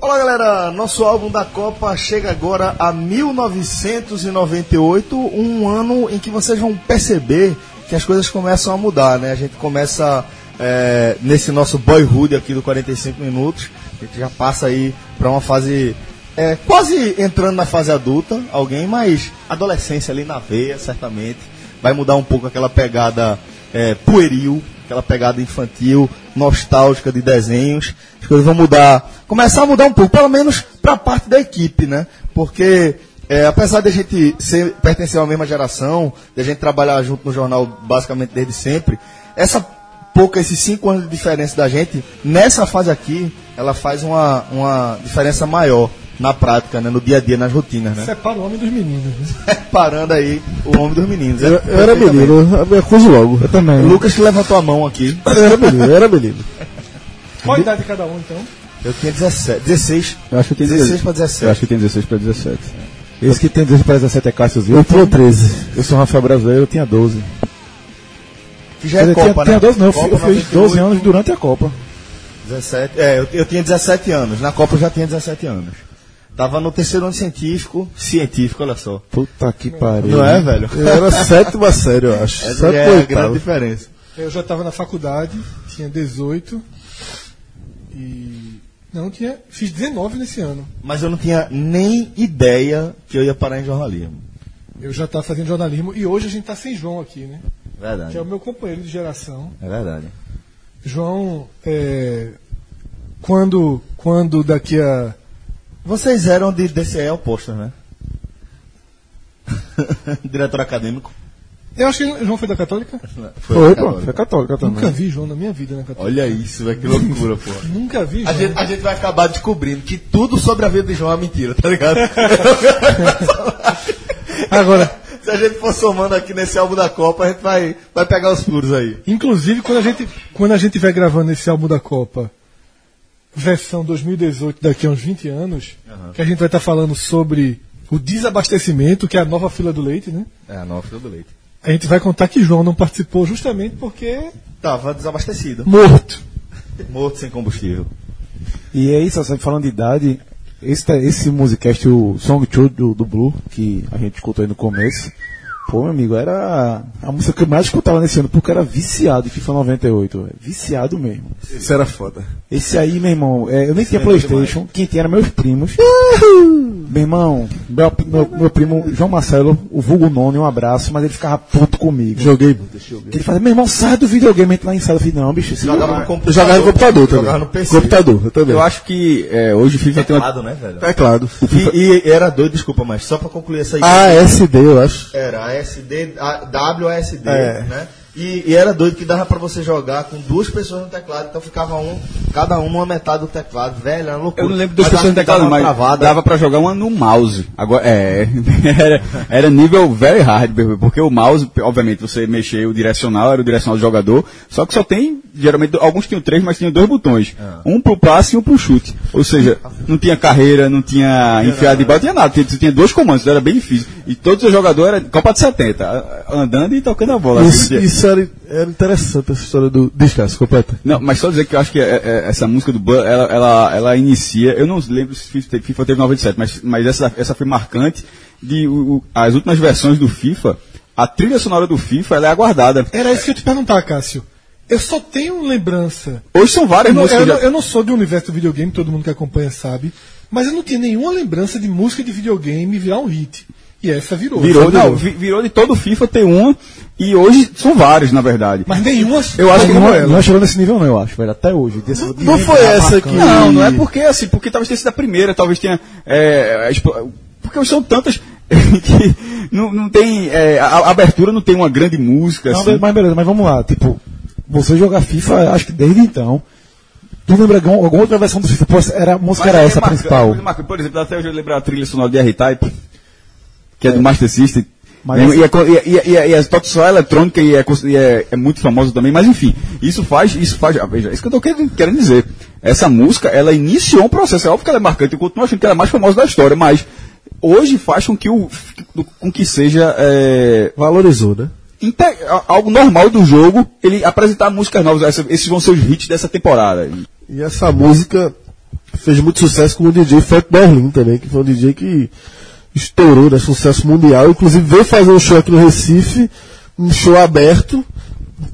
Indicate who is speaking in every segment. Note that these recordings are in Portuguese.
Speaker 1: Olá, galera! Nosso álbum da Copa chega agora a 1998, um ano em que vocês vão perceber que as coisas começam a mudar, né? A gente começa é, nesse nosso boyhood aqui do 45 minutos, a gente já passa aí para uma fase é, quase entrando na fase adulta, alguém, mas adolescência ali na veia, certamente. Vai mudar um pouco aquela pegada é, pueril, aquela pegada infantil, nostálgica de desenhos. As coisas vão mudar, começar a mudar um pouco, pelo menos para a parte da equipe, né? Porque é, apesar de a gente ser, pertencer à mesma geração, de a gente trabalhar junto no jornal basicamente desde sempre, essa pouca, esses cinco anos de diferença da gente, nessa fase aqui, ela faz uma, uma diferença maior na prática, né? no dia a dia, nas rotinas,
Speaker 2: é
Speaker 1: né?
Speaker 3: Separa o homem dos meninos. né?
Speaker 1: Parando aí o homem dos meninos. né?
Speaker 2: Eu, eu era menino, eu me acuso logo. Eu também.
Speaker 1: Lucas que levantou a mão aqui.
Speaker 2: Eu era menino, eu era menino.
Speaker 3: Qual a idade de cada um, então?
Speaker 1: Eu tinha 17, 16.
Speaker 4: Eu acho que tem
Speaker 1: 16
Speaker 4: 16
Speaker 1: para
Speaker 4: Eu acho
Speaker 1: 17.
Speaker 4: que tem 16 para 17.
Speaker 2: É. Esse que tem 12 para 17 é Cássio
Speaker 4: Eu
Speaker 2: Zil.
Speaker 4: tinha 13.
Speaker 2: Eu sou Rafael Brasileiro, eu tinha 12.
Speaker 1: Que já é
Speaker 2: eu
Speaker 1: Copa,
Speaker 2: tinha, tinha
Speaker 1: né?
Speaker 2: 12 não, eu,
Speaker 1: Copa
Speaker 2: fi- eu fiz
Speaker 1: 98,
Speaker 2: 12 anos durante a Copa.
Speaker 1: 17, é, eu, eu tinha 17 anos. Na Copa eu já tinha 17 anos. Tava no terceiro ano científico. Científico, olha só.
Speaker 2: Puta que pariu.
Speaker 1: Não é, velho?
Speaker 2: Eu era sétima série, eu acho.
Speaker 1: Essa
Speaker 2: Sétima
Speaker 1: já é a
Speaker 2: oitava.
Speaker 1: grande diferença.
Speaker 3: Eu já estava na faculdade, tinha 18 e. Não, tinha. Fiz 19 nesse ano.
Speaker 1: Mas eu não tinha nem ideia que eu ia parar em jornalismo.
Speaker 3: Eu já estava fazendo jornalismo e hoje a gente está sem João aqui, né? Que
Speaker 1: Verdade.
Speaker 3: é o meu companheiro de geração.
Speaker 1: É verdade.
Speaker 3: João, é, quando, quando daqui a.
Speaker 1: Vocês eram de DCE oposto, né? Diretor acadêmico.
Speaker 3: Eu acho que ele- João foi da Católica?
Speaker 2: Foi, pô,
Speaker 1: católico.
Speaker 2: foi católica
Speaker 3: Nunca
Speaker 2: também.
Speaker 3: vi João na minha vida na Católica.
Speaker 1: Olha isso, velho, que loucura, pô.
Speaker 3: Nunca vi
Speaker 1: A
Speaker 3: João.
Speaker 1: gente, a gente vai acabar descobrindo que tudo sobre a vida de João é mentira, tá ligado?
Speaker 3: Agora,
Speaker 1: Se a gente for somando aqui nesse álbum da Copa, a gente vai, vai pegar os furos aí.
Speaker 3: Inclusive, quando a gente quando a gente vai gravando esse álbum da Copa, versão 2018, daqui a uns 20 anos, que a gente vai estar falando sobre o desabastecimento, que é a nova fila do leite, né?
Speaker 1: É, a nova fila do leite.
Speaker 3: A gente vai contar que João não participou justamente porque
Speaker 1: Tava Tá, desabastecido.
Speaker 3: morto.
Speaker 1: Morto sem combustível.
Speaker 2: E é isso, sabe, falando de idade, esse, tá- esse musicast, o Song 2 do, do Blue, que a gente escutou aí no começo, pô, meu amigo, era a música que eu mais escutava nesse ano, porque eu era viciado em FIFA 98, velho. viciado mesmo.
Speaker 1: Isso era foda.
Speaker 2: Esse aí, meu irmão, é, eu nem tinha Playstation, quem tinha eram meus primos. meu irmão, meu, meu, meu primo João Marcelo, o vulgo nono, um abraço, mas ele ficava puto comigo.
Speaker 4: Joguei.
Speaker 2: Que Ele fala, meu irmão, sai do videogame, entra lá em sala. Eu falei, não, bicho, esse
Speaker 1: Jogava
Speaker 2: jogo- é
Speaker 1: no computador.
Speaker 4: Eu jogava no computador também.
Speaker 1: Jogava no PC.
Speaker 4: Computador, eu também.
Speaker 2: Eu
Speaker 4: Eu acho que é, hoje o FIFA tem uma...
Speaker 1: Teclado, né, velho?
Speaker 4: Teclado. O FIFA...
Speaker 1: E, e era doido, desculpa, mas só pra concluir essa ideia.
Speaker 4: ASD, eu acho.
Speaker 1: Era ASD, a, WASD,
Speaker 4: É.
Speaker 1: né? E, e era doido que dava pra você jogar com duas pessoas no teclado, então ficava um, cada um numa metade do teclado, velho, era uma loucura.
Speaker 4: Eu não lembro dos
Speaker 1: Mas acho
Speaker 4: pessoas no
Speaker 1: que dava
Speaker 4: teclado,
Speaker 1: uma
Speaker 4: mas
Speaker 1: travada.
Speaker 4: dava pra jogar uma no mouse. Agora, é, era, era nível very hard, baby, porque o mouse, obviamente, você mexia o direcional, era o direcional do jogador, só que só tem, geralmente, alguns tinham três, mas tinham dois botões. Um pro passe e um pro chute. Ou seja, não tinha carreira, não tinha enfiada de bola, tinha nada. Tinha, tinha dois comandos, então era bem difícil. E todos os jogadores, era Copa de 70, a- a- andando e tocando a bola.
Speaker 2: Isso,
Speaker 4: Assim,
Speaker 2: isso era, era interessante, essa história do descanso, completa.
Speaker 4: Não, mas só dizer que eu acho que é, é, essa música do Bud, ela, ela, ela inicia, eu não lembro se FIFA teve, FIFA teve 97, mas, mas essa, essa foi marcante, de o- o- as últimas versões do FIFA, a trilha sonora do FIFA, ela é aguardada.
Speaker 3: Era isso que eu te perguntar, Cássio. Eu só tenho lembrança.
Speaker 4: Hoje são várias
Speaker 3: Eu não,
Speaker 4: músicas.
Speaker 3: eu,
Speaker 4: já-
Speaker 3: não, eu não sou do universo do videogame, todo mundo que acompanha sabe, mas eu não tinha nenhuma lembrança de música de videogame virar um hit. E essa virou.
Speaker 4: virou, não, vi- virou de todo o FIFA, tem uma, e hoje são vários, na verdade.
Speaker 3: Mas nenhuma.
Speaker 4: Eu acho que
Speaker 2: não, é,
Speaker 4: como ela.
Speaker 2: não chegou nesse nível, não, eu acho, velho, até hoje. Desse- de
Speaker 4: Não foi essa
Speaker 2: que-
Speaker 4: Não, não é porque assim, porque talvez tenha sido a primeira, talvez tenha. é, a explo- porque são tantas que não, não tem. é, a, a abertura não tem uma grande música.
Speaker 2: Não,
Speaker 4: assim.
Speaker 2: mas beleza, mas vamos lá. Tipo, você jogar FIFA, acho que desde então. Tu lembra de algum- alguma outra versão do FIFA? Pô, essa- era, a música era
Speaker 4: Mas é
Speaker 2: essa a
Speaker 4: marcante,
Speaker 2: principal.
Speaker 4: é marcante. Por exemplo, até hoje eu lembro a trilha sonora de R-Type, que é, do Master System.
Speaker 2: Mas
Speaker 4: Né,
Speaker 2: essa-
Speaker 4: e, é, co- e, e, e, e é to- só eletrônica e, é, cons- e é, é muito famosa também, mas enfim, isso faz, isso faz, ah, veja, isso que eu tô querendo, querendo dizer. Essa música, ela iniciou um processo, é óbvio que ela é marcante, eu continuo achando que ela é a mais famosa da história, mas hoje faz com que o, com que seja, é,
Speaker 2: Valorizou, né?
Speaker 4: inte- a- algo normal do jogo, ele apresentar músicas novas, essa- esses vão ser os hits dessa temporada.
Speaker 5: E essa música
Speaker 2: fez muito sucesso com o DJ Fat Berlin também, que foi um DJ que estourou, né? Sucesso mundial. Inclusive veio fazer um show aqui no Recife, um show aberto,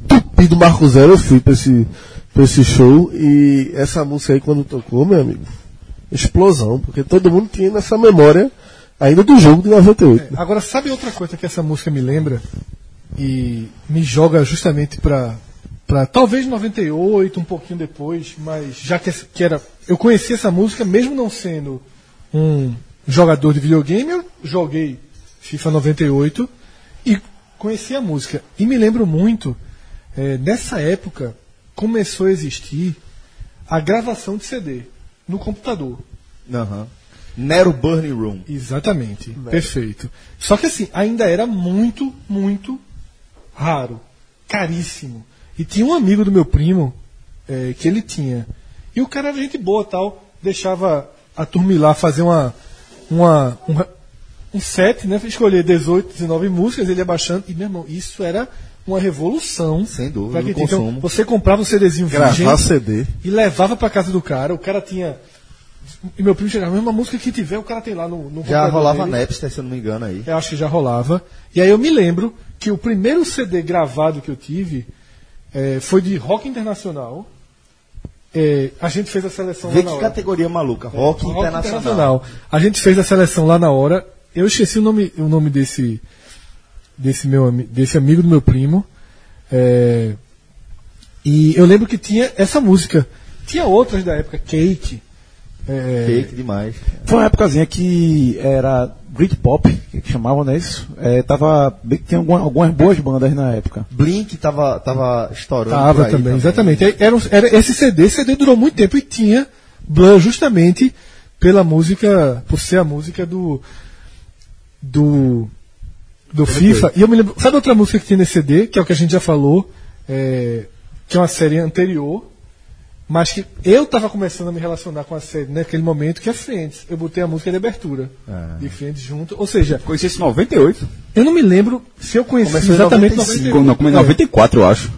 Speaker 2: tupido Marco Zero. Eu fui pra esse, pra esse show e essa música aí quando tocou, meu amigo, explosão, porque todo mundo tinha nessa memória ainda do jogo de 98. né?
Speaker 3: É, Agora, sabe outra coisa que essa música me lembra? E me joga justamente pra, pra talvez 98, um pouquinho depois, mas já que, essa- que era. Eu conheci essa música, mesmo não sendo um jogador de videogame, eu joguei FIFA 98 e conheci a música. E me lembro muito, eh, nessa época, começou a existir a gravação de CD no computador.
Speaker 1: Aham. Nero Burning Room.
Speaker 3: Exatamente, perfeito. Só que assim, ainda era muito, muito raro, caríssimo. E tinha um amigo do meu primo eh, que ele tinha. E o cara era gente boa tal, deixava a turma ir lá fazer uma, uma, um, um set, né? Escolher 18, 19 músicas, ele ia baixando. E meu irmão, isso era uma revolução.
Speaker 1: Sem dúvida,
Speaker 3: pra
Speaker 1: no
Speaker 3: quem tinha. Então,
Speaker 1: consumo.
Speaker 3: você comprava um CDzinho
Speaker 1: É.
Speaker 3: virgem
Speaker 2: Gravar CD.
Speaker 3: e levava pra casa do cara. O cara tinha. E meu primo chegava, a mesma música que tiver, o cara tem lá no, no
Speaker 1: Já
Speaker 3: computador
Speaker 1: rolava né?
Speaker 3: dele.
Speaker 1: Napster, se eu não me engano aí.
Speaker 3: Eu acho que já rolava. E aí eu me lembro que o primeiro CD gravado que eu tive eh, foi de rock internacional. Eh, a gente fez a seleção
Speaker 1: Vê
Speaker 3: lá na
Speaker 1: que
Speaker 3: hora.
Speaker 1: categoria maluca. Rock,
Speaker 3: Rock
Speaker 1: internacional.
Speaker 3: Internacional. A gente fez a seleção lá na hora. Eu esqueci o nome, o nome desse desse meu ami- desse amigo do meu primo. É, e eu lembro que tinha essa música. Tinha outras da época, Cake. é,
Speaker 1: Fake demais.
Speaker 6: Foi uma épocazinha que era Brit Pop, que chamavam, né? Isso. É, tava, bem que tinha alguma- algumas boas bandas na época.
Speaker 1: Blink tava, tava estourando. por
Speaker 3: Tava
Speaker 1: aí
Speaker 3: também, exatamente. Aí Era, um- era esse CD, esse CD durou muito tempo e tinha Blur justamente pela música, por ser a música do do do FIFA. E eu me lembro, sabe outra música que tinha nesse CD, que é o que a gente já falou, é, que é uma série anterior, mas que eu tava começando a me relacionar com a série naquele momento, que é Friends. Eu botei a música de abertura
Speaker 1: Ah.
Speaker 3: de Friends junto, ou seja,
Speaker 4: Conheci esse em 98.
Speaker 3: eu não me lembro se eu conheci
Speaker 1: Começou em
Speaker 3: exatamente
Speaker 1: 95.
Speaker 3: 98.
Speaker 4: Não, come- 94, eu acho.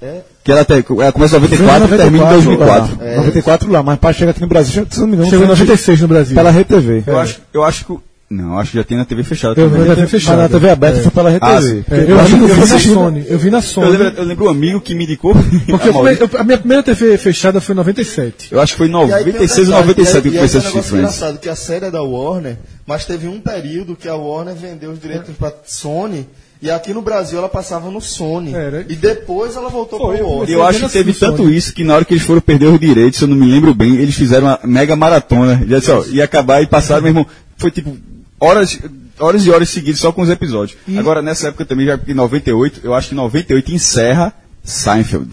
Speaker 1: É.
Speaker 4: Que ela, até, ela começa em 94 e
Speaker 6: 94,
Speaker 4: termina em 2004.
Speaker 6: lá.
Speaker 3: é.
Speaker 6: 94 lá, mas para chegar aqui no Brasil, se não me engano,
Speaker 3: Chegou em
Speaker 6: foi
Speaker 3: 96 no Brasil.
Speaker 6: pela RTV.
Speaker 4: Eu, acho, eu acho que. o- Não, eu acho que já tem na TV fechada.
Speaker 3: Eu
Speaker 4: também.
Speaker 3: lembro da TV
Speaker 6: Mas na
Speaker 3: fechada.
Speaker 6: TV aberta foi pela
Speaker 4: Ah,
Speaker 6: RTV.
Speaker 4: sim.
Speaker 3: né? É, eu, vi, eu vi na Sony. Eu vi na Sony.
Speaker 4: Eu lembro, eu lembro um amigo que me indicou.
Speaker 3: porque eu
Speaker 4: Amaury.
Speaker 3: come- eu- a minha primeira TV fechada foi em 97.
Speaker 4: Eu acho que foi em
Speaker 1: E aí tem um
Speaker 4: 96 ou
Speaker 1: detalhe,
Speaker 4: 97
Speaker 1: e aí-
Speaker 4: que
Speaker 1: e
Speaker 4: eu
Speaker 1: aí
Speaker 4: comecei a
Speaker 1: tem um
Speaker 4: assistir
Speaker 1: negócio
Speaker 4: Friends.
Speaker 1: engraçado que a série é da Warner, mas teve um período que a Warner vendeu os direitos pra Sony e aqui no Brasil ela passava no Sony.
Speaker 3: É, Era.
Speaker 1: E depois ela voltou
Speaker 3: Foi,
Speaker 1: para pro
Speaker 4: E
Speaker 1: Warner.
Speaker 4: Eu acho que teve tanto isso que na hora que eles foram perder os direitos, se eu não me lembro bem, eles fizeram uma mega maratona. Já disse, ó, ia acabar e passaram, meu irmão. Foi tipo horas, horas e horas seguidas só com os episódios. Agora, nessa época também, já em 98, eu acho que 98 encerra Seinfeld.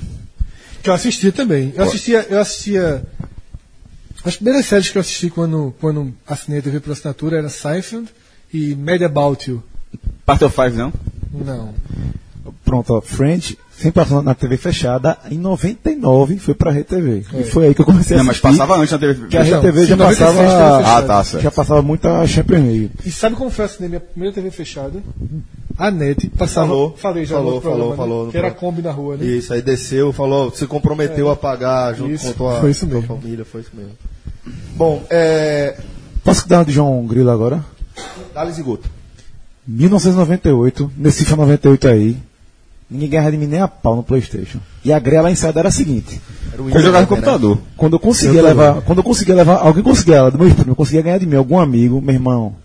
Speaker 3: Que eu assistia também. Eu assistia. Eu assistia as primeiras séries que eu assisti quando, quando assinei a TV por assinatura era Seinfeld e Mad About You.
Speaker 4: Part of Five, não?
Speaker 3: Não.
Speaker 6: Pronto, ó, Friends sempre passou na TV fechada. Em 99 foi pra RTV. E foi aí que eu comecei
Speaker 4: Não,
Speaker 6: a
Speaker 4: mas
Speaker 6: assistir.
Speaker 4: passava antes na TV.
Speaker 6: que a
Speaker 3: É. Então,
Speaker 6: RTV já
Speaker 3: em 96
Speaker 6: passava,
Speaker 3: tava fechada.
Speaker 4: Ah, tá, certo.
Speaker 6: já passava muito a Champions League.
Speaker 3: E sabe como foi eu assinei minha primeira TV fechada? A net passava.
Speaker 1: Falou,
Speaker 3: falei já no
Speaker 1: falou,
Speaker 3: outro programa,
Speaker 1: falou,
Speaker 3: né?
Speaker 1: falou no
Speaker 3: Que era a
Speaker 1: programa.
Speaker 3: Kombi na rua, né?
Speaker 1: Isso, aí desceu, falou, se comprometeu a pagar junto
Speaker 3: É. Isso,
Speaker 1: com tua,
Speaker 3: foi isso
Speaker 1: tua
Speaker 3: mesmo.
Speaker 1: família, foi isso mesmo. Bom, é.
Speaker 6: Posso dar uma de João Grilo agora?
Speaker 1: Alice Guto.
Speaker 6: 1998, nesse FIFA 98 aí, ninguém ganhava de mim nem a pau no Playstation. E a grela ensaiada era a seguinte.
Speaker 4: Eu jogava
Speaker 1: né?
Speaker 4: no computador.
Speaker 6: Quando eu conseguia levar, quando eu conseguia levar, alguém conseguia ela, do meu primo, conseguia ganhar de mim, algum amigo, meu irmão,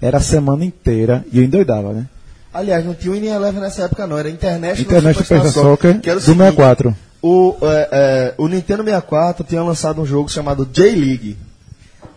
Speaker 6: era a semana inteira e eu endoidava, né?
Speaker 1: Aliás, não tinha o Indian Eleven nessa época não, era International,
Speaker 6: Internet Super Soccer
Speaker 1: que era o
Speaker 6: do
Speaker 1: seguinte,
Speaker 6: 64.
Speaker 1: O, é, é, o Nintendo 64 tinha lançado um jogo chamado J-League.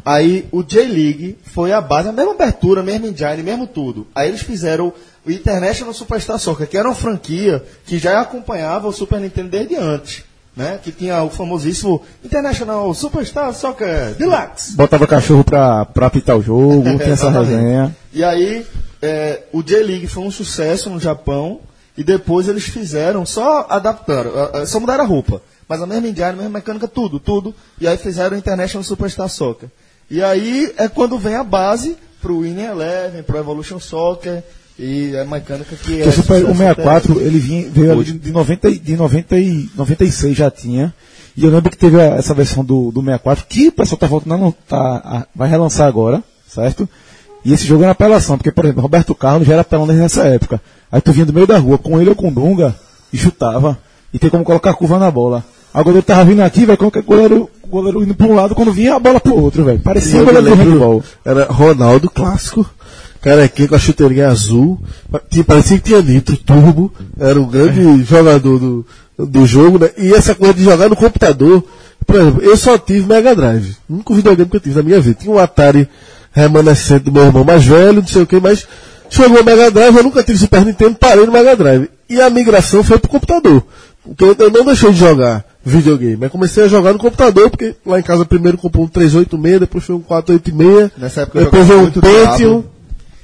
Speaker 1: Aí o J-League foi a base, a mesma abertura, mesmo engine, mesmo tudo. Aí eles fizeram o International Superstar Soccer, que era uma franquia que já acompanhava o Super Nintendo desde antes. Né? Que tinha o famosíssimo International Superstar Soccer Deluxe.
Speaker 6: Botava cachorro pra, pra apitar o jogo, tinha essa
Speaker 1: É, Exatamente.
Speaker 6: resenha.
Speaker 1: E aí, é, o J-League foi um sucesso no Japão. E depois eles fizeram, só adaptaram, ah, ah, só mudaram a roupa. Mas a mesma indiana, a mesma mecânica, tudo, tudo. E aí fizeram o International Superstar Soccer. E aí é quando vem a base pro Winning Eleven, pro Evolution Soccer. E a mecânica que é.
Speaker 6: Porque o Super
Speaker 1: sucesso
Speaker 6: o
Speaker 1: até
Speaker 6: 64, ele vinha, veio ali de 90, e- de 90 e 96 já tinha. E eu lembro que teve a- essa versão do, do 64, que o pessoal tá voltando, não, tá, a- vai relançar agora, certo? E esse jogo era apelação, porque, por exemplo, Roberto Carlos já era apelão desde essa época. Aí tu vinha do meio da rua com ele ou com o Dunga e chutava. E tem como colocar a curva na bola. Aí o goleiro tava vindo aqui, velho, qualquer goleiro, goleiro indo pra um lado, quando vinha a bola pro outro, velho. Parecia um
Speaker 2: eu
Speaker 6: goleiro de
Speaker 2: lembro,
Speaker 6: handball.
Speaker 2: era Ronaldo clássico. Carequinha com a chuteirinha azul. Tinha, parecia que tinha nitro, turbo. Era o grande jogador do, do jogo, né? E essa coisa de jogar no computador. Por exemplo, eu só tive Mega Drive. O único videogame que eu tive na minha vida. Tinha um Atari remanescente do meu irmão mais velho, não sei o que, mas chegou o Mega Drive, eu nunca tive Super Nintendo, parei no Mega Drive. E a migração foi pro computador. Porque eu- eu não deixei de jogar videogame, mas comecei a jogar no computador, porque lá em casa primeiro comprou um 386, depois foi um 486,
Speaker 1: Nessa época eu
Speaker 2: depois veio
Speaker 1: jogava
Speaker 2: um
Speaker 1: muito
Speaker 2: Pentium,
Speaker 1: Diablo.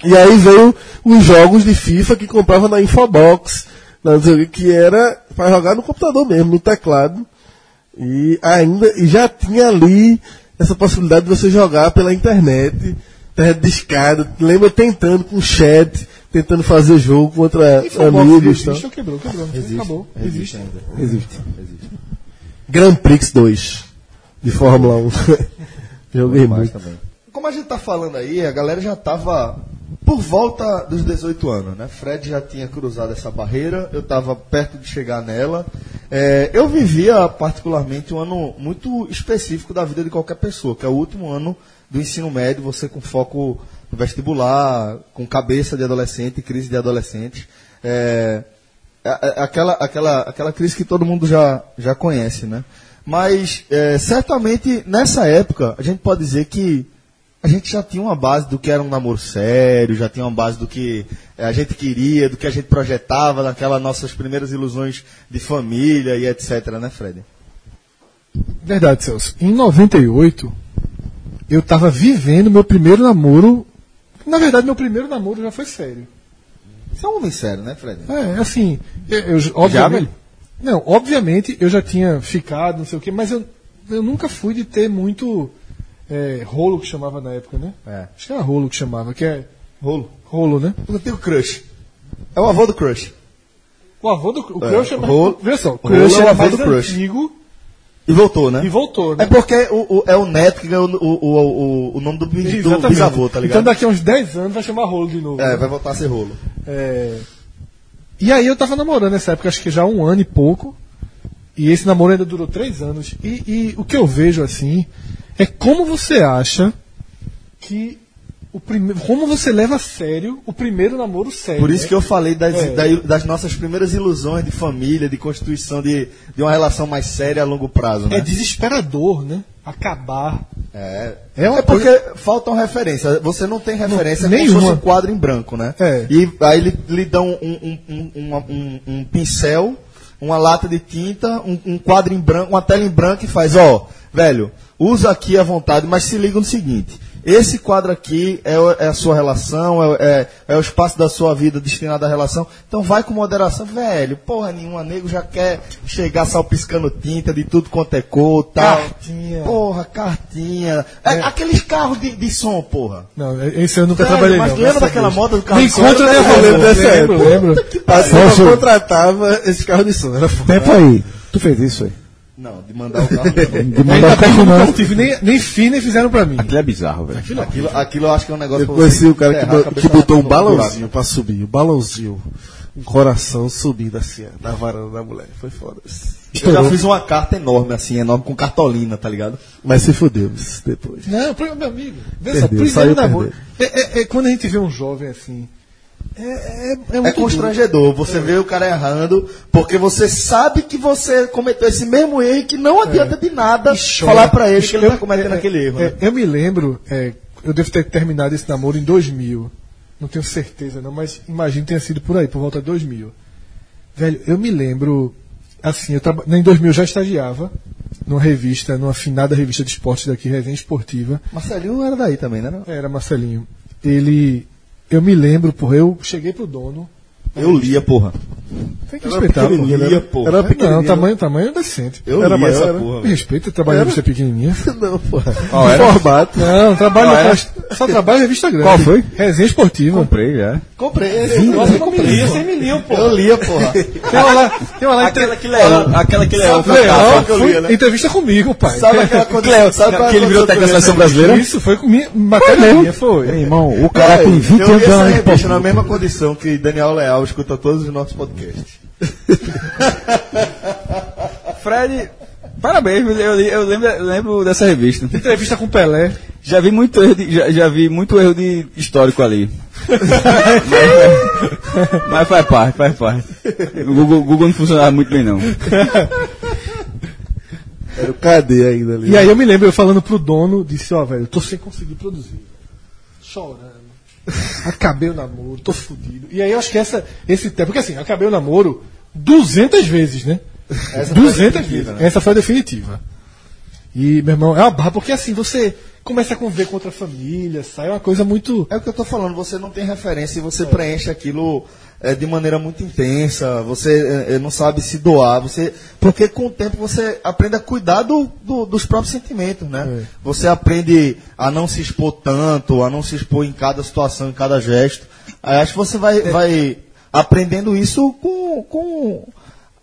Speaker 2: e aí veio os jogos de FIFA que comprava na Infobox, na não sei o que, que era para jogar no computador mesmo, no teclado. E ainda e já tinha ali essa possibilidade de você jogar pela internet, internet discada. Lembra tentando com chat, tentando fazer jogo contra amigos. tá?
Speaker 3: existe
Speaker 2: tal.
Speaker 3: ou quebrou? Quebrou, não sei, acabou. Existe.
Speaker 2: Existe. Grand Prix 2 de Fórmula 1. Joguei muito.
Speaker 1: Como a gente tá falando aí, a galera já tava por volta dos 18 anos, né? Fred já tinha cruzado essa barreira, eu tava perto de chegar nela. É, eu vivia particularmente um ano muito específico da vida de qualquer pessoa, que é o último ano do ensino médio, você com foco no vestibular, com cabeça de adolescente, crise de adolescente. É, a- a- aquela, aquela, aquela crise que todo mundo já, já conhece, né? Mas é, certamente nessa época a gente pode dizer que a gente já tinha uma base do que era um namoro sério, já tinha uma base do que é, a gente queria, do que a gente projetava naquelas nossas primeiras ilusões de família e etc, né, Fred?
Speaker 3: Verdade, Celso. Em 98, eu tava vivendo meu primeiro namoro. Na verdade, meu primeiro namoro já foi sério.
Speaker 1: Você é um homem sério, né, Fred?
Speaker 3: É, assim, eu, eu obviamente,
Speaker 4: velho?
Speaker 3: Não, obviamente eu já tinha ficado, não sei o quê, mas eu, eu nunca fui de ter muito é, rolo que chamava na época, né?
Speaker 1: É.
Speaker 3: Acho que era rolo que chamava, que é
Speaker 1: Rolo.
Speaker 3: rolo, né?
Speaker 1: Eu tenho crush. É o avô do crush.
Speaker 3: O avô do o crush é, mais-
Speaker 1: rolo-
Speaker 3: veja só, o
Speaker 1: rolo
Speaker 3: crush
Speaker 1: é o
Speaker 3: era
Speaker 1: avô
Speaker 3: mais
Speaker 1: do crush.
Speaker 3: antigo
Speaker 1: E voltou, né?
Speaker 3: e voltou,
Speaker 1: É
Speaker 3: né?
Speaker 1: porque o, o- é o neto que ganhou o, o, o, o nome do, bis- do bisavô, tá ligado?
Speaker 3: Então daqui a uns 10 anos vai chamar rolo de novo.
Speaker 1: É,
Speaker 3: né?
Speaker 1: vai voltar a ser rolo.
Speaker 3: É, E aí eu tava namorando nessa época, acho que já há um ano e pouco. E esse namoro ainda durou três anos. E, e o que eu vejo assim é como você acha que o primeiro. Como você leva a sério o primeiro namoro sério.
Speaker 1: Por isso que eu falei das,
Speaker 3: É.
Speaker 1: da- das nossas primeiras ilusões de família, de constituição de, de uma relação mais séria a longo prazo,
Speaker 3: É
Speaker 1: né?
Speaker 3: desesperador, né? Acabar.
Speaker 1: É,
Speaker 3: É uma
Speaker 1: É porque faltam referências. Você não tem referência como se
Speaker 3: nenhuma.
Speaker 1: fosse um quadro em branco, né?
Speaker 3: É.
Speaker 1: E aí lhe, lhe dão um, um, um, uma- um- um pincel, uma lata de tinta, um, um quadro em branco, uma tela em branco e faz, ó, velho, usa aqui à vontade, mas se liga no seguinte. Esse quadro aqui é, o- é a sua relação, é, o- é- é o espaço da sua vida destinado à relação. Então vai com moderação, velho. Porra nenhuma, nego já quer chegar salpiscando tinta de tudo quanto é cor, tal.
Speaker 3: Cartinha.
Speaker 1: Porra, cartinha. É, Aqueles carros de, de som, porra.
Speaker 3: Não, é, esse eu nunca
Speaker 1: Velho,
Speaker 3: trabalhei.
Speaker 1: mas
Speaker 3: não,
Speaker 1: lembra
Speaker 3: graças a
Speaker 1: daquela
Speaker 3: Deus.
Speaker 1: moda do carro
Speaker 3: Me
Speaker 1: de som?
Speaker 3: encontra, né,
Speaker 1: Eu
Speaker 3: eu
Speaker 2: lembro dessa
Speaker 3: lembro,
Speaker 2: época.
Speaker 3: lembro.
Speaker 2: A Sérgio
Speaker 6: Sérgio.
Speaker 2: contratava esses carros de som. Era foda.
Speaker 6: Tempo aí. Tu fez isso aí.
Speaker 1: Não, de mandar o carro. não.
Speaker 6: De mandar
Speaker 3: Ainda
Speaker 6: o
Speaker 3: bem que
Speaker 6: carro
Speaker 3: eu
Speaker 6: não.
Speaker 3: nunca tive, nem, nem fi, nem fizeram pra mim.
Speaker 4: Aquilo é bizarro, velho.
Speaker 1: Aquilo, aquilo eu acho que é um negócio
Speaker 2: Eu conheci o cara que,
Speaker 1: enterrar a
Speaker 2: bo-
Speaker 1: cabeça
Speaker 2: que botou um
Speaker 1: no buraco.
Speaker 2: balãozinho pra subir. Um balãozinho. Um coração subindo assim, ó, da varanda da mulher. Foi foda.
Speaker 1: Eu já fiz uma carta enorme, assim, enorme, com cartolina, tá ligado?
Speaker 2: Mas se fudeu isso depois.
Speaker 3: Não, pro- meu amigo. Vê só,
Speaker 2: Perdeu,
Speaker 3: primeiro
Speaker 2: saiu
Speaker 3: namoro. É, é- é quando a gente vê um jovem assim. É, é, é muito
Speaker 1: É
Speaker 3: duro.
Speaker 1: constrangedor. Você vê o cara errando, porque você sabe que você cometeu esse mesmo erro e que não
Speaker 2: É.
Speaker 1: adianta de nada falar pra ele que ele tá cometendo
Speaker 3: é,
Speaker 1: aquele erro.
Speaker 3: é,
Speaker 1: né?
Speaker 3: Eu me lembro, é, eu devo ter terminado esse namoro em 2000. Não tenho certeza, não, mas imagino que tenha sido por aí, por volta de 2000. Velho, eu me lembro. Assim, eu traba... em 2000 eu já estagiava numa revista, numa afinada revista de esportes daqui, Resenha Esportiva.
Speaker 1: Marcelinho era daí também, né? não?
Speaker 3: Era Marcelinho. Ele. Eu me lembro, porra, eu cheguei pro dono.
Speaker 1: Eu lia, porra.
Speaker 3: Tem que respeitar. pô.
Speaker 2: pequenininha, né?
Speaker 3: pô.
Speaker 2: Era
Speaker 3: Não,
Speaker 2: pequenininha,
Speaker 3: tamanho, tamanho decente.
Speaker 1: Eu
Speaker 2: Era
Speaker 1: li
Speaker 2: maior,
Speaker 1: essa
Speaker 2: era?
Speaker 1: porra,
Speaker 3: Me
Speaker 1: velho.
Speaker 3: respeita, trabalho em revista pequenininha.
Speaker 2: é, Não, porra.
Speaker 4: Qual era?
Speaker 2: Formato.
Speaker 3: Não,
Speaker 1: Ah,
Speaker 3: trabalho
Speaker 1: é?
Speaker 4: Qual era?
Speaker 3: naquelas- só trabalho em revista grande.
Speaker 4: Qual foi?
Speaker 3: Resenha esportiva.
Speaker 4: Comprei, já.
Speaker 1: Comprei esse.
Speaker 3: Nossa,
Speaker 1: Eu,
Speaker 3: como lia, sem
Speaker 2: Menino, pô.
Speaker 1: eu lia, porra.
Speaker 3: Tem uma lá, tem uma lá entre-
Speaker 4: que leão. Aquela é um- que leão.
Speaker 3: Leão,
Speaker 1: que eu
Speaker 3: fui-
Speaker 1: lia, né?
Speaker 3: entrevista comigo, pai.
Speaker 1: Sabe aquela coisa Cleo, sabe
Speaker 4: Que ele virou técnico da seleção brasileira.
Speaker 3: Isso foi com minha matéria minha, foi.
Speaker 6: Meu irmão, o cara tem 20
Speaker 1: Eu li essa
Speaker 6: anos de
Speaker 1: revista na
Speaker 6: esporte.
Speaker 1: mesma condição que Daniel Leal escuta todos os nossos podcasts.
Speaker 4: Fred, parabéns, eu, li- eu lembro, lembro dessa revista.
Speaker 3: Entrevista com Pelé.
Speaker 4: Já vi muito erro de, já, já vi muito erro de histórico ali. mas, mas faz parte, faz parte. O Google, Google não funcionava muito bem,
Speaker 1: É
Speaker 4: não.
Speaker 2: Era o cadê ainda ali.
Speaker 3: E aí eu me lembro, eu falando pro dono, disse, ó, velho, eu tô sem conseguir produzir. Chorando. Acabei o namoro, tô fudido. E aí eu acho que essa, esse tempo, porque assim, eu acabei o namoro 200 vezes, né? 200 vezes. Essa foi a definitiva. E, meu irmão, é uma barra, porque assim, você começa a conviver com outra família, sai uma coisa muito...
Speaker 1: É o que eu tô falando, você não tem referência e você preenche aquilo é, de maneira muito intensa, você é, é, não sabe se doar, você. Porque com o tempo você aprende a cuidar do- do- dos próprios sentimentos, né? Você aprende a não se expor tanto, a não se expor em cada situação, em cada gesto. Aí acho que você vai, vai aprendendo isso com, com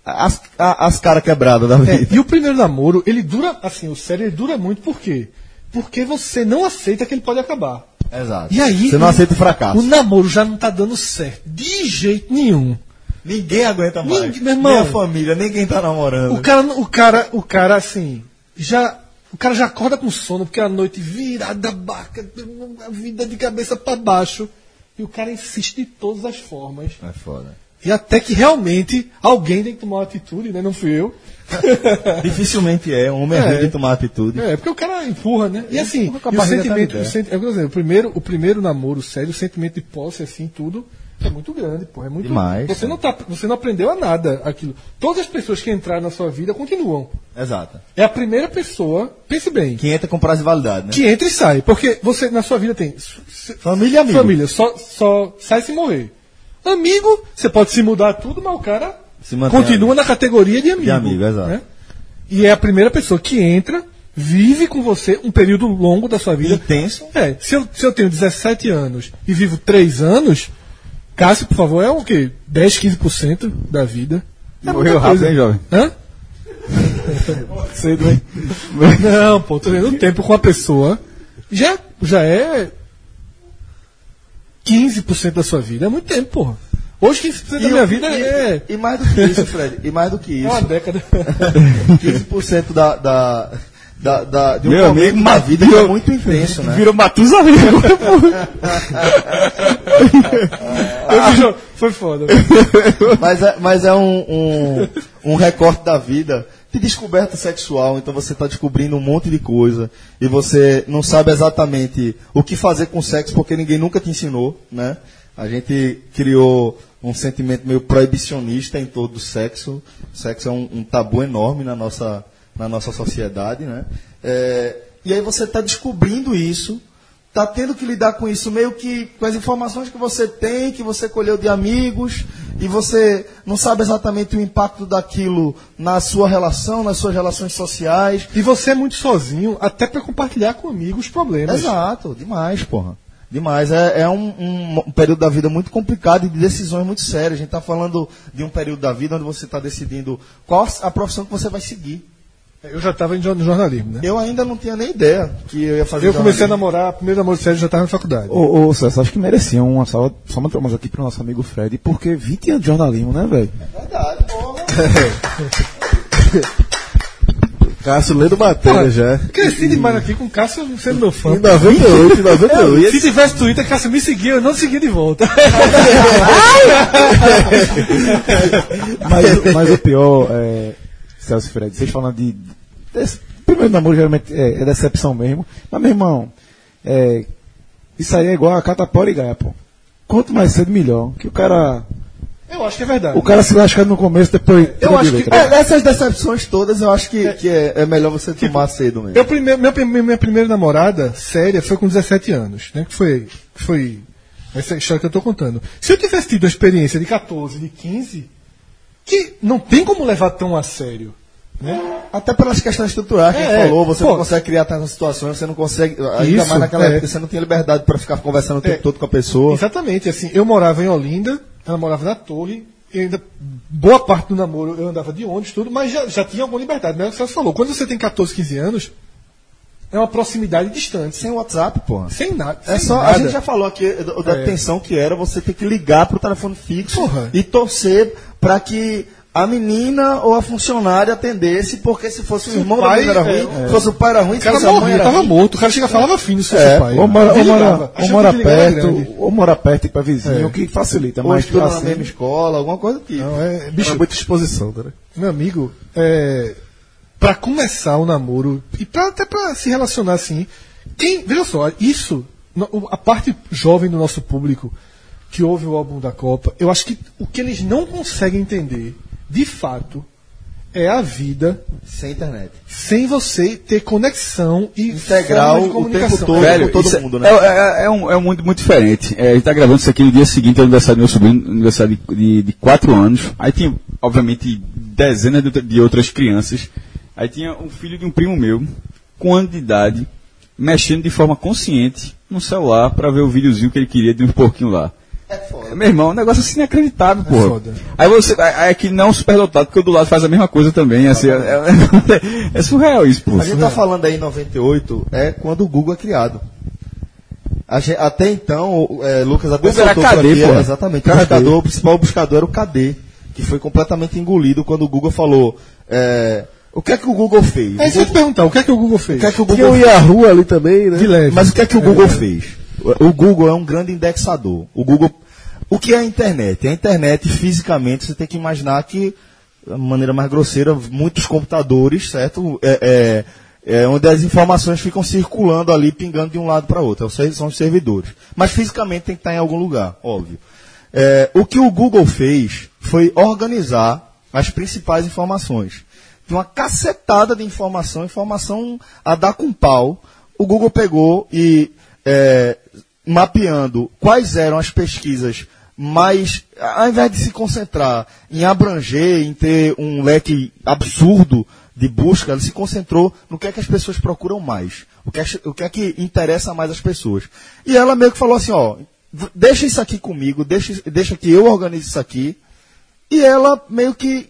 Speaker 1: as, a- as caras quebradas da
Speaker 3: É,
Speaker 1: vida.
Speaker 3: e o primeiro namoro, ele dura, assim, o sério, ele dura muito, por quê? Porque você não aceita que ele pode acabar.
Speaker 1: Exato.
Speaker 3: E aí...
Speaker 1: você não
Speaker 3: o-
Speaker 1: aceita o fracasso.
Speaker 3: O namoro já não tá dando certo. De jeito nenhum.
Speaker 1: Ninguém aguenta mais.
Speaker 3: Ninguém- meu irmão.
Speaker 1: Nem a família, nem quem tá namorando.
Speaker 3: O cara, o cara, o cara assim, já o cara já acorda com sono porque a noite virada baca, a vida de cabeça pra baixo, e o cara insiste de todas as formas.
Speaker 1: É foda.
Speaker 3: E até que realmente alguém tem que tomar uma atitude, né? Não fui eu.
Speaker 1: Dificilmente é, um homem é ruim de tomar atitude.
Speaker 3: É, porque o cara empurra, né? E assim,
Speaker 1: empurra com a
Speaker 3: e o
Speaker 1: barriga
Speaker 3: sentimento,
Speaker 1: da
Speaker 3: o, senti é, o que eu tô dizendo, o primeiro, o primeiro namoro sério, o sentimento de posse, assim, tudo, é muito grande, pô. É muito.
Speaker 1: Demais,
Speaker 3: você, não tá, você não aprendeu a nada aquilo. Todas as pessoas que entraram na sua vida continuam.
Speaker 1: Exato.
Speaker 3: É a primeira pessoa, pense bem,
Speaker 1: Que entra com prazo de validade, né?
Speaker 3: que entra e sai. Porque você, na sua vida, tem su- su-
Speaker 1: Família e amigo.
Speaker 3: família, só, só sai se morrer. Amigo, você pode se mudar tudo, mas o cara
Speaker 1: Se mantém
Speaker 3: continua na categoria de amigo. né?
Speaker 1: De amigo, exato.
Speaker 3: E é a primeira pessoa que entra, vive com você um período longo da sua vida.
Speaker 1: Intenso.
Speaker 3: É, se eu, se eu tenho 17 anos e vivo 3 anos, Cássio, por favor, é o quê? 10, 15% da vida. É
Speaker 4: Morreu
Speaker 3: muita
Speaker 4: rápido,
Speaker 3: coisa.
Speaker 4: hein, jovem?
Speaker 3: Hã? Não, pô, tô vendo o tempo com a pessoa. Já, já é 15% da sua vida. É muito tempo, porra. Hoje 15% da minha
Speaker 1: eu-
Speaker 3: vida
Speaker 1: e-
Speaker 3: é,
Speaker 1: E mais do que isso, Fred. E mais do que
Speaker 3: é uma
Speaker 1: isso.
Speaker 3: década.
Speaker 1: 15% da, da, da, da- de um
Speaker 4: Meu
Speaker 1: momento
Speaker 4: amigo,
Speaker 1: da
Speaker 4: mas
Speaker 1: vida que é
Speaker 4: virou-
Speaker 1: muito intenso, né?
Speaker 4: Virou Matusalém.
Speaker 3: Eu me jo- Foi foda.
Speaker 1: Mas é, mas é um, um, um recorte da vida de descoberta sexual. Então você está descobrindo um monte de coisa e você não sabe exatamente o que fazer com o sexo porque ninguém nunca te ensinou, né? A gente criou um sentimento meio proibicionista em todo o sexo. O sexo é um, um tabu enorme na nossa, na nossa sociedade, né? É, e aí você está descobrindo isso tá tendo que lidar com isso, meio que com as informações que você tem, que você colheu de amigos, e você não sabe exatamente o impacto daquilo na sua relação, nas suas relações sociais.
Speaker 3: E você é muito sozinho, até pra compartilhar com amigos problemas.
Speaker 1: Exato, demais, porra. Demais. É, é um, um- um período da vida muito complicado e de decisões muito sérias. A gente está falando de um período da vida onde você está decidindo qual a profissão que você vai seguir.
Speaker 3: Eu já tava em jo- no jornalismo, né?
Speaker 1: Eu ainda não tinha nem ideia que eu ia fazer
Speaker 3: Eu comecei a
Speaker 1: jornalismo.
Speaker 3: namorar, primeiro namoro sério já tava na faculdade.
Speaker 6: Ô, ô, Celso, acho que merecia uma salva, só uma palmas aqui pro nosso amigo Fred, porque 20 anos de jornalismo, né, velho?
Speaker 1: É Verdade, porra.
Speaker 2: Cássio lendo matéria
Speaker 3: Porra,
Speaker 2: já.
Speaker 3: Cresci demais aqui com o Cássio sendo meu fã.
Speaker 2: Em 98, em
Speaker 4: É,
Speaker 2: 98.
Speaker 3: Se tivesse Twitter, Cássio me seguia, eu não seguia de volta.
Speaker 6: Mas, mas o pior, é, Celso e Fred, vocês falando de. desse- primeiro namoro geralmente é, é decepção mesmo. Mas, meu irmão, é, isso aí é igual a catapora e gaia, pô. Quanto mais cedo, melhor. Que o cara.
Speaker 3: Eu acho que é verdade.
Speaker 6: O cara se lascando no começo, depois.
Speaker 1: Eu acho que
Speaker 6: direito, né?
Speaker 1: é, essas decepções todas, eu acho que, que é, é melhor você tomar cedo mesmo.
Speaker 3: Eu primeiro, meu prime- minha primeira namorada séria foi com 17 anos, né? Que foi, que foi essa história que eu tô contando. Se eu tivesse tido a experiência de 14, de 15, que não tem como levar tão a sério. Né?
Speaker 1: Até pelas questões estruturais que
Speaker 3: É,
Speaker 1: ele falou, você
Speaker 3: pô.
Speaker 1: não consegue criar tantas situações, você não consegue. Ainda
Speaker 3: Isso,
Speaker 1: mais naquela
Speaker 3: é.
Speaker 1: época, você não tinha liberdade para ficar conversando o tempo
Speaker 3: É.
Speaker 1: todo com a pessoa.
Speaker 3: Exatamente, assim, eu morava em Olinda, ela morava na torre, e ainda boa parte do namoro eu andava de ônibus, tudo, mas já, já tinha alguma liberdade, né? O Celso falou, quando você tem 14, 15 anos, é uma proximidade distante, sem,
Speaker 1: Sem WhatsApp, porra.
Speaker 3: sem nada.
Speaker 1: É
Speaker 3: sem
Speaker 1: só,
Speaker 3: nada.
Speaker 1: a gente já falou aqui da, da
Speaker 3: É.
Speaker 1: tensão que era você ter que ligar pro telefone fixo
Speaker 3: Porra.
Speaker 1: e torcer para que a menina ou a funcionária atendesse, porque se fosse o irmão
Speaker 3: pai,
Speaker 1: da menina era
Speaker 3: é,
Speaker 1: ruim,
Speaker 3: é.
Speaker 1: se fosse o pai era ruim,
Speaker 3: O
Speaker 1: se
Speaker 3: cara
Speaker 1: fosse a mãe
Speaker 3: morria,
Speaker 1: era
Speaker 3: tava
Speaker 1: ruim.
Speaker 3: morto, o cara chega e falava fino se
Speaker 1: É,
Speaker 3: seu pai.
Speaker 6: Ou mora, ou
Speaker 3: Desligava.
Speaker 6: mora,
Speaker 3: A
Speaker 6: ou
Speaker 3: chance
Speaker 6: mora
Speaker 3: de ligar era
Speaker 6: perto,
Speaker 3: grande.
Speaker 6: ou mora perto e pra vizinho,
Speaker 3: É.
Speaker 6: o que facilita.
Speaker 1: Ou
Speaker 6: Mas
Speaker 1: estuda na
Speaker 6: assim,
Speaker 1: mesma escola, alguma coisa do tipo.
Speaker 3: Não, é, bicho,
Speaker 2: muita exposição, cara.
Speaker 3: Meu amigo, é, para começar o namoro e pra, até para se relacionar assim, quem, veja só, isso, no- o- a parte jovem do nosso público que ouve o álbum da Copa, eu acho que o que eles não conseguem entender, de fato, é a vida
Speaker 1: Sem internet.
Speaker 3: sem você ter conexão e
Speaker 1: Integral
Speaker 3: forma
Speaker 1: o
Speaker 3: de
Speaker 1: tempo
Speaker 3: comunicação.
Speaker 1: todo.
Speaker 4: Velho,
Speaker 1: todo
Speaker 4: isso é-
Speaker 1: mundo, né?
Speaker 4: É, é- é um, é um mundo muito diferente. É, a gente tá gravando isso aqui no dia seguinte ao aniversário do meu sobrinho, aniversário de- de, de 4 anos. Aí tinha, obviamente, dezenas de, outra- de outras crianças. Aí tinha um filho de um primo meu, com um ano de idade, mexendo de forma consciente no celular para ver o videozinho que ele queria de um porquinho lá.
Speaker 1: É foda.
Speaker 4: Meu irmão, é um negócio assim
Speaker 1: É
Speaker 4: inacreditável, pô.
Speaker 3: foda.
Speaker 4: Aí você. Aí aqui não é um superdotado, porque o do lado faz a mesma coisa também. Assim, é, é- é surreal isso, pô.
Speaker 1: A gente tá falando aí em 98, é quando o Google é criado. A gente- até então, o- é, Lucas até
Speaker 4: Google era
Speaker 1: soltou
Speaker 4: KD,
Speaker 1: franquia,
Speaker 4: porra.
Speaker 1: Exatamente. O,
Speaker 4: KD.
Speaker 1: buscador, o principal buscador era o KD, que foi completamente engolido quando o Google falou. é, o que é que o Google fez?
Speaker 3: Aí você vai te perguntar, o que é que o Google fez?
Speaker 1: O que é que o
Speaker 2: Tinha
Speaker 1: Google
Speaker 2: o Yahoo ali também, né?
Speaker 3: De leve.
Speaker 1: mas o que é que o Google fez? O o Google é um grande indexador. O Google, o que é a internet? A internet fisicamente você tem que imaginar que, de maneira mais grosseira, muitos computadores, certo? É, é- é onde as informações ficam circulando ali, pingando de um lado para outro. São são os servidores. Mas fisicamente tem que estar em algum lugar, óbvio. É, o que o Google fez foi organizar as principais informações. Tem uma cacetada de informação, informação a dar com pau. O Google pegou e, é, mapeando quais eram as pesquisas mais, ao invés de se concentrar em abranger, em ter um leque absurdo de busca, ele se concentrou no que é que as pessoas procuram mais, o que, as- o que é que interessa mais as pessoas. E ela meio que falou assim, ó, v- deixa isso aqui comigo, deixa, deixa que eu organize isso aqui, e ela meio que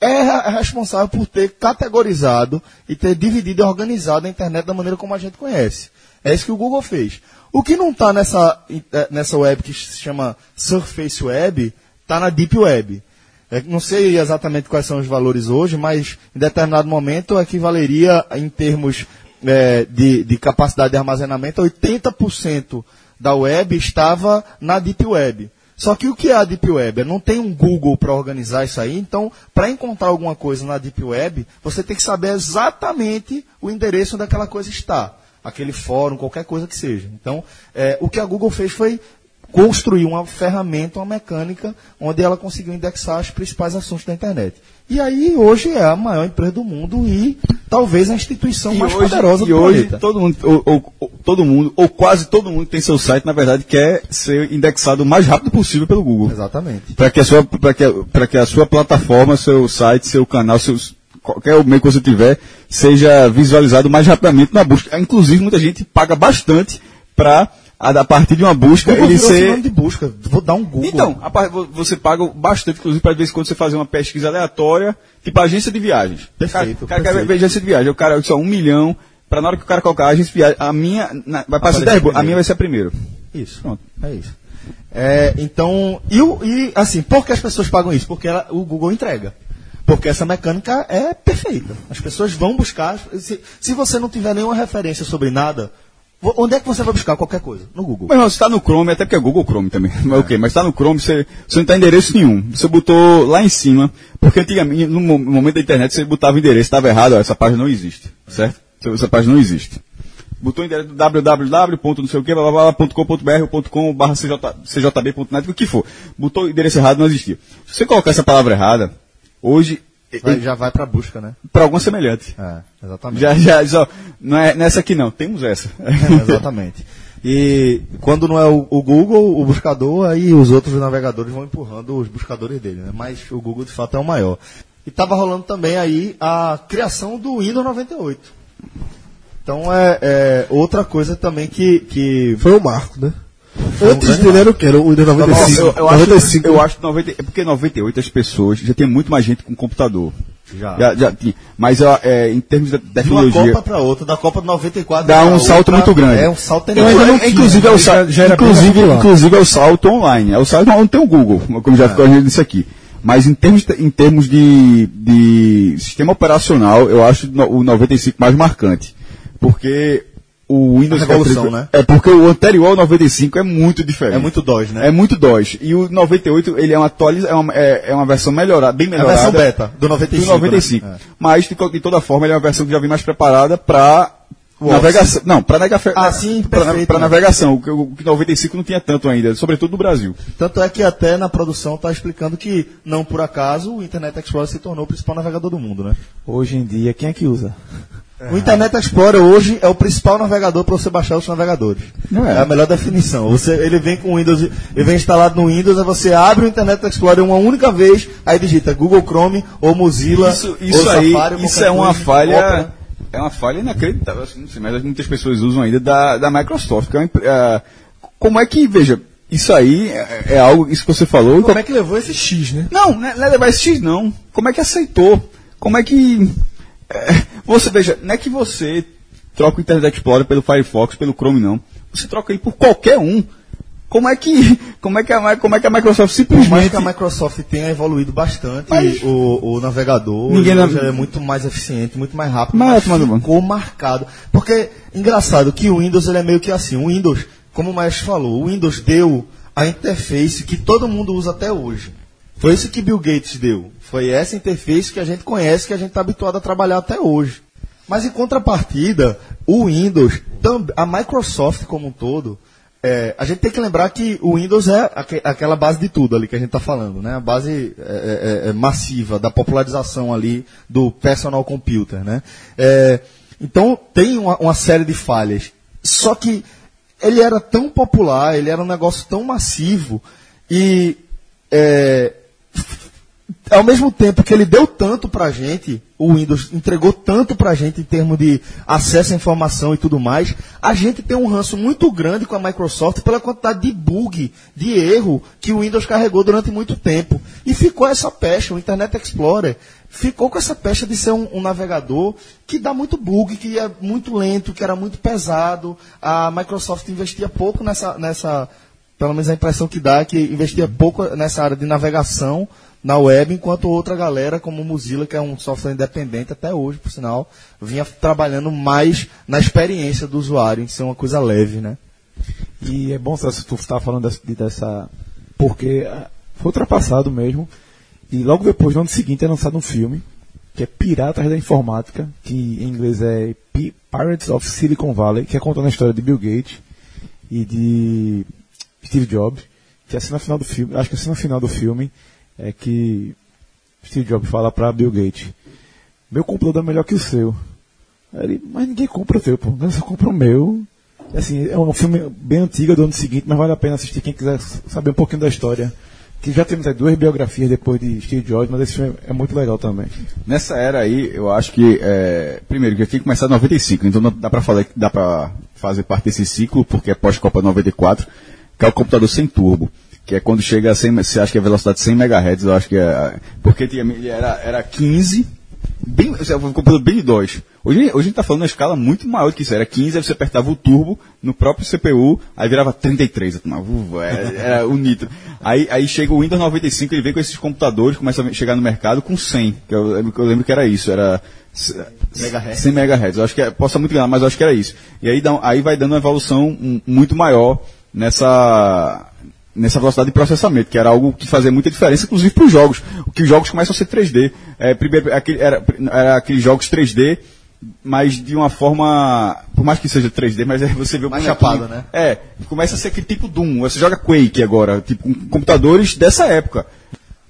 Speaker 1: é a- a responsável por ter categorizado e ter dividido e organizado a internet da maneira como a gente conhece. É isso que o Google fez. O que não está nessa, eh, nessa web que se chama Surface Web, está na Deep Web. É, não sei exatamente quais são os valores hoje, mas em determinado momento equivaleria, em termos eh, de, de capacidade de armazenamento, a 80% da web estava na Deep Web. Só que o que é a Deep Web? Não tem um Google para organizar isso aí, então para encontrar alguma coisa na Deep Web, você tem que saber exatamente o endereço onde aquela coisa está. Aquele fórum, qualquer coisa que seja. Então, eh, o que a Google fez foi construir uma ferramenta, uma mecânica, onde ela conseguiu indexar os principais assuntos da internet. E aí, hoje é a maior empresa do mundo e talvez a instituição mais poderosa
Speaker 4: e
Speaker 1: do
Speaker 4: hoje
Speaker 1: planeta.
Speaker 4: todo mundo ou, ou- ou todo mundo ou quase todo mundo que tem seu site na verdade quer ser indexado o mais rápido possível pelo Google
Speaker 1: Exatamente.
Speaker 4: para que a sua para que para que a sua plataforma seu site seu canal seus qualquer meio que você tiver seja visualizado mais rapidamente na busca inclusive muita gente paga bastante para a partir de uma busca
Speaker 1: Google
Speaker 4: ele
Speaker 1: virou
Speaker 4: ser
Speaker 1: sinônimo de busca. Vou dar um Google.
Speaker 4: então, a par- vo- você paga bastante, inclusive, para de vez em quando você fazer uma pesquisa aleatória, tipo agência de viagens.
Speaker 1: Perfeito,
Speaker 4: O cara, o cara quer
Speaker 1: perfeito.
Speaker 4: ver agência de viagem, o cara só um milhão, para na hora que o cara colocar agência de viagem, a minha na- vai passar
Speaker 1: Aparece
Speaker 4: 10 bo- a
Speaker 1: primeiro.
Speaker 4: minha vai ser a primeira.
Speaker 1: Isso.
Speaker 4: Pronto.
Speaker 1: É isso. É, então, e, o- e, assim, por que as pessoas pagam isso? Porque ela- o Google entrega. Porque essa mecânica é perfeita. As pessoas vão buscar. Se, se você não tiver nenhuma referência sobre nada, vo- onde é que você vai buscar qualquer coisa? No Google.
Speaker 4: Mas não, você está no Chrome, até porque é Google Chrome também. Mas ok, mas está no Chrome, você, você não está em endereço nenhum. Você botou lá em cima, porque antigamente, no mo- momento da internet, você botava o endereço, estava errado, ó, essa página não existe, certo? Então, Essa página não existe. Botou o endereço do www. não sei o que, blá, blá, blá, ponto com, ponto BR, ponto com, barra CJ, cjb.net, o que for. Botou o endereço errado, não existia. Se você colocar essa palavra errada, hoje,
Speaker 1: Vai- já vai pra busca, né?
Speaker 4: para algum semelhante.
Speaker 1: É, exatamente.
Speaker 4: Já, já, já, não é nessa aqui não, temos essa.
Speaker 1: É, exatamente. E quando não é o, o Google, o buscador, aí os outros navegadores vão empurrando os buscadores dele, né? Mas o Google de fato é o maior. E estava rolando também aí a criação do Windows 98. Então é, é outra coisa também que, que
Speaker 2: Foi o marco, né?
Speaker 1: um
Speaker 2: Antes
Speaker 1: grande
Speaker 2: dele era o que? Era o Windows
Speaker 4: Nossa,
Speaker 2: 95.
Speaker 4: eu, eu acho,
Speaker 2: 95.
Speaker 4: eu acho que 90, é porque 98 as pessoas já tem muito mais gente com computador.
Speaker 1: já,
Speaker 4: Já, já tinha. Mas ó, é, em termos da
Speaker 1: de uma
Speaker 4: tecnologia.
Speaker 1: Copa para outra, da Copa de 94
Speaker 4: Dá
Speaker 1: pra
Speaker 4: um
Speaker 1: outra,
Speaker 4: salto muito grande.
Speaker 1: É um salto
Speaker 4: Eu ainda não-
Speaker 1: enorme.
Speaker 4: inclusive, é o salto,
Speaker 3: já era bem
Speaker 4: inclusive,
Speaker 3: popular.
Speaker 4: inclusive é o salto online. É o salto onde tem o Google, como já ficou a gente disse aqui. Mas em termos, em termos de, de sistema operacional, eu acho no- o 95 mais marcante. Porque o Windows
Speaker 1: A revolução,
Speaker 4: 98
Speaker 1: né?
Speaker 4: É porque o anterior ao 95 é muito diferente.
Speaker 1: É muito DOS, né?
Speaker 4: É muito DOS. E o 98, ele é uma, atualiza, é uma, é, é uma versão melhorada, bem
Speaker 1: É a
Speaker 4: melhorada.
Speaker 1: versão beta do 95.
Speaker 4: Do 95.
Speaker 1: né? É.
Speaker 4: Mas, de, co- de toda forma, ele é uma versão que já vem mais preparada para
Speaker 1: O
Speaker 4: navegação. Não, para
Speaker 1: Ah, sim, perfeito, né?
Speaker 4: navegação. O que o que 95 não tinha tanto ainda, sobretudo no Brasil.
Speaker 1: Tanto é que até na produção está explicando que, não por acaso, o Internet Explorer se tornou o principal navegador do mundo, né?
Speaker 6: Hoje em dia, quem é que usa?
Speaker 1: O Internet Explorer hoje é o principal navegador para você baixar outros navegadores.
Speaker 4: Não é.
Speaker 1: a melhor definição. Você, ele vem com o Windows, ele vem instalado no Windows, aí você abre o Internet Explorer uma única vez, aí digita Google Chrome ou Mozilla
Speaker 4: Isso, isso
Speaker 1: ou
Speaker 4: aí,
Speaker 1: Safari, ou
Speaker 4: isso
Speaker 1: qualquer
Speaker 4: é uma
Speaker 1: coisa, Opera.
Speaker 4: falha. É uma falha inacreditável, assim, não sei, mas muitas pessoas usam ainda da, da Microsoft. que é uma empre- ah, como é que, veja, isso aí é, é algo, isso que você falou, tá
Speaker 3: Como é que levou esse X, né?
Speaker 4: Não, não é não é levar esse X não. Como é que aceitou? Como é que. é, você veja, não é que você troca o Internet Explorer pelo Firefox, pelo Chrome, não. Você troca ele por qualquer um. Como é que. Como é que a, Mi- como é que a Microsoft
Speaker 1: Por mais
Speaker 4: simplesmente.
Speaker 1: que a Microsoft tenha evoluído bastante
Speaker 4: Mas-
Speaker 1: o, o navegador,
Speaker 4: Ninguém
Speaker 1: hoje
Speaker 4: na-
Speaker 1: é muito mais eficiente, muito mais rápido,
Speaker 4: Mas
Speaker 1: mas
Speaker 4: é, mano, mano.
Speaker 1: ficou marcado. Porque, engraçado, que o Windows ele é meio que assim, o Windows, como o Maestro falou, o Windows deu a interface que todo mundo usa até hoje. Foi isso que Bill Gates deu. Foi essa interface que a gente conhece, que a gente está habituado a trabalhar até hoje. Mas em contrapartida, o Windows, tam- a Microsoft como um todo, é, a gente tem que lembrar que o Windows é aque- aquela base de tudo ali que a gente está falando, né? A base é, é, é, massiva da popularização ali do personal computer, né? É, então tem uma, uma série de falhas. Só que ele era tão popular, ele era um negócio tão massivo e é, ao mesmo tempo que ele deu tanto pra gente, o Windows entregou tanto pra gente em termos de acesso à informação e tudo mais, a gente tem um ranço muito grande com a Microsoft pela quantidade de bug, de erro que o Windows carregou durante muito tempo. E ficou essa pecha, o Internet Explorer ficou com essa pecha de ser um, um navegador que dá muito bug, que é muito lento, que era muito pesado. A Microsoft investia pouco nessa, nessa pelo menos a impressão que dá é que investia pouco nessa área de navegação na web, enquanto outra galera, como o Mozilla, que é um software independente até hoje, por sinal, vinha trabalhando mais na experiência do usuário, em ser uma coisa leve, né?
Speaker 6: E é bom se tu estava falando dessa, de- dessa- Porque ah, foi ultrapassado mesmo. E logo depois, no ano seguinte, é lançado um filme que é Piratas da Informática, que em inglês é P- Pirates of Silicon Valley, que é contando a história de Bill Gates e de Steve Jobs, que a cena final do filme, acho que a cena final do filme é que Steve Jobs fala para Bill Gates, meu computador é melhor que o seu. Aí ele, mas ninguém compra o teu, pô. Eu só compro o meu. Assim, é um filme bem antigo, do ano seguinte, mas vale a pena assistir quem quiser s- saber um pouquinho da história. Que já temos aí duas biografias depois de Steve Jobs, mas esse filme é muito legal também.
Speaker 4: Nessa era aí, eu acho que. é, primeiro, que tinha começado em 95, então não dá pra, falar, que dá pra fazer parte desse ciclo, porque é pós-Copa 94, que é o computador sem turbo. Que é quando chega a 100, você acha que é velocidade 100 MHz, eu acho que é. Porque tinha, ele era, era 15, bem, ou seja, foi um computador bem de dois. Hoje, hoje a gente está falando uma escala muito maior do que isso. Era 15, aí você apertava o turbo no próprio CPU, aí virava 33. eu tomava, uva, Era, era o nitro. Aí, aí chega o Windows 95, ele vem com esses computadores, começa a chegar no mercado com 100. Que eu, lembro- que eu lembro que era isso. Era c- 100 MHz. Eu acho que é, posso estar muito enganado, mas eu acho que era isso. E aí, dá, um- aí vai dando uma evolução hum, muito maior nessa nessa velocidade de processamento, que era algo que fazia muita diferença, inclusive para os jogos, que os jogos começam a ser 3D. É, primeiro, aquele- era, era aqueles jogos 3D, mas de uma forma, por mais que seja 3D, mas é, você vê o
Speaker 1: Mais
Speaker 4: bonequinho.
Speaker 1: chapado, né?
Speaker 4: É, começa a ser aquele tipo Doom, você joga Quake agora, tipo com computadores dessa época.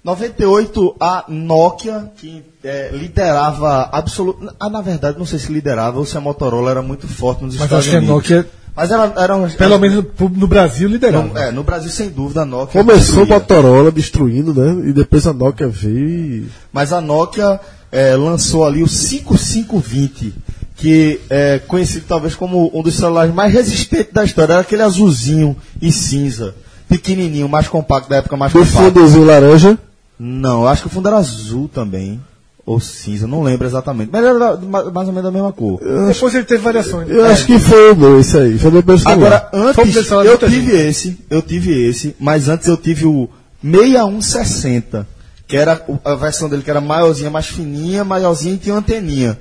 Speaker 1: 98, a Nokia, que eh, liderava absoluto. Ah, na verdade, não sei se liderava ou se a Motorola era muito forte nos
Speaker 3: Mas
Speaker 1: Estados
Speaker 3: acho que a
Speaker 1: Unidos.
Speaker 3: Nokia
Speaker 1: Mas era, era um,
Speaker 3: Pelo menos no, no Brasil
Speaker 1: no,
Speaker 3: liderava.
Speaker 1: é, no Brasil, sem dúvida, a Nokia.
Speaker 2: Começou o
Speaker 1: destruía.
Speaker 2: Motorola destruindo, né? E depois a Nokia veio e.
Speaker 1: Mas a Nokia eh, lançou ali o 5520, que é conhecido talvez como um dos celulares mais resistentes da história. Era aquele azulzinho e cinza, pequenininho, mais compacto, da época mais
Speaker 2: Do
Speaker 1: compacto.
Speaker 2: fundozinho laranja.
Speaker 1: Não, eu acho que o fundo era azul também, ou cinza, não lembro exatamente. Mas era da- ma- mais ou menos da mesma cor.
Speaker 3: Depois ele teve variações. É,
Speaker 2: Eu acho que foi o meu, esse aí. Foi o meu primeiro celular.
Speaker 1: É. Agora,
Speaker 3: Foi pro
Speaker 1: antes,
Speaker 3: pessoal da
Speaker 1: eu
Speaker 3: muita
Speaker 1: tive esse, eu tive esse, mas antes eu tive o 6160, que era o- a versão dele que era maiorzinha, mais fininha, maiorzinha e tinha uma anteninha.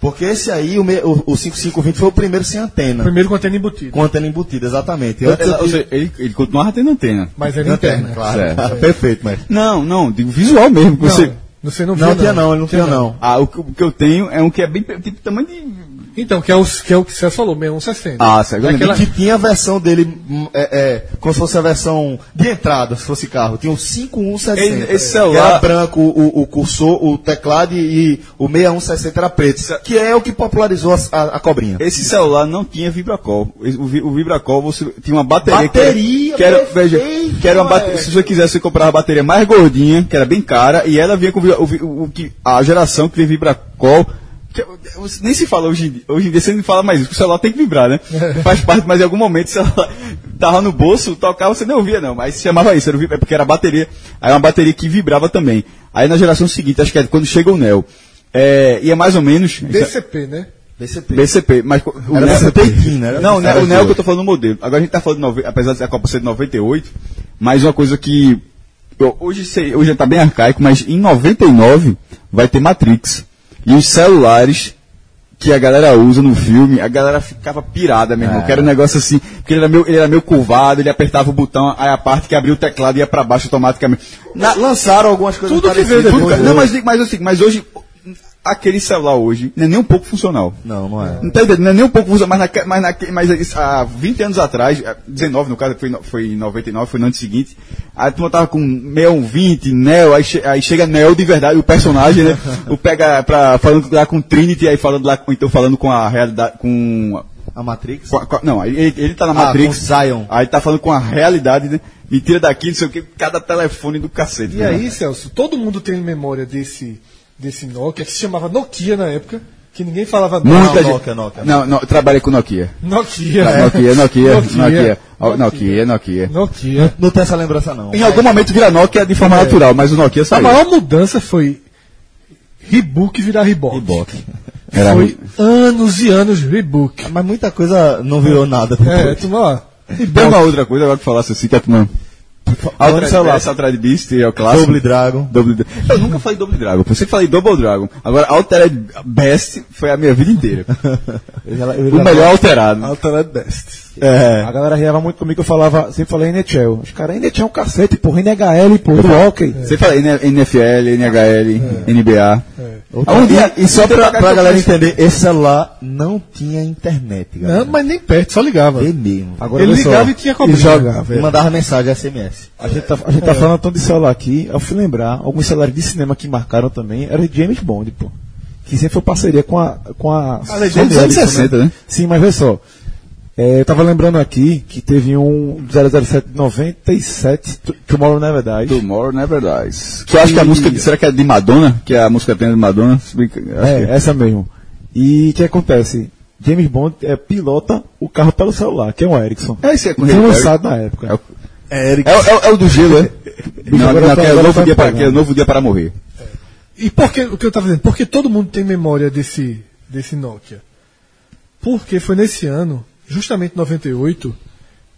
Speaker 1: Porque esse aí, o, me- o, o 5520, foi o primeiro sem antena.
Speaker 3: Primeiro com antena embutida.
Speaker 1: Com antena embutida, exatamente. Antes eu
Speaker 4: Ou
Speaker 1: tive
Speaker 4: seja, ele, ele continuava tendo antena.
Speaker 3: Mas era interna.
Speaker 1: claro.
Speaker 4: Certo.
Speaker 1: Perfeito, mas.
Speaker 4: Não, não, digo visual mesmo. que Você...
Speaker 3: Não, você não viu.
Speaker 1: Não tinha não, ele não tinha não.
Speaker 4: Ah, o que, o que eu tenho é um que é bem pe- tipo tamanho de.
Speaker 3: Então, que é, o, que é o que você falou, 6160.
Speaker 4: Ah, sabe?
Speaker 3: Daquela-
Speaker 1: E que tinha a versão dele, hum, é, é, como se fosse a versão de entrada, se fosse carro. Tinha um o 5160.
Speaker 4: Esse- esse
Speaker 1: que
Speaker 4: celular-
Speaker 1: Era branco o, o cursor, o teclado e e o 6160 era preto. Que é o que popularizou a, a, a cobrinha.
Speaker 4: Esse celular não tinha vibracol. O, vi- o vibracol você tinha uma bateria. que era-
Speaker 1: Bateria,
Speaker 4: que era,
Speaker 1: perfeito,
Speaker 4: veja, que era uma bate-
Speaker 1: moleque.
Speaker 4: Se você quisesse, você comprava a bateria mais gordinha, que era bem cara, e ela vinha com vi- o, vi- o que a geração que tem vibracol. que- você nem se fala hoje em dia, hoje em dia você não fala mais isso, que o celular tem que vibrar, né?
Speaker 1: É.
Speaker 4: Faz parte, mas em algum momento o celular tava no bolso, tocava, você não ouvia não, mas se chamava isso, era, o vib- é porque era bateria, aí uma bateria que vibrava também. Aí na geração seguinte, acho que é quando chega o Neo, é, e é mais ou menos...
Speaker 6: é-
Speaker 3: DCP, né?
Speaker 1: DCP.
Speaker 4: BCP, mas co- o
Speaker 1: Era
Speaker 4: Neo,
Speaker 1: BCP, Tekin, né? Era
Speaker 4: Não, o Neo, o Neo
Speaker 1: 98.
Speaker 4: que eu tô falando do modelo. Agora a gente tá falando, de nove- apesar da Copa ser de 98, mas uma coisa que. eu- hoje, sei, hoje já tá bem arcaico, mas em 99 vai ter Matrix. E os celulares que a galera usa no filme, a galera ficava pirada, meu
Speaker 1: É.
Speaker 4: irmão. Que era um negócio assim, porque ele era meio, ele era meio curvado, ele apertava o botão, aí a parte que abria o teclado ia pra baixo automaticamente. Na-
Speaker 1: Lançaram algumas coisas
Speaker 4: tudo que veio
Speaker 1: parecidas,
Speaker 4: depois.
Speaker 1: tudo-
Speaker 4: Não, mas, mas, assim, mas hoje, aquele celular hoje não é nem um pouco funcional.
Speaker 1: Não, não é.
Speaker 4: Não tá entendendo? Não é nem um pouco usa, mas, naque- mas, naque- mas isso, há 20 anos atrás, ah, 19 no caso, foi, no- foi em 99, foi no ano seguinte, a turma tava com Neon 20, Neo, aí, che- aí chega Neo de verdade, o personagem, né? o pega pra, falando lá com Trinity, aí falando lá, com- então falando com a realidade, com...
Speaker 1: A Matrix.
Speaker 4: com a- com a- não, aí ele, ele tá na Matrix,
Speaker 1: Ah, com Zion.
Speaker 4: aí tá falando com a realidade, né? Me tira daqui, não sei o que, cada telefone do cacete.
Speaker 3: E
Speaker 4: né?
Speaker 3: aí, Celso, todo mundo tem memória desse, desse Nokia, que se chamava Nokia na época, que ninguém falava
Speaker 4: Muita
Speaker 1: Não,
Speaker 4: gente.
Speaker 1: Nokia, Nokia.
Speaker 4: Não, não, eu trabalhei com Nokia.
Speaker 3: Nokia.
Speaker 4: Ah, Nokia, Nokia, Nokia, Ó,
Speaker 3: Nokia.
Speaker 4: Nokia, Nokia.
Speaker 3: Nokia.
Speaker 1: Não tem essa lembrança, não.
Speaker 4: Em algum momento vira Nokia de forma natural, mas o Nokia
Speaker 3: A
Speaker 4: saiu.
Speaker 3: maior mudança foi Rebook virar Reebok.
Speaker 4: Era um-
Speaker 3: Foi anos e anos Rebook.
Speaker 1: Mas muita coisa não virou nada.
Speaker 3: É, tu vai lá.
Speaker 4: Tem uma outra coisa agora que falasse assim, que é que não.
Speaker 1: Falando em celular.
Speaker 4: Altered Altered Beast é o clássico.
Speaker 1: Double Dragon.
Speaker 4: Double Dra- Eu nunca falei Double Dragon, eu sempre falei Double Dragon. Agora, Altered Best foi a minha vida inteira.
Speaker 6: Eu já- eu
Speaker 4: o
Speaker 6: já-
Speaker 4: melhor
Speaker 3: É.
Speaker 4: alterado.
Speaker 6: tá
Speaker 2: Altered Best.
Speaker 1: É.
Speaker 6: A galera riava muito comigo, eu falava, sempre falei NHL. Os caras, NHL é um cacete, porra, NHL, porra, do hockey.
Speaker 4: Você fala N- NFL, NHL, NBA. Ah, um
Speaker 2: é?
Speaker 4: dia-
Speaker 1: E só
Speaker 4: um dia
Speaker 2: tá
Speaker 1: pra, pra
Speaker 4: eu
Speaker 1: galera
Speaker 4: conheci-
Speaker 1: entender, esse celular não tinha internet, galera.
Speaker 3: Não, mas nem perto, só ligava.
Speaker 1: É mesmo.
Speaker 6: Agora,
Speaker 3: Ele
Speaker 6: olha só,
Speaker 3: ligava e tinha cobrinha.
Speaker 6: E jogava. é.
Speaker 1: Mandava mensagem SMS.
Speaker 6: A gente tá, a gente
Speaker 4: É.
Speaker 6: tá falando tanto de celular aqui, eu fui lembrar, alguns celulares de cinema que marcaram também, era de James Bond, pô. Que sempre foi parceria com a. Com a
Speaker 4: é desde os
Speaker 6: Sony
Speaker 4: anos
Speaker 6: Ericsson,
Speaker 4: 60, né?
Speaker 6: Sim, mas vê só. É, eu tava lembrando aqui que teve um 007 de 97, T- Tomorrow Never Dies.
Speaker 4: Tomorrow Never Dies. Que eu acho que a música. Será que é de Madonna? Que a música tem de Madonna? Se bem que- acho
Speaker 6: É,
Speaker 4: que-
Speaker 6: essa mesmo. E o que acontece? James Bond é, pilota o carro pelo celular, que é um Ericsson.
Speaker 4: É, esse é com
Speaker 6: Foi
Speaker 4: Harry
Speaker 6: lançado na época.
Speaker 4: É o-
Speaker 1: É, Eric.
Speaker 4: É, o- é o- é o do gelo, é? Não,
Speaker 6: agora
Speaker 4: não,
Speaker 6: tá-
Speaker 4: que é o
Speaker 6: agora
Speaker 4: novo
Speaker 6: tá
Speaker 4: dia para-
Speaker 6: pegando.
Speaker 4: que é o novo dia para morrer.
Speaker 3: E por que o que eu estava dizendo? Porque todo mundo tem memória desse, desse Nokia. Porque foi nesse ano, justamente 98,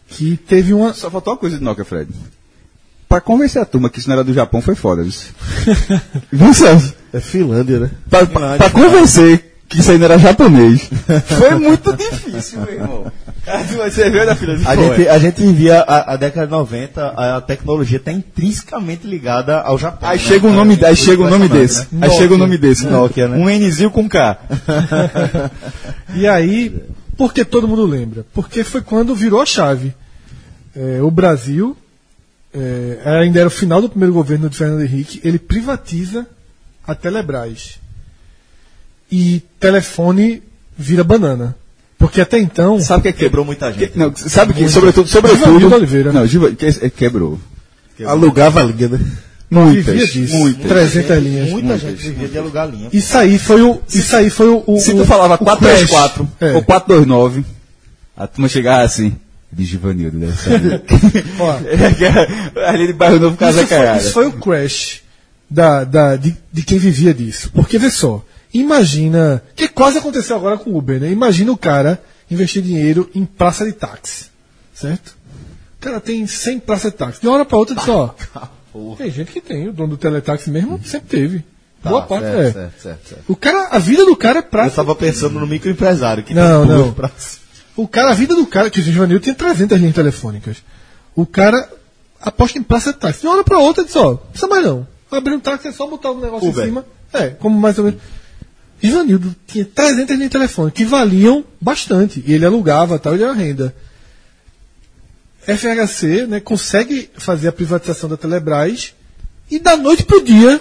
Speaker 3: que teve uma.
Speaker 4: Só faltou uma coisa de Nokia, Fred. Pra convencer a turma que isso não era do Japão foi foda. isso. Viu, Celso?
Speaker 2: É Finlândia, né?
Speaker 4: Pra, pra- pra convencer que isso ainda era japonês. Foi muito difícil, meu irmão. Você veio da filha de
Speaker 1: A gente, a gente via a, a década de 90, a, a tecnologia está intrinsecamente ligada ao Japão.
Speaker 4: Aí
Speaker 1: né,
Speaker 4: chega o
Speaker 1: cara?
Speaker 4: nome, aí chega o nome
Speaker 1: Impressionante,
Speaker 4: desse.
Speaker 1: né?
Speaker 4: Aí chega o nome desse.
Speaker 1: Nokia, né?
Speaker 4: Um Nzinho com K.
Speaker 3: E aí, por que todo mundo lembra? Porque foi quando virou a chave. É, o Brasil, é, ainda era o final do primeiro governo de Fernando Henrique, ele privatiza a Telebrás. E telefone vira banana. Porque até então.
Speaker 4: Sabe o que é que
Speaker 1: Quebrou muita gente.
Speaker 4: Não, sabe o que? Sobretudo, sobretudo.
Speaker 3: Givanildo Oliveira.
Speaker 4: Não, Giva, que, é, quebrou.
Speaker 2: Alugava a linha, né?
Speaker 3: Vivia
Speaker 4: Muitas.
Speaker 3: disso.
Speaker 4: Muitas.
Speaker 3: 300 linhas.
Speaker 1: Muita gente vivia de alugar linha.
Speaker 3: Isso aí foi o. Isso aí foi o. o-
Speaker 4: Se
Speaker 3: o-
Speaker 4: tu falava
Speaker 3: o crash.
Speaker 4: 434
Speaker 3: É.
Speaker 4: ou 429, a turma chegava assim. De Givanildo, deve saber.
Speaker 3: Ó,
Speaker 4: Ali de Bairro Novo Casa
Speaker 3: isso, foi,
Speaker 4: Caiada.
Speaker 3: isso foi o crash da, da, de, de quem vivia disso. Porque, vê só, imagina. Que quase aconteceu agora com o Uber, né? Imagina o cara investir dinheiro em praça de táxi. Certo? O cara tem 100 praças de táxi. De uma hora pra outra, ele diz, ó. Tem gente que tem, o dono do teletáxi mesmo sempre teve. Boa
Speaker 1: Tá,
Speaker 3: parte
Speaker 1: certo,
Speaker 3: é.
Speaker 1: certo, certo, certo.
Speaker 3: O cara, a vida do cara é
Speaker 1: Eu
Speaker 3: praça.
Speaker 1: estava pensando no microempresário. Que tá
Speaker 3: Não,
Speaker 1: tem
Speaker 3: não.
Speaker 1: duas praças.
Speaker 3: O cara, a vida do cara, que o Givanil tinha 300 linhas telefônicas. O cara aposta em praça de táxi. De uma hora pra outra, diz, ó, não precisa mais não. Abrir um táxi é só botar um negócio
Speaker 1: Uber.
Speaker 3: em cima. É, como mais ou menos. Givanildo tinha 300 linhas telefônicas, que valiam bastante. E ele alugava, tal, ele era renda. FHC, né, consegue fazer a privatização da Telebrás e da noite pro dia,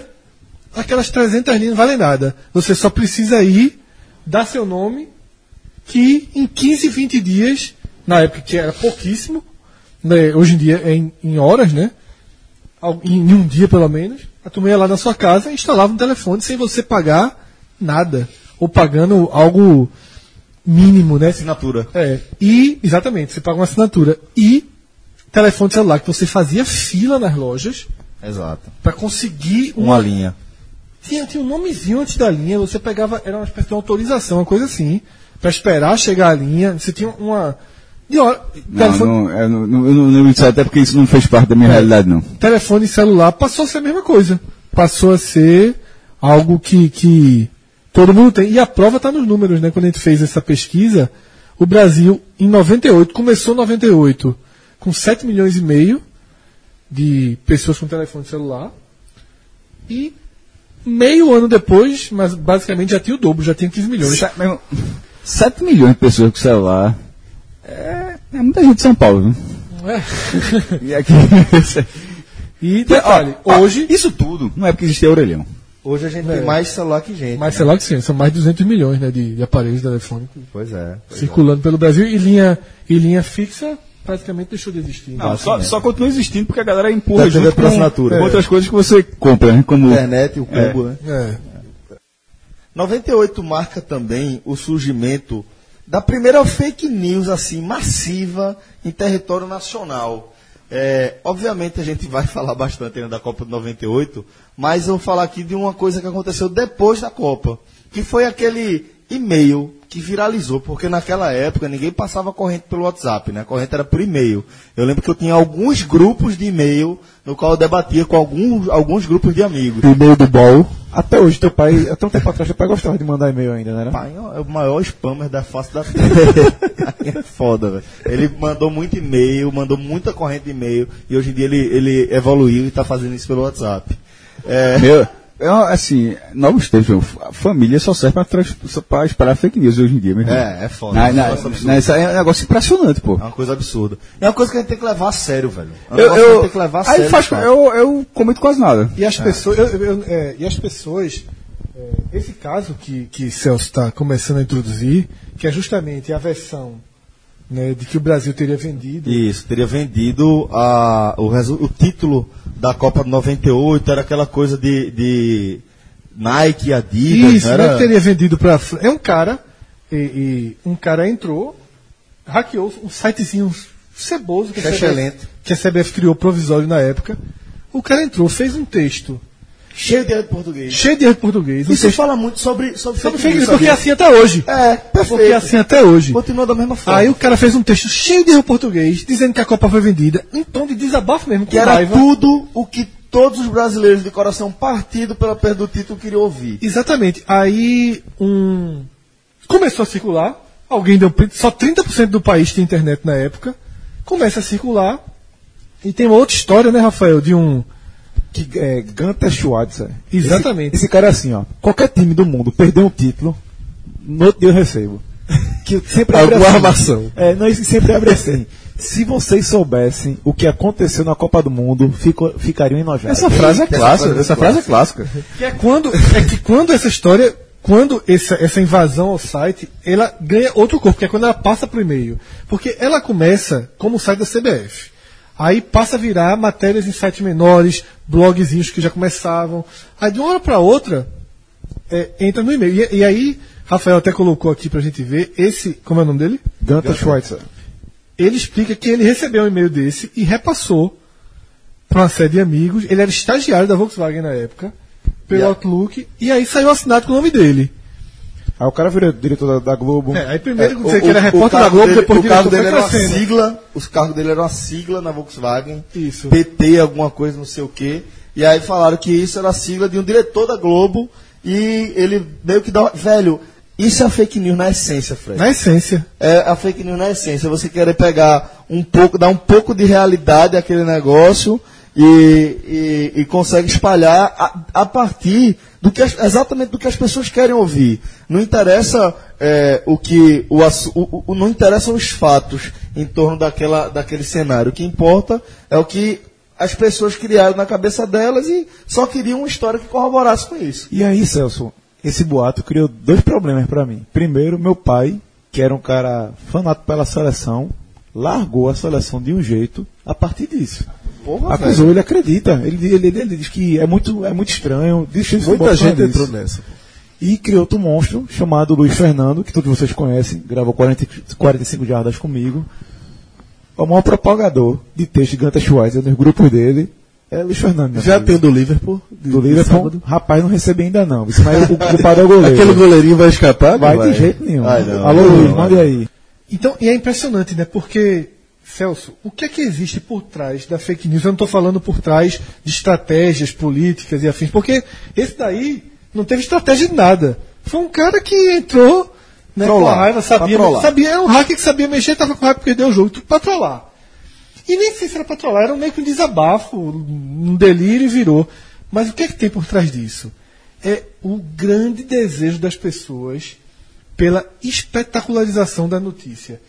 Speaker 3: aquelas 300 linhas não valem nada. Você só precisa ir, dar seu nome que em 15, 20 dias, na época que era pouquíssimo, né, hoje em dia é em, em horas, né? Al- Em um dia pelo menos, a turma ia lá na sua casa e instalava um telefone sem você pagar nada. Ou pagando algo mínimo, né?
Speaker 1: Assinatura.
Speaker 3: É. E, exatamente, você paga uma assinatura. E telefone celular, que você fazia fila nas lojas
Speaker 1: Exato.
Speaker 3: para conseguir um
Speaker 1: Uma linha.
Speaker 3: tinha, tinha um nomezinho antes da linha, você pegava, era uma espécie de autorização, uma coisa assim, pra esperar chegar a linha, você tinha uma. De hora,
Speaker 4: Não,
Speaker 3: telefone,
Speaker 4: não, eu não, não- eu não lembro disso, até porque isso não fez parte da minha realidade, não.
Speaker 3: telefone celular passou a ser a mesma coisa. Passou a ser algo que, que todo mundo tem. E a prova está nos números, né? Quando a gente fez essa pesquisa, o Brasil, em 98, começou em 98 com 7 milhões e meio de pessoas com telefone celular. E meio ano depois, mas basicamente já tinha o dobro, já tinha 15 milhões.
Speaker 4: 7 milhões de pessoas com celular. É, é muita gente de São Paulo, viu?
Speaker 3: É.
Speaker 4: E aqui.
Speaker 3: E detalhe,
Speaker 4: Ó, ó,
Speaker 3: hoje.
Speaker 4: Isso tudo não é porque existia orelhão.
Speaker 1: Hoje a gente tem mais celular que gente.
Speaker 3: Mas sei lá que sim, são mais de 200 milhões né, de, de aparelhos telefônicos.
Speaker 1: Pois é.
Speaker 3: circulando pelo Brasil e linha, e linha fixa praticamente deixou de existir.
Speaker 4: Não, Ah, só, só continua existindo porque a galera empurra
Speaker 1: Depende
Speaker 4: junto
Speaker 1: da
Speaker 4: com
Speaker 1: assinatura.
Speaker 4: outras coisas que você compra, né? Como
Speaker 1: Internet, o cubo, né?
Speaker 3: É.
Speaker 1: 98 marca também o surgimento da primeira fake news assim massiva em território nacional. É, obviamente a gente vai falar bastante ainda da Copa de 98, mas eu vou falar aqui de uma coisa que aconteceu depois da Copa, que foi aquele e-mail que viralizou, porque naquela época ninguém passava corrente pelo WhatsApp, né? A corrente era por e-mail. Eu lembro que eu tinha alguns grupos de e-mail no qual eu debatia com alguns, alguns grupos de amigos.
Speaker 2: O meio do bol.
Speaker 6: Até hoje, teu pai, até um tempo atrás, teu pai gostava de mandar e-mail ainda, né? né?
Speaker 1: Pai é o maior spammer da face da terra. Aí é foda, velho. Ele mandou muito e-mail, mandou muita corrente de e-mail, e hoje em dia ele, ele evoluiu e tá fazendo isso pelo WhatsApp. É,
Speaker 4: Meu, eu, assim, novos tempos, meu, f- a família só serve pra, trans- só pra espalhar fake news hoje em dia, meu irmão.
Speaker 1: É, é foda.
Speaker 4: Na, na,
Speaker 1: É um negócio
Speaker 4: na- isso aí é um negócio impressionante, pô.
Speaker 1: é uma coisa absurda. É uma coisa que a gente tem que levar a sério, velho. É um
Speaker 4: Eu,
Speaker 1: negócio que a gente
Speaker 4: eu,
Speaker 1: tem que levar a
Speaker 4: aí
Speaker 1: sério.
Speaker 4: faz,
Speaker 1: cara.
Speaker 4: eu, eu comento quase nada.
Speaker 3: E as pessoas. eu- eu- eu- é, e as pessoas. é, esse caso que, que Celso está começando a introduzir, que é justamente a versão né, de que o Brasil teria vendido.
Speaker 1: Isso, teria vendido a, o, resu- o título da Copa de 98, era aquela coisa de, de Nike, Adidas.
Speaker 3: Isso,
Speaker 1: era...
Speaker 3: não teria vendido para É um cara, e, e um cara entrou, hackeou um sitezinho ceboso que a,
Speaker 1: Excelente.
Speaker 3: CBF, que a CBF criou provisório na época. O cara entrou, fez um texto
Speaker 1: Cheio de erro de português.
Speaker 3: cheio de erro português. um
Speaker 1: Isso
Speaker 3: texto
Speaker 1: fala muito sobre, sobre,
Speaker 3: Sabe
Speaker 1: fake news,
Speaker 3: porque é
Speaker 1: sabia?
Speaker 3: assim até hoje.
Speaker 1: É,
Speaker 3: Porque é
Speaker 1: perfeito.
Speaker 3: assim até hoje.
Speaker 1: Continua da mesma forma.
Speaker 3: Aí o cara fez um texto cheio de erro português, dizendo que a Copa foi vendida, em tom de desabafo mesmo,
Speaker 1: que
Speaker 3: com
Speaker 1: era
Speaker 3: raiva.
Speaker 1: tudo o que todos os brasileiros de coração partido pela perda do título queriam ouvir.
Speaker 3: Exatamente. Aí um. Começou a circular, alguém deu print, só 30% do país tinha internet na época. Começa a circular. E tem uma outra história, né, Rafael, de um.
Speaker 6: Que é Gunther Schwarzer.
Speaker 3: Exatamente.
Speaker 6: Esse, esse cara é assim, ó. Qualquer time do mundo perdeu um título, no outro dia eu recebo. Que sempre abre
Speaker 2: Alguma
Speaker 6: assim.
Speaker 2: armação.
Speaker 6: É, não, isso sempre abre assim. Se vocês soubessem o que aconteceu na Copa do Mundo, fico- ficariam enojados.
Speaker 2: é
Speaker 4: Essa frase é clássica, essa frase é clássica.
Speaker 3: Que é quando. É que quando essa história quando essa, essa invasão ao site, ela ganha outro corpo, que é quando ela passa para o e-mail. Porque ela começa como o site da CBF. Aí passa a virar matérias em sites menores, blogzinhos que já começavam. Aí de uma hora para outra, é, entra no e-mail. E, e aí, Rafael até colocou aqui para a gente ver, esse, como é o nome dele?
Speaker 6: Ganta Schweitzer.
Speaker 3: ele explica que ele recebeu um e-mail desse e repassou para uma série de amigos. Ele era estagiário da Volkswagen na época, pelo Outlook, e aí saiu assinado com o nome dele.
Speaker 6: Aí o cara virou diretor da, da Globo.
Speaker 3: É, aí
Speaker 1: É,
Speaker 3: primeiro você
Speaker 1: o-
Speaker 3: que era
Speaker 1: o- o
Speaker 3: repórter
Speaker 1: cargo
Speaker 3: da Globo,
Speaker 1: dele-
Speaker 3: depois
Speaker 1: o cargo
Speaker 3: diretor
Speaker 1: dele era uma
Speaker 3: foi crescendo.
Speaker 1: sigla, os cargos dele eram uma sigla na Volkswagen,
Speaker 6: assim.
Speaker 3: Isso.
Speaker 1: PT alguma coisa, não sei o quê. E aí falaram que isso era a sigla de um diretor da Globo e ele meio que dá, uma- velho, isso é fake news na essência, Fred.
Speaker 3: Na essência.
Speaker 1: É a fake news na essência, você querer pegar um pouco, dar um pouco de realidade àquele negócio e, e- e consegue espalhar a, a partir do que as- exatamente do que as pessoas querem ouvir. Não interessa é, o que o, assu- o- o- não interessam os fatos em torno daquela, daquele cenário. O que importa é o que as pessoas criaram na cabeça delas e só queriam uma história que corroborasse com isso.
Speaker 6: E aí, Celso, esse boato criou dois problemas pra mim. Primeiro, meu pai, que era um cara fanático pela seleção, largou a seleção de um jeito a partir disso.
Speaker 2: é.
Speaker 1: Porra,
Speaker 6: Acusou, ele acredita. Ele, ele- ele- ele diz que é muito, é muito estranho. Diz que
Speaker 2: Muita gente entrou
Speaker 6: nele.
Speaker 2: nessa.
Speaker 6: é E criou outro monstro chamado Luiz Fernando, que todos vocês conhecem, gravou 40, e 45 jardas comigo. O maior propagador de texto de Ganta Schweizer nos grupos dele é Luiz Fernando.
Speaker 2: Já tem
Speaker 6: tem
Speaker 2: o do Liverpool? de-
Speaker 6: do
Speaker 2: de
Speaker 6: Liverpool.
Speaker 2: sábado.
Speaker 6: Rapaz, não recebi ainda não. Isso mas o culpado é o goleiro.
Speaker 2: Aquele goleirinho vai escapar? não
Speaker 6: Vai, de jeito nenhum.
Speaker 1: Vai, não.
Speaker 6: Alô,
Speaker 1: Não,
Speaker 6: Luiz,
Speaker 1: vai.
Speaker 6: manda aí.
Speaker 3: Então, e é impressionante, né? Porque, Celso, o que é que existe por trás da fake news? Eu não estou falando por trás de estratégias políticas e afins, porque esse daí não teve estratégia de nada. Foi um cara que entrou né, com a
Speaker 1: Trollar,
Speaker 3: raiva, sabia,
Speaker 1: pra trollar.
Speaker 3: sabia, era um hacker que sabia mexer, estava com raiva porque deu o jogo, tudo pra trollar. E nem sei se era pra trollar, era meio que um desabafo, um delírio e virou. Mas o que é que tem por trás disso? É o grande desejo das pessoas pela espetacularização da notícia.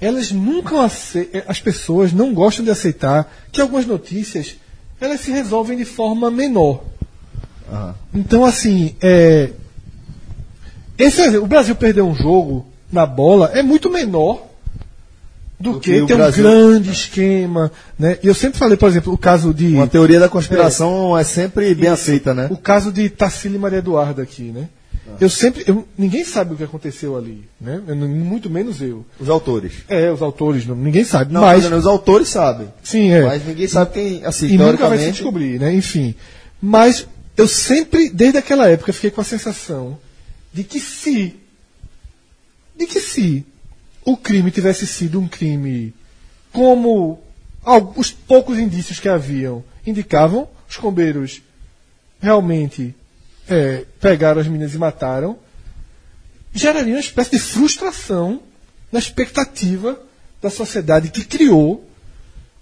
Speaker 3: Elas nunca ace- eh, as pessoas não gostam de aceitar que algumas notícias elas se resolvem de forma menor. Então assim, é, esse- o Brasil perdeu um jogo na bola é muito menor do, que,
Speaker 1: que o
Speaker 3: ter um
Speaker 1: Brasil-
Speaker 3: grande esquema, né? E eu sempre falei, por exemplo, o caso de
Speaker 1: Uma teoria da conspiração é sempre bem aceita, né?
Speaker 3: o caso de Tarsila e Maria Eduarda aqui, né?
Speaker 1: Ah.
Speaker 3: Eu sempre, eu- ninguém sabe o que aconteceu ali, né? Eu não- muito menos eu.
Speaker 1: Os autores.
Speaker 3: É, os autores, não- ninguém sabe.
Speaker 1: Não,
Speaker 3: mas,
Speaker 1: os autores sabem.
Speaker 3: sim, é.
Speaker 1: Mas ninguém sabe quem, assim,
Speaker 3: e nunca vai se
Speaker 1: teoricamente...
Speaker 3: descobrir, né? Enfim. Mas eu sempre, desde aquela época, fiquei com a sensação de que se. De que se o crime tivesse sido um crime como al- os poucos indícios que haviam indicavam, os combeiros realmente é, pegaram as meninas e mataram, geraria uma espécie de frustração na expectativa da sociedade que criou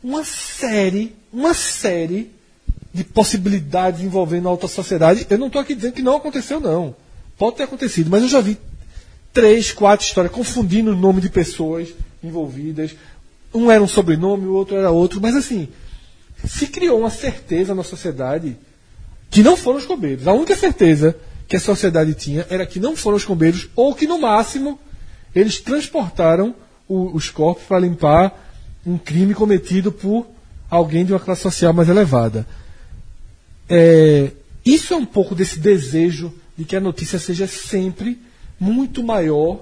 Speaker 3: uma série, uma série de possibilidades envolvendo a alta sociedade. Eu não estou aqui dizendo que não aconteceu, não. Pode ter acontecido, mas eu já vi três, quatro histórias confundindo o nome de pessoas envolvidas. Um era um sobrenome, o outro era outro. Mas assim, se criou uma certeza na sociedade que não foram os combeiros. A única certeza que a sociedade tinha era que não foram os combeiros, ou que no máximo eles transportaram o- os corpos para limpar um crime cometido por alguém de uma classe social mais elevada. É, isso é um pouco desse desejo de que a notícia seja sempre muito maior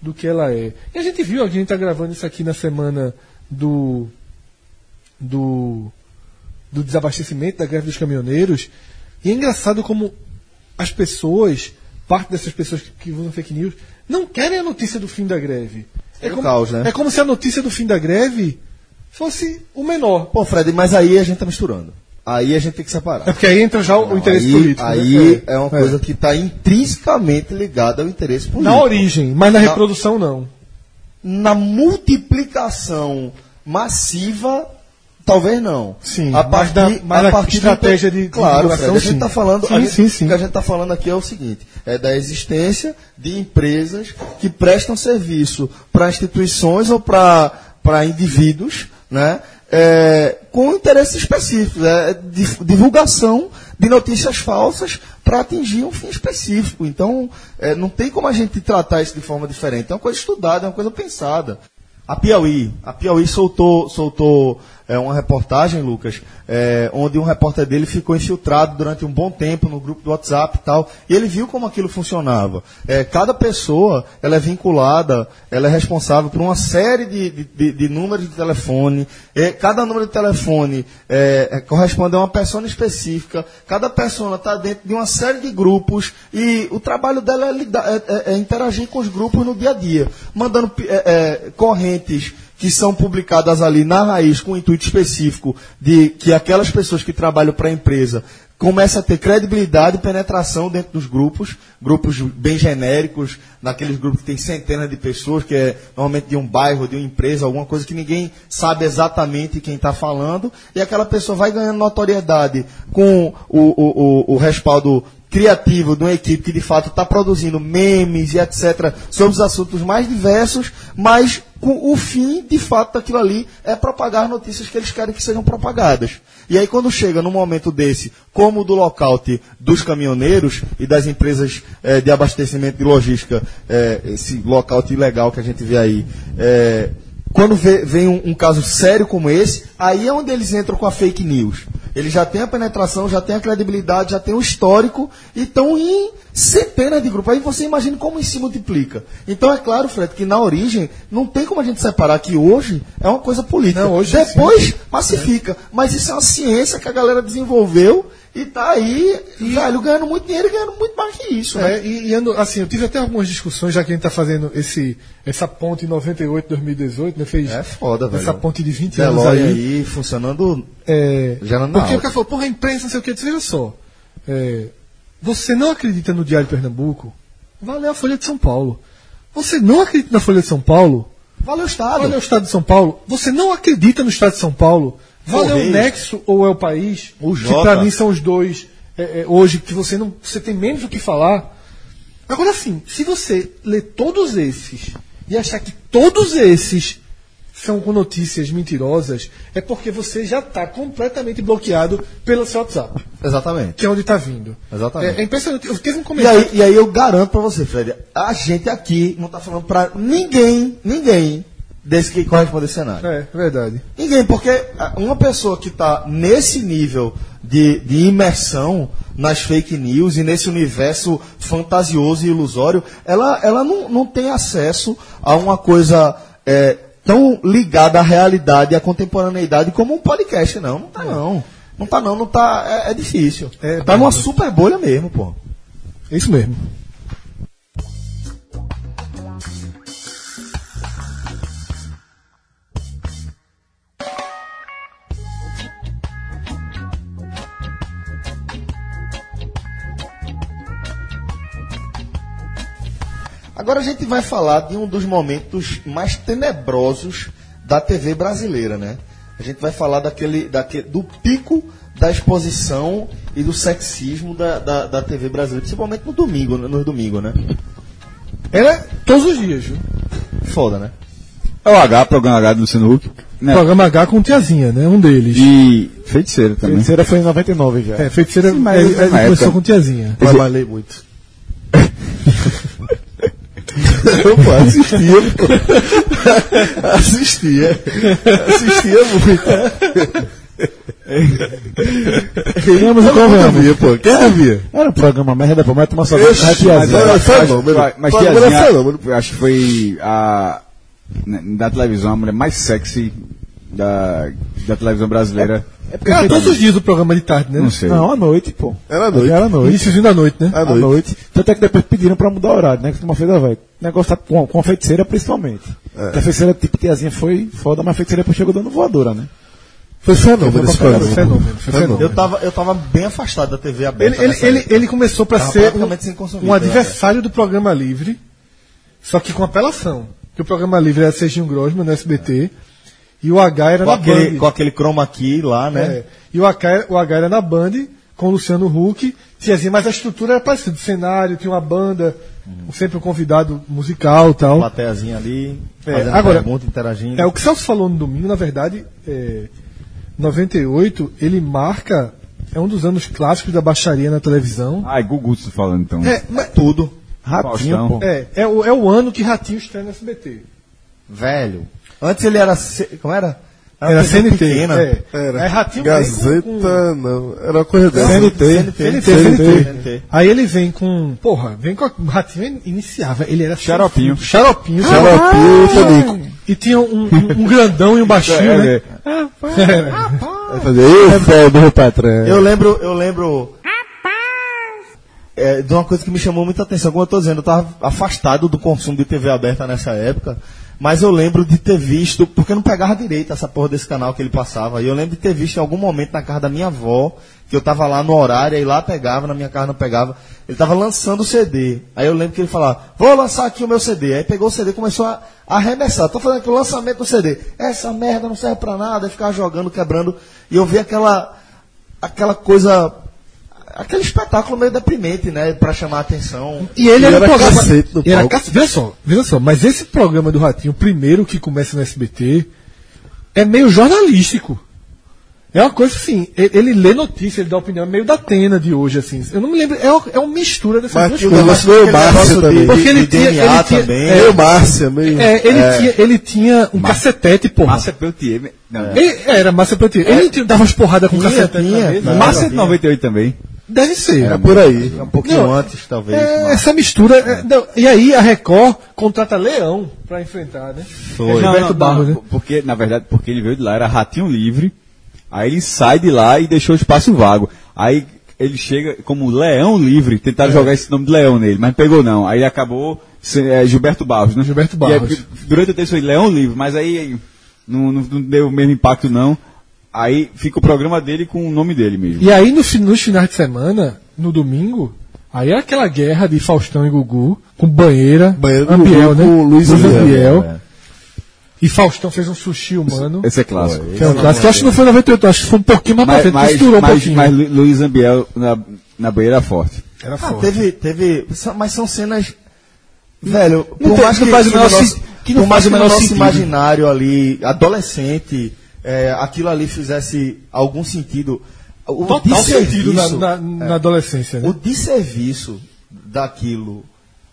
Speaker 3: do que ela é. E a gente viu, a gente está gravando isso aqui na semana do. do do desabastecimento, da greve dos caminhoneiros. E é engraçado como as pessoas, parte dessas pessoas que, que usam fake news, não querem a notícia do fim da greve. É
Speaker 1: o
Speaker 3: como,
Speaker 1: caos, né?
Speaker 3: é como se a notícia do fim da greve fosse o menor.
Speaker 1: Pô, Fred, mas aí a gente tá misturando. Aí a gente tem que
Speaker 3: É
Speaker 1: separar.
Speaker 3: porque aí entra já o
Speaker 1: Não,
Speaker 3: interesse
Speaker 1: aí,
Speaker 3: político. né?
Speaker 1: Aí
Speaker 3: É.
Speaker 1: é uma
Speaker 3: É.
Speaker 1: coisa que está intrinsecamente ligada ao interesse político.
Speaker 3: Na origem, mas na
Speaker 1: Na-
Speaker 3: reprodução não.
Speaker 1: na multiplicação massiva, talvez não.
Speaker 3: Sim,
Speaker 1: a
Speaker 3: mas
Speaker 1: partir,
Speaker 3: da- mas
Speaker 1: a
Speaker 3: a
Speaker 1: partir
Speaker 3: estratégia de- de
Speaker 1: claro,
Speaker 3: divulgação,
Speaker 1: Fred, a gente
Speaker 3: sim.
Speaker 1: está falando,
Speaker 3: Sim,
Speaker 1: a gente-
Speaker 3: sim, sim.
Speaker 1: o que a gente está falando aqui é o seguinte, é da existência de empresas que prestam serviço para instituições ou para para indivíduos, né? é, com interesses específicos, é, dif- divulgação de notícias falsas para atingir um fim específico. Então, é, não tem como a gente tratar isso de forma diferente. É uma coisa estudada, é uma coisa pensada. A Piauí, a Piauí soltou, soltou é, uma reportagem, Lucas, é, onde um repórter dele ficou infiltrado durante um bom tempo no grupo do WhatsApp e tal, e ele viu como aquilo funcionava. É, cada pessoa, ela é vinculada, ela é responsável por uma série de, de, de- de números de telefone, é, cada número de telefone é, é, corresponde a uma persona específica, cada persona está dentro de uma série de grupos, e o trabalho dela é, lidar- é- é- é interagir com os grupos no dia a dia, mandando pi- é, é, correntes que são publicadas ali na raiz com o intuito específico de que aquelas pessoas que trabalham para a empresa comecem a ter credibilidade e penetração dentro dos grupos, grupos bem genéricos, naqueles grupos que tem centenas de pessoas, que é normalmente de um bairro, de uma empresa, alguma coisa que ninguém sabe exatamente quem está falando, e aquela pessoa vai ganhando notoriedade com o, o- o- o respaldo criativo de uma equipe que de fato está produzindo memes e etc. sobre os assuntos mais diversos, mas com o fim de fato daquilo ali é propagar notícias que eles querem que sejam propagadas. E aí quando chega num momento desse, como o do lockout dos caminhoneiros e das empresas eh, de abastecimento de logística, eh, esse lockout ilegal que a gente vê aí, eh, quando vê- vem um, um caso sério como esse, aí é onde eles entram com a fake news. Eles já têm a penetração, já têm a credibilidade, já têm o histórico e estão em centenas de grupos. Aí você imagina como isso se multiplica. Então é claro, Fred, que na origem não tem como a gente separar que hoje é uma coisa política.
Speaker 3: Não, hoje
Speaker 1: Depois massifica. Mas isso é uma ciência que a galera desenvolveu e tá aí, velho, ganhando muito dinheiro e ganhando muito mais que isso. né?
Speaker 3: É, e, e ando- assim, eu tive até algumas discussões, já que a gente está fazendo esse, essa ponte em 98, 2018, né? Fez
Speaker 1: É foda, velho.
Speaker 3: essa ponte de 20 anos
Speaker 1: Deloitte
Speaker 3: aí.
Speaker 1: aí funcionando
Speaker 3: É,
Speaker 1: Já não dá
Speaker 3: porque
Speaker 1: alta.
Speaker 3: o cara falou, porra, a imprensa, não sei o que, veja só. é, você não acredita no Diário de Pernambuco? Valeu a Folha de São Paulo. Você não acredita na Folha de São Paulo?
Speaker 1: Valeu, Estado.
Speaker 3: Valeu o Estado de São Paulo. Você não acredita no Estado de São Paulo? Valeu o
Speaker 1: Correios.
Speaker 3: Nexo ou é o País?
Speaker 1: O
Speaker 3: que
Speaker 1: Jota.
Speaker 3: pra mim são os dois é, é, hoje que você não você tem menos o que falar. Agora sim, se você lê todos esses e achar que todos esses são com notícias mentirosas, é porque você já está completamente bloqueado pelo seu WhatsApp,
Speaker 1: Exatamente.
Speaker 3: que é onde está vindo.
Speaker 1: Exatamente.
Speaker 3: É, é impressionante. Eu teve um
Speaker 1: E
Speaker 3: comentário.
Speaker 1: aí, e aí eu garanto pra você, Fred, a gente aqui não tá falando pra ninguém, ninguém desse que corresponde a esse cenário.
Speaker 3: É, verdade.
Speaker 1: Ninguém, porque ah, uma pessoa que está nesse nível de, de imersão nas fake news e nesse universo fantasioso e ilusório, ela, ela não, não tem acesso a uma coisa eh, tão ligada à realidade e à contemporaneidade como um podcast, não. Não tá não. Não tá não, não tá. É, é difícil.
Speaker 3: É,
Speaker 1: tá numa super bolha mesmo, pô.
Speaker 3: É isso mesmo.
Speaker 1: Agora a gente vai falar de um dos momentos mais tenebrosos da TV brasileira, né? A gente vai falar daquele, daquele do pico da exposição e do sexismo da, da, da TV brasileira, principalmente no domingo, né? nos domingos, né?
Speaker 3: Era é todos os dias, viu?
Speaker 1: Foda, né?
Speaker 4: É o H, programa H do Luciano Huck.
Speaker 1: É.
Speaker 4: Né?
Speaker 3: Programa H com Tiazinha, né? Um deles.
Speaker 4: E feiticeiro também.
Speaker 6: Terceira foi em 99 já.
Speaker 3: É, feiticeira
Speaker 4: Sim, mas
Speaker 3: é,
Speaker 4: na
Speaker 3: é,
Speaker 4: época-
Speaker 3: começou com tiazinha.
Speaker 1: Trabalhei muito.
Speaker 2: Eu pô, assistia, pô. Assistia. Assistia muito.
Speaker 6: Ganhamos
Speaker 2: Quem não via, pô? Quem não via?
Speaker 6: Era um programa merda, pô, mas tomar só né?
Speaker 2: Ixi,
Speaker 3: é
Speaker 2: mas era-
Speaker 6: Tiazinha.
Speaker 2: fenômeno.
Speaker 4: Mas, mas
Speaker 2: Fenômeno
Speaker 4: Tiazinha,
Speaker 2: é
Speaker 3: né?
Speaker 2: fenômeno.
Speaker 4: eu acho que foi a, né, da televisão, a mulher mais sexy da, da televisão brasileira.
Speaker 6: É porque
Speaker 3: Cara,
Speaker 6: tem-
Speaker 3: todos os dias o programa de tarde, né?
Speaker 4: Não sei.
Speaker 6: Não, à noite, pô.
Speaker 2: Era à noite.
Speaker 6: Era à noite.
Speaker 3: Iniciozinho da noite, né?
Speaker 2: À
Speaker 6: À
Speaker 2: noite.
Speaker 6: noite. Tanto é que depois pediram pra mudar o horário, né? Que uma fez a velha. Negócio tá com, com a feiticeira, principalmente. Porque A feiticeira, tipo, tiazinha foi foda, mas a feiticeira depois chegou dando voadora, né?
Speaker 3: um
Speaker 2: Foi fenômeno
Speaker 6: Foi um
Speaker 2: esse
Speaker 6: propaganda,
Speaker 2: programa.
Speaker 3: Fenômeno, foi um fenômeno.
Speaker 1: Eu tava, eu tava bem afastado da TV aberta.
Speaker 3: Ele, ele,
Speaker 1: nessa
Speaker 3: ele,
Speaker 1: época.
Speaker 3: ele começou pra
Speaker 1: Tava
Speaker 3: ser
Speaker 1: praticamente sem
Speaker 3: um,
Speaker 1: consumir,
Speaker 3: um
Speaker 1: né,
Speaker 3: adversário do programa livre, só que com apelação. Porque o programa livre era Serginho Grosman no SBT e o H era
Speaker 1: com,
Speaker 3: na Band.
Speaker 1: aquele, com aquele chroma aqui lá, né?
Speaker 3: É. E o H, era- o H era na Band com o Luciano Huck, tiazinha, mas a estrutura era parecida, o cenário, tinha uma banda, sempre um convidado musical e tal.
Speaker 1: Plateiazinha ali,
Speaker 3: É,
Speaker 1: fazendo
Speaker 3: agora-
Speaker 1: pergunta, interagindo.
Speaker 3: É, o que o Celso falou no domingo, na verdade, é, 98, ele marca, é um dos anos clássicos da baixaria na televisão.
Speaker 4: Ai, Gugu você falando então.
Speaker 3: É, mas-
Speaker 1: tudo.
Speaker 4: Faustão.
Speaker 3: é, é o, é o ano que Ratinho estreia no SBT.
Speaker 1: Velho. Antes ele era. C- Como era?
Speaker 3: Era
Speaker 1: TV
Speaker 3: CNT.
Speaker 1: pequena.
Speaker 3: É,
Speaker 2: Era.
Speaker 3: é Ratinho vem
Speaker 2: Gazeta,
Speaker 3: com-
Speaker 2: não. Era uma coisa dessa.
Speaker 1: ¿eh?
Speaker 3: CNT, CNT, CNT.
Speaker 1: CNT.
Speaker 3: Aí ele vem com. Porra, vem com. a- Ratinho iniciava. Ele era.
Speaker 4: Xaropinho.
Speaker 3: Xaropinho.
Speaker 2: Xaropinho, Tonico.
Speaker 3: E tinha um, um- um grandão e um
Speaker 4: É,
Speaker 3: baixinho, né? É.
Speaker 2: Aí fazia, Ei, foda, meu
Speaker 4: É.
Speaker 2: patrão.
Speaker 1: Eu lembro, eu lembro. É, de uma coisa que me chamou muita atenção, como eu tô dizendo, eu tava afastado do consumo de TV aberta nessa época, mas eu lembro de ter visto, porque eu não pegava direito essa porra desse canal que ele passava, e eu lembro de ter visto em algum momento na casa da minha avó, que eu tava lá no horário, e lá pegava, na minha casa não pegava, ele tava lançando o CD, aí eu lembro que ele falava, vou lançar aqui o meu CD, aí pegou o CD e começou a a arremessar, tô fazendo aqui o lançamento do CD, essa merda não serve pra nada, e ficava jogando, quebrando, e eu vi aquela aquela coisa. aquele espetáculo meio deprimente, né? Pra chamar a atenção.
Speaker 3: E ele era,
Speaker 2: era
Speaker 3: um programa.
Speaker 2: cacete no
Speaker 3: era
Speaker 2: palco.
Speaker 3: cac- Veja só, veja só, mas esse programa do Ratinho, o primeiro que começa no SBT, é meio jornalístico. É uma coisa assim, ele, ele lê notícia, ele dá opinião, é meio da Atena de hoje, assim. Eu não me lembro, é, uma- é uma mistura dessas
Speaker 2: Mas
Speaker 3: duas
Speaker 2: tinha um
Speaker 3: coisas.
Speaker 2: negócio meio
Speaker 1: aquele
Speaker 2: Márcia
Speaker 1: negócio
Speaker 2: também.
Speaker 1: de-
Speaker 3: Porque ele
Speaker 1: de
Speaker 3: tinha-
Speaker 1: DNA
Speaker 3: ele tinha-
Speaker 1: também.
Speaker 3: é,
Speaker 2: Meio Márcia, meio.
Speaker 3: É, ele, Tinha, ele tinha um cacetete, porra.
Speaker 4: Márcia Peltier. Não, é.
Speaker 3: Ele, era Márcia Peltier.
Speaker 2: É.
Speaker 3: Ele tinha- dava umas porradas com cacetete. na mesa.
Speaker 4: Márcia é de 98 também.
Speaker 3: Deve ser.
Speaker 2: É por aí.
Speaker 1: Um pouquinho
Speaker 3: Não,
Speaker 1: antes, talvez.
Speaker 3: É,
Speaker 1: mas-
Speaker 3: essa mistura. é, não, e aí a Record contrata Leão pra enfrentar, né? É
Speaker 4: Não,
Speaker 3: Gilberto
Speaker 4: não,
Speaker 3: Barros,
Speaker 4: não,
Speaker 3: né?
Speaker 4: Porque, na verdade, porque ele veio de lá, era ratinho livre. Aí ele sai de lá e deixou o espaço vago. Aí ele chega como leão livre, tentaram
Speaker 3: É.
Speaker 4: jogar esse nome de leão nele, mas pegou não. Aí acabou se- é, Gilberto Barros, né?
Speaker 3: Gilberto
Speaker 4: E aí,
Speaker 3: Barros.
Speaker 4: durante o texto foi leão livre, mas aí não, não- não deu o mesmo impacto não. Aí fica o programa dele com o nome dele mesmo.
Speaker 3: E aí no, fi- nos finais de semana, no domingo, aí é aquela guerra de Faustão e Gugu, com banheira,
Speaker 2: Banheira do
Speaker 3: Ambiel,
Speaker 2: Gugu
Speaker 3: né?
Speaker 2: com Luiz Ambiel,
Speaker 3: É. E Faustão fez um sushi humano.
Speaker 4: Esse é clássico.
Speaker 3: que é um clássico. Eu acho que não foi 98, acho que foi um pouquinho mais pra
Speaker 4: Mas,
Speaker 3: frente,
Speaker 4: mas,
Speaker 3: misturou um
Speaker 4: mas,
Speaker 3: pouquinho.
Speaker 4: mas Lu- Luiz Ambiel na, na banheira é forte.
Speaker 3: Era
Speaker 1: Ah,
Speaker 3: forte.
Speaker 1: teve, teve. são- Mas são cenas. Velho,
Speaker 4: Não
Speaker 1: por
Speaker 4: tem-
Speaker 1: mais
Speaker 4: não
Speaker 1: que,
Speaker 4: faz o
Speaker 1: que no
Speaker 4: menor
Speaker 1: nosso,
Speaker 4: sen- que não
Speaker 1: por mais
Speaker 4: faz o
Speaker 1: que no
Speaker 4: menor
Speaker 1: nosso
Speaker 4: sentido.
Speaker 1: imaginário ali, adolescente, é, aquilo ali fizesse algum sentido. O é,
Speaker 3: Total
Speaker 1: desserviço-
Speaker 3: sentido na, na- na adolescência, né?
Speaker 1: O desserviço daquilo,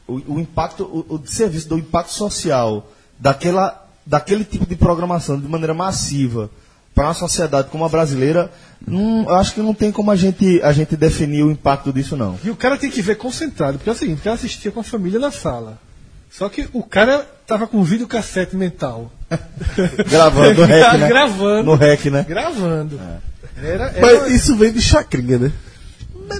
Speaker 1: o, o impacto, o, o desserviço do impacto social daquela, daquele tipo de programação de maneira massiva para uma sociedade como a brasileira, não, eu acho que não tem como a gente, a gente definir o impacto disso, não.
Speaker 3: E o cara tem que ver concentrado, porque é o seguinte, o cara assistia com a família na sala. Só que o cara tava com um videocassete mental.
Speaker 1: Gravando no
Speaker 3: Tá
Speaker 1: REC, né?
Speaker 3: gravando.
Speaker 1: No REC, né?
Speaker 3: Gravando.
Speaker 6: É.
Speaker 3: Era, era
Speaker 2: Mas isso vem de chacrinha, né?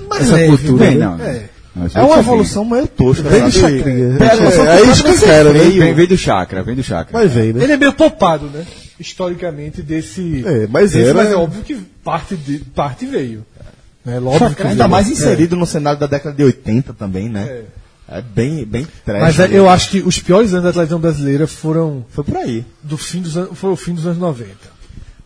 Speaker 3: mas
Speaker 2: essa cultura, né?
Speaker 4: Bem, não.
Speaker 3: É.
Speaker 4: Não, isso
Speaker 1: É
Speaker 4: aí
Speaker 1: uma
Speaker 4: sofri.
Speaker 1: evolução meio tosca.
Speaker 2: Vem de
Speaker 1: sabe?
Speaker 2: chacrinha.
Speaker 1: Pega a pessoa
Speaker 2: É, aí
Speaker 1: que
Speaker 2: isso que
Speaker 1: você
Speaker 2: cara, né?
Speaker 1: feio.
Speaker 4: Vem, vem do chakra, vem do chakra.
Speaker 2: Mas vem, né?
Speaker 3: Ele é meio poupado, né? Historicamente, desse.
Speaker 2: É, mas
Speaker 3: desse,
Speaker 2: era-
Speaker 3: mas é óbvio que parte, de, parte veio. É lógico que
Speaker 1: Ainda
Speaker 3: veio.
Speaker 1: mais inserido no cenário da década de 80 também, né?
Speaker 3: É.
Speaker 1: É, bem, bem trash.
Speaker 3: Mas é,
Speaker 1: né?
Speaker 3: eu acho que os piores anos da televisão brasileira foram
Speaker 1: Foi por aí.
Speaker 3: do fim dos anos, foi o fim dos anos 90.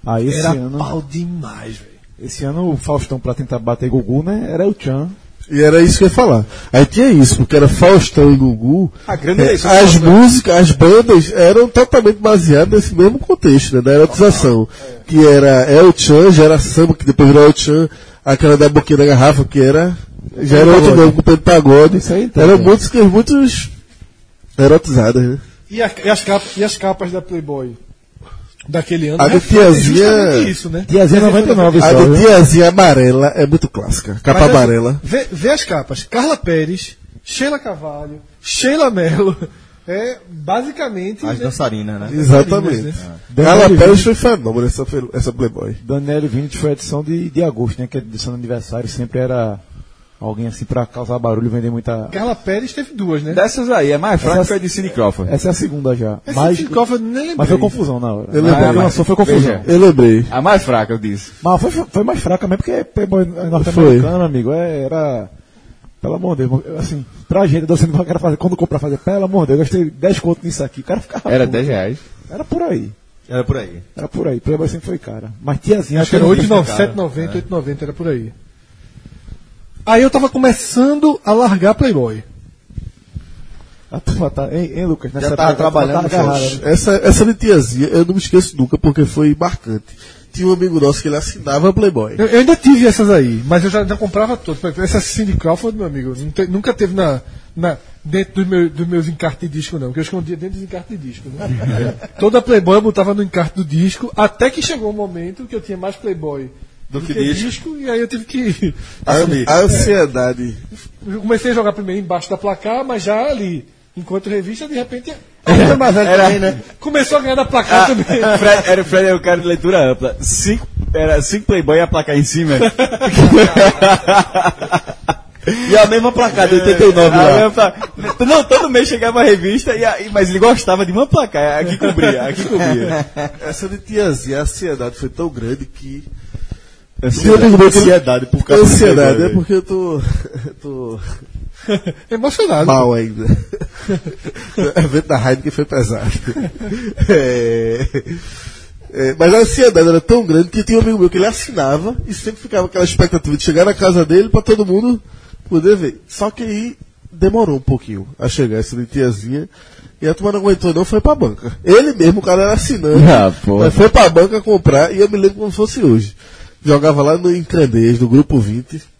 Speaker 2: Ah,
Speaker 6: Aí esse
Speaker 3: Era
Speaker 6: ano,
Speaker 3: pau demais, velho.
Speaker 6: esse ano o Faustão pra tentar bater Gugu, né? Era o Chan.
Speaker 2: E era isso que eu ia falar. Aí tinha isso, porque era Faustão e Gugu.
Speaker 4: A grande
Speaker 2: É,
Speaker 4: eleição
Speaker 2: as
Speaker 4: do Faustão.
Speaker 2: músicas, as bandas eram totalmente baseadas nesse mesmo contexto, né? Da erotização. Que era El Chan, já era samba, que depois virou El Chan, aquela da boquinha da garrafa, que era. Já era outro nome com o Pedro Pagode.
Speaker 6: Isso aí, então,
Speaker 2: eram
Speaker 6: né?
Speaker 2: músicas muito erotizadas, né?
Speaker 3: E, a- e as capas, e as capas da Playboy daquele ano.
Speaker 2: A do
Speaker 3: é
Speaker 2: Tiazinha- é
Speaker 3: justamente isso, né?
Speaker 6: Tiazinha 99
Speaker 2: A
Speaker 6: só,
Speaker 2: do
Speaker 6: viu?
Speaker 2: Tiazinha Amarela é muito clássica. Capa
Speaker 3: Mas, assim,
Speaker 2: amarela.
Speaker 3: Vê, vê as capas. Carla Pérez, Sheila Carvalho, Sheila Mello. É basicamente.
Speaker 1: As
Speaker 3: né?
Speaker 1: dançarinas, né?
Speaker 2: Exatamente.
Speaker 3: né?
Speaker 2: Ela Pérez foi fenômeno, essa, essa Playboy.
Speaker 6: Daniel Vinicius foi a edição de, de agosto, né? Que a edição do aniversário sempre era alguém assim pra causar barulho, vender muita.
Speaker 3: Carla Pérez teve duas, né?
Speaker 4: Dessas aí, é mais fraca
Speaker 6: Essas-
Speaker 4: que a de Cindy Crawford.
Speaker 6: Essa é a segunda já.
Speaker 3: Essa
Speaker 6: mas,
Speaker 3: Tinkoff eu nem lembrei.
Speaker 6: mas foi confusão na hora.
Speaker 2: Eu
Speaker 6: Na
Speaker 2: lembro.
Speaker 6: época que
Speaker 2: Mas-
Speaker 6: lançou, foi confusão.
Speaker 4: É, veja.
Speaker 2: Eu lembrei.
Speaker 4: A mais fraca, eu disse.
Speaker 6: Mas foi, foi mais fraca mesmo, porque Playboy é norte-americano, amigo, é- era. Pelo amor de Deus, assim, pra gente, eu sempre quero fazer, quando comprar, fazer, pelo amor de Deus, eu gastei 10 conto nisso aqui, o cara ficava.
Speaker 4: Era
Speaker 6: puto.
Speaker 4: 10 reais.
Speaker 6: Era por aí,
Speaker 1: Era por aí.
Speaker 6: era por aí, Playboy sempre foi cara. Mas tiazinha,
Speaker 2: né?
Speaker 3: Acho que era
Speaker 6: oito
Speaker 3: 8,90, 7,90, 8,90, era por aí. Aí eu tava começando a largar Playboy.
Speaker 6: A turma tá. Hein, hein, Lucas? Nessa
Speaker 1: Já tava
Speaker 6: época a turma
Speaker 1: trabalhando,
Speaker 6: tá agarrada,
Speaker 1: Jorge.
Speaker 6: né?
Speaker 2: Essa, essa de tiazinha eu não me esqueço nunca porque foi marcante. Tinha um amigo nosso que ele assinava Playboy.
Speaker 3: Eu, eu ainda tive essas aí, mas eu já, já comprava todas. Por exemplo, Essa Cindy Crawford, meu amigo, não te- nunca teve na, na- dentro dos meus, dos meus encartes de disco, não, porque eu escondia dentro dos encartes de disco. Né? Toda Playboy eu botava no encarte do disco, até que chegou um momento que eu tinha mais Playboy do,
Speaker 1: que disco.
Speaker 3: e aí eu tive que.
Speaker 2: A,
Speaker 1: Assim.
Speaker 2: a ansiedade.
Speaker 3: Eu comecei a jogar primeiro embaixo da placar, mas já ali, enquanto revista, de repente.
Speaker 1: Era Ah. mais velho também, né?
Speaker 3: Começou a ganhar da placar também.
Speaker 4: Fred, era o Fred era o cara de leitura ampla. Cinco, era cinco Playboy e a placa em cima.
Speaker 1: E a mesma placa
Speaker 2: É,
Speaker 1: de 89
Speaker 4: Ah,
Speaker 1: lá.
Speaker 4: eu fa- Não, todo mês chegava a revista, e, a- e- mas ele gostava de uma placa. Aqui cobria, aqui cobria.
Speaker 2: Essa de tiazinha, a ansiedade foi tão grande que.
Speaker 1: Ansiedade por causa do Playboy,
Speaker 2: ansiedade,
Speaker 1: né?
Speaker 2: é
Speaker 1: velho.
Speaker 2: porque eu tô. Eu tô
Speaker 3: Emocionado.
Speaker 2: mal ainda. o evento da Heineken foi pesado. É, é, mas a ansiedade era tão grande que tinha um amigo meu que ele assinava e sempre ficava aquela expectativa de chegar na casa dele pra todo mundo poder ver. Só que aí demorou um pouquinho a chegar essa de tiazinha. E a turma não aguentou não, foi pra banca. Ele mesmo, o cara era assinante.
Speaker 4: Ah, porra.
Speaker 2: mas foi pra banca comprar e eu me lembro como se fosse hoje. Jogava lá no Encrandez, no grupo 20.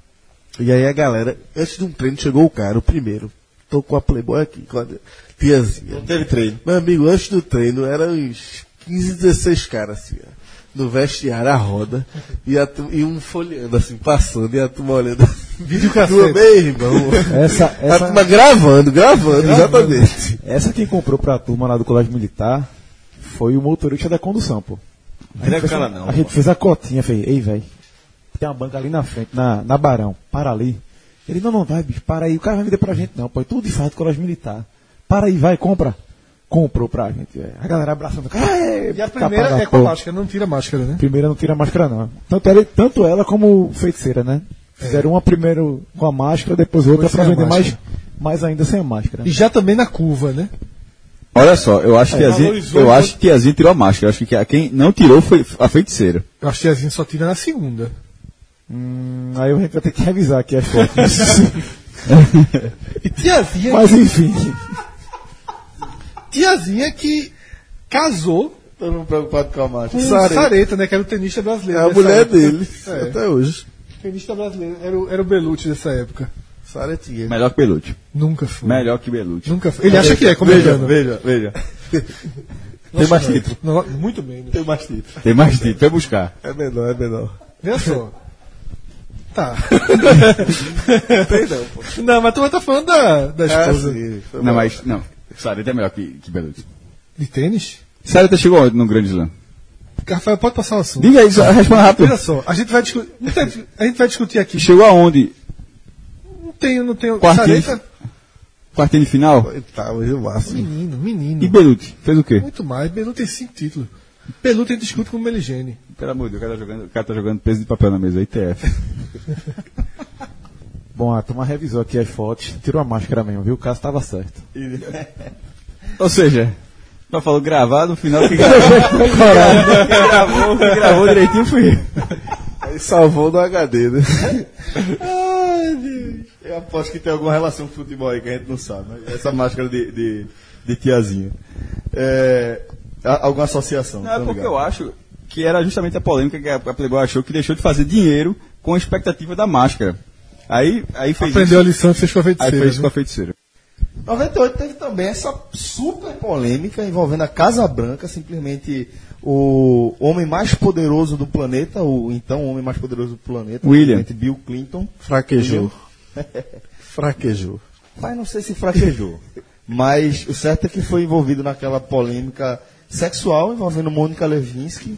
Speaker 2: E aí a galera, antes de um treino, chegou o cara, o primeiro. Tô com a Playboy aqui, com a tiazinha.
Speaker 1: Não teve treino.
Speaker 2: Meu amigo, antes do treino, eram uns 15, 16 caras, assim, ó, no vestiário, a roda, e, a tu- e um folheando, assim, passando, e a turma olhando. Vídeo Meu irmão.
Speaker 6: Essa,
Speaker 2: A
Speaker 6: essa,
Speaker 2: turma gravando, gravando, exatamente.
Speaker 6: essa quem comprou pra turma lá do Colégio Militar foi o motorista da condução, pô. A gente,
Speaker 1: é
Speaker 6: fez,
Speaker 1: cara,
Speaker 6: a-
Speaker 1: não,
Speaker 6: a gente fez a cotinha, fez, ei, velho, tem uma banca ali na frente, na, na Barão, para ali. Ele, não, não, vai, bicho, para aí, o cara vai vender pra gente, não, pô, é tudo de fato colégio militar. Para aí, vai, compra. Comprou pra gente, velho. A galera abraçando, cara, é,
Speaker 3: E a
Speaker 6: capaz da
Speaker 3: primeira é com a
Speaker 6: porra."
Speaker 3: máscara, não tira a máscara, né?
Speaker 6: Primeira não tira a máscara, não. Tanto ela, tanto ela como feiticeira, né? Fizeram uma primeiro com a máscara, depois outra
Speaker 3: É. Depois
Speaker 6: pra
Speaker 3: sem a
Speaker 6: vender mais,
Speaker 3: máscara.
Speaker 6: mais ainda sem a máscara.
Speaker 3: E já também na curva, né?
Speaker 4: Olha só, eu acho que a Zinha,
Speaker 3: valorizou
Speaker 4: eu
Speaker 3: muito.
Speaker 4: acho que a Zinha tirou a máscara. Eu acho que a- quem não tirou foi a feiticeira.
Speaker 3: Eu acho que a Zinha só tira na segunda.
Speaker 6: Hum, aí a gente vai ter que revisar aqui as fotos.
Speaker 3: E tiazinha,
Speaker 6: Mas enfim,
Speaker 3: tiazinha que casou
Speaker 2: Todo mundo preocupado com a
Speaker 3: com
Speaker 2: marcha.
Speaker 3: Sareta,
Speaker 2: Sareta.
Speaker 3: né? Que era o tenista
Speaker 2: É
Speaker 3: brasileiro.
Speaker 2: a
Speaker 3: dessa
Speaker 2: mulher
Speaker 3: época.
Speaker 2: dele,
Speaker 3: É,
Speaker 2: até hoje.
Speaker 3: tenista brasileiro. Era o, era o Belucci dessa época.
Speaker 2: Saretinha.
Speaker 4: Melhor que Belucci.
Speaker 3: Nunca foi.
Speaker 4: Melhor que Belucci.
Speaker 3: Nunca foi. Ele acha que é, comediano.
Speaker 1: Veja, veja.
Speaker 3: Tem
Speaker 1: mais título.
Speaker 3: muito bem. Né?
Speaker 2: Tem mais título.
Speaker 4: Tem mais título, vai buscar.
Speaker 2: É menor, é menor.
Speaker 3: Veja só. Tá.
Speaker 2: Tem não, pô. Ah,
Speaker 3: Não, mas tu vai tá falando da, da esposa.
Speaker 4: Não, mas, não. Sarita é melhor que, que Belucci.
Speaker 3: De tênis?
Speaker 4: Sarita chegou onde no Grande Slam?
Speaker 3: Rafael, pode passar o assunto.
Speaker 4: Diga aí, só responda rápido.
Speaker 3: Olha só, a gente vai discutir. não tem- A gente vai discutir aqui.
Speaker 4: Chegou aonde?
Speaker 3: Não tem, não tem.
Speaker 4: Quartinho.
Speaker 3: Sareta,
Speaker 4: Quartinho de final?
Speaker 2: Tá, mas o máximo.
Speaker 3: menino, menino.
Speaker 4: E Belucci? Fez o quê?
Speaker 3: Muito mais. Belu tem cinco títulos. Belu tem discute com o Meligene.
Speaker 4: Pelo amor de Deus, o cara tá jogando, o cara tá jogando peso de papel na mesa, ITF.
Speaker 6: bom, a turma revisou aqui as fotos, tirou a máscara mesmo, viu? O caso tava certo.
Speaker 4: Ou seja, só falou gravar no final que gravou. gravou, que gravou direitinho fui eu.
Speaker 2: Aí salvou no HD, né?
Speaker 1: Eu aposto que tem alguma relação com futebol aí que a gente não sabe. né? Essa máscara de, de, de tiazinha. É, a- alguma associação.
Speaker 4: Não,
Speaker 1: tá
Speaker 4: é porque
Speaker 1: ligado?
Speaker 4: eu acho que era justamente a polêmica que a a Playboy achou que deixou de fazer dinheiro com a expectativa da máscara. Aí, aí fez
Speaker 3: Aprendeu a
Speaker 4: isso.
Speaker 3: lição e fez com a
Speaker 4: Aí
Speaker 3: feiticeira.
Speaker 4: fez isso com a feiticeira.
Speaker 1: 98 teve também essa super polêmica envolvendo a Casa Branca, simplesmente o homem mais poderoso do planeta, o então homem mais poderoso do planeta,
Speaker 4: William.
Speaker 1: simplesmente Bill Clinton.
Speaker 2: Fraquejou. Fraquejou.
Speaker 1: Mas não sei se fraquejou. Mas o certo é que foi envolvido naquela polêmica sexual envolvendo Mônica Levinsky,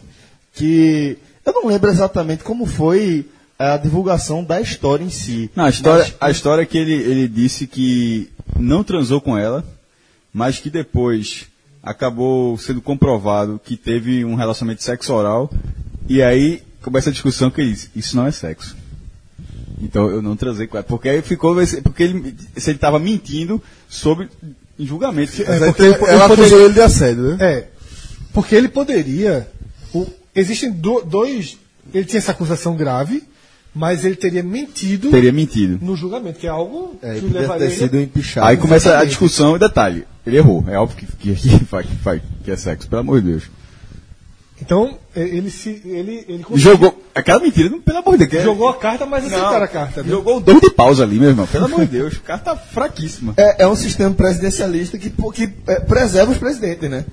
Speaker 1: que eu não lembro exatamente como foi a divulgação da história em si.
Speaker 4: Não, a história,
Speaker 1: Mas-
Speaker 4: a história é que ele, ele disse que não transou com ela, mas que depois acabou sendo comprovado que teve um relacionamento sexo oral. E aí começa a discussão que ele disse, isso não é sexo. Então eu não transei com ela. Porque aí ficou. esse- Porque ele, se ele estava mentindo sobre em julgamento.
Speaker 2: Mas aí
Speaker 3: porque
Speaker 2: tem-
Speaker 3: eu
Speaker 2: ela acusou
Speaker 3: poderia-
Speaker 2: ele de assédio, né?
Speaker 3: É. Porque ele poderia. o- existem do- dois. Ele tinha essa acusação grave, Mas ele teria mentido
Speaker 4: Teria mentido.
Speaker 3: no julgamento, que é algo
Speaker 1: É,
Speaker 3: que
Speaker 1: e podia ter
Speaker 3: levaria.
Speaker 1: sido empichado.
Speaker 4: Aí começa a discussão e detalhe. Ele errou. É óbvio que, que, que, faz- que faz- que é sexo, pelo amor de Deus.
Speaker 3: Então, e- ele se. Ele, ele conseguiu-
Speaker 4: Jogou. Aquela mentira, não, pelo amor de Deus.
Speaker 3: jogou a carta, mas
Speaker 4: Não.
Speaker 3: aceitaram a carta. né? viu?
Speaker 4: Jogou o dobro de pausa ali, meu irmão. Pelo amor de Deus. O cara tá fraquíssimo.
Speaker 1: É, é um sistema presidencialista que, pô- que é, preserva os presidentes, né?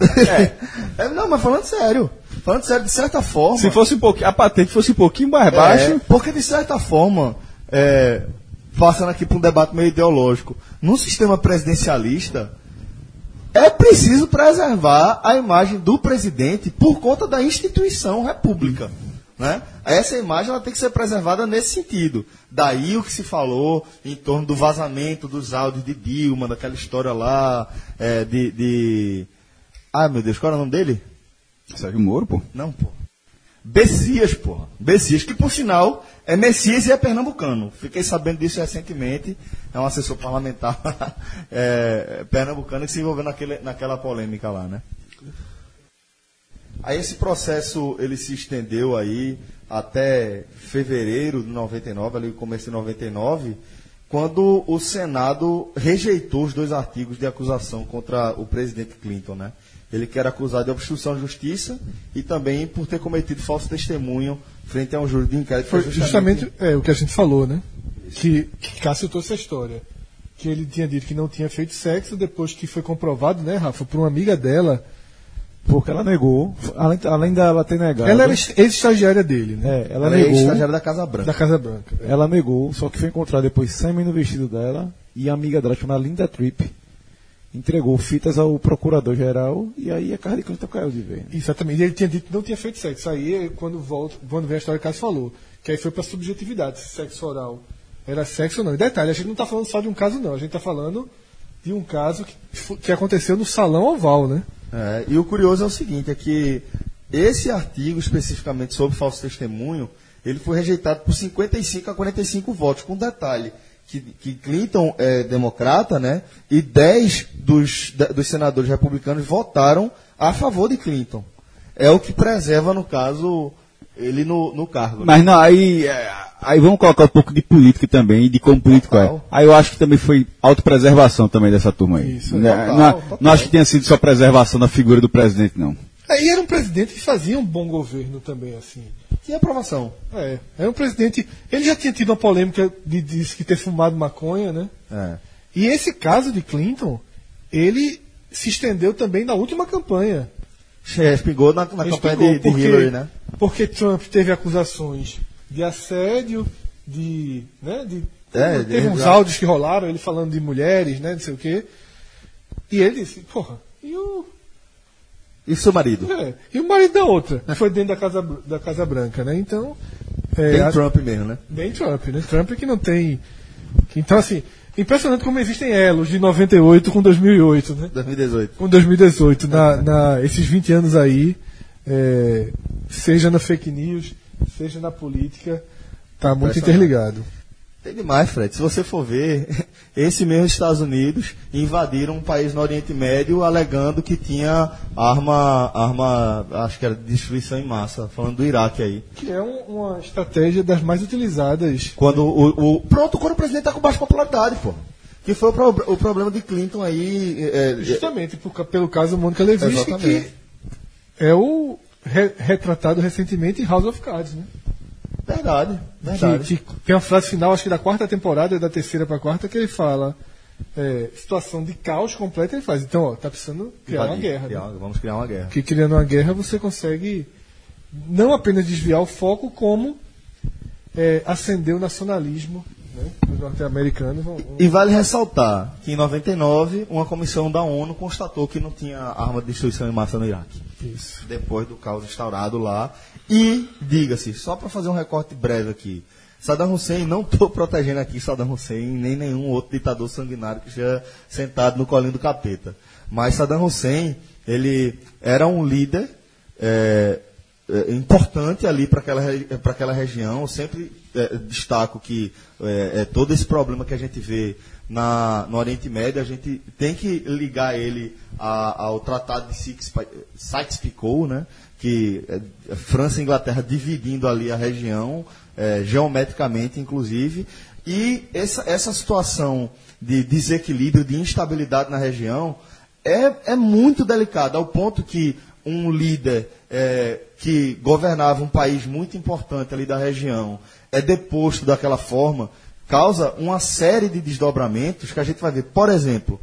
Speaker 1: É. Não, mas falando sério. Falando sério, de certa forma.
Speaker 4: Se fosse um pouquinho. A patente fosse um pouquinho mais
Speaker 1: É,
Speaker 4: baixo.
Speaker 1: porque de certa forma, é, passando aqui para um debate meio ideológico, num sistema presidencialista, é preciso preservar a imagem do presidente por conta da instituição república. Né? Essa imagem ela tem que ser preservada nesse sentido. Daí o que se falou em torno do vazamento dos áudios de Dilma, daquela história lá é, de, de. Ah, meu Deus, qual era o nome dele?
Speaker 4: Sérgio Moro, pô.
Speaker 1: Não, pô. Bessias, porra. Bessias, que por sinal é Messias e é pernambucano. Fiquei sabendo disso recentemente. É um assessor parlamentar é, pernambucano que se envolveu naquele, naquela polêmica lá, né? Aí esse processo ele se estendeu aí até fevereiro de 99, ali começo de 99, quando o Senado rejeitou os dois artigos de acusação contra o presidente Clinton, né? Ele que era acusado de obstrução à justiça e também por ter cometido falso testemunho frente a um júri de inquérito. que
Speaker 3: Foi
Speaker 1: é
Speaker 3: justamente é, o que a gente falou, né? Que, que Cássio trouxe a história. Que ele tinha dito que não tinha feito sexo, depois que foi comprovado, né, Rafa, por uma amiga dela.
Speaker 6: Porque ela negou, além, além dela ter negado.
Speaker 3: Ela é era est- ex-estagiária dele, né?
Speaker 6: é, ela
Speaker 1: Ela é
Speaker 6: negou,
Speaker 1: estagiária da Casa Branca.
Speaker 3: Da Casa Branca.
Speaker 6: ela negou, só que foi encontrar depois sêmen no vestido dela e a amiga dela chamada Linda Tripp entregou fitas ao procurador-geral e aí a cara de Clinton caiu de vez.
Speaker 3: É, Exatamente. E ele tinha dito que não tinha feito sexo. Aí, é quando, volta, quando vem a história que o Cássio falou, que aí foi pra subjetividade, se sexo oral era sexo ou não. E detalhe, a gente não tá falando só de um caso, não. A gente tá falando de um caso que, fo- que aconteceu no Salão Oval, né?
Speaker 1: É, e o curioso é o seguinte, é que esse artigo especificamente sobre falso testemunho, ele foi rejeitado por 55 a 45 votos, com detalhe que, que Clinton é democrata, né? E 10 dos, da- dos senadores republicanos votaram a favor de Clinton. É o que preserva, no caso, ele no, no cargo. né?
Speaker 4: Mas não, aí, é, aí vamos colocar um pouco de política também, de como político é.
Speaker 1: Total.
Speaker 4: Aí eu acho que também foi autopreservação também dessa turma aí.
Speaker 3: Isso,
Speaker 4: né?
Speaker 1: total,
Speaker 4: não,
Speaker 1: total.
Speaker 4: não acho que tenha sido só preservação da figura do presidente, não.
Speaker 3: Aí era um presidente que fazia um bom governo também, assim.
Speaker 1: Tinha aprovação.
Speaker 3: É, era um presidente. Ele já tinha tido uma polêmica de disse que ter fumado maconha, né?
Speaker 2: Ah,
Speaker 1: É.
Speaker 3: E esse caso de Clinton, ele se estendeu também na última campanha.
Speaker 1: Respingou na, na
Speaker 3: Ele
Speaker 1: campanha
Speaker 3: explicou
Speaker 1: de, de Hillary, né?
Speaker 3: Porque Trump teve acusações de assédio, de. Né, de
Speaker 1: É,
Speaker 3: teve
Speaker 1: de-
Speaker 3: uns
Speaker 1: exato.
Speaker 3: áudios que rolaram, ele falando de mulheres, né? Não sei o quê. E ele disse, porra, e o.
Speaker 1: E seu marido?
Speaker 3: é, e o marido da outra? Foi dentro da Casa, Br- da casa Branca, né? Então. é,
Speaker 1: Tem
Speaker 3: a-
Speaker 1: Trump mesmo, né?
Speaker 3: Bem Trump, né? Trump que não tem. que- Então, assim, impressionante como existem elos de 98 com 2008, né?
Speaker 1: 2018.
Speaker 3: Com 2018, na, na- esses 20 anos aí, é, seja na fake news, seja na política, tá muito interligado.
Speaker 1: Tem demais, Fred. Se você for ver, esse mesmo Estados Unidos invadiram um país no Oriente Médio alegando que tinha arma, arma, acho que era de destruição em massa, falando do Iraque aí.
Speaker 3: Que é um- uma estratégia das mais utilizadas.
Speaker 1: Quando o, o- pronto, quando o presidente tá com baixa popularidade, pô. Que foi o, pro- o problema de Clinton aí. é, é,
Speaker 3: Justamente por ca- pelo caso Mônica Levinsky, que
Speaker 1: Exatamente.
Speaker 3: é o re- retratado recentemente em House of Cards, né?
Speaker 1: verdade, verdade.
Speaker 3: que, que tem uma frase final, acho que da quarta temporada, da terceira pra quarta, que ele fala é, situação de caos completa, ele faz. Então, ó, tá precisando criar uma
Speaker 1: Invadir,
Speaker 3: guerra.
Speaker 1: criar
Speaker 3: né?
Speaker 1: uma- Vamos criar uma guerra.
Speaker 3: Porque criando uma guerra você consegue não apenas desviar o foco, como é, acender o nacionalismo né, dos norte-americanos. Vão- vão-
Speaker 1: E vale ressaltar que em 99 uma comissão da ONU constatou que não tinha arma de destruição em massa no Iraque.
Speaker 3: Isso.
Speaker 1: Depois do caos instaurado lá. E, diga-se, só para fazer um recorte breve aqui. Saddam Hussein, não estou protegendo aqui Saddam Hussein, nem nenhum outro ditador sanguinário que esteja sentado no colinho do capeta. Mas Saddam Hussein, ele era um líder eh, é, importante ali para aquela, re- eh, pra aquela região. Eu sempre eh, destaco que eh, eh, todo esse problema que a gente vê na, no Oriente Médio, a gente tem que ligar ele a- ao Tratado de Six- Sykes-Picot, né? que eh, França e Inglaterra dividindo ali a região, eh, geometricamente inclusive, e essa, essa situação de desequilíbrio, de instabilidade na região, é, é muito delicada, ao ponto que um líder eh, que governava um país muito importante ali da região é deposto daquela forma, causa uma série de desdobramentos que a gente vai ver. Por exemplo,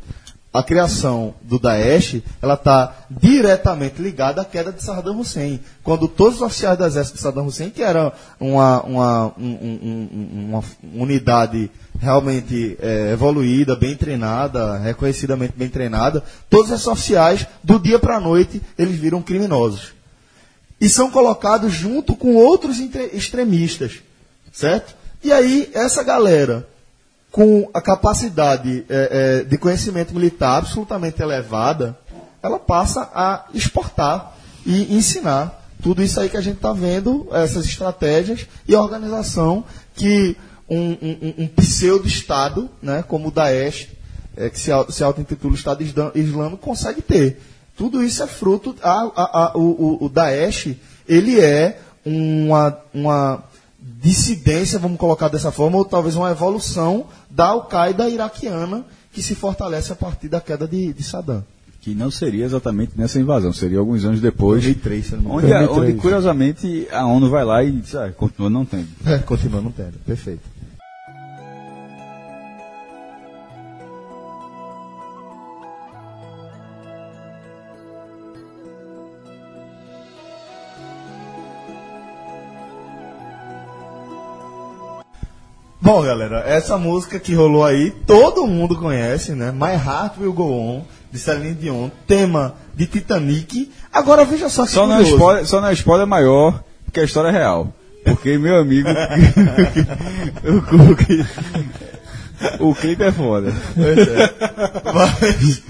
Speaker 1: a criação do Daesh ela tá está diretamente ligada à queda de Saddam Hussein. Quando todos os oficiais do exército de Saddam Hussein, que era uma, uma, um- um- um- uma unidade realmente eh, evoluída, bem treinada, reconhecidamente bem treinada, todos esses oficiais, do dia para a noite, eles viram criminosos e são colocados junto com outros entre- extremistas, certo? E aí, essa galera, com a capacidade eh, eh, de conhecimento militar absolutamente elevada, ela passa a exportar e ensinar tudo isso aí que a gente está vendo, essas estratégias e a organização que um, um- um- um pseudo-estado, né, como o Daesh, é, que se, au- se auto-intitula Estado Isda- Islâmico consegue ter. Tudo isso é fruto. A, a- a- o, o- o Daesh ele é uma, uma dissidência, vamos colocar dessa forma, ou talvez uma evolução da Al-Qaeda iraquiana que se fortalece a partir da queda de, de Saddam.
Speaker 4: Que não seria exatamente nessa invasão, seria alguns anos depois.
Speaker 1: 2003, se eu não me
Speaker 4: Onde, a-
Speaker 1: engano.
Speaker 4: onde, curiosamente, a ONU vai lá e diz, ah, continua não tendo.
Speaker 1: É, continua não tendo. Perfeito. Bom, galera, essa música que rolou aí, todo mundo conhece, né? My Heart Will Go On, de Celine Dion, tema de Titanic. Agora veja só que
Speaker 4: Só não, é
Speaker 1: curioso.
Speaker 4: spoiler, só não é spoiler maior, porque a história é real. Porque, meu amigo, o, clipe, o clipe é foda.
Speaker 1: Mas...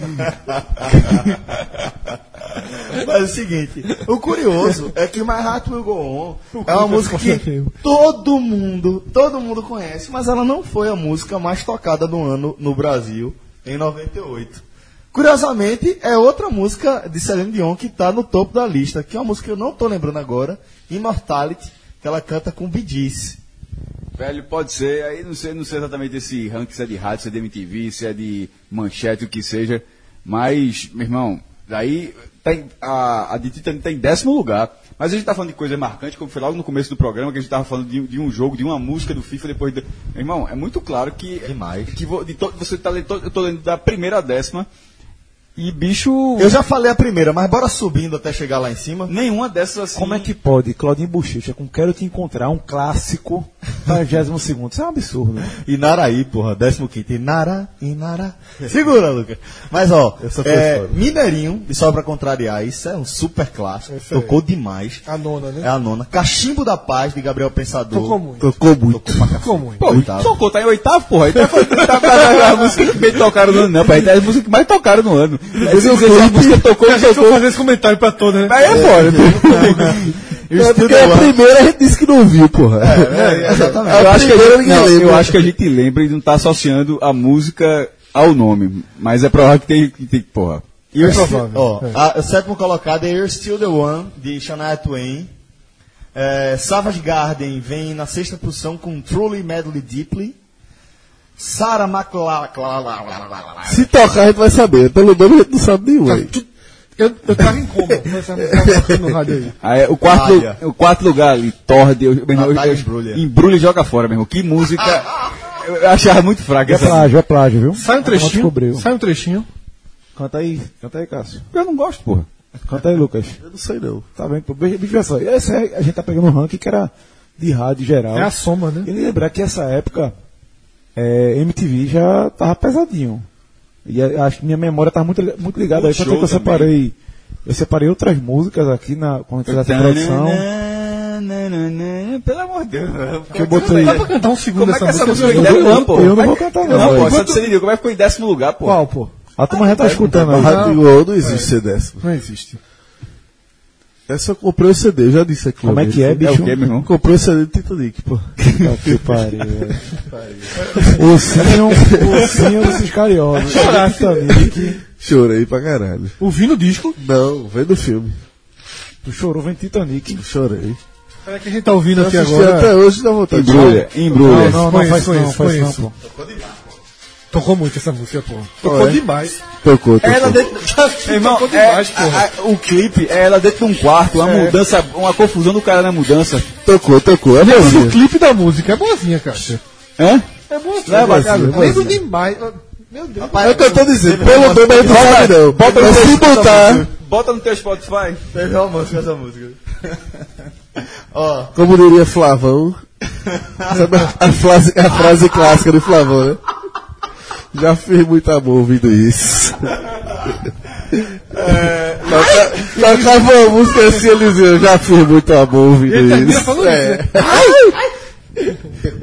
Speaker 1: Mas é o seguinte, o curioso é que My Heart Will Go On é uma música que todo mundo, todo mundo conhece, mas ela não foi a música mais tocada do ano no Brasil em 98. Curiosamente, é outra música de Celine Dion que está no topo da lista, que é uma música que eu não tô lembrando agora, Immortality, que ela canta com Bee Gees.
Speaker 4: Velho, pode ser, aí não sei, não sei exatamente esse ranking, se é de rádio, se é de MTV, se é de manchete, o que seja. Mas, meu irmão, daí tá em- a, a de Titanic tá em décimo lugar. Mas a gente tá falando de coisa marcante, como foi logo no começo do programa, que a gente tava falando de, de um jogo, de uma música do FIFA depois do. Meu irmão, é muito claro que.
Speaker 1: Demais.
Speaker 4: Que vo- de to- você tá lendo, to- eu tô lendo da primeira à décima. E bicho.
Speaker 1: Eu já falei a primeira, mas bora subindo até chegar lá em cima.
Speaker 4: Nenhuma dessas assim.
Speaker 6: Como é que pode? Claudinho Bochecha com Quero Te Encontrar, um clássico, 42 segundo. Isso é um absurdo.
Speaker 1: Inaraí, porra, 15 Inara, Inara. Segura, Lucas. Mas ó,
Speaker 2: Essa foi
Speaker 1: é,
Speaker 2: foda.
Speaker 1: Mineirinho, e só pra contrariar, isso é um super clássico.
Speaker 3: Esse
Speaker 1: Tocou demais.
Speaker 3: A nona, né?
Speaker 1: É a nona. Cachimbo da Paz, de Gabriel Pensador.
Speaker 3: Tocou muito.
Speaker 1: Tocou muito. Tocou pra
Speaker 3: Tocou
Speaker 1: cacete.
Speaker 3: muito.
Speaker 4: Pô,
Speaker 1: Oitavo.
Speaker 4: tocou, tá em oitavo, porra. Aí tá falando que tá tá- a música que mais tocaram no ano. Não, pai, tá a música que mais tocaram no ano. Aí você diz, a música tocou e
Speaker 3: Vou
Speaker 4: tocou.
Speaker 3: fazer esse comentário pra todos, né?
Speaker 4: Aí é fora.
Speaker 1: Eu estudo
Speaker 2: É a
Speaker 1: lá.
Speaker 2: primeira a gente disse que não viu, porra.
Speaker 1: É, exatamente.
Speaker 4: Eu acho, que a gente,
Speaker 2: ninguém
Speaker 4: não,
Speaker 2: lembra.
Speaker 4: eu acho que a gente lembra e não tá associando a música ao nome. Mas é provável que tem, que tem porra.
Speaker 1: E o
Speaker 3: provável.
Speaker 1: Ó,
Speaker 3: É.
Speaker 1: a- o sétimo colocado é You're Still the One, de Shania Twain. É, Savage Garden vem na sexta posição com Truly Medley Deeply. Sarah McLachlan.
Speaker 2: Se tocar, a gente vai saber. Pelo nome, a gente não sabe
Speaker 6: Tá
Speaker 2: nenhum. aí.
Speaker 3: Eu, eu tava em coma, mas eu tava tocando no rádio aí.
Speaker 4: Aí, o, quarto,
Speaker 1: Palha.
Speaker 4: o quarto lugar ali, Tord, eu, meu irmão,
Speaker 1: Natália
Speaker 4: eu-
Speaker 1: Embrulha.
Speaker 4: embrulha e joga fora, meu irmão. Que música. Eu achava muito fraca
Speaker 6: É
Speaker 4: essa.
Speaker 6: plágio, é plágio, viu?
Speaker 3: Sai um
Speaker 6: descobriu.
Speaker 3: trechinho. Sai um trechinho.
Speaker 6: Canta aí, canta aí, Cássio.
Speaker 4: Eu não gosto, porra.
Speaker 6: Canta aí, Lucas.
Speaker 2: Eu não sei, não.
Speaker 6: Tá vendo? pô? Bicho, bicho, olha só. Essa é- a gente tá pegando um ranking que era de rádio geral.
Speaker 3: É a soma, né?
Speaker 6: E lembrar que essa época é, MTV já tava pesadinho. E a- acho que minha memória tá muito, li- muito ligada aí, tanto é que eu
Speaker 4: Multishow
Speaker 6: separei. Eu separei outras músicas aqui na quando eu fiz essa
Speaker 2: né?
Speaker 6: produção.
Speaker 4: Tananana, Pelo amor de Deus.
Speaker 6: Que eu botei.
Speaker 3: Dá pra cantar um segundo
Speaker 4: Como é que
Speaker 3: dessa
Speaker 4: essa música
Speaker 3: aí?
Speaker 4: em décimo lugar, pô?
Speaker 6: eu não
Speaker 4: Vai-
Speaker 6: vou cantar, não,
Speaker 4: Não,
Speaker 6: velho.
Speaker 4: pô, essa do Celine Dion, como é que ficou em décimo lugar, pô?
Speaker 6: Qual, pô? A turma já tá escutando
Speaker 2: A
Speaker 6: aí. É.
Speaker 2: Rádio Globo não existe ser décimo.
Speaker 3: Não existe.
Speaker 2: Essa eu comprei o CD, eu já disse aqui.
Speaker 6: Como é que é,
Speaker 2: bicho?
Speaker 4: É
Speaker 6: bicho?
Speaker 4: o quê, meu irmão?
Speaker 2: Comprei o CD do Titanic, pô.
Speaker 6: Puta que pariu, velho. Ursinho, ursinho desses cariocas. Titanic.
Speaker 2: Chorei pra caralho.
Speaker 3: Ouvindo o disco.
Speaker 2: Não, vendo o filme.
Speaker 6: Tu chorou vendo Titanic.
Speaker 2: Chorei.
Speaker 3: Será que a gente tá ouvindo aqui
Speaker 2: Assisti
Speaker 3: agora?
Speaker 2: até hoje dá vontade de chorar.
Speaker 4: Embrulha, embrulha.
Speaker 6: Não, não,
Speaker 3: Conheço,
Speaker 6: faz isso não,
Speaker 3: conheço,
Speaker 6: faz isso
Speaker 3: conheço.
Speaker 6: não, pô.
Speaker 3: Tocou muito essa música, pô. Tocou
Speaker 2: é?
Speaker 3: demais.
Speaker 2: Tocou, tocou.
Speaker 1: Tá
Speaker 4: Irmão,
Speaker 3: tocou
Speaker 4: é,
Speaker 3: demais, porra.
Speaker 4: a- a- o clipe é ela dentro de um quarto, uma mudança, uma confusão do cara na mudança.
Speaker 2: Tocou, tocou. É
Speaker 3: Mas o
Speaker 2: bonzinho.
Speaker 3: clipe da música é boazinha, Cássio.
Speaker 4: Hã?
Speaker 3: É boazinha.
Speaker 4: Não é boazinha,
Speaker 3: cara.
Speaker 4: é boazinha.
Speaker 3: Lembro demais. Meu Deus.
Speaker 2: Eu tô dizendo, pelo bem, mas não sabe não.
Speaker 4: Bota no
Speaker 2: Mas
Speaker 4: teu
Speaker 2: se
Speaker 4: Spotify.
Speaker 2: botar,
Speaker 4: Bota no teu Spotify.
Speaker 1: Teve romance com essa música. Ó,
Speaker 2: como diria Flavão, sabe a, a frase, a frase clássica do Flavão, né? Já fiz muito amor ouvindo isso.
Speaker 4: É,
Speaker 2: Toca- Tocava uma música assim, ele dizia, eu já fiz muito amor ouvindo isso. É.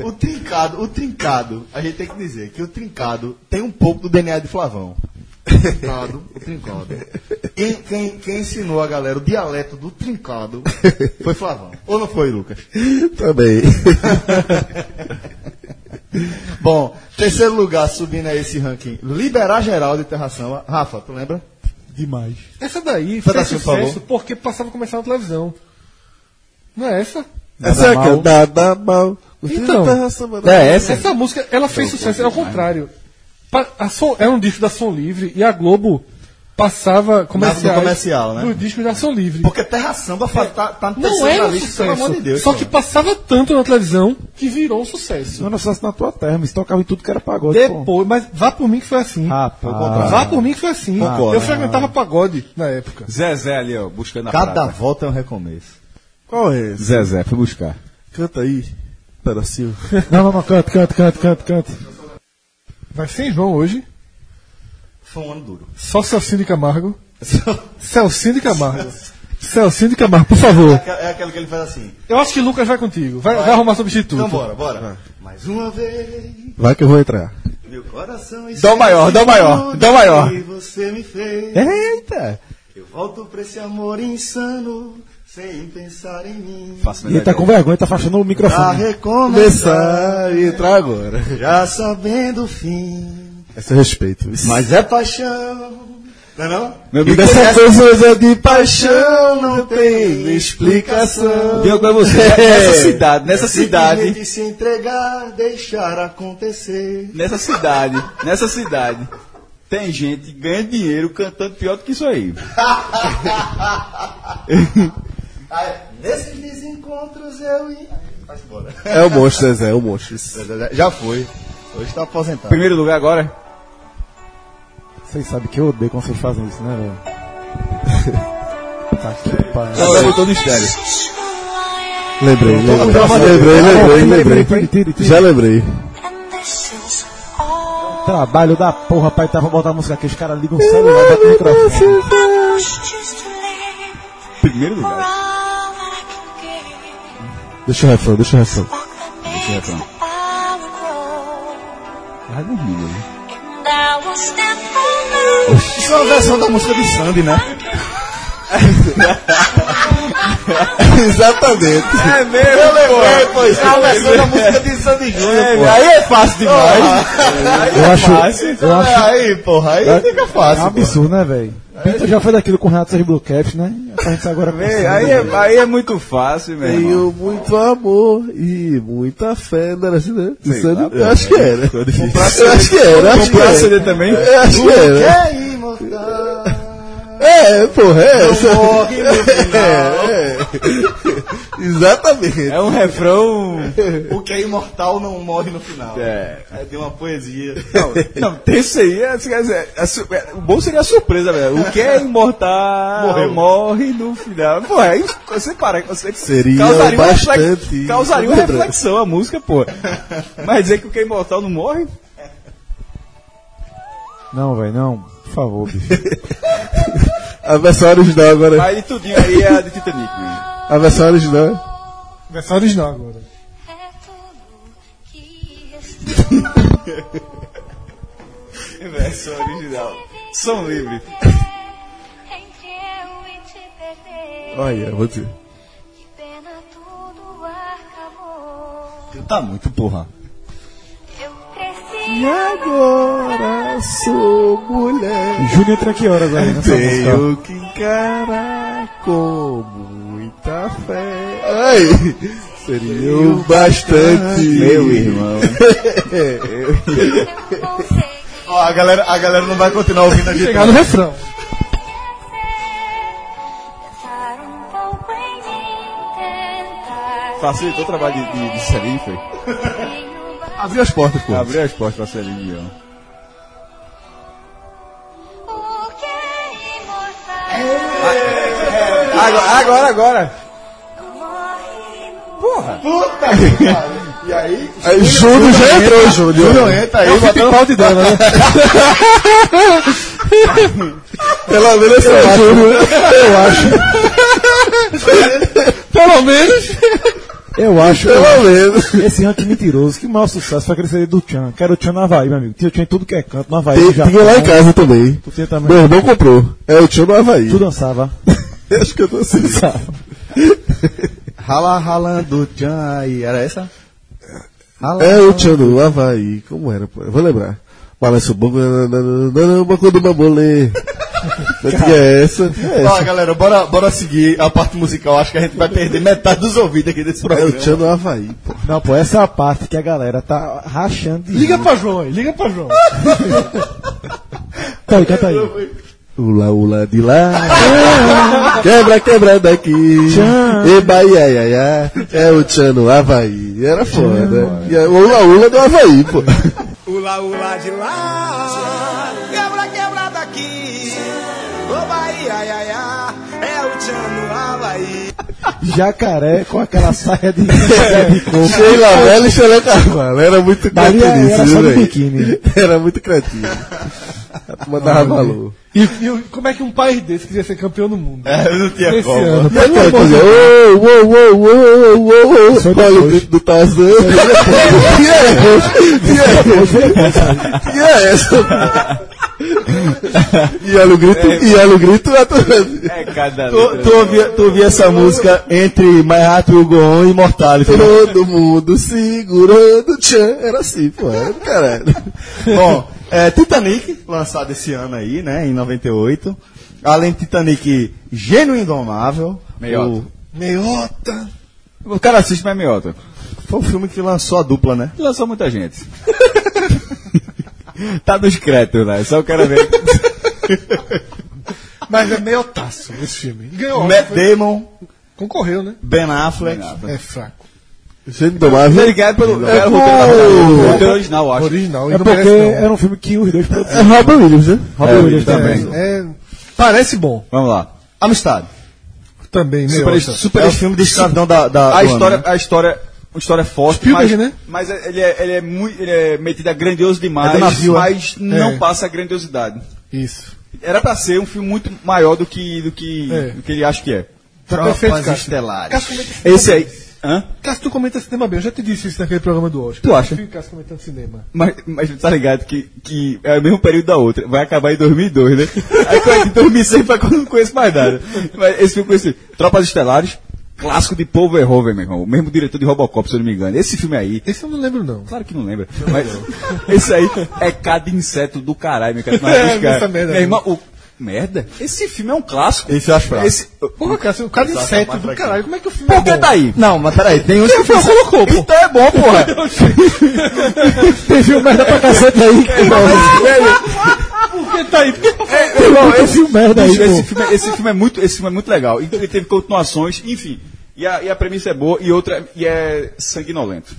Speaker 1: o trincado, o trincado, a gente tem que dizer que o trincado tem um pouco do DNA de Flavão. Trincado, o trincado. Quem, quem, quem ensinou a galera o dialeto do trincado foi Flavão. Ou não foi, Lucas?
Speaker 2: Também.
Speaker 1: Bom, terceiro lugar subindo a esse ranking, Liberar Geral de Terra Samba. Rafa, tu lembra?
Speaker 3: Demais. Essa daí
Speaker 1: Foi da
Speaker 3: fez
Speaker 1: Silva,
Speaker 3: sucesso
Speaker 1: falou.
Speaker 3: porque passava a começar na televisão. Não é essa?
Speaker 2: Essa é a nada mal.
Speaker 3: Então.
Speaker 4: É, essa.
Speaker 3: Essa música, ela fez sucesso, era ao contrário. Pa- a Som- era um disco da Som Livre e a Globo passava comerciais
Speaker 1: comercial, né?
Speaker 3: do disco da Som Livre.
Speaker 1: Porque Terra Samba fa- tá, tá no
Speaker 3: não
Speaker 1: terceiro
Speaker 3: era
Speaker 1: na
Speaker 3: um
Speaker 1: lista, é pelo amor de
Speaker 3: sucesso.
Speaker 1: Deus.
Speaker 3: Só que passava tanto na televisão que virou um sucesso.
Speaker 6: Não era sucesso na tua terra, mas tocava em tudo que era pagode, pô. Ah,
Speaker 3: Depois, mas vá por mim que foi assim.
Speaker 6: Rapaz.
Speaker 3: Vá por mim que foi assim.
Speaker 1: Concordo. né?
Speaker 3: Eu frequentava pagode na época.
Speaker 4: Zezé ali, ó, buscando a
Speaker 1: cada
Speaker 4: prata.
Speaker 1: volta é um recomeço.
Speaker 2: Qual é essa?
Speaker 4: Zezé, fui buscar.
Speaker 2: Canta aí, pedacinho.
Speaker 6: Não, não, não, canta, canta, canta, canta, canta.
Speaker 3: Vai sem João hoje.
Speaker 1: Foi um ano duro.
Speaker 3: Só Celcinho de Camargo. Celcinho de Camargo. Celcinho de Camargo, por favor.
Speaker 1: É aquele que ele faz assim.
Speaker 3: Eu acho que Lucas vai contigo. Vai, vai arrumar substituto.
Speaker 1: Então bora, bora.
Speaker 2: Ah.
Speaker 1: Mais uma vez.
Speaker 2: Vai que eu vou entrar.
Speaker 1: Meu coração
Speaker 4: Dó maior, dó maior, dó maior.
Speaker 1: Que você me fez.
Speaker 2: É?
Speaker 4: Eita!
Speaker 1: Eu volto pra esse amor insano, sem pensar em mim.
Speaker 4: Faço
Speaker 6: E ele tá com vergonha, tá afastando o
Speaker 1: Pra
Speaker 6: microfone.
Speaker 1: recomeçar,
Speaker 2: Começar e entrar agora.
Speaker 1: já sabendo o fim.
Speaker 2: Esse é respeito.
Speaker 1: Mas é paixão. Não é não?
Speaker 4: Meu
Speaker 2: E
Speaker 4: amigo,
Speaker 2: dessa
Speaker 4: essa-
Speaker 2: coisa é de paixão não tem explicação.
Speaker 4: Digo pra você, É. nessa cidade, nessa cidade,
Speaker 1: Simplesmente se entregar, deixar acontecer.
Speaker 4: nessa cidade, nessa cidade, tem gente ganhando dinheiro cantando pior do que isso aí.
Speaker 1: Ah, nesses desencontros eu ia. Vai embora.
Speaker 2: É o monstro, Zezé, é o monstro.
Speaker 1: Já foi. Hoje tá aposentado.
Speaker 4: Primeiro lugar agora,
Speaker 6: Vocês sabem que eu odeio quando vocês fazem isso, né, velho? Tá que pariu.
Speaker 4: agora botou no estéreo.
Speaker 2: Lembrei, lembrei.
Speaker 6: prova dele.
Speaker 2: Lembrei, lembrei,
Speaker 6: Lembrei,
Speaker 2: lembrei.
Speaker 6: tire, tire.
Speaker 2: Já lembrei.
Speaker 6: Trabalho da porra, pai, tava botar a música aqui, os caras ligam o celular, botam o microfone.
Speaker 4: Primeiro lugar.
Speaker 2: Deixa o refrão, deixa o refrão.
Speaker 4: Vai dormir, né?
Speaker 1: Isso é uma versão da música de Sandy, né?
Speaker 2: Exatamente.
Speaker 4: É mesmo,
Speaker 1: Pô, isso é uma versão da música de Sandy Júnior, pô. é
Speaker 4: Aí é fácil demais.
Speaker 6: Eu acho, eu acho
Speaker 1: Aí, porra, aí fica
Speaker 6: é um
Speaker 1: fácil.
Speaker 6: absurdo, né, velho? Bento já fez aquilo com o Renato Sérgio Blue Caps, né? A gente agora
Speaker 4: Ei, Aí é, aí é muito fácil, meu irmão.
Speaker 2: Tenho muito amor e muita fé. Não era assim, né?
Speaker 4: Sei
Speaker 2: Isso
Speaker 4: lá,
Speaker 2: eu não- acho que era.
Speaker 4: Ficou difícil.
Speaker 2: Eu acho que era, acho que
Speaker 4: Comprar
Speaker 2: era.
Speaker 4: CD também?
Speaker 2: Eu acho que era.
Speaker 1: É imortal.
Speaker 2: É, porra, é essa.
Speaker 1: morre no
Speaker 2: É, é. Exatamente.
Speaker 4: É um refrão.
Speaker 1: O que é imortal não morre no final.
Speaker 4: É.
Speaker 1: É de uma poesia.
Speaker 4: Não, tem isso aí. é, quer dizer, a su- é, o bom seria a surpresa, velho. O que é imortal
Speaker 1: Morreu.
Speaker 4: morre no final. Pô,
Speaker 1: é
Speaker 4: aí você para. Você
Speaker 2: Seria
Speaker 4: causaria uma, reflex-
Speaker 2: bastante
Speaker 4: causaria uma
Speaker 2: incômodo.
Speaker 4: reflexão a música, pô. Mas dizer que o que é imortal não morre?
Speaker 6: Não, velho, não. Por favor, bicho.
Speaker 2: A versão original agora.
Speaker 4: Aí tudinho aí é a de Titanic, né?
Speaker 2: A versão original.
Speaker 3: Versão original agora.
Speaker 7: É
Speaker 4: Versão original. Som livre.
Speaker 7: é Entre eu e te perder.
Speaker 2: Olha, vou dizer.
Speaker 7: Que pena tudo acabou.
Speaker 4: Tá muito, porra.
Speaker 7: Eu cresci.
Speaker 2: E agora sou mulher.
Speaker 6: Júnior entra que hora agora? nessa música?
Speaker 2: Tenho que encarar com muita fé. Ai, seria o bastante.
Speaker 4: Meu irmão.
Speaker 7: Eu não sei
Speaker 1: Ó, a, galera, a galera não vai continuar ouvindo a gente.
Speaker 3: Chegar no refrão.
Speaker 7: pensar um pouco em mim. Tentar. um
Speaker 4: Facilitou o trabalho de, de, de Celine, foi?
Speaker 7: Tenho
Speaker 1: Abriu as portas, pô.
Speaker 4: Abriu as portas pra Celine Dion.
Speaker 7: o que é imortal.
Speaker 4: É. Agora, agora, agora.
Speaker 7: Morre.
Speaker 1: E aí,
Speaker 2: Aí, Júlio já entrou, Júlio. é.
Speaker 1: Júnior entra aí, bateu
Speaker 3: pau de dano, né?
Speaker 2: Pelo menos esse é Júlio. Eu acho,
Speaker 3: Pelo menos.
Speaker 6: Eu acho
Speaker 2: pelo menos.
Speaker 6: esse ranking mentiroso. Que maior sucesso foi aquele CD do Tchan. Quero o Tchan na Havaí, meu amigo. Tinha o Tchan em tudo que é canto, na Havaí.
Speaker 2: Tem,
Speaker 6: já tá.
Speaker 2: tinha lá em casa também.
Speaker 6: Tu tinha também.
Speaker 2: Meu irmão comprou. É o tio do Havaí.
Speaker 6: Tu dançava.
Speaker 2: Acho que eu tô assim.
Speaker 1: um- Rala, ralando, tchan, aí. Era essa? Rala,
Speaker 2: É o tio do Havaí. Como era, pô? Eu vou lembrar. Balança o banco, nananana, o banco do bambolê. Tanto que é essa. É
Speaker 1: Ó,
Speaker 2: essa.
Speaker 1: galera, bora, bora seguir a parte musical. Acho que a gente vai perder metade dos ouvidos aqui desse
Speaker 2: É
Speaker 1: programa.
Speaker 2: o tio do Havaí, pô.
Speaker 6: Não, pô, essa é a parte que a galera tá rachando de
Speaker 3: Liga pra João aí, liga pra João.
Speaker 6: Tá aí, canta aí.
Speaker 2: Ula, ula de lá. quebra, quebra daqui.
Speaker 6: Tchan.
Speaker 2: Eba, ia, ia, ia. É o Tchan no Havaí. Era foda. E é o Ula, ula do Havaí, pô.
Speaker 8: Ula, ula de lá, quebra, quebra daqui. Ô Bahia, ai, ai, ai, é o Tchan no Havaí.
Speaker 6: Jacaré com aquela saia de, saia de coco.
Speaker 2: Sheila Mello e Sheila Carvalho. Era muito
Speaker 6: Dali
Speaker 2: cretinice,
Speaker 6: era só
Speaker 2: viu,
Speaker 6: de
Speaker 2: velho?
Speaker 6: biquíni.
Speaker 2: Era muito cretino. A turma dava valor.
Speaker 3: E, e como é que um país desse queria ser campeão do mundo?
Speaker 1: É, eu não tinha
Speaker 3: Esse
Speaker 1: como.
Speaker 3: ano.
Speaker 2: E aquela coisa, ô, ô, ô, ô, ô, ô,
Speaker 6: Só
Speaker 2: ô, olha o
Speaker 6: depois.
Speaker 2: grito do Tarzan. E é, e é, e é essa. E olha o grito, e olha o grito. a turma-
Speaker 4: É cada
Speaker 1: Tu, tu, ouvia, tu ouvia essa música entre My Heart Will Go On e Mortality.
Speaker 2: Todo mundo segurando o tchan. Era assim, pô, era do caralho.
Speaker 1: Bom, é, Titanic, lançado esse ano aí, né, em 98. Além de Titanic, Gênio Indomável.
Speaker 4: Meiota.
Speaker 1: O... Meiota.
Speaker 4: O cara assiste, mas é meiota.
Speaker 1: Foi o filme que lançou a dupla, né?
Speaker 4: Lançou muita gente. tá nos créditos, né? Só o cara ver.
Speaker 3: Mas é meio otaço esse filme. Ganhou.
Speaker 1: Matt Damon,
Speaker 3: Concorreu, né?
Speaker 1: Ben Affleck.
Speaker 3: É fraco.
Speaker 2: Gente domável.
Speaker 4: Obrigado pelo. É,
Speaker 2: com-
Speaker 4: o roteiro original, eu acho.
Speaker 3: Original. e
Speaker 6: É
Speaker 3: não
Speaker 6: porque
Speaker 3: merece, não.
Speaker 6: era um filme que os dois
Speaker 2: É Robin Williams, né?
Speaker 6: Robin Williams
Speaker 4: também.
Speaker 6: também.
Speaker 3: É, parece bom.
Speaker 4: Vamos lá.
Speaker 1: Amistade.
Speaker 3: Também, né, meio
Speaker 4: Super-
Speaker 3: otaço.
Speaker 1: Super é o filme de escravidão da, da
Speaker 4: A
Speaker 1: do
Speaker 4: história,
Speaker 1: ano, né?
Speaker 4: a história, uma história forte,
Speaker 3: Spielberg,
Speaker 4: mas,
Speaker 3: né?
Speaker 4: mas ele é, ele é muito, ele é metido a grandioso demais,
Speaker 3: É do navio, né?
Speaker 4: mas não
Speaker 3: É.
Speaker 4: passa a grandiosidade.
Speaker 3: Isso.
Speaker 4: Era pra ser um filme muito maior do que do que,
Speaker 3: É.
Speaker 4: do que ele acha que é.
Speaker 1: Tropas
Speaker 3: Tá perfeito, Cássio.
Speaker 1: Estelares.
Speaker 3: Cássio comenta,
Speaker 4: Esse aí. Hã?
Speaker 3: Cássio, tu comenta cinema bem. Eu já te disse isso naquele programa do Oscar.
Speaker 4: Tu acha?
Speaker 3: Eu vi o Cássio comentando cinema.
Speaker 4: Mas, mas tá ligado que, que é o mesmo período da outra. Vai acabar em 2002, né? Aí quando é que 2006 pra quando eu não conheço mais nada. Mas esse filme eu conheci. Tropas Estelares, clássico de Paul Verhoeven, meu irmão. O mesmo diretor de Robocop, se eu não me engano. Esse filme aí,
Speaker 3: Esse eu não lembro, não.
Speaker 4: Claro que não lembra. Mas esse aí é cada inseto do caralho, meu cara. Mas,
Speaker 3: É,
Speaker 4: cara,
Speaker 3: essa merda.
Speaker 4: meu irmão, o- Merda? Esse filme é um clássico.
Speaker 1: Esse eu acho fraco.
Speaker 4: Esse-
Speaker 3: Porra, Cássio, o cara de inseto do caralho. Como é que o filme é
Speaker 4: Por que
Speaker 3: bom?
Speaker 4: tá aí?
Speaker 1: Não, mas peraí, tem uns que
Speaker 4: colocou, Então é bom, porra.
Speaker 6: Teve um merda pra cacete aí. que
Speaker 3: Por que tá aí?
Speaker 4: É, meu irmão,
Speaker 6: Esse filme merda aí,
Speaker 4: bicho,
Speaker 6: pô.
Speaker 4: esse, filme, esse filme é muito, esse filme é muito legal. E ele teve continuações, enfim. E a, e a premissa é boa e outra e é sanguinolento.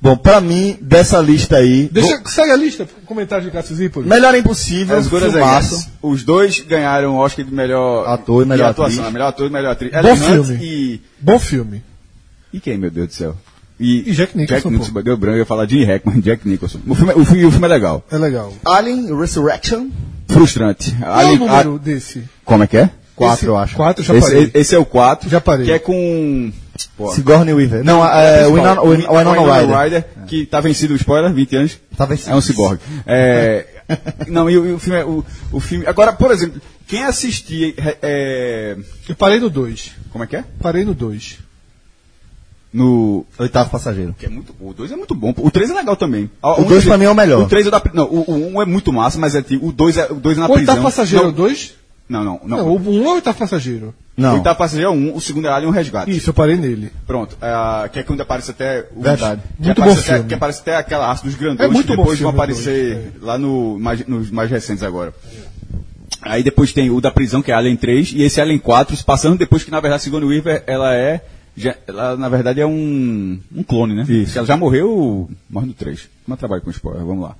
Speaker 1: Bom, pra mim, dessa lista aí.
Speaker 3: Deixa, segue a lista. Comentário de Cássio Zípoli.
Speaker 1: Melhor Impossível,
Speaker 4: As né? Gordas
Speaker 1: É um filmaço.
Speaker 4: Aguerridas. Os dois ganharam o Oscar de melhor
Speaker 1: Ator e melhor
Speaker 4: atuação,
Speaker 1: atriz.
Speaker 4: melhor ator e melhor atriz.
Speaker 3: Bom
Speaker 4: Ellen Hunt
Speaker 3: filme.
Speaker 4: e
Speaker 3: Bom filme.
Speaker 4: E quem, meu Deus do céu? E,
Speaker 3: E Jack Nicholson,
Speaker 4: Jack Nicholson, deu branco, eu ia falar Jim Hackman, Jack Nicholson. O filme, o filme, o filme é legal.
Speaker 3: É legal.
Speaker 1: Alien Resurrection.
Speaker 4: Frustrante.
Speaker 3: Qual é o
Speaker 4: Ali- a-
Speaker 3: número desse?
Speaker 4: como é que é?
Speaker 1: Quatro, eu acho.
Speaker 3: Quatro, já
Speaker 4: Esse,
Speaker 3: parei.
Speaker 4: esse é o 4.
Speaker 3: Já parei.
Speaker 4: Que é com... Pô,
Speaker 1: Sigourney Weaver. Não, é,
Speaker 4: principal,
Speaker 1: Winona, Winona, Winona Ryder.
Speaker 4: Ryder, Que tá vencido, spoiler, 20 anos.
Speaker 1: Tá vencido.
Speaker 4: É um ciborgue. É, Não, e o, e o filme é. O, o filme... Agora, por exemplo, quem assistia. é, é,
Speaker 3: Eu parei no 2.
Speaker 4: Como é que é?
Speaker 3: Parei no 2.
Speaker 4: No.
Speaker 1: um Oitavo passageiro.
Speaker 4: Que é muito, o 2 é muito bom. pô. O 3 é legal também. A- a
Speaker 1: O
Speaker 4: única-
Speaker 1: 2 pra mim é o melhor.
Speaker 4: O 3 é da. pri- Não, o 1 um é muito massa, mas é tipo. O 2 é, o dois é na
Speaker 3: O
Speaker 4: prisão.
Speaker 3: oitavo passageiro é o
Speaker 4: Não,
Speaker 3: 2?
Speaker 4: Não, não. não.
Speaker 3: Não, o 1 um é o oitavo passageiro.
Speaker 4: O
Speaker 1: Não.
Speaker 4: oitavo passageiro é um, o segundo é Alien e um resgate.
Speaker 3: Isso, eu parei nele.
Speaker 4: Pronto. É, que é quando aparece até. Os,
Speaker 1: Verdade.
Speaker 4: Que
Speaker 3: Muito
Speaker 4: aparece
Speaker 3: bom
Speaker 4: até,
Speaker 3: filme.
Speaker 4: Que aparece até aquela raça dos grandões.
Speaker 3: É muito
Speaker 4: que
Speaker 3: bom
Speaker 4: depois vão
Speaker 3: filme, É.
Speaker 4: aparecer lá no, mais, nos mais recentes agora. Aí depois tem o da prisão, que é Alien 3, e esse Alien 4, se passando depois que, na verdade, segundo o Weaver, ela é. já- ela, na verdade, é um, um clone, né? Isso. Ela já morreu, morre no 3. Mas trabalho com spoiler, vamos lá.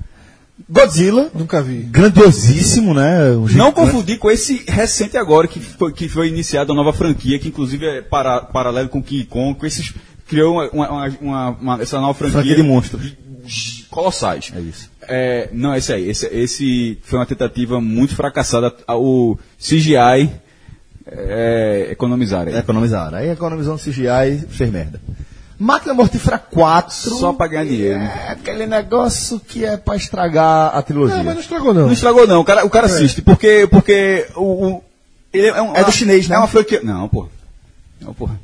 Speaker 1: Godzilla,
Speaker 3: Nunca vi.
Speaker 1: grandiosíssimo, né? Um
Speaker 4: Não
Speaker 1: gigante.
Speaker 4: confundir com esse recente agora, que foi, que foi iniciado a nova franquia, que inclusive é para, paralelo com King Kong, com esses. Criou uma, uma- uma- uma- essa nova franquia.
Speaker 1: Franquia de monstros.
Speaker 4: Colossais. É isso. não, esse aí. Esse, esse foi uma tentativa muito fracassada. a- O CGI é, economizar aí.
Speaker 1: Economizaram. Aí economizando CGI fez merda. Máquina Mortífera 4.
Speaker 4: Só pra ganhar dinheiro.
Speaker 1: É aquele negócio que é pra estragar a trilogia.
Speaker 3: Não, mas não estragou não.
Speaker 4: É, Não estragou, não. O cara, o cara assiste, porque, porque o, o- ele é, um,
Speaker 1: É do chinês, né?
Speaker 4: É uma franquia. Não, pô. Não, porra.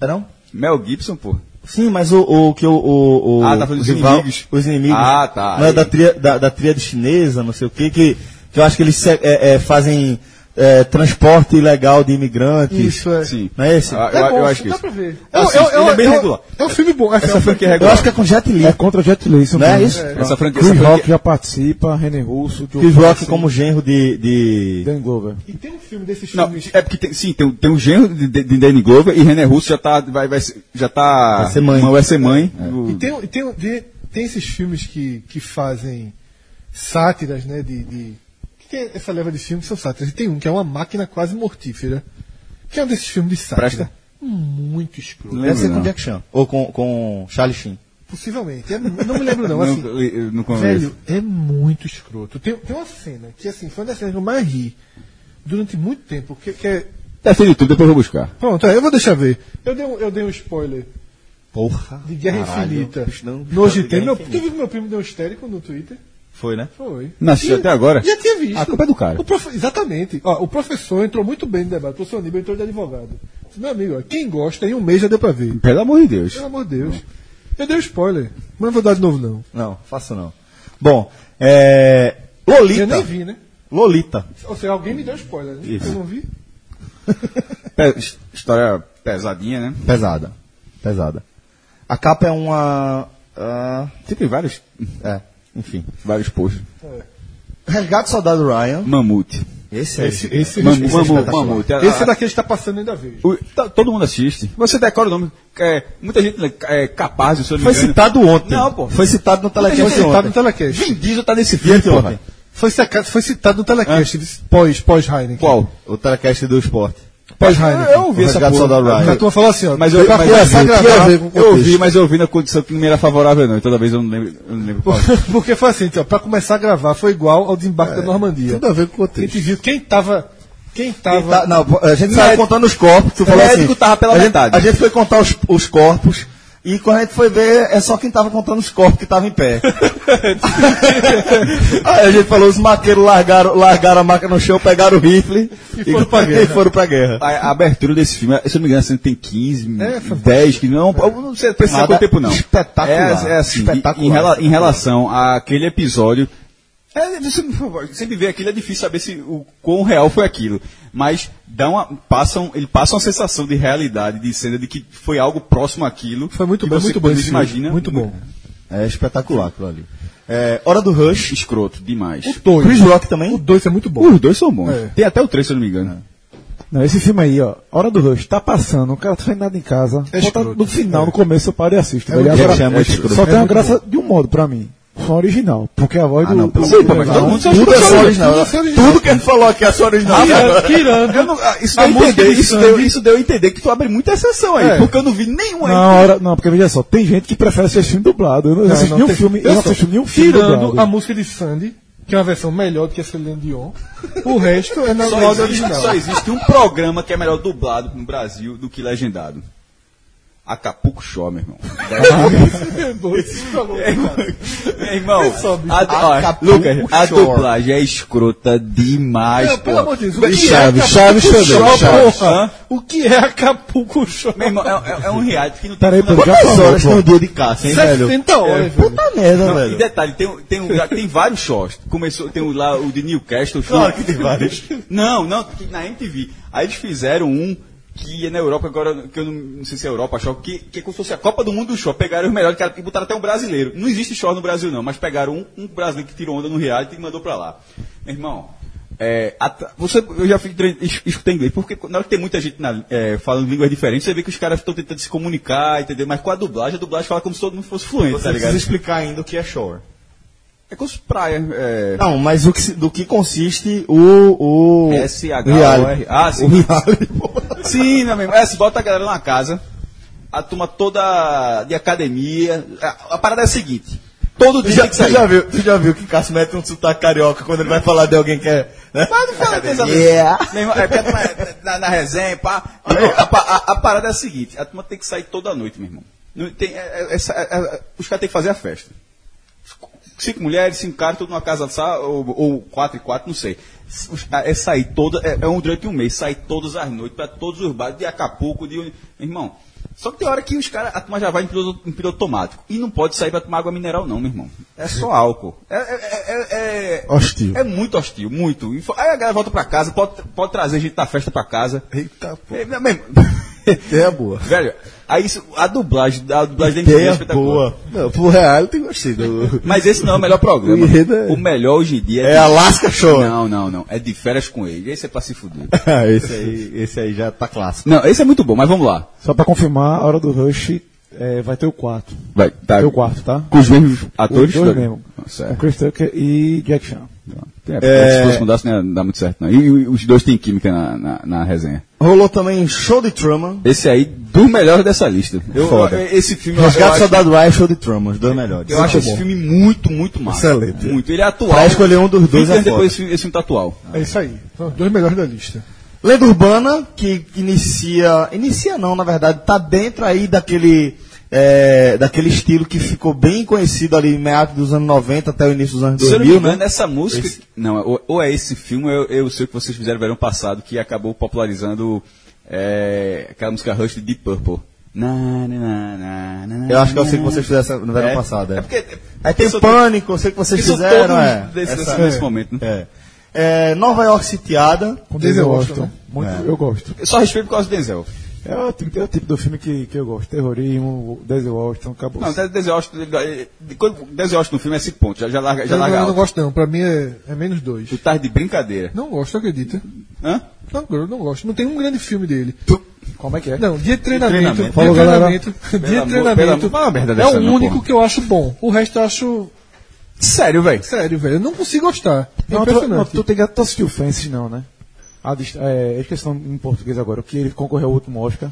Speaker 1: É não?
Speaker 4: Mel Gibson, pô.
Speaker 1: Sim, mas o, o que o, o, o-
Speaker 4: Ah, tá falando
Speaker 1: os
Speaker 4: dos
Speaker 1: rival-
Speaker 4: inimigos.
Speaker 1: Os inimigos.
Speaker 4: Ah, tá.
Speaker 1: Não é
Speaker 4: Aí.
Speaker 1: da, tria, da, da tríade chinesa, não sei o quê, que, que eu acho que eles se- é, é, fazem é, transporte ilegal de imigrantes.
Speaker 3: Isso, é.
Speaker 4: Sim.
Speaker 1: Não é esse?
Speaker 4: Ah,
Speaker 3: É
Speaker 4: eu,
Speaker 3: bom,
Speaker 4: eu acho que
Speaker 3: dá
Speaker 4: isso.
Speaker 3: pra ver.
Speaker 4: Eu assisto, ele é bem
Speaker 3: eu-
Speaker 4: regular.
Speaker 3: É um filme bom.
Speaker 4: Essa franquia é
Speaker 1: eu
Speaker 4: regular.
Speaker 1: acho que é com Jet Li.
Speaker 6: É contra Jet Li, isso
Speaker 1: Não é
Speaker 6: mesmo.
Speaker 1: isso?
Speaker 4: Essa franquia,
Speaker 6: Chris
Speaker 4: essa
Speaker 6: Rock
Speaker 4: franquia
Speaker 6: já participa, René Russo, Joe
Speaker 1: Chris Rock
Speaker 6: Jackson,
Speaker 1: como genro de. de...
Speaker 6: Dan Glover.
Speaker 3: E tem um filme desses
Speaker 4: não,
Speaker 3: filmes.
Speaker 4: é porque tem, sim, tem, o- tem o genro de, de, de Danny Glover e René Russo já tá. Vai, vai, ser- já tá.
Speaker 1: Vai ser mãe.
Speaker 4: Vai ser mãe. do-
Speaker 3: E tem, e tem, de- tem esses filmes que, que fazem sátiras, né? De, de- que tem essa leva de filmes que são sátiras. E tem um que é uma máquina quase mortífera. Que é um desses filmes de sátira.
Speaker 4: Presta.
Speaker 3: Muito escroto.
Speaker 4: Não
Speaker 1: Deve ser
Speaker 4: lembro,
Speaker 1: com
Speaker 4: não.
Speaker 1: Jack Chan. Ou com, com Charlie Sheen.
Speaker 3: Possivelmente. É mu- não me lembro não.
Speaker 4: Não,
Speaker 3: Assim,
Speaker 4: eu não conheço.
Speaker 3: velho, é muito escroto. Tem, tem uma cena que assim, foi uma das cenas que eu mais ri durante muito tempo. Que, que é,
Speaker 4: Deve ser de tudo, depois eu vou buscar.
Speaker 3: pronto, é, eu vou deixar ver. Eu dei um, eu dei um spoiler
Speaker 1: Porra.
Speaker 3: de Guerra
Speaker 1: Caralho.
Speaker 3: Infinita.
Speaker 1: Não, não,
Speaker 3: No hoje
Speaker 1: de
Speaker 3: tem.
Speaker 1: Guerra
Speaker 3: Meu, tu
Speaker 1: Infinita.
Speaker 3: viu que meu primo deu um histérico no Twitter?
Speaker 1: Foi, né?
Speaker 3: Foi.
Speaker 4: Não assistiu
Speaker 3: E-
Speaker 4: até agora?
Speaker 3: Já tinha visto.
Speaker 4: A culpa é do cara.
Speaker 3: O profe- Exatamente. Ó, o professor entrou muito bem no debate. O professor Aníbal entrou de advogado. Disse, meu amigo, ó, quem gosta, em um mês já deu pra ver.
Speaker 4: Pelo amor de Deus.
Speaker 3: Pelo amor de Deus. Eu dei um spoiler. Mas não vou dar de novo, não.
Speaker 1: Não, faço não. Bom, é. Lolita.
Speaker 3: Eu nem vi, né?
Speaker 1: Lolita.
Speaker 3: Ou seja, alguém me deu spoiler, né?
Speaker 4: Isso.
Speaker 3: Eu não vi.
Speaker 4: Pe- É, his- história pesadinha, né?
Speaker 1: Pesada. Pesada. A capa é uma. ah,
Speaker 4: Você tem vários,
Speaker 1: é, enfim. É.
Speaker 4: vários posts.
Speaker 1: Resgate Soldado Ryan.
Speaker 4: Mamute.
Speaker 1: Esse é
Speaker 3: Esse, esse,
Speaker 4: Mamu-
Speaker 3: esse,
Speaker 4: Mamu-
Speaker 3: espetacular.
Speaker 4: Mamute. A-
Speaker 3: Esse
Speaker 4: a-
Speaker 3: daqui está passando ainda vejo.
Speaker 4: O- tá- todo mundo assiste. Você decora o nome. É, muita gente é capaz, se eu não me
Speaker 1: Foi
Speaker 4: engano.
Speaker 1: citado ontem.
Speaker 4: Não, pô.
Speaker 1: Foi citado no
Speaker 3: Foi
Speaker 1: telecast
Speaker 3: citado
Speaker 1: ontem.
Speaker 3: no telecast.
Speaker 4: Vin Diesel tá nesse filme,
Speaker 1: Anteontem.
Speaker 4: porra.
Speaker 3: Foi, saca- foi citado no telecast. Pós, pós Heineken.
Speaker 4: Qual?
Speaker 1: O telecast do esporte.
Speaker 3: Pós Heineken.
Speaker 4: Eu ouvi
Speaker 1: O
Speaker 4: essa
Speaker 1: resgate
Speaker 4: porra.
Speaker 1: Soldado
Speaker 3: A
Speaker 1: Ryan.
Speaker 3: turma falou assim, ó.
Speaker 2: é
Speaker 4: Mas eu,
Speaker 1: Pra
Speaker 4: mas
Speaker 1: começar a
Speaker 4: eu,
Speaker 1: gravar,
Speaker 4: eu-
Speaker 1: ver com
Speaker 4: eu
Speaker 1: contexto.
Speaker 4: ouvi, mas eu ouvi na condição que não era favorável, não. E toda vez eu não lembro, eu não lembro qual.
Speaker 3: Porque foi assim, ó, pra começar a gravar, foi igual ao desembarque da Normandia.
Speaker 2: Tudo a ver com o
Speaker 3: A
Speaker 2: contexto.
Speaker 3: gente viu quem tava. Quem tava.
Speaker 1: Quem tá- não, a gente saiu
Speaker 4: Médico-
Speaker 1: contando os corpos. Tu falou
Speaker 4: Médico
Speaker 1: assim,
Speaker 4: tava pela
Speaker 1: a gente-
Speaker 4: metade.
Speaker 1: a gente foi contar os, os corpos. E quando a gente foi ver, é só quem tava contando os corpos que tava em pé. Aí a gente falou, os maqueiros largaram, largaram a maca no chão, pegaram o rifle e
Speaker 3: foram pra guerra.
Speaker 1: e foram pra guerra.
Speaker 4: A, a abertura desse filme, se eu não me engano, assim, tem 15,
Speaker 3: É, foi-
Speaker 4: 10, que não, não sei, precisa
Speaker 1: Nada
Speaker 4: quanto tempo não.
Speaker 1: espetacular.
Speaker 4: É, é assim,
Speaker 1: Espetacular.
Speaker 4: Em, rela- em relação àquele episódio, é, você sempre vê aquilo, é difícil saber se o quão real foi aquilo. Mas dá uma, passam, ele passa uma sensação de realidade, de cena, de que foi algo próximo àquilo.
Speaker 3: Foi muito
Speaker 4: que
Speaker 3: bom,
Speaker 4: você
Speaker 3: muito bom esse filme.
Speaker 4: imagina.
Speaker 3: Muito bom.
Speaker 1: É espetacular aquilo ali. É, Hora do Rush.
Speaker 4: Escroto, demais.
Speaker 3: O dois.
Speaker 1: Chris Rock também.
Speaker 3: O 2 é muito bom.
Speaker 4: Os dois são bons.
Speaker 3: É.
Speaker 4: Tem até o 3, se eu não me engano.
Speaker 6: Não, esse filme aí, ó, Hora do Rush, tá passando, o cara tá fazendo nada em casa.
Speaker 3: É
Speaker 6: Bota
Speaker 3: escroto.
Speaker 6: no final, no começo, eu paro e assisto. velho.
Speaker 1: muito
Speaker 6: Agora,
Speaker 1: bom. É muito escroto.
Speaker 6: só tem uma graça de um modo pra mim. Som original. Porque a voz
Speaker 1: Ah,
Speaker 6: do.
Speaker 1: não, pelo
Speaker 6: do-
Speaker 1: amor de
Speaker 6: do-
Speaker 1: Deus,
Speaker 6: do-
Speaker 1: não.
Speaker 6: do-
Speaker 1: Tudo é só original. Tudo que ele falou aqui é só original.
Speaker 3: Tirando.
Speaker 4: Eu não- ah, isso,
Speaker 3: A
Speaker 4: deu a
Speaker 3: música
Speaker 1: é
Speaker 4: entender,
Speaker 3: de
Speaker 4: isso,
Speaker 3: sangue.
Speaker 4: deu, isso deu a entender que tu abre muita exceção aí,
Speaker 3: É.
Speaker 4: porque eu não vi nenhuma
Speaker 6: Não, hora, não, porque veja só, tem gente que prefere assistir filme dublado. Eu não, assisto nenhum
Speaker 3: tem-
Speaker 6: filme, eu
Speaker 3: Olha
Speaker 6: não
Speaker 3: só,
Speaker 6: assisto nenhum filme
Speaker 3: Tirando
Speaker 6: dublado.
Speaker 3: a música de Sandy, que é uma versão melhor do que a Celine Dion, o resto é na
Speaker 4: Só
Speaker 3: moda
Speaker 4: existe,
Speaker 3: original.
Speaker 4: só existe um programa que é melhor dublado no Brasil do que legendado. Acapulco Show, meu irmão. meu irmão, a, ó,
Speaker 1: Acapulco
Speaker 4: Lucas, a
Speaker 1: Shore.
Speaker 4: dublagem é escrota demais,
Speaker 3: Não,
Speaker 4: pô.
Speaker 3: pelo amor de Deus, o que
Speaker 2: Chaves,
Speaker 3: é
Speaker 2: Chaves
Speaker 3: Acapulco
Speaker 2: também,
Speaker 3: Show,
Speaker 2: Chaves.
Speaker 3: porra? O que é Acapulco Show?
Speaker 4: Meu irmão, é, é- é um reality que não tem
Speaker 6: Peraí,
Speaker 4: fundamento.
Speaker 6: pô, já
Speaker 1: Quantas
Speaker 6: falou,
Speaker 1: horas tem
Speaker 6: pô.
Speaker 1: um dia de caça, hein, velho?
Speaker 3: 70
Speaker 6: é.
Speaker 3: horas, velho.
Speaker 1: Puta merda,
Speaker 4: Não, e
Speaker 1: velho.
Speaker 4: detalhe, tem, um- tem, um- já tem vários shows. Começou, tem o lá o de Newcastle. Show.
Speaker 1: Claro que tem vários.
Speaker 4: Não, não, que na MTV. Aí eles fizeram um que é na Europa agora, que eu não, não sei se é Europa, show, que, que é como se fosse a Copa do Mundo do show. Pegaram os melhores cara, e botaram até um brasileiro. Não existe show no Brasil, não, mas pegaram um, um brasileiro que tirou onda no reality e mandou pra lá. Meu irmão, é, at- você, eu já fiz, trein- es- escutei inglês, porque na hora que tem muita gente na, é, falando línguas diferentes, você vê que os caras estão tentando se comunicar, entendeu? Mas com a dublagem, a dublagem fala como se todo mundo fosse fluente, tá
Speaker 1: Você
Speaker 4: ligado?
Speaker 1: precisa explicar ainda o que é shore.
Speaker 4: É com os praia. É...
Speaker 1: Não, mas o que se- do que consiste o. o
Speaker 4: É, S-H-O-R. Ah,
Speaker 1: O
Speaker 4: sim.
Speaker 1: reality, pô.
Speaker 4: sim, meu amigo. É, se bota a galera na casa, a turma toda de academia. A, a parada é a seguinte: todo dia
Speaker 1: Já,
Speaker 4: tem que sair.
Speaker 1: você, já viu, você já viu que Cássio mete um sotaque carioca quando ele vai falar de alguém que é. Né?
Speaker 4: Mas não fala dessa vez.
Speaker 1: Yeah.
Speaker 4: Meu irmão, é porque a turma é na, na resenha, pá. Meu irmão, A, pa- a- a parada é a seguinte: a turma tem que sair toda noite, meu irmão. Não tem- é- é- essa- é- é- os caras têm que fazer a festa. Cinco mulheres, cinco caras, tudo numa casa só, ou, ou quatro e quatro, não sei. Os- É sair toda, é, é um durante um mês, sair todas as noites para todos os bares, de Acapulco, de. onde- Meu irmão. Só que tem hora que os caras, a turma já vai em piloto, em piloto automático. E não pode sair para tomar água mineral, não, meu irmão. É só álcool. É- é- é- é-
Speaker 2: Hostil.
Speaker 4: é muito hostil, muito. E fo- Aí a galera volta pra casa, pode, pode trazer gente da festa pra casa.
Speaker 2: Eita, pô.
Speaker 4: É, meu-
Speaker 2: Ideia boa.
Speaker 4: Velho, aí isso- a dublagem, a dublagem da MTV é
Speaker 2: Ideia
Speaker 4: espetacular.
Speaker 2: boa. Não, pro reality gostei. do-
Speaker 4: Mas esse não é o melhor programa.
Speaker 2: O enredo é-
Speaker 4: O melhor hoje em dia
Speaker 1: É Alaska Shore.
Speaker 4: Não, não, não. É de férias com ele. Esse é pra se fuder.
Speaker 1: Ah, esse, aí, esse aí já tá clássico.
Speaker 4: Não, esse é muito bom, mas vamos lá.
Speaker 6: Só pra confirmar, a hora do Rush é, vai ter o quarto.
Speaker 4: Vai, tá.
Speaker 6: Teu quarto, tá?
Speaker 4: Com os mesmos
Speaker 6: Os
Speaker 4: atores?
Speaker 6: dois
Speaker 4: tá?
Speaker 6: mesmo.
Speaker 4: Nossa,
Speaker 6: Com
Speaker 4: é.
Speaker 6: Chris Tucker e Jack Chan.
Speaker 4: É, porque Se fosse mudasse, não ia dar muito certo, não. E, e os dois têm química na, na, na resenha.
Speaker 1: Rolou também Show de Truman.
Speaker 4: Esse aí, do melhor dessa lista. Eu, esse filme eu
Speaker 1: Resgate
Speaker 4: acho-
Speaker 1: Soldado Ryan e Show de Truman,
Speaker 2: é
Speaker 1: os dois melhores.
Speaker 4: Eu acho esse filme muito, muito massa.
Speaker 1: Excelente.
Speaker 4: Muito. Ele é atual.
Speaker 1: Pra escolher um dos
Speaker 4: 20
Speaker 1: dois
Speaker 4: anos
Speaker 1: é foda.
Speaker 4: depois
Speaker 1: Ah.
Speaker 4: esse, esse filme tá atual.
Speaker 3: É isso aí. São os dois melhores da lista.
Speaker 6: Tá
Speaker 1: Lenda Urbana, que inicia. Inicia não, na verdade, tá dentro aí daquele. é, daquele estilo que ficou bem conhecido ali em meados dos anos 90 até o início dos anos
Speaker 4: Se eu não me
Speaker 1: 2000,
Speaker 4: engano,
Speaker 1: né?
Speaker 4: essa música.
Speaker 1: Esse-
Speaker 4: Não, ou, ou é esse filme, ou eu, eu sei o que vocês fizeram verão passado, que acabou popularizando é, aquela música Rush de Deep Purple. Na, na, na, na, na,
Speaker 1: Eu acho que eu sei que
Speaker 4: na,
Speaker 1: vocês fizeram no verão
Speaker 4: é.
Speaker 1: passado.
Speaker 4: É
Speaker 1: É.
Speaker 4: porque.
Speaker 1: Aí tem
Speaker 4: são-
Speaker 1: Pânico, eu sei que vocês
Speaker 4: que são
Speaker 1: fizeram.
Speaker 4: todos
Speaker 1: É.
Speaker 4: desse-
Speaker 1: Essa-
Speaker 4: nesse momento, né?
Speaker 1: é. É, Nova York sitiada.
Speaker 3: Com
Speaker 6: Eu
Speaker 3: Denzel
Speaker 6: gosto.
Speaker 3: Washington.
Speaker 6: Muito, Eu gosto.
Speaker 4: Eu só respeito por causa do Denzel.
Speaker 6: É o, tipo, é o tipo do filme que, que eu gosto. Terrorismo, Denzel Washington, acabou.
Speaker 4: Não, até Denzel é Washington, ele- ele- ele- quando Denzel Washington no filme é 5 pontos, já, já larga, já
Speaker 3: Eu não,
Speaker 4: larga
Speaker 3: eu não
Speaker 4: alto.
Speaker 3: gosto não, pra mim é, é menos dois.
Speaker 4: Tu tá de brincadeira.
Speaker 3: Não gosto, acredita?
Speaker 4: Hã?
Speaker 3: Não, eu não gosto. Não tem um grande filme dele.
Speaker 6: Como é que é?
Speaker 3: Não, dia de treinamento. Dia de
Speaker 4: treinamento.
Speaker 6: Falou, galera.
Speaker 3: treinamento. Dia
Speaker 4: amor-
Speaker 3: de
Speaker 4: pelo amor-
Speaker 3: treinamento.
Speaker 4: Fala uma merda
Speaker 3: É
Speaker 4: dessa,
Speaker 3: o
Speaker 6: né,
Speaker 4: não,
Speaker 3: único
Speaker 4: porra.
Speaker 3: que eu acho bom. O resto eu acho
Speaker 4: Sério, velho.
Speaker 3: sério, velho. Eu não consigo gostar. É
Speaker 6: Não, tu, não,
Speaker 3: impressionante.
Speaker 6: tu tem que tu assistiu Fences, não, né? A dist- é, esqueci o nome em português agora, o que ele concorreu ao último Oscar.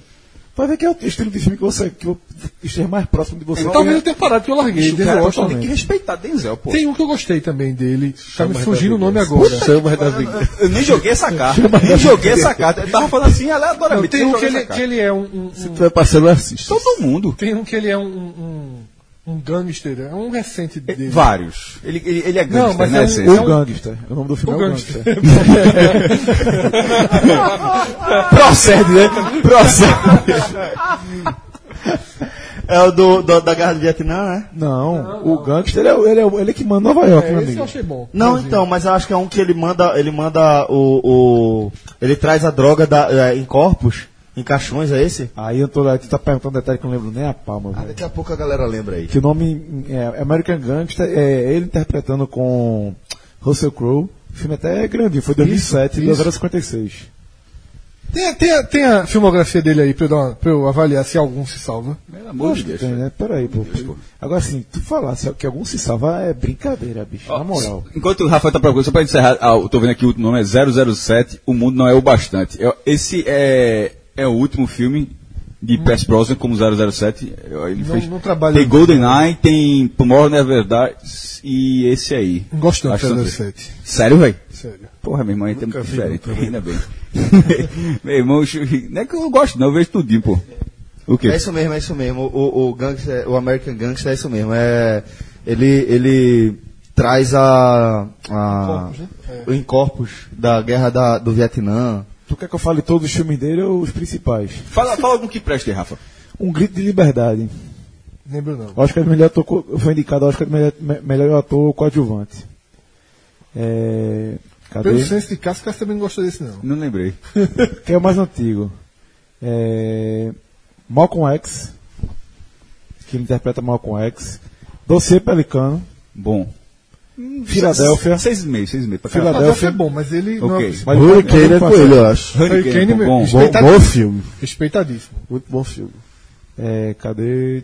Speaker 6: Vai ver que é o estilo de filme que você que eu esteja mais próximo de você.
Speaker 4: Então,
Speaker 6: É
Speaker 3: Talvez eu tenha parado porque eu larguei.
Speaker 4: Bicho,
Speaker 3: Denzel
Speaker 4: cara,
Speaker 3: Washington.
Speaker 4: tem que respeitar Denzel, pô.
Speaker 3: Tem um que eu gostei também dele. Tá me fugindo o nome agora.
Speaker 2: Chamas da
Speaker 4: Eu, eu nem joguei essa carta. nem joguei essa carta. Eu tava falando assim
Speaker 3: Não,
Speaker 4: aleatoriamente.
Speaker 3: tem
Speaker 4: nem
Speaker 3: um que
Speaker 4: joguei
Speaker 3: ele,
Speaker 4: essa carta.
Speaker 3: que ele é um, um- um-
Speaker 2: Tu é parceiro, assiste.
Speaker 4: Todo mundo.
Speaker 3: Tem um que ele é um, um, um- um gangster. É um recente dele.
Speaker 4: Vários. Ele, ele, ele é
Speaker 3: Não,
Speaker 4: gangster,
Speaker 3: mas
Speaker 4: né?
Speaker 3: é um-
Speaker 4: César?
Speaker 6: O
Speaker 3: é um-
Speaker 6: Gangster. O nome do filme
Speaker 3: O
Speaker 6: é o
Speaker 3: Gangster.
Speaker 6: Gangster.
Speaker 4: Procede, né? Procede.
Speaker 1: É o do, do- da Guerra do Vietnã, né?
Speaker 6: Não, o Gangster é, o- ele é, o- ele é que manda Nova York,
Speaker 3: É,
Speaker 6: meu
Speaker 3: esse eu
Speaker 6: amigo.
Speaker 3: achei bom.
Speaker 1: Não,
Speaker 3: Bonzinho.
Speaker 1: então, mas eu acho que é um que ele manda, ele manda o, o ele traz a droga da, é, em corpos, em caixões, é esse?
Speaker 6: Aí eu tô lá, tu tá perguntando detalhe que eu não lembro nem a palma. velho.
Speaker 1: Ah, a pouco a galera lembra aí.
Speaker 6: Que o nome é American Gangster, é ele interpretando com Russell Crowe. O filme até é grandinho, foi 2007,
Speaker 3: isso.
Speaker 6: 2 horas e 56.
Speaker 3: Tem, a- tem, a- tem a filmografia dele aí pra eu, dar uma- pra eu avaliar se algum se salva.
Speaker 4: Pelo amor de Deus.
Speaker 6: Tem, né? Peraí, pô. Agora sim, tu falar se- que algum se salva é brincadeira, bicho.
Speaker 4: Ó,
Speaker 6: na moral.
Speaker 4: Enquanto o Rafael tá procurando, só pra encerrar, ah, eu tô vendo aqui o último nome é 007, O Mundo Não É o Bastante. Eu- esse é, é o último filme de Pierce Brosnan como 007. Eu- Ele
Speaker 3: Hum. Não-
Speaker 4: fez,
Speaker 3: não trabalha-
Speaker 4: tem GoldenEye, tem Tomorrow Never Dies e esse aí.
Speaker 3: Gosto
Speaker 4: Acho
Speaker 3: tanto
Speaker 4: que
Speaker 3: do
Speaker 4: são
Speaker 3: 07.
Speaker 4: três. Sério, velho?
Speaker 3: Sério.
Speaker 4: Porra, meu irmão, aí tá muito diferente. Ainda bem. meu irmão, chu- não é que eu não gosto, não, eu vejo tudinho, pô. O quê?
Speaker 1: É isso mesmo, é isso mesmo. O, o, gangster, o American Gangster é isso mesmo. É, ele, ele traz a, a
Speaker 3: Corpos, né?
Speaker 1: os corpos da guerra da, do Vietnã.
Speaker 6: Tu quer que eu fale todos os filmes dele ou os principais?
Speaker 4: Fala, fala algum que preste, Rafa.
Speaker 6: Um Grito de Liberdade.
Speaker 3: Lembro não.
Speaker 6: Oscar de é melhor ator, co- foi indicado ao Oscar de é melhor, me- melhor ator coadjuvante. É, cadê?
Speaker 3: Pelo senso de casa, o cara também não gostou desse, não.
Speaker 4: Não lembrei.
Speaker 6: Que é o mais antigo. É, Malcolm X, que interpreta Malcolm X. Dossiê Pelicano,
Speaker 4: Bom. É
Speaker 6: Filadélfia.
Speaker 4: Seis e meio, seis e meio. Pra cá.
Speaker 6: Filadélfia.
Speaker 3: Filadélfia é bom, mas ele não é
Speaker 4: Ok.
Speaker 3: o principal.
Speaker 6: Mas
Speaker 2: Hurricane é com ele, eu acho.
Speaker 4: Hurricane,
Speaker 3: Hurricane,
Speaker 4: bom,
Speaker 3: meu,
Speaker 4: bom,
Speaker 2: Bom,
Speaker 3: é respeitadíssimo.
Speaker 2: bom filme.
Speaker 3: respeitadíssimo.
Speaker 2: Muito bom filme.
Speaker 6: É, cadê?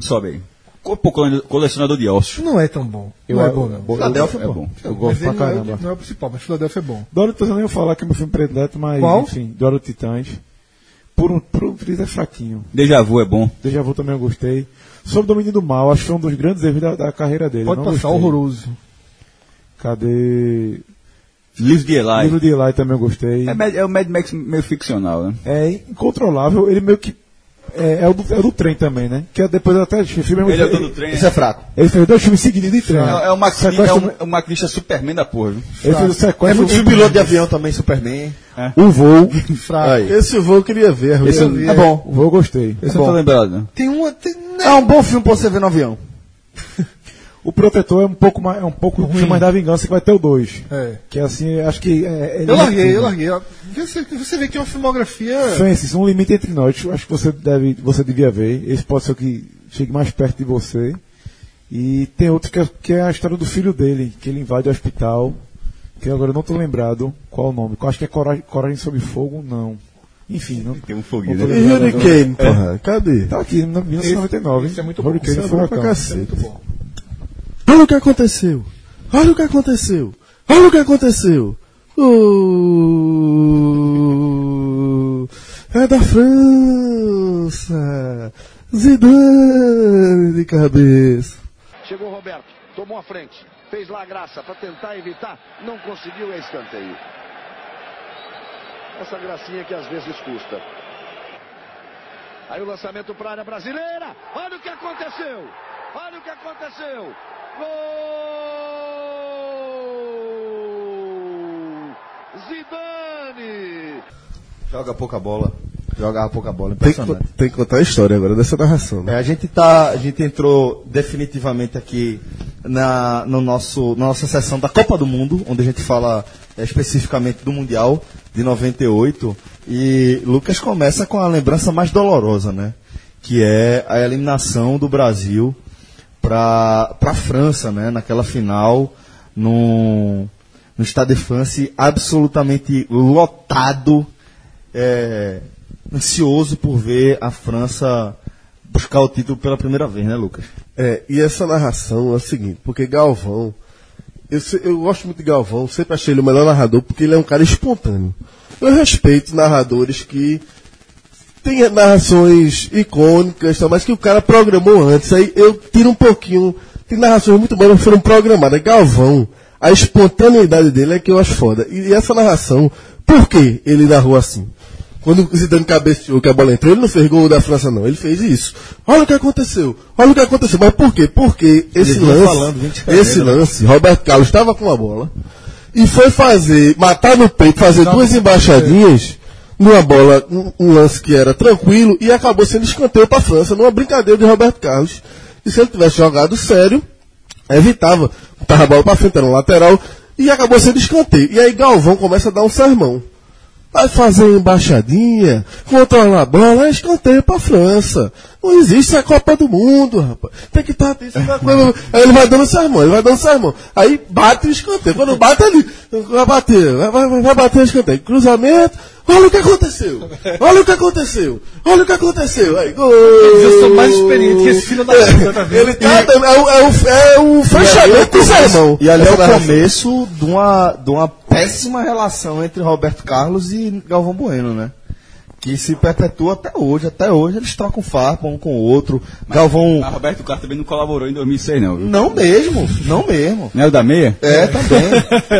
Speaker 4: Sobe aí. Co- pô, cole- Colecionador de ossos.
Speaker 3: Não é tão bom.
Speaker 6: Eu-
Speaker 3: não é bom, não.
Speaker 6: eu-
Speaker 4: Filadélfia é bom.
Speaker 6: Eu gosto
Speaker 3: mas
Speaker 6: pra
Speaker 3: ele não é, o-
Speaker 6: caramba.
Speaker 3: não é o principal, mas Filadélfia é bom.
Speaker 6: Dorothy eu nem vou falar que é meu filme predileto, mas
Speaker 3: Qual?
Speaker 6: enfim, Dorothy Titãs. Por um, por um triz é fraquinho.
Speaker 4: Deja vu é bom.
Speaker 6: Deja Vu também eu gostei. Sobre o Domínio do Mal, acho que foi um dos grandes erros da, da carreira dele.
Speaker 3: Pode
Speaker 6: não
Speaker 3: passar,
Speaker 6: gostei.
Speaker 3: horroroso.
Speaker 6: Cadê?
Speaker 4: Livro de Eli.
Speaker 6: Livro de Eli também eu gostei.
Speaker 4: É,
Speaker 6: É,
Speaker 4: Mad- é o Mad Max meio ficcional, né?
Speaker 6: incontrolável, ele meio que. É, é o do, é o do trem também, né? Que é depois eu até achei filme.
Speaker 4: Ele é o dono do
Speaker 6: ele,
Speaker 4: trem.
Speaker 1: Isso é fraco.
Speaker 6: ele fez dois filmes seguidos de trem.
Speaker 4: É, é o Max,
Speaker 6: Sequestro-
Speaker 4: é um, é um maquinista Superman da porra, viu?
Speaker 6: Ele
Speaker 3: Tá.
Speaker 6: fez o
Speaker 1: É
Speaker 6: sequestro.
Speaker 1: muito o piloto de avião também, Superman.
Speaker 3: É.
Speaker 2: O voo.
Speaker 1: Fraco.
Speaker 2: Esse voo eu queria ver.
Speaker 4: Esse
Speaker 2: eu
Speaker 4: é bom.
Speaker 6: Eu gostei.
Speaker 4: Esse eu não tô lembrado, né?
Speaker 1: Tem uma. tem- É um bom filme pra você ver no avião.
Speaker 6: O Protetor é um pouco mais. É um pouco o filme mais da vingança que vai ter o dois.
Speaker 3: É.
Speaker 6: Que assim, acho que. é- ele
Speaker 3: Eu
Speaker 6: é
Speaker 3: larguei,
Speaker 6: antigo.
Speaker 3: eu larguei. Você, você vê que é uma filmografia.
Speaker 6: Francis, um limite entre nós. Acho que você deve, você devia ver. Esse pode ser o que chegue mais perto de você. E tem outro que é, que é a história do filho dele, que ele invade o hospital. Que agora eu não estou lembrado qual o nome. Acho que é Coragem, Coragem sob Fogo, não. Enfim, não.
Speaker 4: Tem um foguinho,
Speaker 6: Não tô
Speaker 4: né?
Speaker 2: E Hurricane, porra. Cadê?
Speaker 6: Tá aqui, em 1999.
Speaker 3: Esse é muito bom.
Speaker 6: Hurricane
Speaker 2: Esse é bom pra
Speaker 6: Furacão.
Speaker 2: cacete.
Speaker 3: É muito bom.
Speaker 2: Olha o que aconteceu. Olha o que aconteceu. Olha o que aconteceu. Oh, é da França. Zidane de cabeça.
Speaker 9: Chegou o Roberto, tomou a frente, fez lá a graça para tentar evitar, não conseguiu é escanteio. Essa gracinha que às vezes custa. Aí o lançamento para a área brasileira. Olha o que aconteceu! Olha o que aconteceu! Gol! Zidane!
Speaker 1: Joga pouca bola. Joga pouca bola.
Speaker 2: Tem que,
Speaker 1: Impressionante.
Speaker 2: con- tem que contar a história agora dessa narração.
Speaker 1: É,
Speaker 2: Né?
Speaker 1: a gente tá, a gente entrou definitivamente aqui na no nosso na nossa sessão da Copa do Mundo, onde a gente fala é, especificamente do Mundial de 98 e Lucas começa com a lembrança mais dolorosa, né? Que é a eliminação do Brasil para para França, né? Naquela final num no Stade de France absolutamente lotado, é, ansioso por ver a França buscar o título pela primeira vez, né, Lucas?
Speaker 2: É, e essa narração é o seguinte, porque Galvão, eu, se- eu gosto muito de Galvão, sempre achei ele o melhor narrador, porque ele é um cara espontâneo. Eu respeito narradores que tem narrações icônicas, tal, mas que o cara programou antes. Aí eu tiro um pouquinho. Tem narrações muito boas, mas foram programadas. Galvão, a espontaneidade dele é que eu acho foda. E essa narração, por que ele narrou assim? Quando o Zidane cabeceou que a bola entrou, ele não fez gol da França, não. Ele fez isso. Olha o que aconteceu. Olha o que aconteceu. Mas por quê? Porque esse
Speaker 1: vinha
Speaker 2: lance,
Speaker 1: falando, vinha te
Speaker 2: esse lance, Roberto Carlos estava com a bola e foi fazer, matar no peito, fazer duas embaixadinhas numa bola, um, um lance que era tranquilo e acabou sendo escanteio para a França numa brincadeira de Roberto Carlos. E se ele tivesse jogado sério, evitava, tava a bola para frente, era um lateral e acabou sendo escanteio. E aí Galvão começa a dar um sermão. Vai fazer uma embaixadinha, controlar a bola, é escanteio pra França. Não existe a Copa do Mundo, rapaz. Tem que estar isso é uma coisa. Aí ele vai dando sermão, ele vai dando sermão. Aí bate o escanteio. Quando bate ali, vai bater, vai, vai, vai- vai bater o escanteio. Cruzamento, olha o que aconteceu. Olha o que aconteceu. Olha o que aconteceu. Aí, gol.
Speaker 3: Eu sou mais experiente que esse filho da puta, tá vendo?
Speaker 2: Ele tá, dando- é, o, é, o, é o fechamento do sermão.
Speaker 1: E ali
Speaker 2: é
Speaker 1: é
Speaker 2: o
Speaker 1: o começo de uma, de uma péssima relação entre Roberto Carlos e Galvão Bueno, né? que se perpetua até hoje. Até hoje eles trocam farpa um com o outro. Galvão.
Speaker 4: A Roberto Carlos também não colaborou em 2006, não. viu?
Speaker 1: Não mesmo, não mesmo.
Speaker 4: Não é o da meia?
Speaker 1: É, também.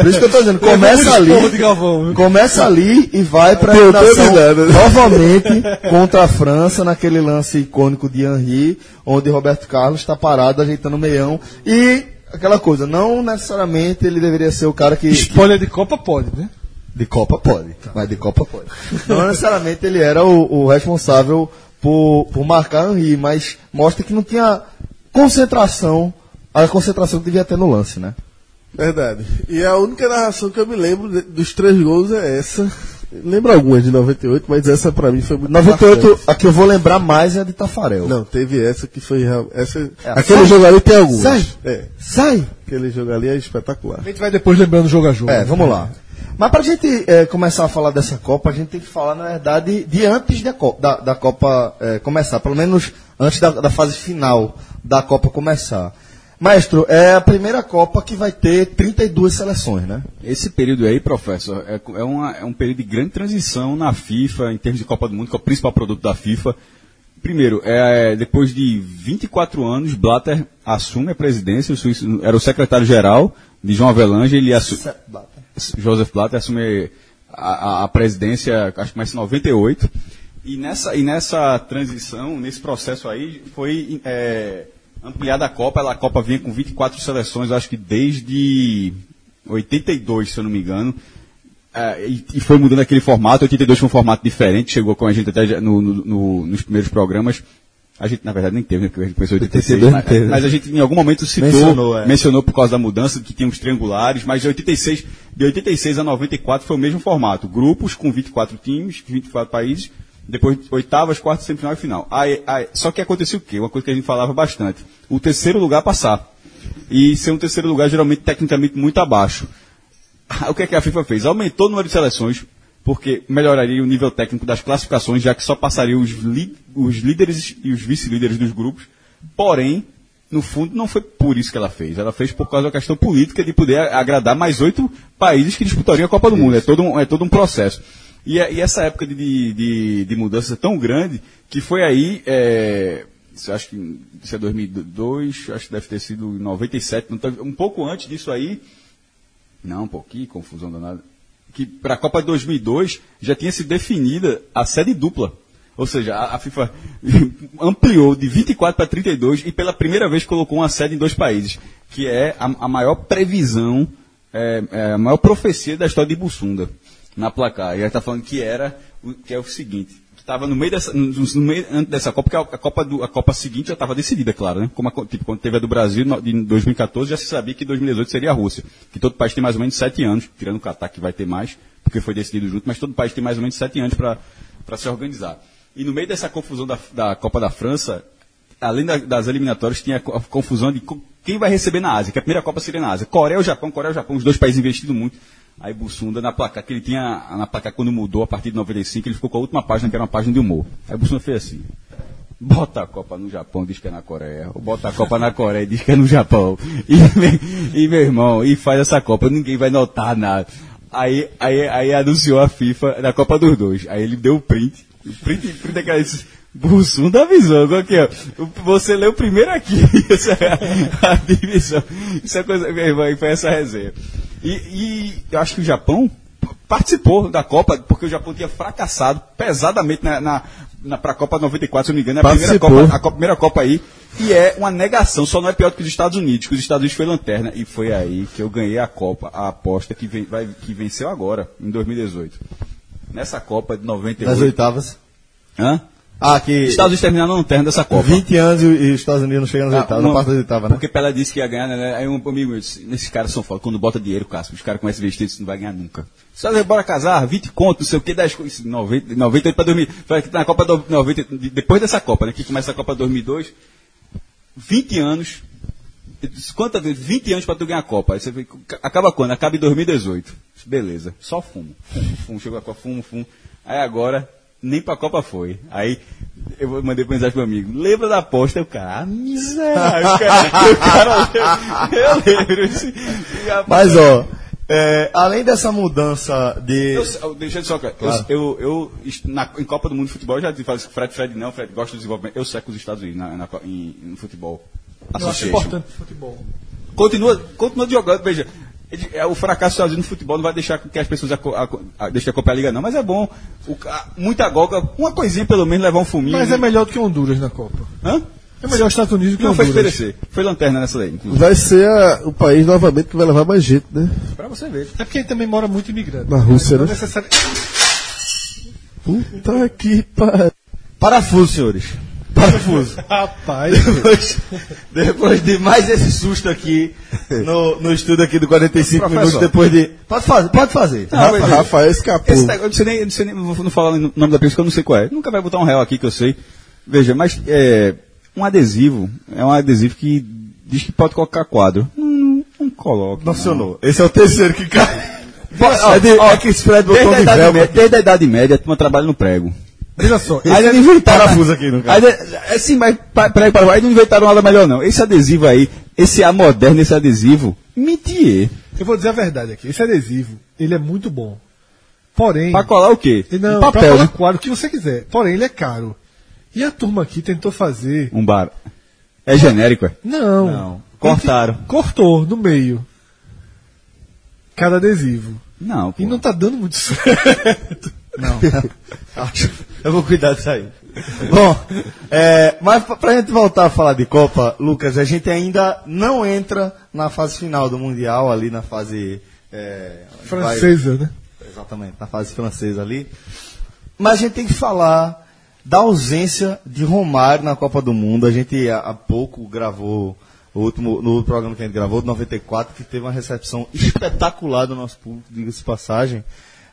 Speaker 1: Por isso que eu tô dizendo, começa ali.
Speaker 3: Porra um de Galvão. viu?
Speaker 1: Começa ali e vai para a eliminação novamente contra a França naquele lance icônico de Henry, onde Roberto Carlos está parado ajeitando o meião e aquela coisa, não necessariamente ele deveria ser o cara que
Speaker 3: Spoiler de Copa pode, né?
Speaker 1: de Copa pode, mas de Copa pode. Não necessariamente ele era o, o responsável por, por marcar Henry, mas mostra que não tinha concentração, a concentração que devia ter no lance, né?
Speaker 2: Verdade. E a única narração que eu me lembro de- dos três gols é essa. Lembro algumas de 98, mas essa pra mim foi muito
Speaker 1: 98,
Speaker 2: marcante.
Speaker 1: a que eu vou lembrar mais é a de Tafarel.
Speaker 2: Não, teve essa que foi real- essa
Speaker 1: É,
Speaker 2: Aquele
Speaker 1: sai.
Speaker 2: jogo ali tem algumas.
Speaker 1: Sai.
Speaker 2: É,
Speaker 1: Sai!
Speaker 2: aquele jogo ali é espetacular.
Speaker 3: A gente vai depois lembrando jogo a jogo.
Speaker 1: É, vamos lá. Mas para a gente eh, começar a falar dessa Copa, a gente tem que falar, na verdade, de antes da Copa, da, da Copa eh, começar, pelo menos antes da, da fase final da Copa começar. Maestro, é a primeira Copa que vai ter 32 seleções, né?
Speaker 4: Esse período aí, professor, é, co- é uma- é um período de grande transição na FIFA, em termos de Copa do Mundo, que é o principal produto da FIFA. Primeiro, é, depois de 24 anos, Blatter assume a presidência, o suíço era o secretário-geral de João Avelange, ele assume. Joseph Blatter assume a, a- a presidência, acho que mais em 98. E nessa, e nessa transição, nesse processo aí, foi é, ampliada a Copa. Ela- A Copa vinha com 24 seleções, acho que desde 82, se eu não me engano. É, e, e foi mudando aquele formato. 82 foi um formato diferente, chegou com a gente até já no- no- no- nos primeiros programas. A gente, na verdade, nem teve, né? Porque a gente começou em 86.
Speaker 1: 82 não
Speaker 4: mas,
Speaker 1: teve.
Speaker 4: mas a gente, em algum momento, citou,
Speaker 1: Mencionou,
Speaker 4: mencionou,
Speaker 1: é.
Speaker 4: por causa da mudança, que tinha os triangulares, mas de 86, de 86 a 94 foi o mesmo formato. Grupos com 24 times, 24 países, depois oitavas, quartas, semifinal e final. Aí- aí- só que aconteceu o quê? Uma coisa que a gente falava bastante. O terceiro lugar passar. E ser um terceiro lugar, geralmente, tecnicamente, muito abaixo. O que, é que a FIFA fez? Aumentou o número de seleções, porque melhoraria o nível técnico das classificações, já que só passariam os, li- os líderes e os vice-líderes dos grupos. Porém, no fundo, não foi por isso que ela fez. Ela fez por causa da questão política de poder agradar mais oito países que disputariam a Copa do Mundo. É todo um, é todo um processo. E, é- e essa época de, de, de- de mudança é tão grande que foi aí. é, isso eu acho que isso é 2002, acho que deve ter sido em 97, não teve- um pouco antes disso aí, não, pô, que confusão danada. Que para a Copa de 2002 já tinha se definida a série dupla. Ou seja, a, a FIFA ampliou de 24 para 32 e pela primeira vez colocou uma série em dois países, que é a, a maior previsão, é, é, a maior profecia da história de Bussunda na placar. E ela está falando que era o- que é o seguinte, que estava no meio dessa, no, no meio antes dessa Copa, porque a, a Copa do- a Copa seguinte já estava decidida, claro, né? Como a co- tipo, quando teve a do Brasil no, de 2014, já se sabia que 2018 seria a Rússia, que todo país tem mais ou menos sete anos, tirando o Catar que vai ter mais, porque foi decidido junto, mas todo país tem mais ou menos sete anos para se organizar. E no meio dessa confusão da, da Copa da França, além da- das eliminatórias, tinha a co- a confusão de co- quem vai receber na Ásia, que é a primeira Copa seria na Ásia. Coreia ou Japão, Coreia ou Japão, os dois países investindo muito. Aí Bussunda na placar, que ele tinha na placar quando mudou a partir de 95, ele ficou com a última página, que era uma página de humor. Aí Bussunda fez assim. Bota a Copa no Japão, diz que é na Coreia. Ou bota a Copa na Coreia, diz que é no Japão. E, me- e meu irmão, e faz essa Copa, ninguém vai notar nada. Aí, aí, aí anunciou a FIFA na Copa dos Dois. Aí ele deu o print. O print, print é daquela. esse Bussum da visão, qual que é? O- Você leu primeiro aqui essa, a divisão. Isso é coisa, meu irmão, e foi essa resenha. E, e eu acho que o Japão participou da Copa, porque o Japão tinha fracassado pesadamente na, na, na, pra Copa 94, se eu não me engano, é a primeira
Speaker 2: Participou.
Speaker 4: Copa, a Copa- primeira Copa aí, e é uma negação, só não é pior do que os Estados Unidos, que os Estados Unidos foi lanterna, e foi aí que eu ganhei a Copa, a aposta que, vem, vai, que venceu agora, em 2018. Nessa Copa de 98.
Speaker 1: Nas oitavas.
Speaker 4: Hã?
Speaker 1: Ah, que
Speaker 4: Os Estados Unidos terminaram lanterna dessa Copa.
Speaker 1: 20 anos e, e os Estados Unidos não chegam
Speaker 2: Ah,
Speaker 1: nas oitavas,
Speaker 4: uma-
Speaker 1: não passa das oitavas, né?
Speaker 4: Ah, Porque Pelé disse que ia ganhar, né? Aí um amigo meu disse, esses caras são foda. Quando bota dinheiro, Cássio, os caras começam a investir, isso não vai ganhar nunca. Só dizer, bora casar, 20 contos, não sei o que, 10 contos, 90, 98 pra 2000. Foi na Copa do 90, de- depois dessa Copa, né? Que começa a Copa 2002, 20 anos. Eu disse, Quantas vezes? 20 anos pra tu ganhar a Copa. Aí você fica, acaba quando? Acaba em 2018. Beleza. Só fumo. Fumo, fumo. Chegou a Copa, fumo, fumo. Aí agora, nem pra Copa foi. Aí eu mandei pra mensagem pro amigo. Lembra da aposta? Aí O cara, ah, miserável. O cara, o cara, eu lembro. Eu disse,
Speaker 1: Mas ó, É, além dessa mudança de.
Speaker 4: Eu- eu- deixa eu só, cara. Eu-
Speaker 1: Claro.
Speaker 4: Eu, eu, est- na, em Copa do Mundo de Futebol, eu já te falo isso, Fred, Fred não, Fred gosta do desenvolvimento. Eu seco os Estados Unidos na, na co- em, no futebol.
Speaker 3: Eu acho
Speaker 4: Association.
Speaker 3: importante pro futebol.
Speaker 4: Continua, continua jogando, veja. ele- é, O fracasso dos Estados Unidos no futebol não vai deixar que as pessoas aco- aco- a- deixem de acompanhar a Liga, não, mas é bom. O ca- muita goga, uma coisinha pelo menos, levar um fuminho.
Speaker 3: Mas é melhor do que Honduras na Copa.
Speaker 4: Hã?
Speaker 3: É melhor os Estados Unidos do que
Speaker 4: Não foi
Speaker 3: Honduras.
Speaker 4: perecer. Foi lanterna nessa daí. inclusive.
Speaker 2: Vai ser a- o país novamente que vai levar mais gente, né?
Speaker 4: Pra você ver.
Speaker 3: É porque aí também mora muito imigrante.
Speaker 2: Na Rússia,
Speaker 3: Não
Speaker 2: né?
Speaker 3: necessari-
Speaker 2: Puta que pariu.
Speaker 1: Um Parafuso, senhores. Parafuso.
Speaker 3: Rapaz,
Speaker 1: depois, depois de mais esse susto aqui no, no estúdio aqui do 45 minutos, depois de. Pode fazer, pode fazer.
Speaker 4: Não, mas-
Speaker 2: Rafael escapou.
Speaker 4: Esse negócio, eu não sei nem, eu não, sei nem- eu vou- não falar o nome da pessoa, que eu não sei qual é. Nunca vai botar um réu aqui que eu sei. Veja, mas é, um adesivo, é um adesivo que diz que pode colocar quadro. Não, não coloca.
Speaker 1: Não funcionou. Esse é o terceiro que cai.
Speaker 4: Ó,
Speaker 1: é de,
Speaker 4: ó,
Speaker 1: é que esse Fred botou
Speaker 4: Desde a,
Speaker 1: de
Speaker 4: idade
Speaker 1: velho.
Speaker 4: média, desde a Idade Média, a turma trabalha no prego.
Speaker 3: veja só.
Speaker 4: Aí não inventaram.
Speaker 1: parafuso aqui, no caso.
Speaker 4: Aí, de- é, sim, mas pa- prego para aí não inventaram nada melhor, não. Esse adesivo aí, esse A moderno, esse adesivo, mitier.
Speaker 3: Eu vou dizer a verdade aqui. Esse adesivo, ele é muito bom. Porém,
Speaker 4: Pra colar o quê?
Speaker 3: ele não,
Speaker 4: um
Speaker 3: pra
Speaker 4: papel,
Speaker 3: colar
Speaker 4: né?
Speaker 3: quadro, o que você quiser. Porém, ele é caro. E a turma aqui tentou fazer.
Speaker 4: Um bar. É genérico, é.
Speaker 3: Não.
Speaker 1: Não. Cortaram.
Speaker 3: Cortou no meio. Cada adesivo.
Speaker 4: Não, pô.
Speaker 3: E não tá dando muito certo.
Speaker 1: Eu vou cuidar disso aí. Bom, é, mas pra- pra gente voltar a falar de Copa, Lucas, a gente ainda não entra na fase final do Mundial, ali na fase. é, onde vai-
Speaker 3: Francesa, né?
Speaker 1: Exatamente, na fase francesa ali. Mas a gente tem que falar da ausência de Romário na Copa do Mundo. A gente há, há pouco gravou o último no programa que a gente gravou, de 94, que teve uma recepção espetacular do nosso público, diga-se de passagem.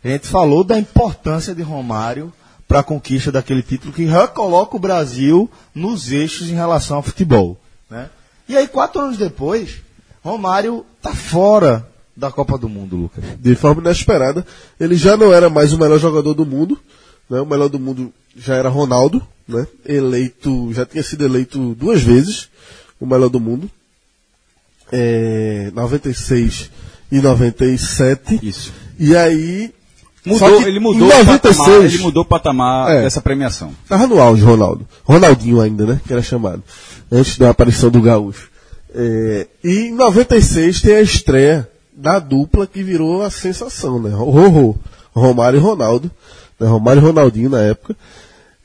Speaker 1: A gente falou da importância de Romário para a conquista daquele título que recoloca o Brasil nos eixos em relação ao futebol. Né? E aí, quatro anos depois, Romário está fora da Copa do Mundo, Lucas.
Speaker 2: de forma inesperada. Ele já não era mais o melhor jogador do mundo, né? O melhor do mundo já era Ronaldo, né? Eleito, já tinha sido eleito duas vezes o melhor do mundo. É, 96 e 97.
Speaker 4: Isso.
Speaker 2: E aí
Speaker 4: Mudou,
Speaker 2: só que
Speaker 4: ele
Speaker 2: em
Speaker 4: mudou o patamar,
Speaker 2: 96,
Speaker 4: ele mudou o patamar
Speaker 2: É.
Speaker 4: dessa premiação.
Speaker 2: Tava no auge, Ronaldo. Ronaldinho ainda, né? Que era chamado. Antes da aparição do Gaúcho. É, e em 96 tem a estreia da dupla que virou a sensação, né? Rorô. Romário e Ronaldo. Né? Romário e Ronaldinho na época.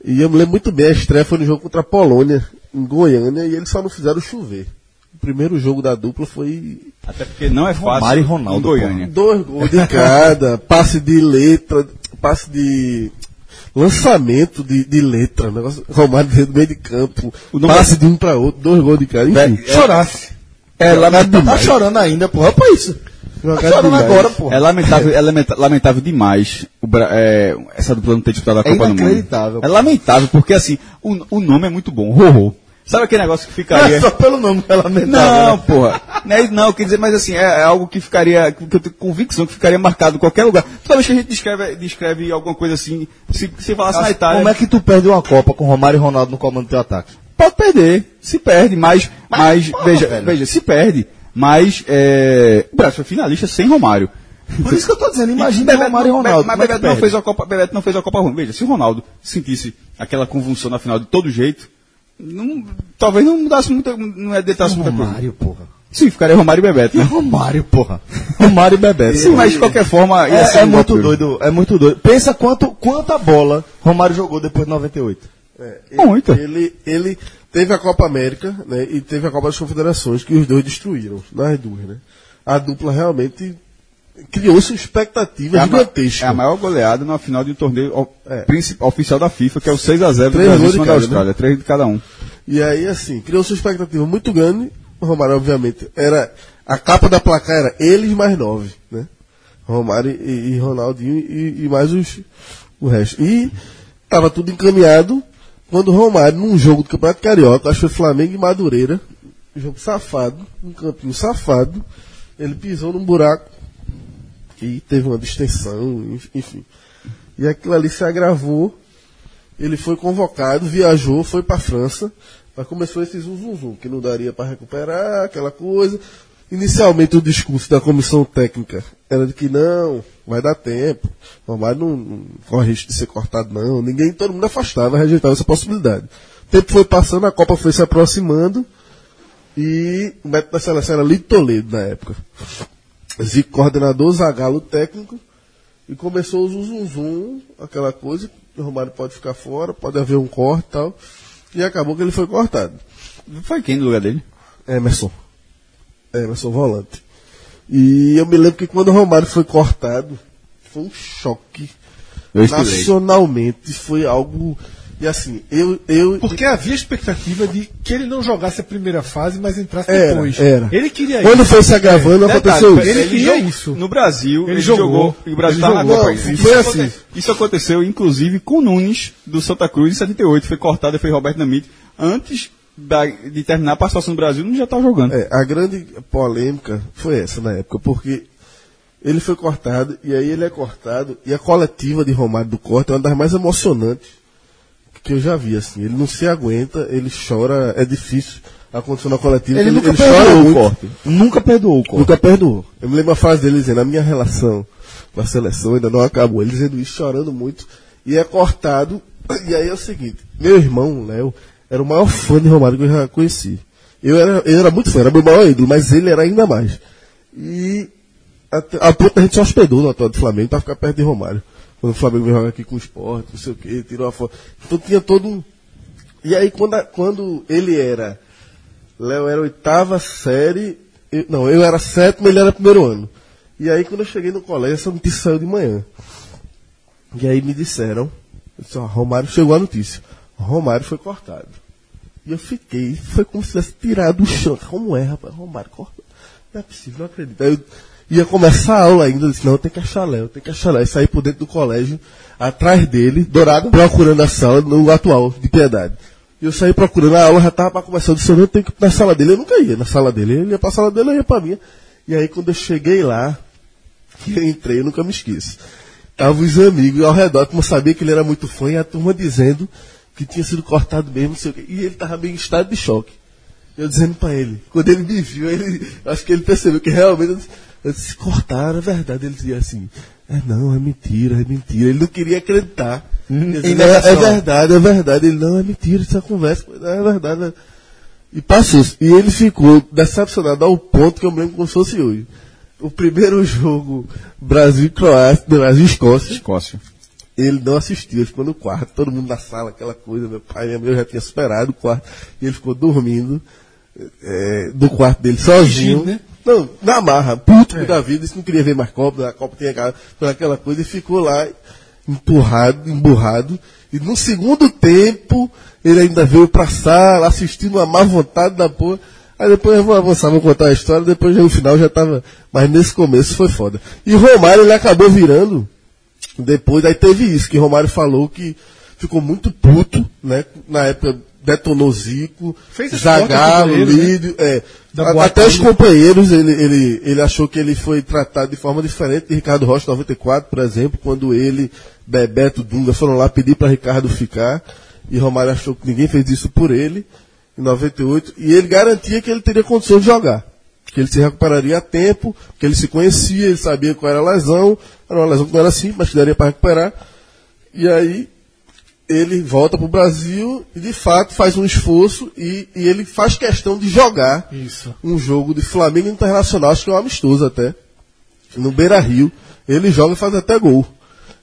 Speaker 2: E eu me lembro muito bem, a estreia foi no jogo contra a Polônia, em Goiânia, e eles só não fizeram chover. O primeiro jogo da dupla foi
Speaker 4: Até porque não é fácil
Speaker 1: Romário e Ronaldo,
Speaker 4: em Goiânia.
Speaker 2: Dois gols de cada, passe de letra, passe de lançamento de, de letra, um negócio, Romário dentro do meio de campo, passe de um pra outro, dois gols de cada, enfim.
Speaker 1: Chorasse. É,
Speaker 4: Então,
Speaker 1: lamentável. Tá chorando ainda, porra. Pra isso. Tá
Speaker 2: Jogar
Speaker 1: chorando
Speaker 2: demais.
Speaker 1: agora, porra.
Speaker 4: É lamentável, é lamenta- lamentável demais o Bra- é, essa dupla não ter disputado a Copa do Mundo.
Speaker 1: inacreditável.
Speaker 4: É lamentável, porque assim, o, o nome é muito bom, Rorô. Sabe aquele negócio que ficaria...
Speaker 1: pelo nome que é lamentável.
Speaker 4: Não,
Speaker 1: Não.
Speaker 4: porra. Não, é- não, quer dizer, mas assim, é, é algo que ficaria, que eu tenho convicção que ficaria marcado em qualquer lugar. Toda vez que a gente descreve, descreve alguma coisa assim, se, se falasse na
Speaker 2: tá, né?
Speaker 4: Itália...
Speaker 1: Como é que tu perde uma Copa com Romário e Ronaldo no comando do teu ataque?
Speaker 4: pode perder, se perde, mas, mas,
Speaker 1: porra,
Speaker 4: veja,
Speaker 1: velho.
Speaker 4: veja, se perde, mas é, o Brasil foi finalista sem Romário.
Speaker 1: Por isso que eu tô dizendo, imagina Romário e Ronaldo.
Speaker 4: Mas
Speaker 1: como é que
Speaker 4: Bebeto não,
Speaker 1: perde?
Speaker 4: fez a Copa, Bebeto não fez a Copa ruim. Veja, se o Ronaldo sentisse aquela convulsão na final de todo jeito, não- talvez não mudasse muita, não é deitasse muita coisa.
Speaker 1: Romário, porra.
Speaker 4: Sim, ficaria Romário e Bebeto.
Speaker 1: E
Speaker 4: Né?
Speaker 1: Romário, porra. Romário e Bebeto.
Speaker 4: é, Sim,
Speaker 2: é,
Speaker 4: mas de qualquer forma, ia ser
Speaker 1: É, é
Speaker 4: um
Speaker 1: muito
Speaker 4: golpe.
Speaker 1: doido, é muito doido. Pensa quanto, quanta bola Romário jogou depois de 98.
Speaker 4: Muito.
Speaker 2: É, Ele, ele teve a Copa América, né, e teve a Copa das Confederações, que os dois destruíram, nas duas, né. A dupla realmente criou-se uma expectativa
Speaker 4: É a ma-
Speaker 2: gigantesca.
Speaker 4: É a maior goleada na final de um torneio o-
Speaker 2: É.
Speaker 4: principal- oficial da FIFA, que é o 6x0 do
Speaker 2: Três
Speaker 4: Brasil em
Speaker 2: gols
Speaker 4: cima
Speaker 2: de
Speaker 4: da
Speaker 2: cada,
Speaker 1: né?
Speaker 4: Austrália. Três de cada um.
Speaker 2: E aí, assim, criou-se uma expectativa muito grande. O Romário, obviamente, era. A capa da placar era eles mais nove, né? Romário e, e Ronaldinho e, e mais os, o resto. E tava tudo encaminhado quando o Romário, num jogo do Campeonato Carioca, acho que foi Flamengo e Madureira, um jogo safado, um campinho safado, ele pisou num buraco e teve uma distensão, enf- enfim. E aquilo ali se agravou ele foi convocado, viajou, foi para França, mas começou esse zum, zum, zum que não daria para recuperar, aquela coisa. Inicialmente o discurso da comissão técnica era de que não, vai dar tempo, Romário não, não corre risco de ser cortado não, ninguém, todo mundo afastava, rejeitava essa possibilidade. O tempo foi passando, a Copa foi se aproximando e o método da seleção era Lito Toledo na época. Zico coordenador, Zagallo técnico e começou o zum, zum, zum aquela coisa, o Romário pode ficar fora, pode haver um corte e tal, e acabou que ele foi cortado.
Speaker 4: Foi quem no lugar dele?
Speaker 2: Emerson. Emerson Volante. E eu me lembro que quando o Romário foi cortado, foi um choque.
Speaker 4: Eu estudei.
Speaker 2: Nacionalmente foi algo. E assim, eu. eu
Speaker 3: Porque havia expectativa de que ele não jogasse a primeira fase, mas entrasse
Speaker 2: Era,
Speaker 3: depois.
Speaker 2: era.
Speaker 3: Ele queria
Speaker 2: quando
Speaker 3: isso.
Speaker 2: foi se agravando, aconteceu
Speaker 3: ele
Speaker 2: isso.
Speaker 3: queria isso.
Speaker 4: No Brasil, ele,
Speaker 3: Ele
Speaker 4: jogou.
Speaker 3: jogou.
Speaker 4: E o Brasil
Speaker 2: Ele
Speaker 4: tá na
Speaker 2: jogou.
Speaker 4: Copa.
Speaker 2: Não,
Speaker 4: Isso
Speaker 2: foi
Speaker 4: aconte-
Speaker 2: assim.
Speaker 4: Isso aconteceu, inclusive, com o Nunes, do Santa Cruz, em 78. Foi cortado e foi Roberto Namite. Antes da- de terminar a participação do Brasil, o Nunes já estava jogando.
Speaker 2: É, a grande polêmica foi essa na época, porque ele foi cortado, e aí ele é cortado, e a coletiva de Romário do Corte é uma das mais emocionantes que eu já vi, assim. Ele não se aguenta, ele chora, é difícil acontecer na coletiva.
Speaker 1: Ele nunca
Speaker 2: chora
Speaker 1: perdoou o
Speaker 2: muito.
Speaker 1: corte. Nunca perdoou o corte.
Speaker 2: Nunca perdoou. Eu me lembro a frase dele dizendo, a minha relação com a seleção ainda não acabou. Ele dizendo isso, chorando muito, e é cortado. E aí é o seguinte, meu irmão, o Léo, era o maior fã de Romário que eu já conheci. Eu era, eu era muito fã, era meu maior ídolo, mas ele era ainda mais. E até- a, ponto da gente se hospedou no hotel do Flamengo pra ficar perto de Romário. Quando o Flamengo veio jogar aqui com o esporte, não sei o quê, tirou a foto. Então tinha todo um... E aí quando, a- quando ele era... Léo era oitava série. eu- não, eu era sétimo, ele era primeiro ano. E aí, quando eu cheguei no colégio, essa notícia saiu de manhã. E aí me disseram: eu disse, "Ó, Romário chegou a notícia. Romário foi cortado. E eu fiquei, foi como se tivesse tirado o chão. Como é, rapaz? Romário corta. Não é possível, não acredito. Aí eu ia começar a aula ainda, eu disse, não, tem que achar Léo, tem que achar Léo. E saí por dentro do colégio, atrás dele, dourado, procurando a sala no atual, de piedade. E eu saí procurando a aula, já tava pra começar, eu disse, eu não tenho que ir na sala dele, eu nunca ia na sala dele, ele ia pra sala dele, eu ia pra minha. E aí quando eu cheguei lá, que eu entrei, eu nunca me esqueço. Tava os amigos ao redor, como eu sabia que ele era muito fã, e a turma dizendo que tinha sido cortado mesmo, não sei o quê. E ele tava meio em estado de choque. Eu dizendo pra ele, quando ele me viu, ele, acho que ele percebeu que realmente eu disse, eu disse, cortaram, é verdade. Ele dizia assim, é não, é mentira, é mentira. Ele não queria acreditar. Ele dizia, é, é verdade, é verdade. Ele, não, é mentira, essa conversa, é verdade. é- e passou. E ele ficou decepcionado ao ponto que eu me lembro como se fosse hoje. O primeiro jogo Brasil e Croácia, não, Brasil e Escócia,
Speaker 4: Escócia.
Speaker 2: ele não assistiu, ele ficou no quarto, todo mundo na sala, aquela coisa, meu pai, minha mãe eu já tinha superado o quarto, e ele ficou dormindo é, do quarto dele sozinho.
Speaker 3: Fingindo, né? É.
Speaker 2: Não, na marra, puto da vida, disse que não queria ver mais Copa, a Copa tinha aquela, aquela coisa, e ficou lá empurrado, emburrado, e no segundo tempo ele ainda veio pra sala, assistindo uma má vontade da porra. Aí depois eu vou avançar, vou contar a história, depois já no final já tava. Mas nesse começo foi foda. E Romário ele acabou virando depois, aí teve isso, que Romário falou que ficou muito puto, né? Na época detonou Zico,
Speaker 3: Fez as
Speaker 2: Zagallo,
Speaker 3: costas contra ele, né?
Speaker 2: Lídio, é.
Speaker 3: Da
Speaker 2: A-
Speaker 3: boate
Speaker 2: até os
Speaker 3: dele.
Speaker 2: companheiros, ele, ele, ele achou que ele foi tratado de forma diferente de Ricardo Rocha 94, por exemplo, quando ele, Bebeto, Dunga foram lá pedir para Ricardo ficar, e Romário achou que ninguém fez isso por ele, em 98, e ele garantia que ele teria condições de jogar que ele se recuperaria a tempo, que ele se conhecia, ele sabia qual era a lesão, era uma lesão que não era simples, mas que daria para recuperar. E aí ele volta para o Brasil e de fato faz um esforço e, e ele faz questão de jogar
Speaker 3: Isso.
Speaker 2: um jogo de Flamengo Internacional, acho que é um amistoso até, no Beira Rio. Ele joga e faz até gol.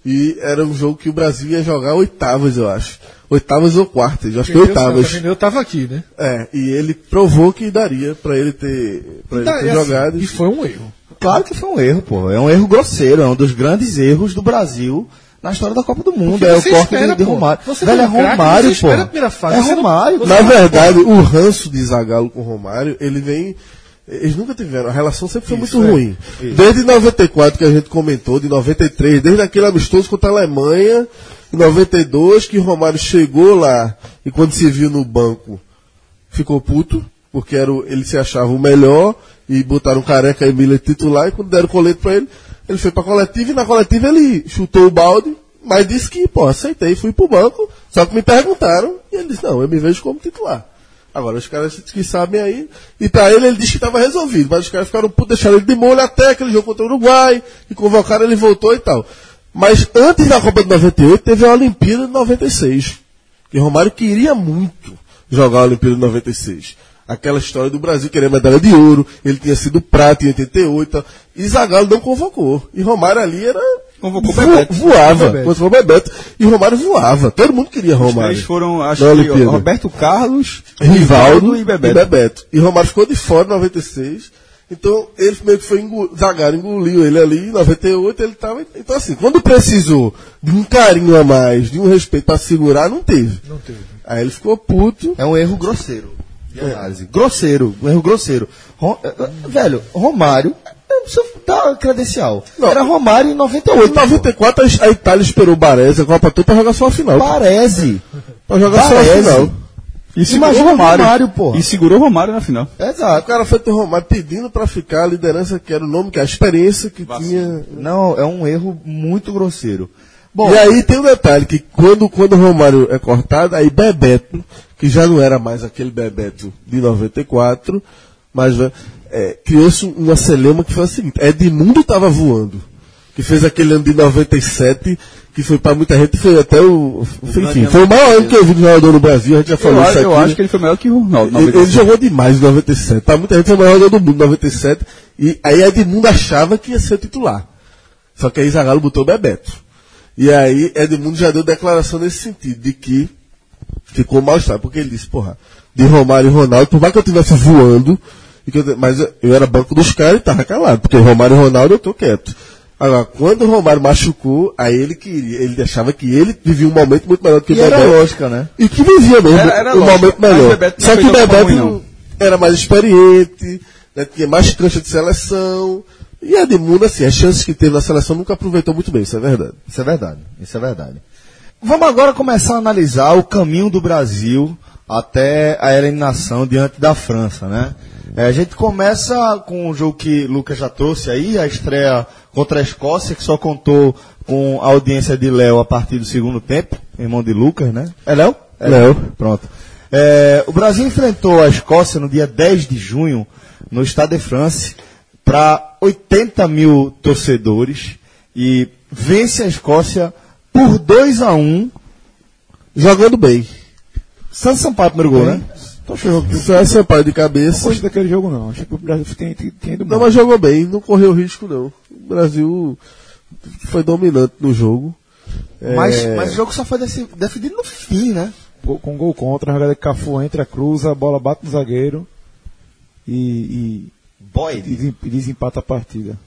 Speaker 2: E era um jogo que o Brasil ia jogar oitavas, eu acho. Oitavas ou quartas, eu acho que
Speaker 3: Entendeu?
Speaker 2: oitavas.
Speaker 3: Tá vendo? Eu tava aqui, né?
Speaker 2: É, e ele provou que daria pra ele ter, pra ele
Speaker 3: Tá,
Speaker 2: ter
Speaker 3: é assim,
Speaker 2: jogado.
Speaker 3: e foi um erro.
Speaker 1: Claro que foi um erro, pô. É um erro grosseiro, é um dos grandes erros do Brasil na história da Copa do Mundo.
Speaker 3: Porque
Speaker 1: é o
Speaker 3: você
Speaker 1: corte
Speaker 3: espera,
Speaker 1: de, de
Speaker 3: pô.
Speaker 1: Romário.
Speaker 3: Você
Speaker 1: Velho, é
Speaker 3: tem um craque,
Speaker 1: Romário,
Speaker 3: você
Speaker 1: pô.
Speaker 3: espera a primeira fase.
Speaker 1: É
Speaker 3: Você não-
Speaker 1: Romário, pô.
Speaker 3: você
Speaker 2: Na verdade, o ranço de Zagallo com Romário, ele vem. Eles nunca tiveram, a relação sempre foi muito ruim. Desde 94 que a gente comentou, de 93, desde aquele amistoso contra a Alemanha, em 92, que Romário chegou lá e quando se viu no banco, ficou puto, porque era o- ele se achava o melhor, e botaram o careca e Miller titular, e quando deram o colete pra ele, ele foi pra coletiva, e na coletiva ele chutou o balde, mas disse que, pô, aceitei, fui pro banco, só que me perguntaram, e ele disse, não, eu me vejo como titular. Agora, os caras que sabem aí. E pra ele, ele disse que tava resolvido. Mas os caras ficaram putos, deixaram ele de molho até aquele jogo contra o Uruguai. E convocaram, ele voltou e tal. Mas antes da Copa de 98, teve a Olimpíada de 96. E Romário queria muito jogar a Olimpíada de 96. Aquela história do Brasil querer medalha de ouro. Ele tinha sido prata em 88. E Zagallo não convocou. E Romário ali era...
Speaker 4: Convocou
Speaker 2: vo-
Speaker 4: Bebeto.
Speaker 2: Voava.
Speaker 3: Bebeto.
Speaker 2: Convocou Bebeto. E Romário voava. Todo mundo queria
Speaker 4: Os
Speaker 2: Romário.
Speaker 4: três foram, acho
Speaker 2: Na
Speaker 4: que,
Speaker 2: Olimpíada.
Speaker 4: Roberto Carlos,
Speaker 2: Rivaldo
Speaker 4: e Bebeto.
Speaker 2: E, Romário ficou de fora em 96. Então, ele meio que foi engolido, Zagallo engoliu ele ali em 98, ele tava... Então, assim, quando precisou de um carinho a mais, de um respeito pra segurar, não teve. Não teve. Aí ele ficou puto.
Speaker 1: É um erro grosseiro de análise. Grosseiro, um erro grosseiro. Ro- eh, eh, velho, Romário, é, eu não preciso dar credencial.
Speaker 2: Não.
Speaker 1: Era Romário em
Speaker 2: Então, Em
Speaker 1: 98.
Speaker 2: 94, a Itália esperou o Baresi, a Copa toda, pra jogar só a final.
Speaker 1: Parece.
Speaker 2: Pra jogar só a
Speaker 1: Baresi.
Speaker 2: final.
Speaker 4: E segurou
Speaker 1: Imagina o
Speaker 4: Romário.
Speaker 1: é Romário, porra.
Speaker 4: E segurou Romário na final.
Speaker 2: Exato. O cara foi ter Romário pedindo pra ficar a liderança, que era o nome, que era a experiência que tinha...
Speaker 1: Não, é um erro muito grosseiro.
Speaker 2: e aí tem um detalhe, que quando, quando o Romário é cortado, aí Bebeto, que já não era mais aquele Bebeto de 94, mas é, criou-se uma celema que foi a seguinte, Edmundo estava voando, que fez aquele ano de 97, que foi para muita gente, foi até o... Enfim, foi o maior ano que eu vi de jogador no Brasil, a gente já
Speaker 4: Eu,
Speaker 2: falou
Speaker 4: acho-
Speaker 2: isso aqui.
Speaker 4: eu
Speaker 2: né?
Speaker 4: acho que ele foi melhor que o Ronaldo.
Speaker 2: Ele, ele jogou demais em 97. Pra Tá, muita gente foi o maior jogador do mundo em 97. E aí Edmundo achava que ia ser titular. Só que aí Zagallo botou Bebeto. E aí Edmundo já deu declaração nesse sentido, de que ficou mal estado, porque ele disse, porra, de Romário e Ronaldo, por mais que eu estivesse voando, e que eu te- mas eu- eu era banco dos caras e tava calado, porque Romário e Ronaldo eu tô quieto. Agora, quando o Romário machucou, aí ele queria, ele achava que ele vivia um momento muito melhor do que o
Speaker 1: E era
Speaker 2: Bebeto.
Speaker 1: lógica, né?
Speaker 2: E que vivia mesmo
Speaker 4: Era- era
Speaker 2: um
Speaker 4: lógico,
Speaker 2: momento
Speaker 4: mas
Speaker 2: melhor.
Speaker 4: Bebeto não
Speaker 2: Só que
Speaker 4: fez
Speaker 2: o
Speaker 4: tão
Speaker 2: Bebeto
Speaker 4: ruim, não.
Speaker 2: era mais experiente, né, tinha mais cancha de seleção. E Edmundo, assim, as chances que teve na seleção nunca aproveitou muito bem, isso é verdade.
Speaker 1: Isso é verdade, isso é verdade. Vamos agora começar a analisar o caminho do Brasil até a eliminação diante da França, né? É, a gente começa com o jogo que o Lucas já trouxe aí, a estreia contra a Escócia, que só contou com a audiência de Léo a partir do segundo tempo, irmão de Lucas, né? É Léo? É Léo. Pronto. É, o Brasil enfrentou a Escócia no dia 10 de junho, no Stade de France, para 80 mil torcedores e vence a Escócia por 2 a 1
Speaker 2: Jogando bem.
Speaker 1: Santos Sampaio, primeiro gol, né?
Speaker 2: Isso é Sampaio de cabeça.
Speaker 6: Hoje daquele jogo não. Achei que o Brasil tem, tem, tem ido
Speaker 2: Não,
Speaker 6: mal.
Speaker 2: mas jogou bem, não correu risco não. O Brasil foi dominante no jogo. É,
Speaker 1: Mas, mas o jogo só foi deci- decidido no fim, né?
Speaker 6: Gol- com gol contra, a jogada que Cafu entra, cruza, a bola bate no zagueiro e, e,
Speaker 1: Boy.
Speaker 6: desem- e desempata a partida.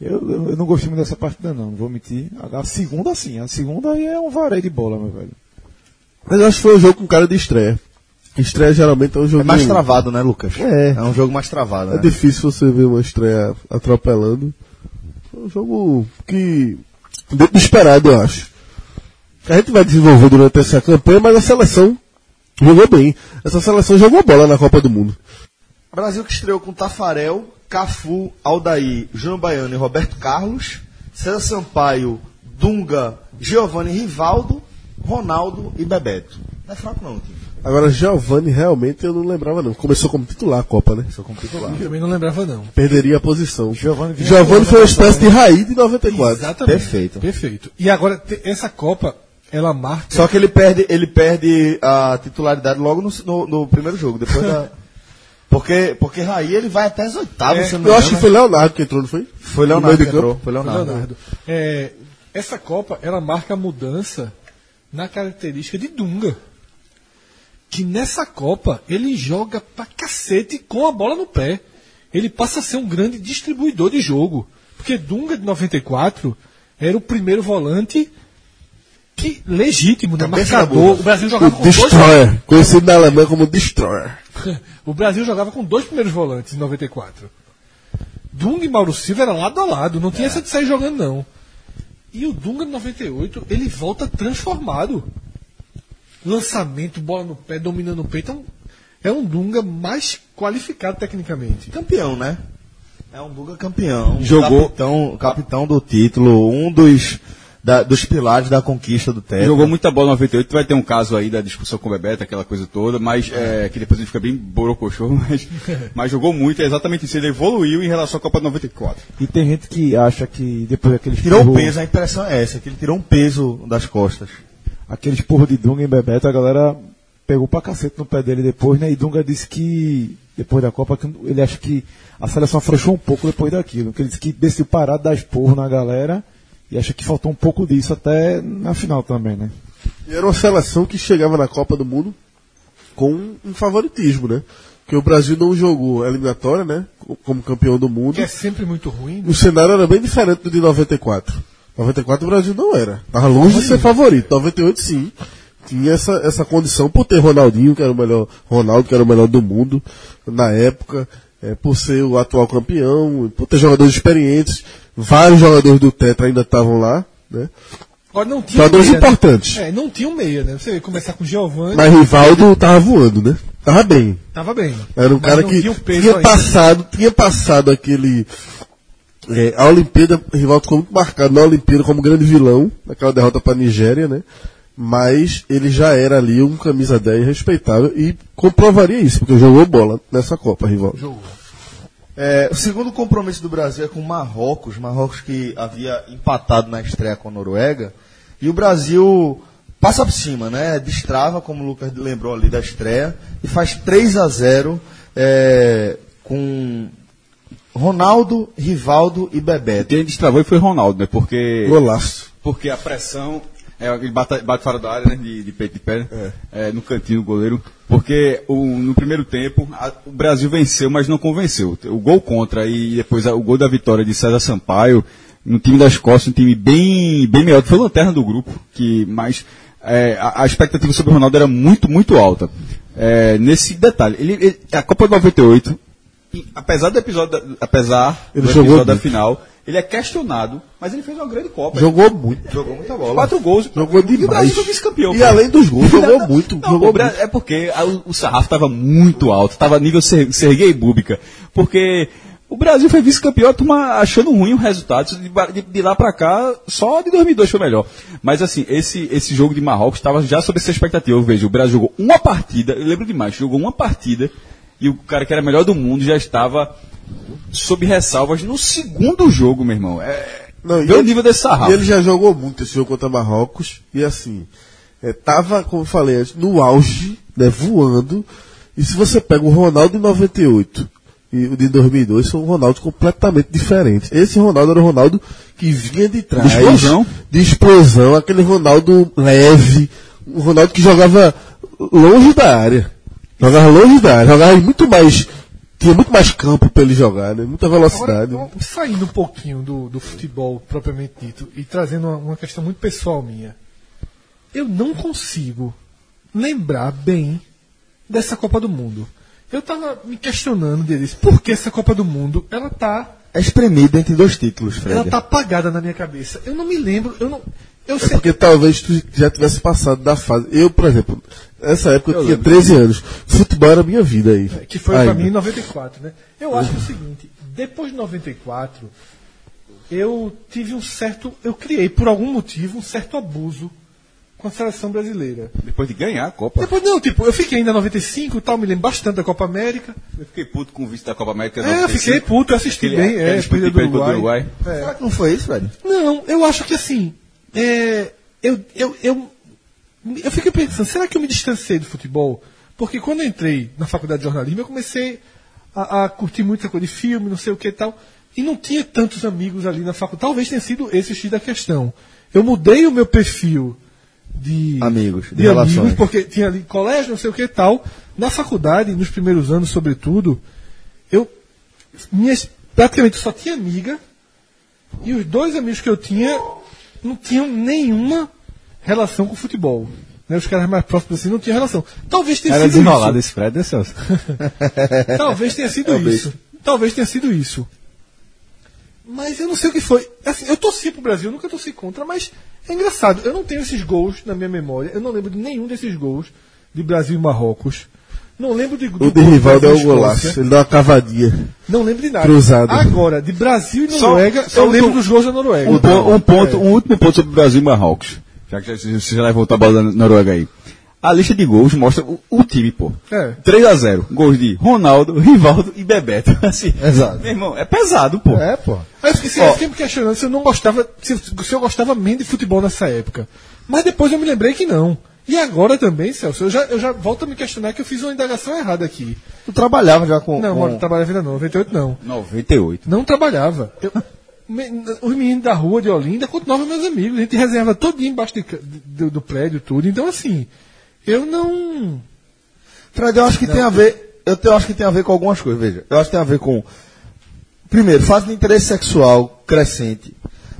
Speaker 6: Eu, eu, eu não gostei muito dessa partida não, não vou mentir. A, a segunda sim, a segunda aí é um vareio de bola, meu velho.
Speaker 2: mas eu acho que foi um jogo com cara de estreia. Estreia geralmente é um jogo
Speaker 1: É mais travado, né, Lucas? É. É um jogo mais travado,
Speaker 2: É
Speaker 1: né?
Speaker 2: difícil você ver uma estreia atropelando. Foi um jogo que. Dentro do esperado, eu acho. A gente vai desenvolver durante essa campanha, mas a seleção jogou bem. Essa seleção jogou bola na Copa do Mundo.
Speaker 1: Brasil que estreou com Tafarel, Cafu, Aldair, Júnior Baiano e Roberto Carlos, César Sampaio, Dunga, Giovanni Rivaldo, Ronaldo e Bebeto. Não é fraco não, time.
Speaker 2: Agora, Giovanni realmente eu não lembrava, não. Começou como titular a Copa, né?
Speaker 1: Sou como titular.
Speaker 3: Eu também não lembrava, não.
Speaker 2: Perderia a posição.
Speaker 6: Giovanni vinha
Speaker 2: Giovanni foi uma
Speaker 6: jogando na
Speaker 2: espécie de raí de 94.
Speaker 3: Exatamente.
Speaker 1: Perfeito.
Speaker 3: Perfeito. E agora, te- essa Copa, ela marca.
Speaker 1: Só que ele perde, ele perde a titularidade logo no, no- no primeiro jogo, depois da. Porque, porque Raí ele vai até as oitavas, se eu não me
Speaker 2: É, Eu acho
Speaker 1: engano.
Speaker 2: que
Speaker 1: né?
Speaker 2: foi Leonardo que entrou, não foi?
Speaker 1: Foi
Speaker 2: No
Speaker 1: Leonardo
Speaker 2: meio de
Speaker 1: que
Speaker 2: campo.
Speaker 1: entrou. Foi Leonardo.
Speaker 3: Leonardo. É, essa Copa, ela marca a mudança na característica de Dunga. Que nessa Copa, ele joga pra cacete com a bola no pé. Ele passa a ser um grande distribuidor de jogo. Porque Dunga, de 94, era o primeiro volante que legítimo, né?
Speaker 1: Cabeça na
Speaker 3: marcador.
Speaker 1: bola.
Speaker 3: O Brasil
Speaker 2: O
Speaker 3: jogava com dois
Speaker 2: Destroyer. Conhecido na Alemanha como Destroyer.
Speaker 3: O Brasil jogava com dois primeiros volantes em 94. Dunga e Mauro Silva era lado a lado, não tinha
Speaker 2: É.
Speaker 3: essa de sair jogando, não. E o Dunga em 98, ele volta transformado. Lançamento, bola no pé, dominando o peito. é um- É um Dunga mais qualificado tecnicamente.
Speaker 1: Campeão, né? É um Dunga campeão.
Speaker 4: Jogou-
Speaker 1: Capitão, capitão do título, um dos da- dos pilares da conquista do Tetra.
Speaker 4: Jogou muita bola no 98, vai ter um caso aí da discussão com o Bebeto, aquela coisa toda, mas é, que depois ele fica bem borocochô, mas, mas jogou muito, é exatamente isso. Ele evoluiu em relação à Copa de 94.
Speaker 6: E tem gente que acha que depois daquele
Speaker 1: Tirou um
Speaker 6: esporro-
Speaker 1: peso, a impressão é essa, que ele tirou um peso das costas.
Speaker 6: aqueles porros de Dunga em Bebeto, a galera pegou pra cacete no pé dele depois, né? E Dunga disse que, depois da Copa, que ele acha que a seleção afrouxou um pouco depois daquilo. Que ele disse que decidiu parar de dar esporro na galera e acha que faltou um pouco disso até na final também, né?
Speaker 2: E era uma seleção que chegava na Copa do Mundo com um favoritismo, né? Porque o Brasil não jogou a eliminatória, né? co- Como campeão do mundo.
Speaker 3: Que é sempre muito ruim. né?
Speaker 2: O cenário era bem diferente do de 94. 94 o Brasil não era. Tava longe de ser favorito. 98 sim. Tinha essa, essa condição por ter Ronaldinho, que era o melhor, Ronaldo, que era o melhor do mundo na época, eh, por ser o atual campeão, por ter jogadores experientes, vários jogadores do Tetra ainda estavam lá, né?
Speaker 3: Agora não tinha
Speaker 2: Jogadores
Speaker 3: meia, né?
Speaker 2: importantes.
Speaker 3: É, não tinha um meia, né? Você começar com o Giovanni,
Speaker 2: Mas Rivaldo tava voando, né? Tava bem.
Speaker 3: tava bem.
Speaker 2: Era um
Speaker 3: Mas
Speaker 2: cara
Speaker 3: não
Speaker 2: que
Speaker 3: tinha o peso
Speaker 2: tinha
Speaker 3: ainda.
Speaker 2: passado, tinha passado aquele. é, a Olimpíada, o Rivaldo ficou muito marcado na Olimpíada como grande vilão, naquela derrota para a Nigéria, né? Mas ele já era ali um camisa 10 respeitável e comprovaria isso, porque jogou bola nessa Copa, Rivaldo.
Speaker 1: É, o segundo compromisso do Brasil é com Marrocos, Marrocos que havia empatado na estreia com a Noruega, e o Brasil passa por cima, né? Destrava, como o Lucas lembrou ali da estreia, e faz 3 a 0 é, com Ronaldo, Rivaldo e Bebeto.
Speaker 4: Quem É, destravou foi Ronaldo, né? Porque,
Speaker 2: Golaço.
Speaker 4: porque a pressão. É, ele bate, bate fora da área, né? De, de peito de perna. É, no cantinho do goleiro. Porque o- no primeiro tempo, a- o Brasil venceu, mas não convenceu. O gol contra e depois a- o gol da vitória de César Sampaio, no time das costas, um time bem, bem melhor. que Foi o lanterna do grupo, que mais. é, a, a expectativa sobre o Ronaldo era muito, muito alta. É, nesse detalhe, ele, ele- a Copa de 98, e apesar do episódio, da- apesar
Speaker 2: Ele
Speaker 4: do
Speaker 2: jogou
Speaker 4: episódio da
Speaker 2: muito.
Speaker 4: final, ele é questionado, mas ele fez uma grande Copa.
Speaker 2: Jogou muito.
Speaker 4: Jogou muita bola. Quatro gols.
Speaker 2: Jogou
Speaker 4: E o Brasil
Speaker 2: demais.
Speaker 4: foi vice-campeão.
Speaker 2: E
Speaker 4: pô.
Speaker 2: além dos gols, jogou
Speaker 4: Não,
Speaker 2: muito.
Speaker 4: não,
Speaker 2: jogou
Speaker 4: o Bra-
Speaker 2: muito.
Speaker 4: É porque a- o sarrafo tava muito alto, tava nível Ser- Serguei Búbica. Porque o Brasil foi vice-campeão, a turma achando ruim o resultado. De, ba- de- de lá pra cá, só de 2002 foi melhor. Mas assim, esse, esse jogo de Marrocos estava já sob essa expectativa. Eu vejo, o Brasil jogou uma partida, eu lembro demais, jogou uma partida e o cara que era melhor do mundo já estava sob ressalvas no segundo jogo, meu irmão. É,
Speaker 2: Não, e
Speaker 4: vê o
Speaker 2: ele-
Speaker 4: nível desse sarrafo.
Speaker 2: E ele já jogou muito esse jogo contra Marrocos. E assim, é, tava, como eu falei antes, no auge, né, voando. E se você pega o Ronaldo de 98 e o de 2002, são Ronaldos completamente diferentes. Esse Ronaldo era o Ronaldo que vinha de trás.
Speaker 4: De explosão.
Speaker 2: De explosão, aquele Ronaldo leve. Um Ronaldo que jogava longe da área. Jogava longe da área, jogava muito mais. Tinha muito mais campo pra ele jogar, né? Muita velocidade.
Speaker 3: Agora, saindo um pouquinho do, do futebol propriamente dito e trazendo uma, uma questão muito pessoal minha, eu não consigo lembrar bem dessa Copa do Mundo. Eu tava me questionando deles, por que essa Copa do Mundo ela tá,
Speaker 1: É espremido entre dois títulos, Fred.
Speaker 3: ela tá apagada na minha cabeça. Eu não me lembro, eu não, eu sei.
Speaker 2: É Porque talvez tu já tivesse passado da fase. Eu, por exemplo, nessa época eu, tinha 13 anos. Futebol era minha vida aí.
Speaker 1: É,
Speaker 3: que foi pra
Speaker 2: Ainda.
Speaker 3: mim em 94, né? Eu acho o seguinte, depois de 94, eu tive um certo, eu criei por algum motivo um certo abuso com a seleção brasileira.
Speaker 4: Depois de ganhar a Copa.
Speaker 3: Depois não, tipo, eu fiquei ainda em 95 e tal, me lembro bastante da Copa América.
Speaker 4: Eu fiquei puto com o vice da Copa
Speaker 3: É,
Speaker 4: América.
Speaker 3: eu
Speaker 4: 95.
Speaker 3: fiquei puto, eu assisti
Speaker 4: Aquele-
Speaker 3: bem, é,
Speaker 4: aquele
Speaker 3: perda do
Speaker 4: período do
Speaker 3: Uruguai.
Speaker 4: Uruguai.
Speaker 3: É.
Speaker 1: Será que não foi isso, Fred?
Speaker 3: Não, eu acho que assim, é, eu, eu, eu, eu fiquei pensando, será que eu me distanciei do futebol? Porque quando eu entrei na faculdade de jornalismo, eu comecei a, a curtir muito essa coisa de filme, não sei o que e tal, e não tinha tantos amigos ali na faculdade. Talvez tenha sido esse o X da questão. Eu mudei o meu perfil de
Speaker 1: Amigos, de
Speaker 3: de amigos,
Speaker 1: relações.
Speaker 3: porque tinha ali colégio, não sei o que e tal. Na faculdade, nos primeiros anos, sobretudo, eu minhas, praticamente só tinha amiga e os dois amigos que eu tinha não tinham nenhuma relação com futebol. Né? Os caras mais próximos assim não tinham relação. Talvez tenha sido isso.
Speaker 4: esse Fred, né, Celso?
Speaker 3: Talvez tenha
Speaker 2: É,
Speaker 3: sido isso. Talvez tenha sido isso. Mas eu não sei o que foi. Assim, eu torci pro Brasil, eu nunca torci contra, mas é engraçado. Eu não tenho esses gols na minha memória. Eu não lembro de nenhum desses gols de Brasil e Marrocos. Não lembro de
Speaker 2: O de Rivaldo é o golaço. Ele dá uma cavadinha.
Speaker 3: Não lembro de nada.
Speaker 2: Cruzado.
Speaker 3: Agora, de Brasil e
Speaker 4: Só-
Speaker 3: Noruega,
Speaker 4: só um
Speaker 3: eu lembro
Speaker 4: tu-
Speaker 3: dos gols da Noruega. Então,
Speaker 4: Um, po- um ponto, um último ponto sobre o Brasil e Marrocos. Já que você já vai voltar a bola da Noruega aí. A lista de gols mostra o, o time, pô.
Speaker 3: É.
Speaker 4: 3x0. Gols de Ronaldo, Rivaldo e Bebeto. Assim,
Speaker 1: Exato.
Speaker 4: Meu irmão, é pesado, pô.
Speaker 1: É, pô.
Speaker 3: Aí eu fiquei se- eu fiquei me questionando se eu não gostava, se, se eu gostava menos de futebol nessa época. Mas depois eu me lembrei que não. E agora também, Celso, eu já, eu já volto a me questionar que eu fiz uma indagação errada aqui.
Speaker 1: Tu trabalhava já com. com...
Speaker 3: Não, mano, tá- não trabalhava ainda não, 98 não.
Speaker 4: 98.
Speaker 3: Não trabalhava. Eu- me- os meninos da rua de Olinda continuavam meus amigos. A gente reserva todinho embaixo de ca- do, do prédio, tudo. Então, assim, eu não.
Speaker 1: Fred, eu acho que tem
Speaker 3: tá-
Speaker 1: a ver. Eu te- eu acho que tem a ver com algumas coisas, veja. Eu acho que tem a ver com. Primeiro, fase de interesse sexual crescente.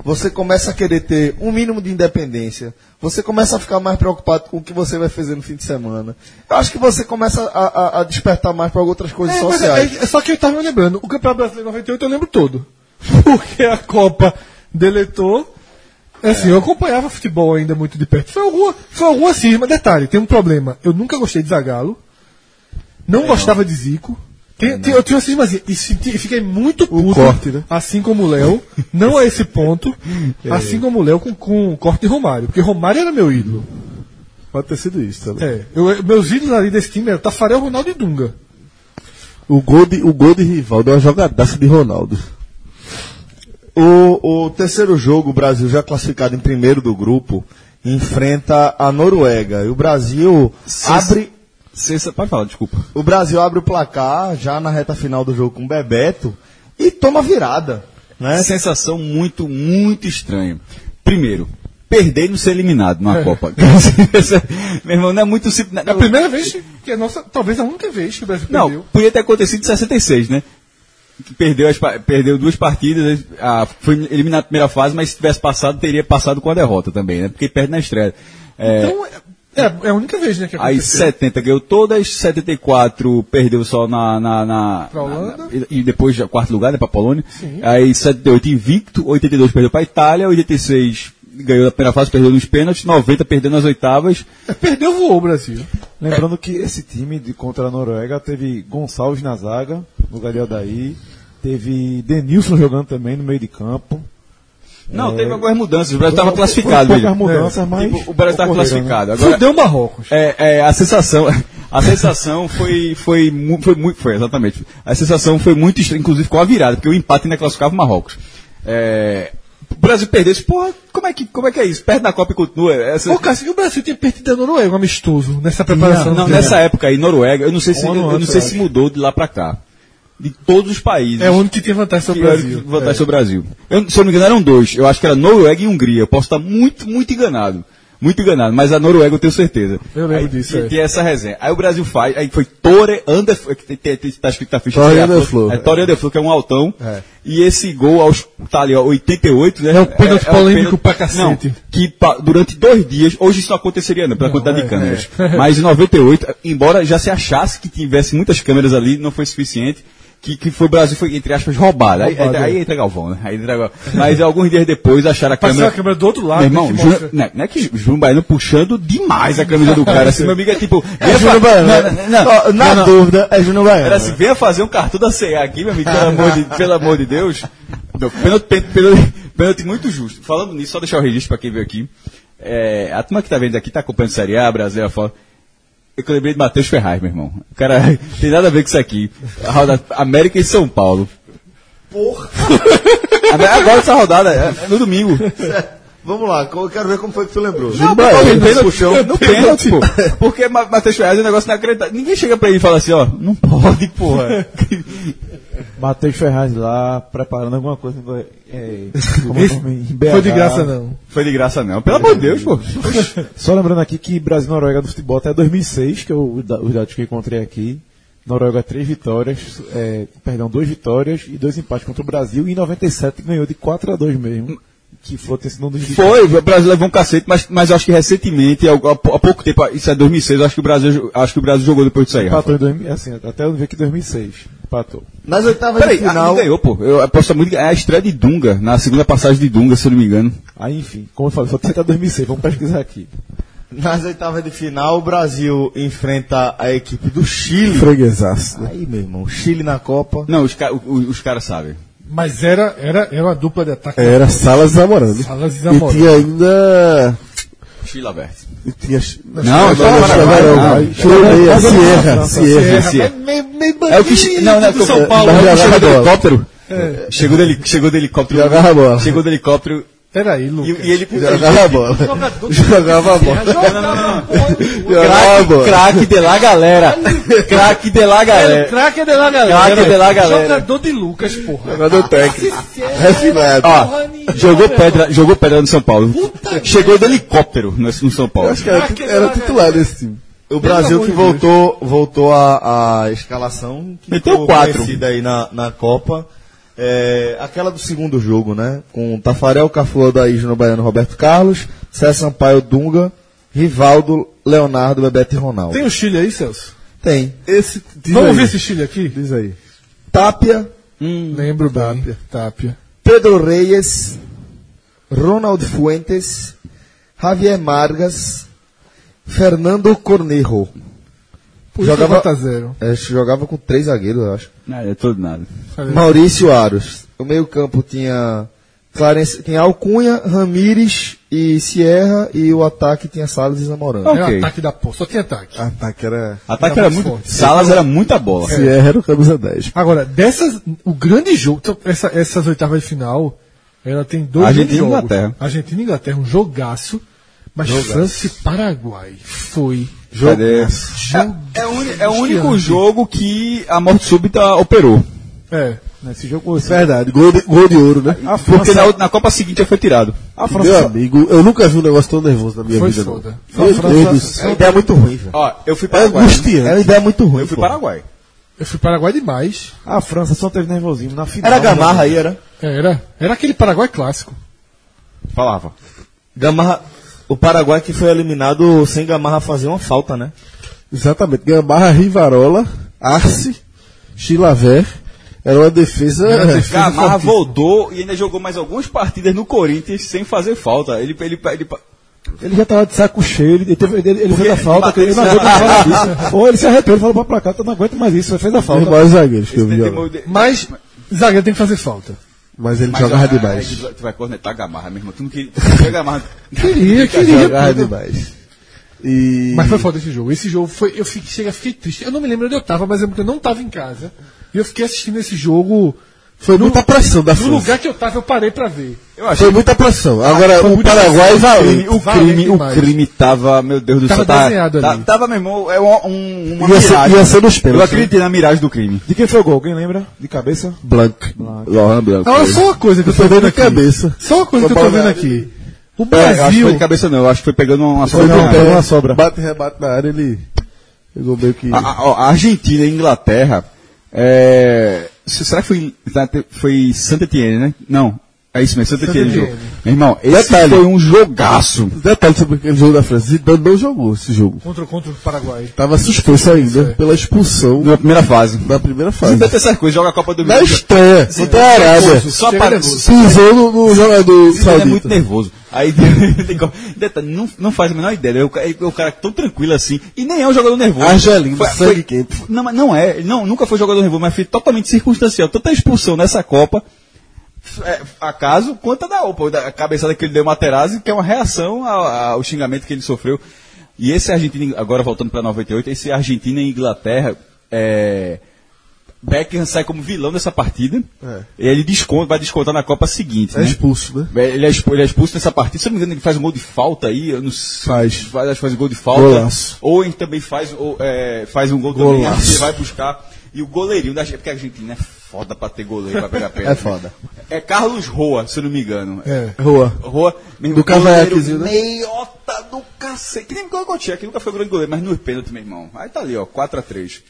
Speaker 1: Você começa a querer ter um mínimo de independência. Você começa a ficar mais preocupado com o que você vai fazer no fim de semana. Eu acho que você começa a, a- a despertar mais para outras coisas
Speaker 3: É, mas
Speaker 1: sociais.
Speaker 3: é- é só que eu tava me lembrando, o Campeonato Brasileiro 98 eu lembro todo. Porque a Copa deletou. Assim, eu acompanhava futebol ainda muito de perto. Foi alguma, foi alguma cisma. Detalhe, tem um problema. Eu nunca gostei de Zagalo. Não gostava de Zico. Tem- tem- eu tinha uma cisma assim. E senti- e fiquei muito puto.
Speaker 2: corte, né?
Speaker 3: Assim como o Léo. não a esse ponto. Assim como o Léo com, com o corte de Romário. Porque Romário era meu ídolo.
Speaker 2: Pode ter sido isso tá também.
Speaker 3: É, eu- meus ídolos ali desse time eram Tafarel, Ronaldo e Dunga.
Speaker 2: O gol de, o gol de Rivaldo é uma jogadaça de Ronaldo.
Speaker 1: O, o terceiro jogo, o Brasil já classificado em primeiro do grupo, enfrenta a Noruega. E o Brasil abre.
Speaker 4: Sexta, pode falar, desculpa.
Speaker 1: O Brasil abre o placar já na reta final do jogo com o Bebeto e toma virada.
Speaker 4: É.
Speaker 1: Né?
Speaker 4: Sensação muito, muito estranha. Primeiro, perder e não ser eliminado numa Copa. Meu irmão, não é muito simples.
Speaker 3: É a primeira vez que a nossa, talvez a única vez que o Brasil
Speaker 4: Não,
Speaker 3: perdeu.
Speaker 4: podia ter acontecido em 66, né? Que Perdeu, as pa- perdeu duas partidas, a- foi eliminado na primeira fase, mas se tivesse passado, teria passado com a derrota também, né? Porque perde na estreia. É,
Speaker 3: Então, é, é a única vez, né, que
Speaker 4: aí
Speaker 3: aconteceu.
Speaker 4: 70 ganhou todas, 74 perdeu só na. na, na-
Speaker 3: Pra Holanda.
Speaker 4: na- e, e depois já quarto lugar, né, pra Polônia. Aí 78 invicto, 82 perdeu pra Itália, 86 ganhou na primeira fase, perdeu nos pênaltis, 90 perdeu nas oitavas.
Speaker 3: Perdeu, voou o Brasil.
Speaker 6: Lembrando que esse time de contra a Noruega teve Gonçalves na zaga, no lugar de Odaí. Teve Denilson jogando também no meio de campo.
Speaker 4: Não,
Speaker 6: É.
Speaker 4: teve algumas mudanças, o Brasil estava
Speaker 6: Foi-
Speaker 4: classificado.
Speaker 6: foi
Speaker 4: veja.
Speaker 6: poucas mudanças, mas
Speaker 4: Tipo, o Brasil estava
Speaker 6: ocorreram, né?
Speaker 4: classificado. Agora,
Speaker 3: Fudeu o Marrocos.
Speaker 4: É, é, a sensação, a sensação foi, foi, mu- foi muito, foi exatamente. A sensação foi muito estranha, inclusive com a virada, porque o empate ainda classificava o Marrocos. É, o Brasil perdesse, porra, como é que, como é que é isso? Perde na Copa e continua. Essa,
Speaker 3: Ô, Cássio, e o Brasil tinha perdido a Noruega, um amistoso, nessa preparação.
Speaker 4: não, não,
Speaker 3: do
Speaker 4: nessa
Speaker 3: Brasil?
Speaker 4: época aí, Noruega, eu não sei se,
Speaker 6: Um
Speaker 4: eu,
Speaker 6: ano
Speaker 4: eu não
Speaker 6: antes,
Speaker 4: sei
Speaker 6: eu
Speaker 4: se mudou de lá pra cá. De todos os países.
Speaker 3: É o único que tinha vantagem sobre o
Speaker 4: que era
Speaker 3: Brasil. É.
Speaker 4: que vantagem sobre o Brasil. Eu, se eu não me engano, eram dois. Eu acho que era Noruega e Hungria. Eu posso estar muito, muito enganado. Muito enganado, mas a Noruega eu tenho certeza.
Speaker 3: Eu lembro
Speaker 4: aí,
Speaker 3: disso,
Speaker 4: que-
Speaker 3: é.
Speaker 4: que é essa resenha. Aí o Brasil faz, aí foi Tore Anderflor, que tem- tem- tem- tá escrito na ficha.
Speaker 2: Tore
Speaker 4: que é a-
Speaker 2: Underfloor.
Speaker 4: É Tore Anderflor, que é um altão. E esse gol aos, tá ali, ó, 88, né?
Speaker 3: É um pênalti polêmico pra cacete.
Speaker 4: Não, que pa- durante dois dias, hoje isso não aconteceria, não, pela quantidade
Speaker 3: é,
Speaker 4: de câmeras. Mas em 98, embora já se achasse que tivesse muitas câmeras ali, não foi suficiente. Que, que foi o Brasil foi, entre aspas, roubado. Aí, aí,
Speaker 3: Roubado, é.
Speaker 4: aí entra Galvão, né? Aí entra Galvão. Mas alguns dias depois acharam a
Speaker 3: Passou
Speaker 4: câmera.
Speaker 3: a câmera do outro lado.
Speaker 4: Meu irmão,
Speaker 3: que
Speaker 4: Ju-
Speaker 3: mostra-
Speaker 4: não, é- não é que Ju- Júnior Baiano puxando demais a camisa do cara. Assim, meu amigo é né? tipo. venha
Speaker 1: Júnior
Speaker 4: fa-
Speaker 1: Baiano,
Speaker 4: Não, não, não.
Speaker 1: Ó, na dúvida, é Júnior Baiano.
Speaker 4: Era assim, venha fazer um cartão da CEA aqui, meu amigo, pelo amor de, pelo amor de Deus. Não, Pênalti, pênalti, pênalti- pênalti muito justo. Falando nisso, só deixar o registro para quem veio aqui. É, a turma que tá vendo aqui, tá acompanhando Série A, Brasileira fora. Eu que lembrei de Matheus Ferraz, meu irmão. O cara tem nada a ver com isso aqui. A rodada América e São Paulo. Porra! Agora essa rodada, é no domingo.
Speaker 1: Vamos lá, eu quero ver como foi que tu lembrou.
Speaker 4: Não,
Speaker 1: Júnior
Speaker 4: pô,
Speaker 1: Baiano.
Speaker 4: no pênalti, no pênalti, pô. Porque Ma- Matheus Ferraz é um negócio inacreditável. Ninguém chega pra ele e fala assim, ó, não pode, porra.
Speaker 6: Matheus Ferraz lá preparando alguma coisa. em Goi- é, como é o
Speaker 3: Esse
Speaker 6: nome? Em
Speaker 3: Foi de
Speaker 6: BH.
Speaker 3: graça, não.
Speaker 4: Foi de graça não, pelo amor de Deus, pô.
Speaker 6: Só lembrando aqui que Brasil e Noruega do futebol até 2006, que eu, os dados que eu encontrei aqui. Noruega três vitórias, é, perdão, duas vitórias e dois empates contra o Brasil. E em 97 ganhou de 4 a 2 mesmo. Que foi ter sido um dos
Speaker 4: Foi, o Brasil levou um cacete, mas, mas eu acho que recentemente, há, há pou- há pouco tempo, isso é 2006, eu acho que o Brasil, jo- acho que o Brasil jogou depois disso aí. Rafa.
Speaker 6: Empatou em 2000, assim, até eu ver que 2006. Empatou.
Speaker 1: Nas oitavas
Speaker 4: Peraí,
Speaker 1: de
Speaker 4: ah,
Speaker 1: final.
Speaker 4: não ganhou, pô. Eu aposto muito. É a estreia de Dunga, na segunda passagem de Dunga, se eu não me engano.
Speaker 6: Aí, enfim, como eu falei, só tem até 2006, vamos pesquisar aqui.
Speaker 1: Nas oitavas de final, o Brasil enfrenta a equipe do Chile.
Speaker 2: Freguesaço. né?
Speaker 1: Aí, meu irmão, Chile na Copa.
Speaker 4: Não, os, ca- o- o- os caras sabem.
Speaker 3: Mas era, era, era uma dupla de ataque.
Speaker 4: É.
Speaker 2: Era Salas e Zamorano.
Speaker 3: Salas e
Speaker 2: E
Speaker 3: Zamorano.
Speaker 2: tinha ainda.
Speaker 4: Chile aberto.
Speaker 2: E tinha.
Speaker 4: Não,
Speaker 2: Não, não,
Speaker 4: Chile
Speaker 2: não,
Speaker 4: Não,
Speaker 2: não. Chorei, Sierra, Sierra.
Speaker 4: Sierra.
Speaker 3: Meio, meio
Speaker 4: É o que. che- Não, não, é
Speaker 3: do
Speaker 4: o
Speaker 3: São
Speaker 4: que-
Speaker 3: Paulo.
Speaker 4: é o que
Speaker 2: Jogar
Speaker 4: chegou do
Speaker 2: bola.
Speaker 4: helicóptero. Chegou do heli- Chegou do helicóptero.
Speaker 2: Jogava a bola.
Speaker 4: Chegou do helicóptero
Speaker 3: Peraí,
Speaker 4: e,
Speaker 3: Lucas.
Speaker 4: e ele.
Speaker 2: Jogava a bola. Jogava a bola. Jogava a
Speaker 4: Craque,
Speaker 2: bola.
Speaker 4: craque de lá, galera. Craque de lá,
Speaker 3: Era É, o
Speaker 4: galera.
Speaker 3: craque de lá, galera.
Speaker 4: É, Craque é de lá, galera.
Speaker 3: Jogador de Lucas, porra.
Speaker 2: Jogador técnico. Refinado.
Speaker 4: Ó, jogou pedra, jogou pedra no São Paulo.
Speaker 3: Puta
Speaker 4: Chegou do helicóptero no, no São Paulo.
Speaker 2: Acho que é
Speaker 3: Ah,
Speaker 2: era, tit- era titular desse time.
Speaker 1: O Brasil
Speaker 3: amor
Speaker 1: que
Speaker 3: de Deus.
Speaker 1: voltou, voltou à, à escalação que
Speaker 4: Meteu
Speaker 1: ficou
Speaker 4: quatro.
Speaker 1: conhecida aí na, na Copa. É, aquela do segundo jogo, né? Com Tafarel, Cafu, Daí, Júnior Baiano, Roberto Carlos, Cé Sampaio, Dunga, Rivaldo, Leonardo, Bebeto e Ronaldo.
Speaker 3: Tem o Chile aí, Celso?
Speaker 1: Tem. Esse
Speaker 3: Vamos ver esse Chile aqui?
Speaker 2: Diz aí.
Speaker 1: Tapia,
Speaker 3: Lembro bem. Tapia.
Speaker 1: Pedro Reyes, Ronald Fuentes, Javier Margas, Fernando Cornejo.
Speaker 3: Puxa,
Speaker 1: Jogava-
Speaker 3: Jogava... 0
Speaker 1: É, jogava com três zagueiros, eu acho.
Speaker 4: Nada, é todo nada.
Speaker 1: Maurício Aros. O meio-campo tinha Clarence, tinha Alcunha, Ramires e Sierra e o ataque tinha Salles e Zamorano.
Speaker 3: Era
Speaker 4: Ok.
Speaker 3: "É um ataque da porra. Só tinha ataque.
Speaker 2: Ataque era.
Speaker 4: Ataque
Speaker 3: Era
Speaker 4: era
Speaker 3: mais
Speaker 4: muito.
Speaker 3: forte.
Speaker 4: Salas era muita bola.
Speaker 2: Sierra era o camisa 10.
Speaker 3: Agora, dessas, o grande jogo, então, essa- essas oitavas de final, ela tem dois
Speaker 4: Argentina e
Speaker 3: grandes jogos.
Speaker 4: Inglaterra.
Speaker 3: Argentina e Inglaterra, um jogaço, mas França e Paraguai foi
Speaker 4: Cadê?
Speaker 3: jogo.
Speaker 4: É, o uni- é o único jogo que a morte súbita operou.
Speaker 3: É,
Speaker 6: Esse jogo
Speaker 2: Verdade. Gol de, gol de ouro, né?
Speaker 6: A
Speaker 4: Porque
Speaker 6: França,
Speaker 4: na, na Copa seguinte já foi tirado.
Speaker 6: a
Speaker 2: Meu
Speaker 6: França,
Speaker 2: amigo, eu nunca vi um negócio tão nervoso na minha
Speaker 3: foi
Speaker 2: vida. não.
Speaker 3: foda.
Speaker 2: Meu Deus do
Speaker 1: É uma
Speaker 2: céu.
Speaker 1: ideia muito ruim, velho.
Speaker 4: Ó, eu fui
Speaker 2: É
Speaker 4: Paraguai. né?
Speaker 2: angustiante.
Speaker 1: É uma ideia muito ruim.
Speaker 4: Eu fui
Speaker 1: pô.
Speaker 4: Paraguai.
Speaker 3: Eu fui Paraguai demais.
Speaker 6: a França só teve nervosismo na final.
Speaker 1: Era Gamarra aí, era?
Speaker 3: É, Era, era aquele Paraguai clássico.
Speaker 4: Falava.
Speaker 1: Gamarra. O Paraguai que foi eliminado sem Gamarra fazer uma falta, né?
Speaker 2: Exatamente. Gambarra, Rivarola, Arce, Chilaver. Era uma defesa. é,
Speaker 3: Era uma
Speaker 4: É
Speaker 3: defesa
Speaker 4: Gamarra
Speaker 3: fortíssimo.
Speaker 4: voltou e ainda jogou mais algumas partidas no Corinthians sem fazer falta. Ele, ele, ele,
Speaker 6: Ele já tava de saco cheio, ele, ele, teve- ele- ele fez a falta,
Speaker 4: bateu
Speaker 6: ele não
Speaker 4: isso.
Speaker 6: aguenta mais falar disso. Ou ele se arrepende e falou pra cá, eu não aguento mais isso, fez a
Speaker 2: Foi um dos
Speaker 6: falta.
Speaker 2: maiores zagueiros que eu vi.
Speaker 3: é
Speaker 2: ó.
Speaker 4: ele
Speaker 3: Mas zagueiro tem que fazer falta.
Speaker 2: Mas ele
Speaker 4: Mas
Speaker 2: jogava
Speaker 4: ah,
Speaker 2: demais.
Speaker 4: aí Tu vai cornetar Gamarra, meu irmão. Tu não queria. tu queria Gamarra.
Speaker 3: Queria,
Speaker 2: Jogava
Speaker 3: queria. tudo.
Speaker 2: demais. E.
Speaker 3: Mas foi foda esse jogo. Esse jogo foi. Eu fiquei, chega, fiquei triste. Eu não me lembro onde eu tava, mas eu eu não tava em casa. E eu fiquei assistindo esse jogo.
Speaker 2: Foi muita pressão da
Speaker 3: No
Speaker 2: França.
Speaker 3: lugar que eu tava, eu parei pra ver.
Speaker 4: Eu achei
Speaker 2: Foi muita pressão. Agora, o Paraguai
Speaker 4: o
Speaker 2: valeu.
Speaker 4: crime, o
Speaker 3: valeu
Speaker 4: crime, o
Speaker 3: demais.
Speaker 4: crime tava, meu Deus do
Speaker 3: Tava
Speaker 4: céu. tá-
Speaker 3: desenhado
Speaker 4: tá-
Speaker 3: ali.
Speaker 4: Tava, meu irmão, é um, um, uma
Speaker 2: Ia ser-
Speaker 4: miragem.
Speaker 2: ia ser nos pênaltis,
Speaker 4: Eu acreditei na miragem do crime.
Speaker 6: De quem foi o gol? Alguém lembra? De cabeça?
Speaker 2: Blanc. Laurent Blanc.
Speaker 3: Agora, é só uma coisa que eu tô vendo
Speaker 2: de
Speaker 3: aqui.
Speaker 2: cabeça.
Speaker 3: Só uma coisa que eu tô vendo aqui. O
Speaker 4: É, eu acho que
Speaker 3: Brasil.
Speaker 4: foi de cabeça não, eu acho que foi pegando uma
Speaker 2: Foi não,
Speaker 4: sobra.
Speaker 2: pegou
Speaker 6: uma
Speaker 2: uma
Speaker 6: sobra.
Speaker 2: sobra. Bate e rebate na área, ele pegou meio
Speaker 3: Ah,
Speaker 2: que...
Speaker 4: A, a- a Argentina e a Inglaterra. É, se- será que foi, tá, te- foi Santa Etienne, né? Não. É isso mesmo, Santa Etienne. jogo. Meu irmão, esse
Speaker 2: Detalhe.
Speaker 4: foi um jogaço.
Speaker 2: Detalhe sobre aquele jogo da França, Zidane não jogou esse jogo.
Speaker 3: Contra, contra o Paraguai.
Speaker 2: Tava suspenso ainda pela expulsão
Speaker 4: Na primeira fase.
Speaker 2: da primeira fase.
Speaker 4: Zidane tem essas coisas, joga a Copa do
Speaker 2: Na
Speaker 4: Mundo.
Speaker 2: estreia, contra a Arábia,
Speaker 4: Só
Speaker 3: Chega
Speaker 4: para,
Speaker 3: nervoso.
Speaker 2: pisou no, no jogador
Speaker 4: Ele é muito
Speaker 2: saudita.
Speaker 4: nervoso. Aí tem como- detalhe, não, não faz a menor ideia. É o, ca- é o cara tão tranquilo assim. E nem é um jogador nervoso.
Speaker 2: Argelino,
Speaker 4: Foi-
Speaker 2: sangue
Speaker 4: foi-
Speaker 2: quente.
Speaker 4: Não, mas não é. Ele Não, nunca foi jogador nervoso, mas foi totalmente circunstancial. Tanta expulsão nessa Copa. é, acaso, quanto da, pô, da cabeçada que ele deu Materazzi, que é uma reação ao, ao xingamento que ele sofreu. E esse Argentina, agora voltando para 98, esse Argentina e Inglaterra, é, Beckham sai como vilão dessa partida. E ele desconta, vai descontar na Copa seguinte.
Speaker 2: É
Speaker 4: né?
Speaker 2: expulso, né?
Speaker 4: Ele é, expu- ele é expulso nessa partida. Se eu não me engano, ele faz um gol de falta aí. Eu não sei,
Speaker 2: Faz.
Speaker 4: faz. Acho que faz um gol de falta.
Speaker 2: Golaço.
Speaker 4: Ou ele também faz, ou, é, faz um gol também.
Speaker 2: Golaço.
Speaker 4: acho que Ele vai buscar. E o goleirinho da Argentina. Porque a Argentina é foda pra ter goleiro, pra pegar pênalti.
Speaker 2: É foda.
Speaker 4: É Carlos Roa, se eu não me engano.
Speaker 3: É.
Speaker 2: Rua.
Speaker 4: Roa, meu
Speaker 2: Do
Speaker 4: goleiro
Speaker 2: cavanhaquezinho, né?
Speaker 4: Meiota do cacete. Que nem Gogotinha, que nunca foi um grande goleiro, mas no pênalti, meu irmão. Aí tá ali, ó, 4x3.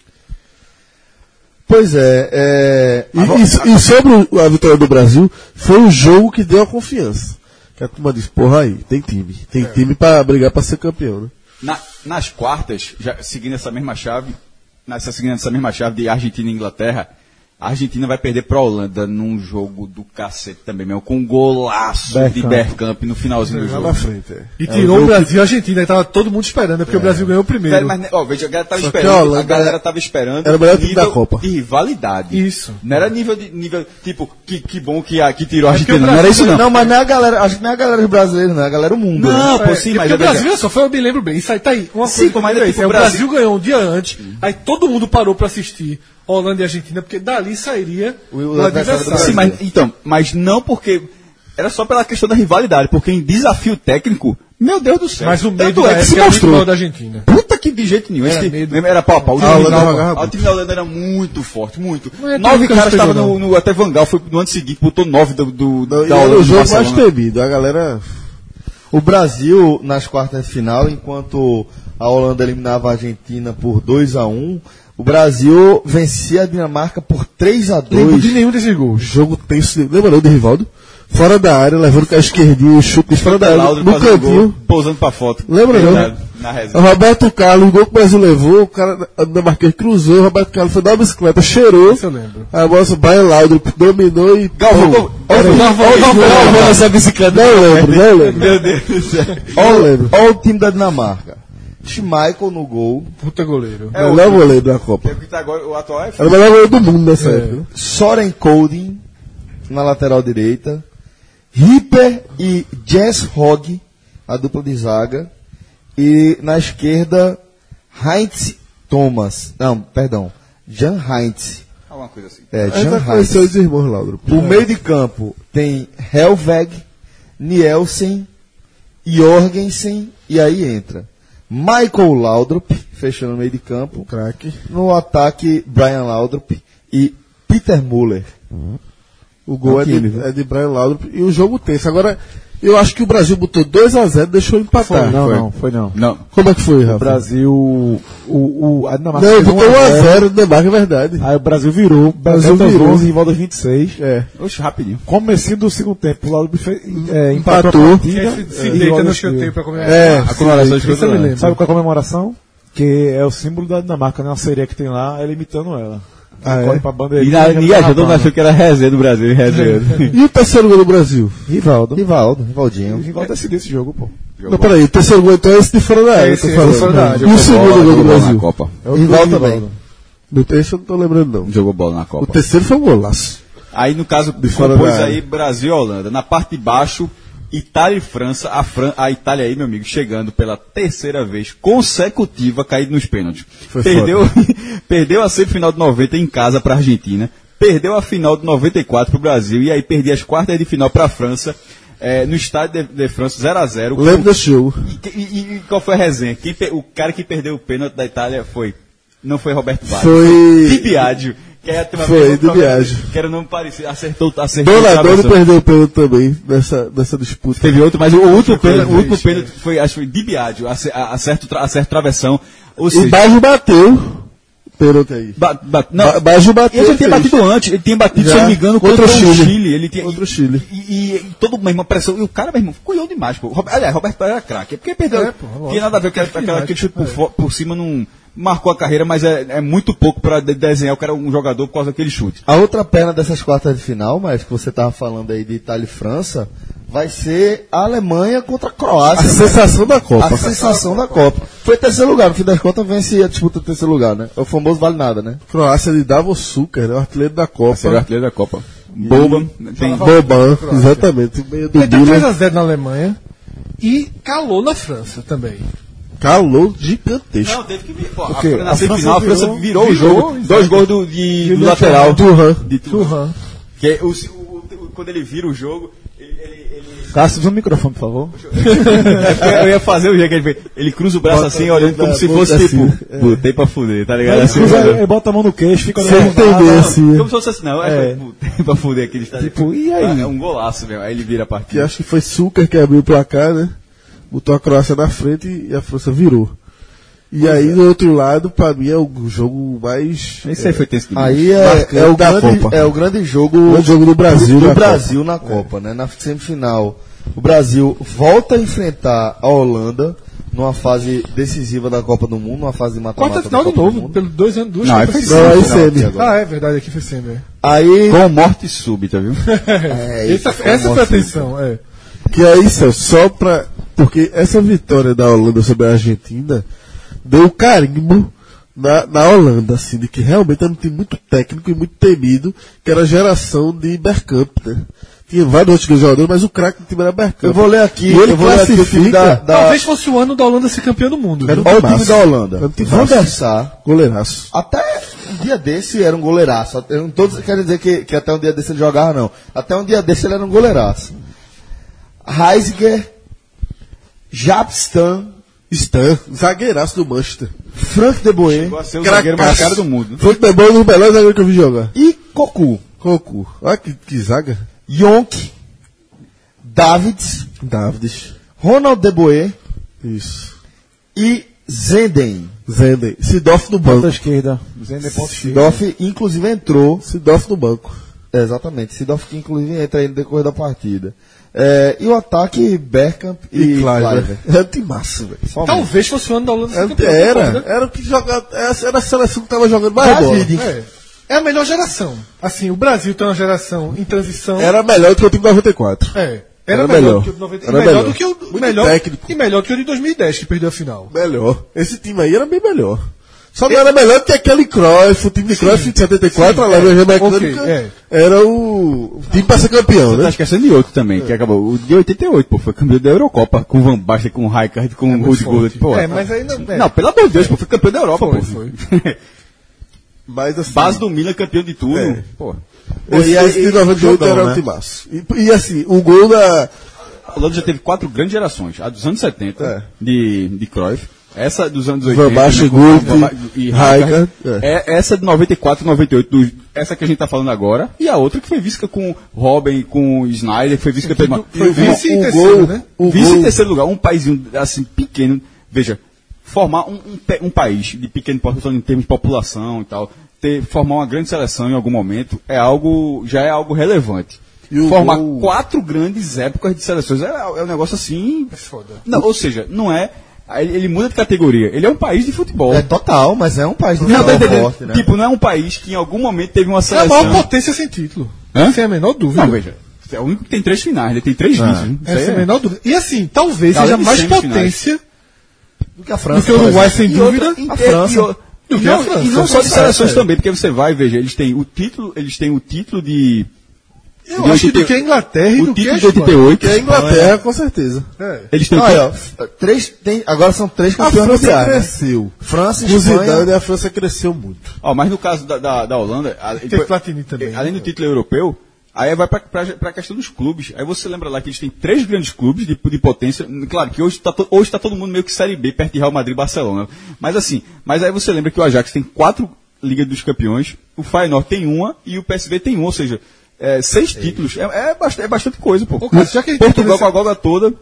Speaker 2: Pois é, é... E,
Speaker 4: Ah, vou-
Speaker 2: e so- e sobre o- a vitória do Brasil, foi o jogo que deu a confiança. Que a turma disse, porra aí, tem time. Tem
Speaker 1: É.
Speaker 2: time pra brigar pra ser campeão, né?
Speaker 4: Na- nas quartas, já seguindo essa mesma chave, nessa, seguindo essa mesma chave de Argentina e Inglaterra, A Argentina vai perder pra Holanda num jogo do cacete também, mesmo, com um golaço de Bergkamp no finalzinho do
Speaker 2: Lá
Speaker 4: jogo.
Speaker 2: na frente. é.
Speaker 3: E tirou o Brasil e a Argentina, que tava todo mundo esperando, é porque o Brasil ganhou primeiro.
Speaker 4: Velho, mas, né, ó, veja, a galera tava
Speaker 2: Só que
Speaker 4: esperando.
Speaker 2: a
Speaker 4: A,
Speaker 2: Holanda
Speaker 4: galera
Speaker 2: era-
Speaker 4: tava esperando.
Speaker 2: era o melhor time
Speaker 4: nível
Speaker 2: da Copa.
Speaker 4: De rivalidade.
Speaker 3: Isso.
Speaker 4: Não era nível de. Nível, tipo, que, que bom que, a- que
Speaker 1: É
Speaker 4: tirou a
Speaker 3: porque o
Speaker 4: Argentina. Não era
Speaker 3: Brasil-
Speaker 4: isso, não.
Speaker 1: Não, mas não é a galera, acho que não é a galera brasileira, não, é a galera do mundo. né?
Speaker 4: Não,
Speaker 3: É,
Speaker 4: pô, sim,
Speaker 3: porque
Speaker 4: mas.
Speaker 3: o
Speaker 4: veja,
Speaker 3: Brasil, olha só, foi, eu me lembro bem. Isso aí tá aí. Uma
Speaker 4: Sim,
Speaker 3: coisa
Speaker 4: mas
Speaker 3: que eu
Speaker 4: é
Speaker 3: me
Speaker 4: isso,
Speaker 3: lembro, é,
Speaker 4: o
Speaker 3: o
Speaker 4: Brasil-
Speaker 3: Brasil ganhou um dia antes, aí todo mundo parou pra assistir Holanda e Argentina, porque dali sairia
Speaker 1: O-
Speaker 3: o,
Speaker 1: o adversário do
Speaker 3: adversário.
Speaker 4: Sim, mas, então, mas não porque. Era só pela questão da rivalidade, porque em desafio técnico, meu Deus do céu.
Speaker 3: Mas o medo
Speaker 4: tanto
Speaker 3: da
Speaker 4: é que se
Speaker 3: época era muito
Speaker 4: mostrou.
Speaker 3: maior da Argentina.
Speaker 4: Puta que de jeito nenhum. Era,
Speaker 3: medo.
Speaker 4: era pau a pau. O
Speaker 2: A
Speaker 4: time
Speaker 2: Holanda
Speaker 4: da-
Speaker 2: jogava
Speaker 4: o time da Holanda era muito forte, muito.
Speaker 3: Não é
Speaker 4: nove
Speaker 3: tanto que
Speaker 4: caras
Speaker 3: não
Speaker 4: estavam no,
Speaker 3: pegou,
Speaker 4: no. Até Vangal foi no ano seguinte, botou nove do, do,
Speaker 2: Não, e
Speaker 1: Então,
Speaker 4: da
Speaker 2: era
Speaker 4: Holanda.
Speaker 2: o
Speaker 4: no
Speaker 2: jogo mais
Speaker 4: Barcelona.
Speaker 2: temido. A galera.
Speaker 1: O Brasil, nas quartas de final, enquanto a Holanda eliminava a Argentina por 2 a 1 o Brasil vencia a Dinamarca por 3 a
Speaker 2: Lembro de
Speaker 1: 2
Speaker 2: nenhum desses gols. Jogo tenso. Lembra não de Rivaldo? Fora da área, levando com a esquerdinha, chute fora da área,
Speaker 4: Laudrup
Speaker 2: no
Speaker 4: fazendo gol,
Speaker 2: cantinho.
Speaker 4: pousando pra foto.
Speaker 2: Lembra não?
Speaker 4: Verdade, Na resenha.
Speaker 2: Roberto Carlos, o gol que o Brasil levou, o cara da Marquês cruzou, o Roberto Carlos foi dar uma bicicleta, cheirou.
Speaker 3: Isso eu lembro.
Speaker 2: A moça Bailaudo dominou e.
Speaker 4: Galvão,
Speaker 2: Pô,
Speaker 4: Galvão,
Speaker 2: olha-
Speaker 4: Galvão,
Speaker 2: olha o
Speaker 4: Galvão, Galvão.
Speaker 2: nessa bicicleta. Não lembro, não lembro.
Speaker 4: Meu Deus do céu.
Speaker 2: Não lembro.
Speaker 1: Olha o time da Dinamarca. Schmeichel no gol,
Speaker 3: Puta goleiro.
Speaker 2: É o melhor goleiro da Copa.
Speaker 4: É o que tá agora, o atual é
Speaker 2: Era o melhor goleiro do mundo nessa época.
Speaker 1: Soren Kolding na lateral direita, Ripper e Jess Hogg, a dupla de zaga, e na esquerda, Heinz Thomas. Não, perdão, Jan Heinz.
Speaker 4: alguma coisa assim.
Speaker 1: É,
Speaker 2: Aí
Speaker 1: Jan
Speaker 2: vai
Speaker 1: Heinz.
Speaker 2: conhecer os irmãos Laudro.
Speaker 1: O meio de campo tem Helweg, Nielsen, Jorgensen e aí entra Michael Laudrup, fechando o meio de campo.
Speaker 2: Craque.
Speaker 1: No ataque, Brian Laudrup e Peter Muller.
Speaker 2: O
Speaker 1: É
Speaker 2: gol
Speaker 1: um
Speaker 2: é,
Speaker 1: time,
Speaker 2: de,
Speaker 1: viu?
Speaker 2: é de Brian Laudrup e o jogo tenso. Agora, eu acho que o Brasil botou 2x0 e deixou empatar.
Speaker 6: não,
Speaker 2: Foi.
Speaker 6: não, Tá, foi não.
Speaker 4: Não.
Speaker 2: Como é que foi,
Speaker 6: O
Speaker 2: Rafa?
Speaker 6: Brasil. O, o, a Dinamarca.
Speaker 2: Não,
Speaker 6: fez
Speaker 2: botou
Speaker 6: 1 a
Speaker 2: 1x0
Speaker 6: 0.
Speaker 2: Dinamarca, é verdade.
Speaker 6: Aí o Brasil virou. O
Speaker 2: Brasil
Speaker 6: Brasil virou
Speaker 2: virou.
Speaker 6: 11 e volta aos 26.
Speaker 2: É.
Speaker 4: Oxe, rapidinho.
Speaker 6: Comecinho do segundo tempo, o Laudrup fez- é, empatou,
Speaker 2: Empatou.
Speaker 6: a
Speaker 3: E
Speaker 6: partida.
Speaker 3: aí se, se
Speaker 6: e
Speaker 3: deita
Speaker 6: logo
Speaker 3: no
Speaker 6: escreveu.
Speaker 3: escanteio pra comer.
Speaker 2: É,
Speaker 4: A coloração de
Speaker 3: Isso eu me lembro.
Speaker 6: Sabe qual é a comemoração? Que é o símbolo da Dinamarca, né? Uma sereia que tem lá, é limitando ela.
Speaker 2: Ah,
Speaker 6: Corre
Speaker 2: é?
Speaker 6: pra
Speaker 4: E,
Speaker 6: bandeirinha.
Speaker 4: na,
Speaker 6: já
Speaker 4: e
Speaker 6: tá
Speaker 4: a
Speaker 6: na
Speaker 4: Jordana
Speaker 6: banda.
Speaker 4: achou que era resenha do Brasil, resenha.
Speaker 2: E o terceiro gol do Brasil?
Speaker 6: Rivaldo.
Speaker 1: Rivaldo, Rivaldinho.
Speaker 6: O Rivaldo decidiu assim, esse jogo, pô.
Speaker 2: Não, peraí, o terceiro gol então é esse de fora da área.
Speaker 3: esse
Speaker 2: eu tô
Speaker 3: é o de
Speaker 2: falando.
Speaker 3: fora da área.
Speaker 2: E o segundo gol do
Speaker 4: Na
Speaker 2: Brasil?
Speaker 4: Copa.
Speaker 2: É o Rivaldo também. Do terceiro eu não tô lembrando, não.
Speaker 4: Jogou bola na
Speaker 2: O
Speaker 4: Copa.
Speaker 2: terceiro foi um golaço.
Speaker 4: Aí, no caso,
Speaker 2: fora
Speaker 4: compôs
Speaker 2: da área.
Speaker 4: aí Brasil e Holanda. Na parte de baixo, Itália e França. A, Fran- a Itália aí, meu amigo, chegando pela terceira vez consecutiva, caído nos pênaltis.
Speaker 2: Foi
Speaker 4: Perdeu, perdeu a semifinal de 90 em casa para a Argentina. Perdeu a final de 94 para o Brasil. E aí, perdi as quartas de final para a França. eh, no estádio de, de França, 0x0.
Speaker 2: Lembro desse jogo.
Speaker 4: E, e- e qual foi a resenha? Quem pe- o cara que perdeu o pênalti da Itália foi. Não foi Roberto Baggio.
Speaker 2: Foi-
Speaker 4: Di Biagio. Que é a turma
Speaker 2: Foi,
Speaker 4: mesmo
Speaker 2: Di
Speaker 4: pra-
Speaker 2: Biagio.
Speaker 4: Que era o nome parecido. Acertou, acertou. o
Speaker 2: Donadoni
Speaker 4: travessão.
Speaker 2: perdeu o pênalti também nessa, nessa disputa.
Speaker 4: Teve outro, mas o último pênalti, o
Speaker 2: vez,
Speaker 4: último pênalti foi, acho que foi Di Biagio. ace- a- Acerta o tra- acerta o travessão. Ou
Speaker 2: O
Speaker 4: seja,
Speaker 2: Baggio bateu. Pênalti aí.
Speaker 4: ba, ba- não,
Speaker 2: Ba- Baggio bateu.
Speaker 4: ele já tinha
Speaker 2: fez.
Speaker 4: batido antes, ele tinha batido,
Speaker 2: Já,
Speaker 4: se eu não me engano, contra, o Chile. Ele tinha,
Speaker 2: Contra o Chile.
Speaker 4: E, e- e todo mundo, irmão, pressão. E o cara, meu irmão, cunhou demais, pô. Roberto, aliás, Roberto Pereira era craque. É Porque perdeu.
Speaker 3: É, pô, lógico. É.
Speaker 4: tinha nada a ver com aquela- aquela- aquele chute por, fo- por cima, não marcou a carreira, mas é, é muito pouco pra de- desenhar o cara um jogador por causa daquele chute.
Speaker 1: A outra perna dessas quartas de final, mas que você tava falando aí de Itália e França, vai ser a Alemanha contra a
Speaker 2: A
Speaker 1: Croácia. né?
Speaker 2: sensação da
Speaker 1: A,
Speaker 2: Copa.
Speaker 1: sensação da Copa. Foi terceiro lugar, no fim das contas vence a disputa do terceiro lugar, né? É O famoso vale nada, né?
Speaker 2: Croácia de Davo Suker, né? O artilheiro da
Speaker 4: Ser o
Speaker 2: Copa.
Speaker 4: artilheiro da Copa. Boba. Tem,
Speaker 2: Boban, né? exatamente. O meio do
Speaker 3: Meteu
Speaker 2: Milan.
Speaker 3: 3x0 na Alemanha e calou na França também.
Speaker 2: Calor gigantesco.
Speaker 4: não, teve que vir. Pô, a,
Speaker 2: quê?
Speaker 4: na
Speaker 2: A
Speaker 4: semifinal, a
Speaker 2: França
Speaker 4: França virou, o
Speaker 3: virou,
Speaker 4: jogo. Dois gols do, de, do lateral.
Speaker 2: Turan.
Speaker 4: De Turan.
Speaker 3: Turhan.
Speaker 4: Que é o- o- o- quando ele vira o jogo, ele- ele- ele
Speaker 6: Cássio, Ah, usa o microfone, por favor.
Speaker 4: É, Eu ia fazer o jeito que ele fez. Ele cruza o braço
Speaker 2: Bota
Speaker 4: assim,
Speaker 2: a
Speaker 4: olhando
Speaker 2: mão
Speaker 4: como
Speaker 2: na
Speaker 4: se
Speaker 2: boca
Speaker 4: fosse
Speaker 2: assim,
Speaker 4: tipo. Botei pra fuder, tá ligado?
Speaker 6: Ele,
Speaker 4: Assim,
Speaker 6: cruza,
Speaker 4: olhando.
Speaker 6: ele é, bota a mão no queixo, fica
Speaker 2: Sem entender, assim.
Speaker 4: Como se fosse assim, não. É,
Speaker 6: É.
Speaker 4: botei pra fuder aquele estádio.
Speaker 6: Tipo, e aí?
Speaker 4: É um golaço mesmo. Aí ele vira a
Speaker 2: Que
Speaker 4: partida.
Speaker 2: acho que foi Suker que abriu o placar, né? Botou a Croácia na frente e a França virou. E
Speaker 1: é.
Speaker 2: aí, do outro lado, pra mim, é o jogo mais.
Speaker 4: Esse aí foi tenso demais.
Speaker 1: Aí é,
Speaker 2: Marcante
Speaker 1: é, o,
Speaker 2: da
Speaker 1: grande,
Speaker 2: Copa.
Speaker 1: é o grande jogo,
Speaker 2: O jogo do Brasil
Speaker 1: do
Speaker 2: na
Speaker 1: Brasil na Copa, né? Na semifinal, o Brasil volta a enfrentar a Holanda numa fase decisiva da Copa do Mundo, numa fase de mata-mata. da
Speaker 3: Quarta final de
Speaker 1: Copa do
Speaker 3: novo,
Speaker 1: Mundo.
Speaker 3: pelo dois anos, duas
Speaker 4: Não, é
Speaker 3: Copas
Speaker 4: foi
Speaker 3: seguidas.
Speaker 2: Não, é
Speaker 1: final
Speaker 2: ICM.
Speaker 1: de agora.
Speaker 3: Ah, é verdade, aqui foi sempre. é.
Speaker 1: Aí.
Speaker 4: Com morte súbita, viu?
Speaker 1: É,
Speaker 3: Essa,
Speaker 1: isso,
Speaker 3: essa foi a
Speaker 1: nossa,
Speaker 3: atenção, é.
Speaker 2: Que aí, Celso, só pra. Porque essa vitória da Holanda sobre a Argentina deu carimbo na, na Holanda, assim, de que realmente era um time muito técnico e muito temido, que era a geração de Bergkamp, né? Tinha vários outros jogadores, mas o craque do time era Bergkamp.
Speaker 1: Eu vou ler aqui,
Speaker 2: E ele
Speaker 1: eu vou ler aqui o time
Speaker 2: classifica-
Speaker 1: da, da,
Speaker 3: Talvez fosse o ano da Holanda ser campeã do mundo.
Speaker 2: Era
Speaker 3: viu?
Speaker 2: um
Speaker 1: Olha o time
Speaker 2: timaço.
Speaker 1: da Holanda.
Speaker 2: Era um timaço.
Speaker 1: Van der Sar,
Speaker 2: Goleiraço.
Speaker 1: até um dia desse era um goleiraço. Eu não tô querendo dizer que, que até um dia desse ele jogava, não. Até um dia desse ele era um goleiraço. Heisiger, Japstan,
Speaker 2: Stan, zagueiraço do Manchester.
Speaker 1: Frank de Boer
Speaker 4: Chegou a ser o
Speaker 2: Cracaço.
Speaker 4: zagueiro mais caro do mundo.
Speaker 2: Foi também um dos melhores zagueiros que eu vi jogar.
Speaker 1: e Cocu.
Speaker 2: Cocu. Olha que, que zaga.
Speaker 1: Yonk, Davids,
Speaker 2: Davids.
Speaker 1: Ronald de Boer
Speaker 2: Isso.
Speaker 1: e Zenden.
Speaker 2: Zenden. Sidoff no
Speaker 6: Ponta
Speaker 2: banco.
Speaker 6: esquerda. Zender ponta esquerda.
Speaker 1: Sidoff, inclusive, entrou
Speaker 2: Sidoff no banco.
Speaker 1: É, exatamente. Sidoff que inclusive entra aí no decorrer da partida. É, e o ataque Bergkamp e, Cliver.
Speaker 2: Era um timaço, velho.
Speaker 1: Só mesmo.
Speaker 3: Talvez fosse o ano da Holanda ser
Speaker 2: Era,
Speaker 3: campeã
Speaker 2: era,
Speaker 3: do mundo. né?
Speaker 2: era o que jogava. essa Era a seleção que tava jogando mais bola.
Speaker 1: David,
Speaker 3: É. É a melhor geração. Assim, o Brasil tem uma geração em transição.
Speaker 2: Era melhor do que o time 94.
Speaker 3: É. Era,
Speaker 2: Era
Speaker 3: melhor,
Speaker 2: melhor.
Speaker 3: do que o de 90, e
Speaker 2: Era
Speaker 3: melhor,
Speaker 2: melhor.
Speaker 3: do que o
Speaker 2: Muito
Speaker 3: melhor,
Speaker 2: técnico.
Speaker 3: e melhor que o de 2010 que perdeu a final.
Speaker 2: Melhor. Esse time aí era bem melhor. Só não era melhor que aquele Cruyff, o time de Cruyff de 74, a laranja mecânica,
Speaker 3: ok, é.
Speaker 2: era o, o time pra ser campeão,
Speaker 4: Você tá
Speaker 2: né?
Speaker 4: esquecendo de outro também, que acabou. O de 88, pô, foi campeão da Eurocopa, com Van Basten, com Rijkaard, com é Rudy Gullit, pô.
Speaker 3: é, mas ainda. É.
Speaker 4: Não, pelo amor de Deus, pô, foi campeão da Europa,
Speaker 3: Foi,
Speaker 4: pô.
Speaker 2: Mas assim,
Speaker 4: Base do Milan, campeão de tudo.
Speaker 2: É.
Speaker 4: Pô.
Speaker 2: esse,
Speaker 1: E aí,
Speaker 2: esse de um 98
Speaker 1: jogão,
Speaker 2: era
Speaker 1: né?
Speaker 2: o timaço. E, e assim, o gol da...
Speaker 4: A Holanda já teve quatro grandes gerações. A dos anos 70,
Speaker 2: É.
Speaker 4: de, de Cruyff. Essa dos anos
Speaker 2: Van
Speaker 4: 80.
Speaker 2: Basten,
Speaker 4: né, com
Speaker 2: Gullit,
Speaker 4: Van Ba- e Rijkaard.
Speaker 2: Rijkaard,
Speaker 4: É, essa de 94, 98, do, essa que a gente tá falando agora. E a outra que foi vice com Robin, com Snyder, que foi vice campeão.
Speaker 3: Foi vice e
Speaker 2: o
Speaker 3: terceiro,
Speaker 2: gol-
Speaker 3: né?
Speaker 2: o
Speaker 4: vice
Speaker 2: gol-
Speaker 4: em terceiro lugar, um paizinho assim pequeno. Veja, formar um, um pe- um país de pequeno porte falando em termos de população e tal, ter, formar uma grande seleção em algum momento é algo já é algo relevante.
Speaker 2: E o
Speaker 4: formar
Speaker 2: gol-
Speaker 4: quatro grandes épocas de seleções é, é um negócio assim.
Speaker 3: É foda.
Speaker 4: Não, ou seja, não é. aí Ele, ele muda de categoria. Ele é um país de futebol.
Speaker 1: É total, mas é um país do
Speaker 4: não, tá
Speaker 1: futebol
Speaker 4: entendendo?
Speaker 1: forte, né?
Speaker 4: Tipo, não é um país que em algum momento teve uma
Speaker 3: É a
Speaker 4: seleção.
Speaker 3: maior potência sem título.
Speaker 4: Hã?
Speaker 3: Sem a menor dúvida.
Speaker 4: não, veja. É o único que tem três finais, ele tem três vices. né?
Speaker 3: É, sem a menor dúvida. E assim, talvez
Speaker 4: Além
Speaker 3: seja
Speaker 4: de
Speaker 3: mais
Speaker 4: semifinais.
Speaker 3: potência
Speaker 1: do que a
Speaker 3: do que o
Speaker 1: por
Speaker 3: Uruguai,
Speaker 1: exemplo.
Speaker 3: sem
Speaker 4: E outra,
Speaker 3: dúvida.
Speaker 4: e-
Speaker 3: a
Speaker 4: e- e
Speaker 3: França.
Speaker 4: o- E não, e não só de seleções
Speaker 3: é.
Speaker 4: também, porque você vai, veja, eles têm o título, eles têm o título de.
Speaker 3: Eu acho que do que a Inglaterra e
Speaker 4: o
Speaker 3: do que a
Speaker 4: título de
Speaker 3: Espanha.
Speaker 4: 88.
Speaker 2: Que é a Inglaterra, com certeza.
Speaker 3: É.
Speaker 4: Eles têm o
Speaker 1: Olha,
Speaker 4: título-
Speaker 1: ó, f- três, tem, agora são três
Speaker 2: A
Speaker 1: campeões
Speaker 2: França
Speaker 1: mundiais. né?
Speaker 2: cresceu.
Speaker 1: França,
Speaker 2: Com Zidane,
Speaker 1: Espanha,
Speaker 3: né?
Speaker 2: a França cresceu muito.
Speaker 4: ó, mas no caso da, da, da Holanda, a-
Speaker 3: Tem
Speaker 4: foi-
Speaker 3: é Platini
Speaker 6: É,
Speaker 3: também.
Speaker 4: É,
Speaker 3: é.
Speaker 4: além do título europeu, aí vai para a questão dos clubes. Aí você lembra lá que eles têm três grandes clubes de, de potência. Claro que hoje está hoje tá todo mundo meio que Série B, perto de Real Madrid e Barcelona. Mas assim, mas aí você lembra que o Ajax tem quatro Ligas dos Campeões, o Feyenoord tem uma e o PSV tem uma, ou seja, é, seis títulos. É, é, bast- é bastante coisa, pô.
Speaker 3: Ô, Cássio, já que a gente
Speaker 4: Portugal
Speaker 3: tá
Speaker 4: com a goga toda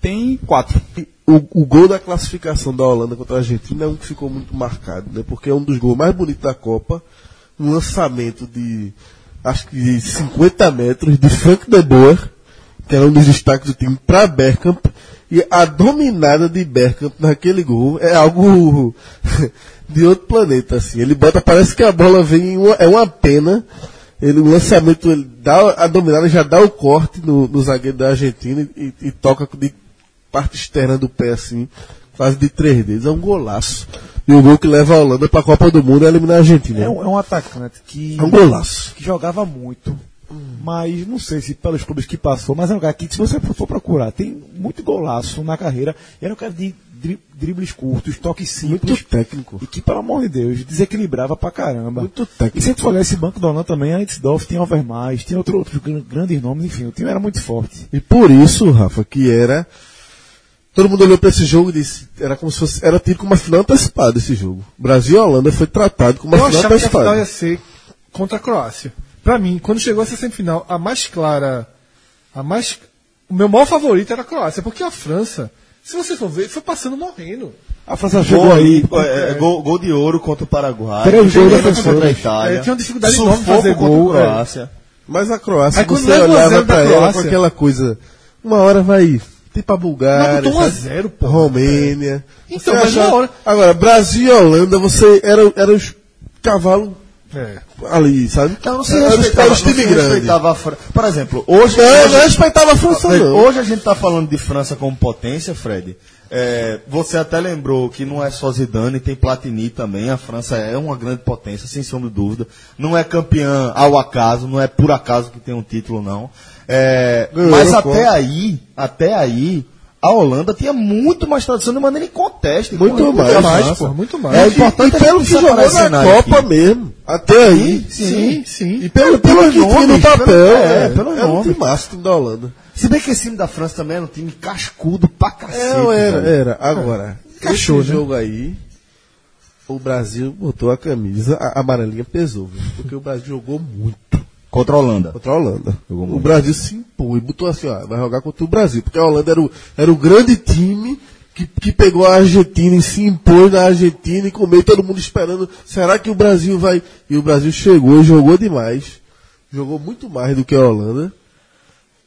Speaker 4: tem quatro.
Speaker 2: O, o gol da classificação da Holanda contra a Argentina é um que ficou muito marcado, né? Porque é um dos gols mais bonitos da Copa. Um lançamento de, acho que de 50 metros, de Frank de Boer, que era um dos destaques do time, para Bergkamp. E a dominada de Bergkamp naquele gol é algo de outro planeta, assim. Ele bota, parece que a bola vem, em uma, é uma pena. Ele, o lançamento, ele dá a dominada, já dá o corte no, no zagueiro da Argentina e, e toca de parte externa do pé, assim, quase de três dedos. É um golaço. E o gol que leva a Holanda pra Copa do Mundo é eliminar a Argentina.
Speaker 6: É um, é um atacante que,
Speaker 2: É um golaço.
Speaker 6: que jogava muito. Mas não sei se pelos clubes que passou, mas é um cara que, se você for procurar, tem muito golaço na carreira. Era um cara de dri- dribles curtos, toques simples.
Speaker 2: Muito técnico.
Speaker 6: E que, pelo amor de Deus, desequilibrava pra caramba.
Speaker 2: Muito técnico.
Speaker 6: E se a gente for olhar esse banco do Holanda também, a Hitzdorf tinha Overmars, tinha outro- outros gran- grandes nomes, enfim, o time era muito forte.
Speaker 2: E por isso, Rafa, que era. Todo mundo olhou pra esse jogo e disse. Era como se fosse. Era tido como uma final antecipada esse jogo. Brasil e Holanda foi tratado como
Speaker 3: Eu
Speaker 2: uma final
Speaker 3: achava que a final
Speaker 2: antecipada.
Speaker 3: ia ser contra a Croácia. Pra mim, quando chegou essa semifinal, a mais clara, a mais. O meu maior favorito era a Croácia, porque a França, se você for ver, foi passando morrendo.
Speaker 6: A França
Speaker 1: gol,
Speaker 6: jogou aí.
Speaker 1: é, é, gol, gol de ouro contra o Paraguai.
Speaker 6: Três gols da
Speaker 1: contra,
Speaker 6: França.
Speaker 1: a Itália.
Speaker 3: É, tinha uma dificuldade
Speaker 1: sufoco
Speaker 3: enorme de fazer
Speaker 1: contra
Speaker 3: gol,
Speaker 1: a Croácia.
Speaker 2: Mas a Croácia,
Speaker 3: Aí quando
Speaker 2: você
Speaker 3: leva um a zero
Speaker 2: olhava
Speaker 3: da
Speaker 2: pra ela com
Speaker 3: Croácia-
Speaker 2: aquela coisa. Uma hora vai. tipo a Bulgária,
Speaker 3: Mas botou um a
Speaker 2: sabe?
Speaker 3: zero, pô.
Speaker 2: Romênia. Você
Speaker 3: Então, mas
Speaker 2: achava-
Speaker 3: na hora-
Speaker 2: Agora, Brasil e Holanda, você era, era os cavalos
Speaker 3: É.
Speaker 2: ali, sabe?
Speaker 1: Então não se
Speaker 2: Era os-
Speaker 1: respeitava,
Speaker 2: era
Speaker 1: não
Speaker 2: os
Speaker 1: se
Speaker 2: é, um time grande. É, né?
Speaker 1: respeitava a França. Por exemplo, hoje...
Speaker 2: Não,
Speaker 1: hoje-
Speaker 2: não respeitava a França, não.
Speaker 1: Hoje a gente está falando de França como potência, Fred. É, você até lembrou que não é só Zidane, tem Platini também. A França é uma grande potência, sem sombra de dúvida. Não é campeã ao acaso, não é por acaso que tem um título, não. É,
Speaker 2: Ganhou
Speaker 1: mas
Speaker 2: a
Speaker 1: até
Speaker 2: Copa.
Speaker 1: aí, até aí, a Holanda tinha muito mais tradição de maneira inconteste.
Speaker 2: Muito
Speaker 1: com- com
Speaker 2: mais,
Speaker 1: a
Speaker 2: mais,
Speaker 1: França.
Speaker 3: pô, muito mais.
Speaker 1: É
Speaker 2: E-
Speaker 1: importante
Speaker 2: e pelo que
Speaker 1: a gente
Speaker 2: jogou
Speaker 1: separar esse
Speaker 2: na
Speaker 1: cenário
Speaker 2: Copa
Speaker 1: aqui.
Speaker 2: mesmo. Até aí.
Speaker 1: Sim, sim.
Speaker 2: E pelo, pelo, que tinha no
Speaker 1: nomes,
Speaker 2: papel.
Speaker 1: pelo-
Speaker 2: é,
Speaker 1: é, pelo
Speaker 2: era um
Speaker 1: nome.
Speaker 2: timaço, o time da Holanda.
Speaker 1: Se bem que esse time da França também era um time cascudo pra cacete.
Speaker 2: Não, era,
Speaker 1: velho.
Speaker 2: era. É. Agora,
Speaker 3: Encaixou,
Speaker 2: esse
Speaker 3: né?
Speaker 2: jogo aí, o Brasil botou a camisa, a a amarelinha pesou, viu? porque o Brasil jogou muito
Speaker 1: Contra a Holanda.
Speaker 2: contra a Holanda.
Speaker 1: Jogou
Speaker 2: O
Speaker 1: muito.
Speaker 2: Brasil se impôs, botou assim, ó, vai jogar contra o Brasil, porque a Holanda era o, era o grande time que, que pegou a Argentina e se impôs na Argentina e com meio todo mundo esperando, será que o Brasil vai... E o Brasil chegou e jogou demais, jogou muito mais do que a Holanda,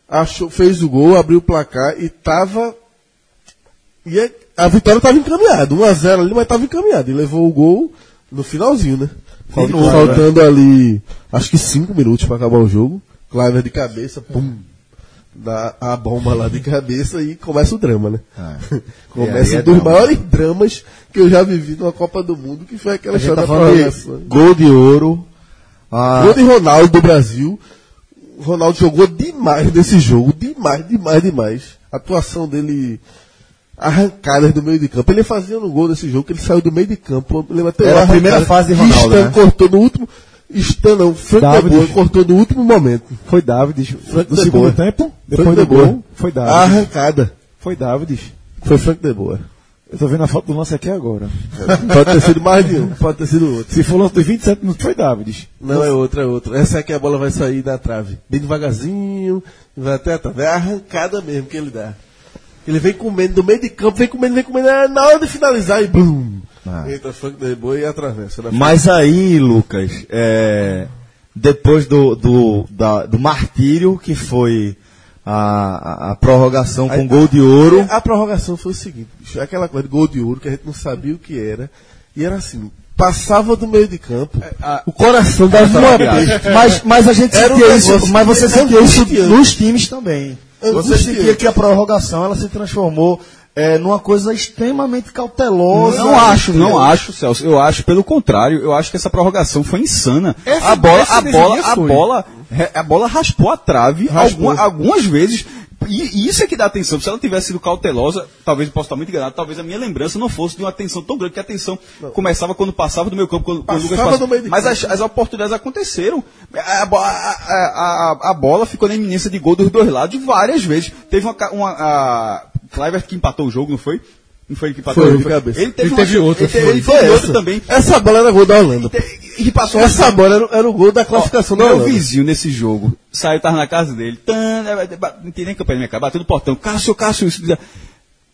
Speaker 2: achou, fez o gol, abriu o placar e tava e a- a vitória estava encaminhada. 1x0 ali, mas estava encaminhada. E levou o gol no finalzinho, né? Falt-
Speaker 1: novo,
Speaker 2: faltando ali, acho que 5 minutos para acabar o jogo. Cliver de cabeça, pum. Dá a bomba lá de cabeça e começa o drama, né?
Speaker 1: E
Speaker 2: começa
Speaker 1: aí é
Speaker 2: um dos
Speaker 1: drama.
Speaker 2: maiores dramas que eu já vivi numa Copa do Mundo, que foi aquela
Speaker 1: A gente tá
Speaker 2: história da
Speaker 1: falando
Speaker 2: prorrogação.
Speaker 1: de gol de ouro. Ah,
Speaker 2: Gol de Ronaldo do Brasil. O Ronaldo jogou demais nesse jogo. Demais, demais, demais. A atuação dele arrancadas do meio de campo. Ele fazia no gol nesse jogo que ele saiu do meio de campo. Eu lembro até
Speaker 1: Era
Speaker 2: uma
Speaker 1: a primeira
Speaker 2: arrancada
Speaker 1: fase de
Speaker 2: que
Speaker 1: Ronaldo,
Speaker 2: Stan
Speaker 1: né?
Speaker 2: cortou no último. Stan não, Frank de
Speaker 6: David.
Speaker 2: Boa cortou no último momento.
Speaker 6: Foi Davides.
Speaker 2: Frank
Speaker 6: no
Speaker 2: de
Speaker 6: segundo
Speaker 2: Boa.
Speaker 6: tempo,
Speaker 2: Frank
Speaker 6: depois do
Speaker 2: de Boa.
Speaker 6: gol, foi Ah.
Speaker 2: A
Speaker 6: Davides.
Speaker 2: arrancada.
Speaker 6: Foi Davides.
Speaker 2: Foi Frank de Boa.
Speaker 6: Eu tô vendo a foto do lance aqui agora.
Speaker 2: Pode ter sido mais de um, pode ter sido outro.
Speaker 6: Se for o lance dos 27 minutos, foi Davides.
Speaker 2: Não, é outra, é outra. Essa é que a bola vai sair da trave. Bem devagarzinho, vai até a trave. É a arrancada mesmo que ele dá. Ele vem comendo do meio de campo, vem comendo, vem comendo. é Na hora de finalizar, e bum!
Speaker 1: Ah.
Speaker 2: Entra funk de boi e atravessa. né?
Speaker 1: mas aí, Lucas, é, depois do, do, da- do martírio que foi a, a- a prorrogação com gol de ouro.
Speaker 2: A prorrogação foi o seguinte, bicho, aquela coisa de gol de ouro que a gente não sabia o que era. E era assim, passava do meio de campo,
Speaker 1: É,
Speaker 2: o coração dava um uma besta.
Speaker 1: Mas, mas a gente
Speaker 2: Era um
Speaker 1: sentia
Speaker 2: negócio
Speaker 1: isso, mas você sentia isso
Speaker 2: angustiante.
Speaker 1: nos times também. Você
Speaker 2: Angustiante.
Speaker 1: sentia que a prorrogação ela se transformou é, numa coisa extremamente cautelosa.
Speaker 4: Não acho, não acho, Celso. Eu acho, pelo contrário, eu acho que essa prorrogação foi insana.
Speaker 3: Essa-
Speaker 4: a bola,
Speaker 3: essa
Speaker 4: a bola,
Speaker 3: deveria
Speaker 4: a
Speaker 3: foi.
Speaker 4: bola, re- a bola raspou a trave
Speaker 2: Raspou.
Speaker 4: alguma- algumas vezes. E e isso é que dá atenção. Se ela tivesse sido cautelosa, talvez eu possa estar muito enganado, talvez a minha lembrança não fosse de uma atenção tão grande, que a atenção começava quando passava do meu campo, quando, quando o Lucas
Speaker 2: Passava
Speaker 4: passou.
Speaker 2: do meio de
Speaker 4: Mas
Speaker 2: campo.
Speaker 4: as, as oportunidades aconteceram. A, bo- a- a- a- a bola ficou na iminência de gol dos dois lados várias vezes. Teve uma. ca- uma a, Clivert que empatou o jogo, não foi? Não foi ele que empatou
Speaker 2: Foi,
Speaker 4: o jogo?
Speaker 2: de cabeça.
Speaker 4: Ele teve,
Speaker 3: E
Speaker 4: uma-
Speaker 3: teve outra,
Speaker 4: Ele teve,
Speaker 3: foi.
Speaker 4: ele
Speaker 2: Foi
Speaker 4: teve
Speaker 2: essa.
Speaker 4: outro também.
Speaker 2: Essa bola era gol da Holanda. pô.
Speaker 4: E passou
Speaker 2: Essa bola era, era o gol da classificação da
Speaker 4: meu
Speaker 2: Holanda.
Speaker 4: vizinho nesse jogo saiu, tava na casa dele. Tan, né, ba- Não tem nem campanha na minha cara, bateu no portão. Cássio, Cássio, isso.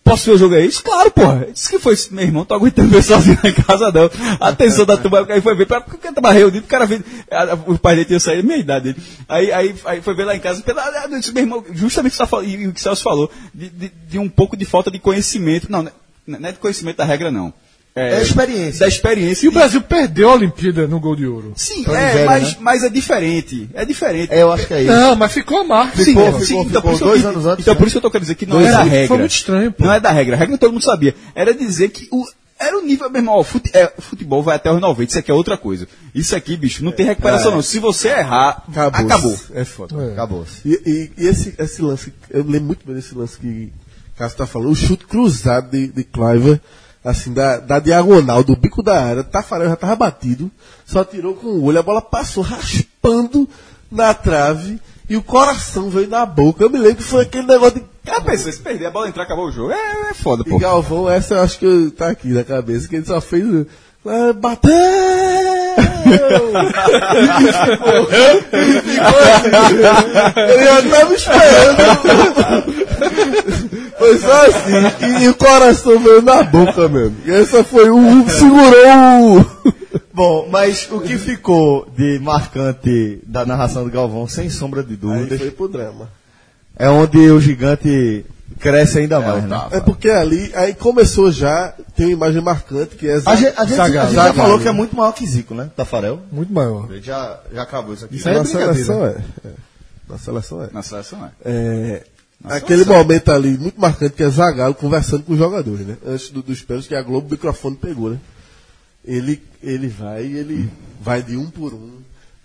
Speaker 4: Posso ver o jogo aí? Disse, claro, porra. Disse que foi. Meu irmão, tô aguentando ver sozinho na casa, não. A atenção da turma, aí foi ver. pra- Porque eu tava reunido, o cara veio. a- a- O pai dele tinha saído, minha idade dele. Aí, aí, aí foi ver lá em casa. pela- ah, eu Disse, meu irmão, justamente o que você tá falando, e e o que o Celso falou, de, de- de um pouco de falta de conhecimento. Não, né, não é de conhecimento da regra, não. É,
Speaker 1: É experiência.
Speaker 4: Da experiência.
Speaker 3: E o Brasil perdeu a Olimpíada no gol de ouro.
Speaker 4: Sim,
Speaker 1: Pra
Speaker 4: é,
Speaker 1: Nigéria,
Speaker 4: mas,
Speaker 1: né?
Speaker 4: mas é diferente. É diferente.
Speaker 1: É, eu acho que é isso.
Speaker 3: Não, mas ficou a marca.
Speaker 4: Sim,
Speaker 1: Ficou,
Speaker 4: sim,
Speaker 1: ficou, ficou
Speaker 4: então, por isso
Speaker 1: dois
Speaker 4: que,
Speaker 1: anos antes,
Speaker 4: Então,
Speaker 1: né?
Speaker 4: por isso que eu tô querendo dizer que não
Speaker 3: Dois
Speaker 4: é da
Speaker 3: anos. Foi
Speaker 4: regra.
Speaker 3: muito estranho, pô.
Speaker 4: Não é da regra. A regra todo mundo sabia. Era dizer que o, era o nível, meu irmão, ó, fute- é, futebol vai até os 90. Isso aqui é outra coisa. Isso aqui, bicho, não tem recuperação, não. Se você errar, acabou.
Speaker 2: É foda.
Speaker 1: Acabou. -se.
Speaker 2: E, e- e esse, esse lance, eu lembro muito bem desse lance que o Cássio tá falando, o chute cruzado de, de Cliver, assim, da, da diagonal, do bico da área, Tafarel já tava batido, só tirou com o olho, a bola passou raspando na trave e o coração veio na boca. Eu me lembro que foi aquele negócio de.
Speaker 4: É a pessoa, se perder a bola entrar, acabou o jogo. É, é foda,
Speaker 2: E
Speaker 4: pô.
Speaker 2: Galvão, essa eu acho que eu- tá aqui na cabeça, que ele só fez. o- Ah, bateu! assim. Eu tava esperando. Foi só assim. E, e o coração veio na boca mesmo. E essa foi o. o- Segurou o.
Speaker 1: Bom, mas o que ficou de marcante da narração do Galvão, sem sombra de
Speaker 2: Aí
Speaker 1: dúvidas,
Speaker 2: foi pro drama.
Speaker 1: é onde o gigante cresce ainda mais,
Speaker 4: o
Speaker 1: né?
Speaker 4: Tafa.
Speaker 2: É porque ali, aí começou já, tem uma imagem marcante que é
Speaker 1: A gente, a gente- a gente
Speaker 3: Zagallo.
Speaker 1: já
Speaker 2: Zagallo.
Speaker 1: falou que é muito maior que Zico, né? Tafarel.
Speaker 3: Muito maior.
Speaker 1: Ele Já, já acabou isso aqui.
Speaker 3: Isso aí é
Speaker 2: na seleção
Speaker 3: brincadeira.
Speaker 2: é. é. Na seleção é.
Speaker 4: Na seleção, é.
Speaker 2: É, aquele momento ali muito marcante que é Zagallo conversando com os jogadores, né? Antes do- dos pênaltis que a Globo o microfone pegou, né? Ele ele vai, ele vai de um por um,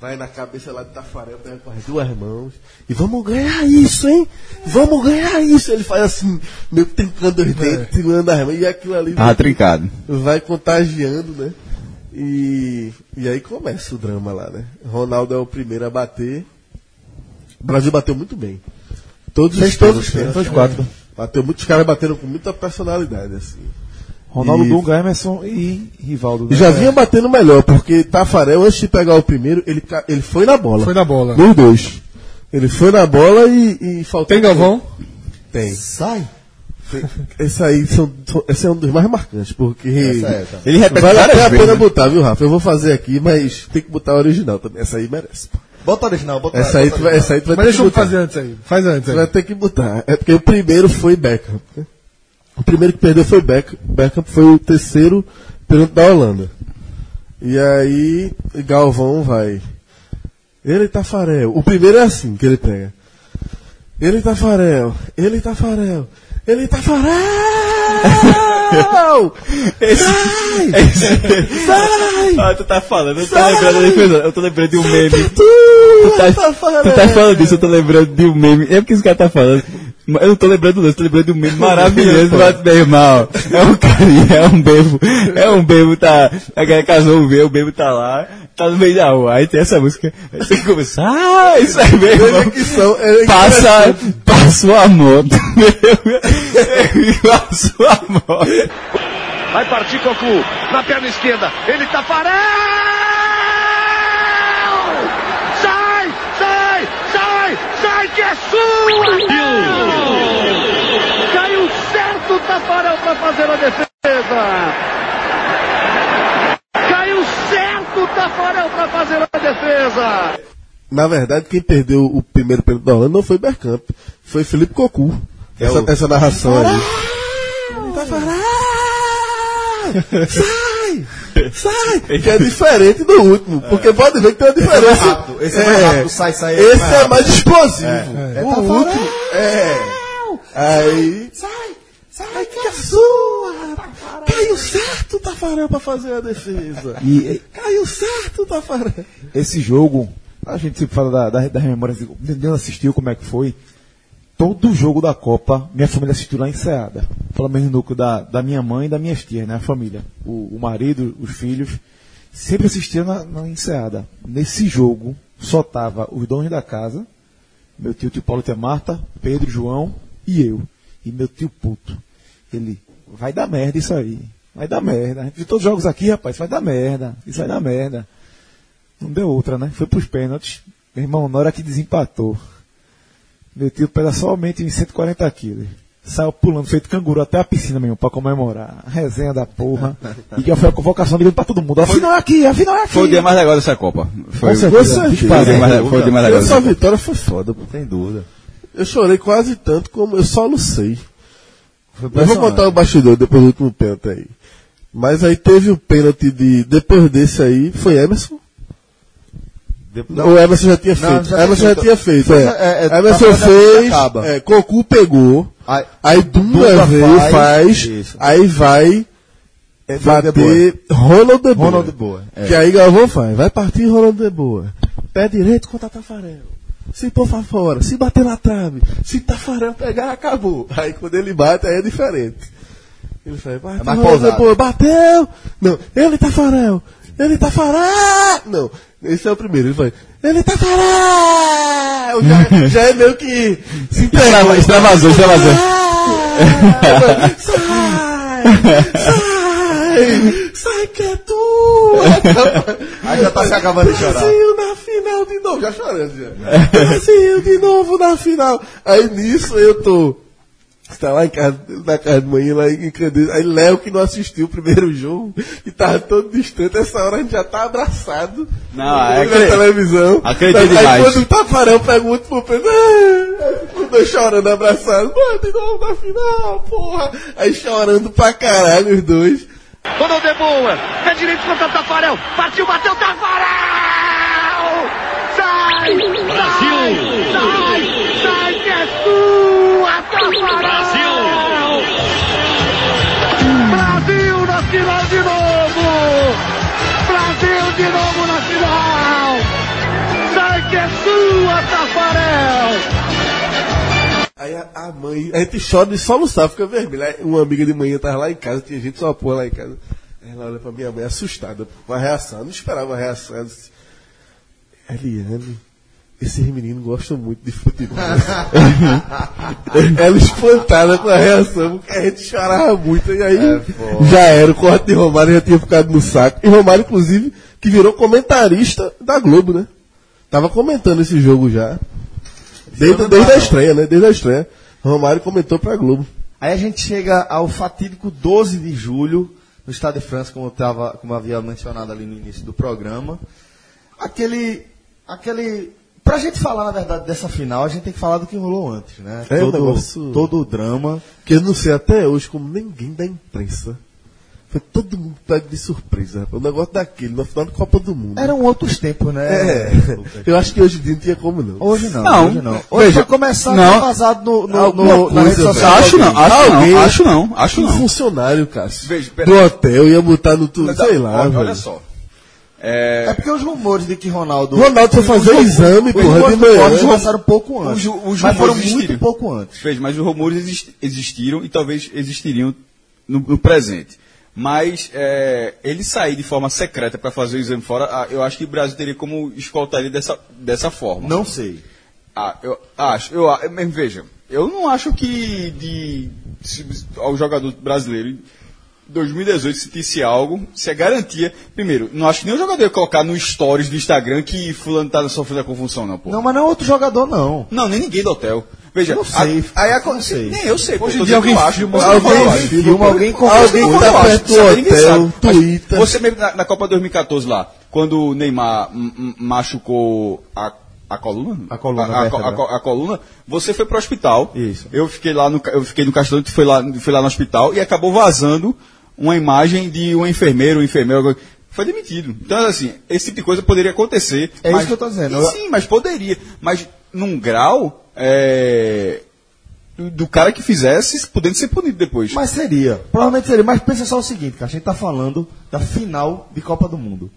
Speaker 2: vai na cabeça lá de Tafarel, pega com as duas mãos e vamos ganhar isso, hein? Vamos ganhar isso. Ele faz assim, meio que trincando os dentes, tirando as mãos e aquilo ali
Speaker 4: Tava trincado.
Speaker 2: vai contagiando, né? E, e aí começa o drama lá, né? Ronaldo é o primeiro a bater. O Brasil bateu muito bem. Todos os todos os pênaltis,
Speaker 1: Os quatro.
Speaker 2: Bateu muitos caras bateram com muita personalidade, assim.
Speaker 6: Ronaldo
Speaker 2: E-
Speaker 6: Dunga, Emerson e Rivaldo. né?
Speaker 2: E já vinha batendo melhor, porque Tafarel, antes de pegar o primeiro, ele, ca- ele foi na bola.
Speaker 3: Foi na bola.
Speaker 2: Nos dois. Ele foi na bola e, e faltou.
Speaker 3: Tem Galvão?
Speaker 2: Tem.
Speaker 1: Sai.
Speaker 2: Esse aí são, são- esse é um dos mais marcantes, porque.
Speaker 1: Essa é, tá.
Speaker 4: Ele repete
Speaker 2: Vale até
Speaker 4: várias
Speaker 2: a
Speaker 4: vezes.
Speaker 2: pena
Speaker 4: né?
Speaker 2: botar, viu, Rafa? Eu vou fazer aqui, mas tem que botar a original também. Essa aí merece. pô.
Speaker 1: Bota a original, bota
Speaker 2: Essa aí tu vai, essa aí tu vai
Speaker 3: Mas
Speaker 2: ter que
Speaker 3: deixa eu
Speaker 2: botar.
Speaker 3: fazer antes aí. Faz antes
Speaker 2: Tu
Speaker 3: aí.
Speaker 2: vai ter que botar. É porque o primeiro foi Beckham. né? O primeiro que perdeu foi Beckham. Beckham foi o terceiro perante da Holanda. E aí, Galvão vai. Ele e Tafarel. O primeiro é assim que ele pega. Ele e Tafarel. Ele e Tafarel. Ele é e Tafarel! Sai! Sai!
Speaker 4: Ah, tu tá falando, eu tô
Speaker 2: Sai!
Speaker 4: lembrando de coisa. Eu tô lembrando de um meme.
Speaker 2: Tu,
Speaker 4: Tu tá,
Speaker 2: Tafarel!
Speaker 4: tu tá falando disso, eu tô lembrando de um meme. É porque esse cara tá falando. Mas Eu não tô lembrando não, eu tô lembrando de um meme maravilhoso, mas, meu irmão. É um carinha, é um bebo. É um bebo, tá. A galera casou o meu, o bebo tá lá, tá no meio da rua. Aí tem essa música. Aí você começa, ah, isso aí, meu irmão.
Speaker 2: Veja que são. é
Speaker 4: Passa, passou a moto. passou a moto.
Speaker 9: Vai partir Cocu, na perna esquerda. Ele tá Tafarel! Sai, sai, sai, sai que é sua! Caiu certo o Tafarel para fazer a defesa. Caiu certo o Tafarel para fazer a defesa.
Speaker 2: Na verdade, quem perdeu o primeiro pênalti da Holanda não foi Bergkamp, foi Felipe Cocu.
Speaker 1: É
Speaker 2: essa, essa narração aí. Sai! Sai! Que é diferente do último, porque pode ver que tem uma diferença.
Speaker 1: Esse é mais rápido, esse é mais rápido, sai, sai,
Speaker 2: Esse é
Speaker 1: mais
Speaker 2: mais,
Speaker 1: rápido.
Speaker 2: explosivo.
Speaker 1: É.
Speaker 2: O
Speaker 1: É, tá
Speaker 2: último é. Aí. Sai! Sai que é sua! Caiu certo, Tafarel, pra fazer a defesa.
Speaker 6: E
Speaker 2: Caiu certo, tá Tafarel.
Speaker 6: esse jogo, a gente sempre fala da, da, das memórias, de- ninguém assistiu como é que foi. Todo jogo da Copa, minha família assistiu lá em Ceada. Pelo menos no núcleo da, da minha mãe e das minhas tias, né? A família. O, o marido, os filhos. Sempre assistiam na, na Enseada. Nesse jogo, só tava os donos da casa, meu tio, tio Paulo, tia Marta, Pedro, João e eu. E meu tio puto. Ele, vai dar merda isso aí. Vai dar merda. A gente viu todos os jogos aqui, rapaz, vai dar merda. Isso vai dar merda. Não deu outra, né? Foi pros pênaltis. Meu irmão, na hora que desempatou, meu tio pesa somente uns 140 quilos. Saiu pulando, feito canguru até a piscina, meu irmão, pra comemorar. Resenha da porra. E que foi a convocação ligando pra todo mundo. Afinal é aqui, afinal é aqui.
Speaker 4: Foi o dia mais legal dessa Copa. Foi,
Speaker 6: Com certeza.
Speaker 4: foi o dia
Speaker 6: Disparado.
Speaker 4: mais- foi o dia mais legal.
Speaker 2: é Essa
Speaker 4: dessa Copa.
Speaker 2: vitória foi foda, pô.
Speaker 1: Sem dúvida.
Speaker 2: Eu chorei quase tanto como eu só não sei. Eu vou botar o bastidor depois do último pênalti aí. Mas aí teve o pênalti de. Depois desse aí, foi Emerson? Não, o Emerson já tinha
Speaker 1: Não,
Speaker 2: feito.
Speaker 1: já
Speaker 2: Emerson já
Speaker 1: tinha
Speaker 2: tinha
Speaker 1: feito.
Speaker 2: feito.
Speaker 1: É,
Speaker 2: É.
Speaker 1: é,
Speaker 2: Emerson
Speaker 1: tá falando da-
Speaker 2: fez.
Speaker 1: acaba.
Speaker 2: É, Cocu pegou.
Speaker 1: Aí-
Speaker 2: Aí Dunga,
Speaker 1: Dunga
Speaker 2: veio,
Speaker 1: faz,
Speaker 2: faz.
Speaker 1: isso.
Speaker 2: aí vai
Speaker 1: é,
Speaker 2: bater Ronald de Boa.
Speaker 1: Ronald de Boa, é.
Speaker 2: Que aí Galvão faz. Vai partir Ronald de Boa. Pé direito contra Tafarel. Se pôr pra fora, se bater na trave, se Tafarel pegar, acabou. Aí quando ele bate, aí é diferente. Ele faz,
Speaker 1: É
Speaker 2: bateu,
Speaker 1: mais
Speaker 2: Ronald de
Speaker 1: ousado.
Speaker 2: Boa, bateu! Não, ele Tafarel! Ele Tafarel! Não, esse é o primeiro, ele faz, ele Tafarel! Já, já é meio que se entregou.
Speaker 4: Extrava- Extravasou, extravasou.
Speaker 2: Sai! Sai! Sai que é tua!
Speaker 1: Aí já tá se acabando de chorar.
Speaker 2: Brasil na final de novo! Já chorando já. Brasil de novo na final! Aí nisso eu tô. Você tá lá em casa, na casa de manhã, lá em Candeias. Aí Léo, que não assistiu o primeiro jogo, e tava todo distante, essa hora a gente já tá abraçado.
Speaker 4: Não,
Speaker 2: na
Speaker 4: é acre-
Speaker 2: televisão.
Speaker 4: acredito
Speaker 2: aí,
Speaker 4: demais.
Speaker 2: quando o Tafarel pega o último pênalti, ah, aí ficam os dois chorando abraçados. Mano, tem gol na final, porra. Aí chorando pra caralho os dois.
Speaker 9: Mandou de boa. Pé direito contra Tafarel. Partiu, bateu Tafarel! Sai! Brasil! Sai! Sai que é sua, Tafarel! Brasil! Brasil na final de novo! Brasil de novo na final! Sai que é sua, Tafarel!
Speaker 2: Aí a, a mãe, a gente chora de soluçar, fica vermelho. Aí uma amiga de manhã tava lá em casa, tinha gente só porra lá em casa. Ela olha pra minha mãe assustada, uma reação, eu não esperava uma reação. Ela disse, Eliane, esses meninos gostam muito de futebol. ela espantada com a reação, porque a gente chorava muito. E aí já era, o corte de Romário já tinha ficado no saco. E Romário, inclusive, que virou comentarista da Globo, né? Tava comentando esse jogo já. Desde, desde a estreia, né? Desde a estreia. Romário comentou pra Globo.
Speaker 1: Aí a gente chega ao fatídico 12 de julho, no Estado de França, como, eu tava, como eu havia mencionado ali no início do programa. Aquele. aquele Pra gente falar, na verdade, dessa final, a gente tem que falar do que rolou antes, né?
Speaker 2: É,
Speaker 1: todo,
Speaker 2: o negócio-
Speaker 1: todo o drama.
Speaker 2: Que eu não sei até hoje como ninguém da imprensa. Foi todo mundo pego de surpresa, rapaz. O negócio daquele, na final da Copa do Mundo.
Speaker 1: Eram outros tempos, né?
Speaker 2: É.
Speaker 1: Lucas?
Speaker 2: Eu acho que hoje em dia não tinha como não.
Speaker 1: Hoje não,
Speaker 4: Não.
Speaker 1: hoje não. Hoje
Speaker 4: Veja,
Speaker 1: vai começar
Speaker 4: não.
Speaker 1: tá vazado no, no,
Speaker 2: Alguma
Speaker 1: no- na
Speaker 2: coisa,
Speaker 1: rede social.
Speaker 2: velho.
Speaker 4: Acho não, acho
Speaker 2: Alguém-
Speaker 4: não, acho não, acho
Speaker 2: um
Speaker 4: não.
Speaker 2: funcionário, Cássio.
Speaker 4: Veja, pera-
Speaker 2: do hotel ia botar no tudo,
Speaker 4: Mas,
Speaker 2: sei lá.
Speaker 4: olha,
Speaker 2: velho.
Speaker 4: olha só. É,
Speaker 1: É porque os rumores de que Ronaldo.
Speaker 2: O Ronaldo foi fazer exame,
Speaker 1: Os
Speaker 2: porra, de
Speaker 1: rumores
Speaker 2: manhã.
Speaker 1: passaram pouco antes.
Speaker 4: Os ru- os
Speaker 1: mas foram
Speaker 4: rumores existiram.
Speaker 1: muito pouco antes.
Speaker 4: Veja, mas os rumores exist- existiram e talvez existiriam no, no presente. Mas é, ele sair de forma secreta para fazer o exame fora, ah, eu acho que o Brasil teria como escoltar ele dessa, dessa forma.
Speaker 1: Não sei.
Speaker 4: Ah, eu acho, eu, a- mas veja, eu não acho que de, se, ao jogador brasileiro em 2018 sentisse algo, se é garantia. Primeiro, não acho que nenhum jogador ia colocar no stories do Instagram que fulano tá sofrendo a confusão, não, pô.
Speaker 1: Não, mas não é outro jogador, não.
Speaker 4: Não, nem ninguém do hotel. Veja,
Speaker 1: Não sei,
Speaker 4: a- aí
Speaker 1: não
Speaker 4: acontece.
Speaker 1: sei.
Speaker 4: Nem eu sei.
Speaker 3: Hoje
Speaker 4: pô,
Speaker 3: em dia
Speaker 4: tô dizendo que
Speaker 3: alguém
Speaker 4: eu acho,
Speaker 3: filma,
Speaker 4: eu tô falando
Speaker 2: alguém
Speaker 4: eu acho.
Speaker 2: filma,
Speaker 1: alguém
Speaker 4: Alguém
Speaker 2: Alguém tá perto do hotel, Twitter.
Speaker 4: Você mesmo na, na Copa 2014 lá, quando o Neymar m- m- machucou a, a coluna?
Speaker 1: A coluna, né,
Speaker 4: A, a co- a co- a coluna, você foi pro hospital.
Speaker 1: Isso.
Speaker 4: Eu fiquei lá no, ca- eu fiquei no castelo, tu foi lá, foi lá no hospital e acabou vazando uma imagem de um enfermeiro, um enfermeiro. alguma coisa. Foi demitido. Então, assim, esse tipo de coisa poderia acontecer.
Speaker 1: É isso que eu tô dizendo.
Speaker 4: E
Speaker 1: Eu-
Speaker 4: Sim, mas poderia. Mas num grau é, do- do cara que fizesse, podendo ser punido depois.
Speaker 1: Mas seria. Provavelmente seria. Mas pensa só o seguinte, cara. A gente tá falando da final de Copa do Mundo.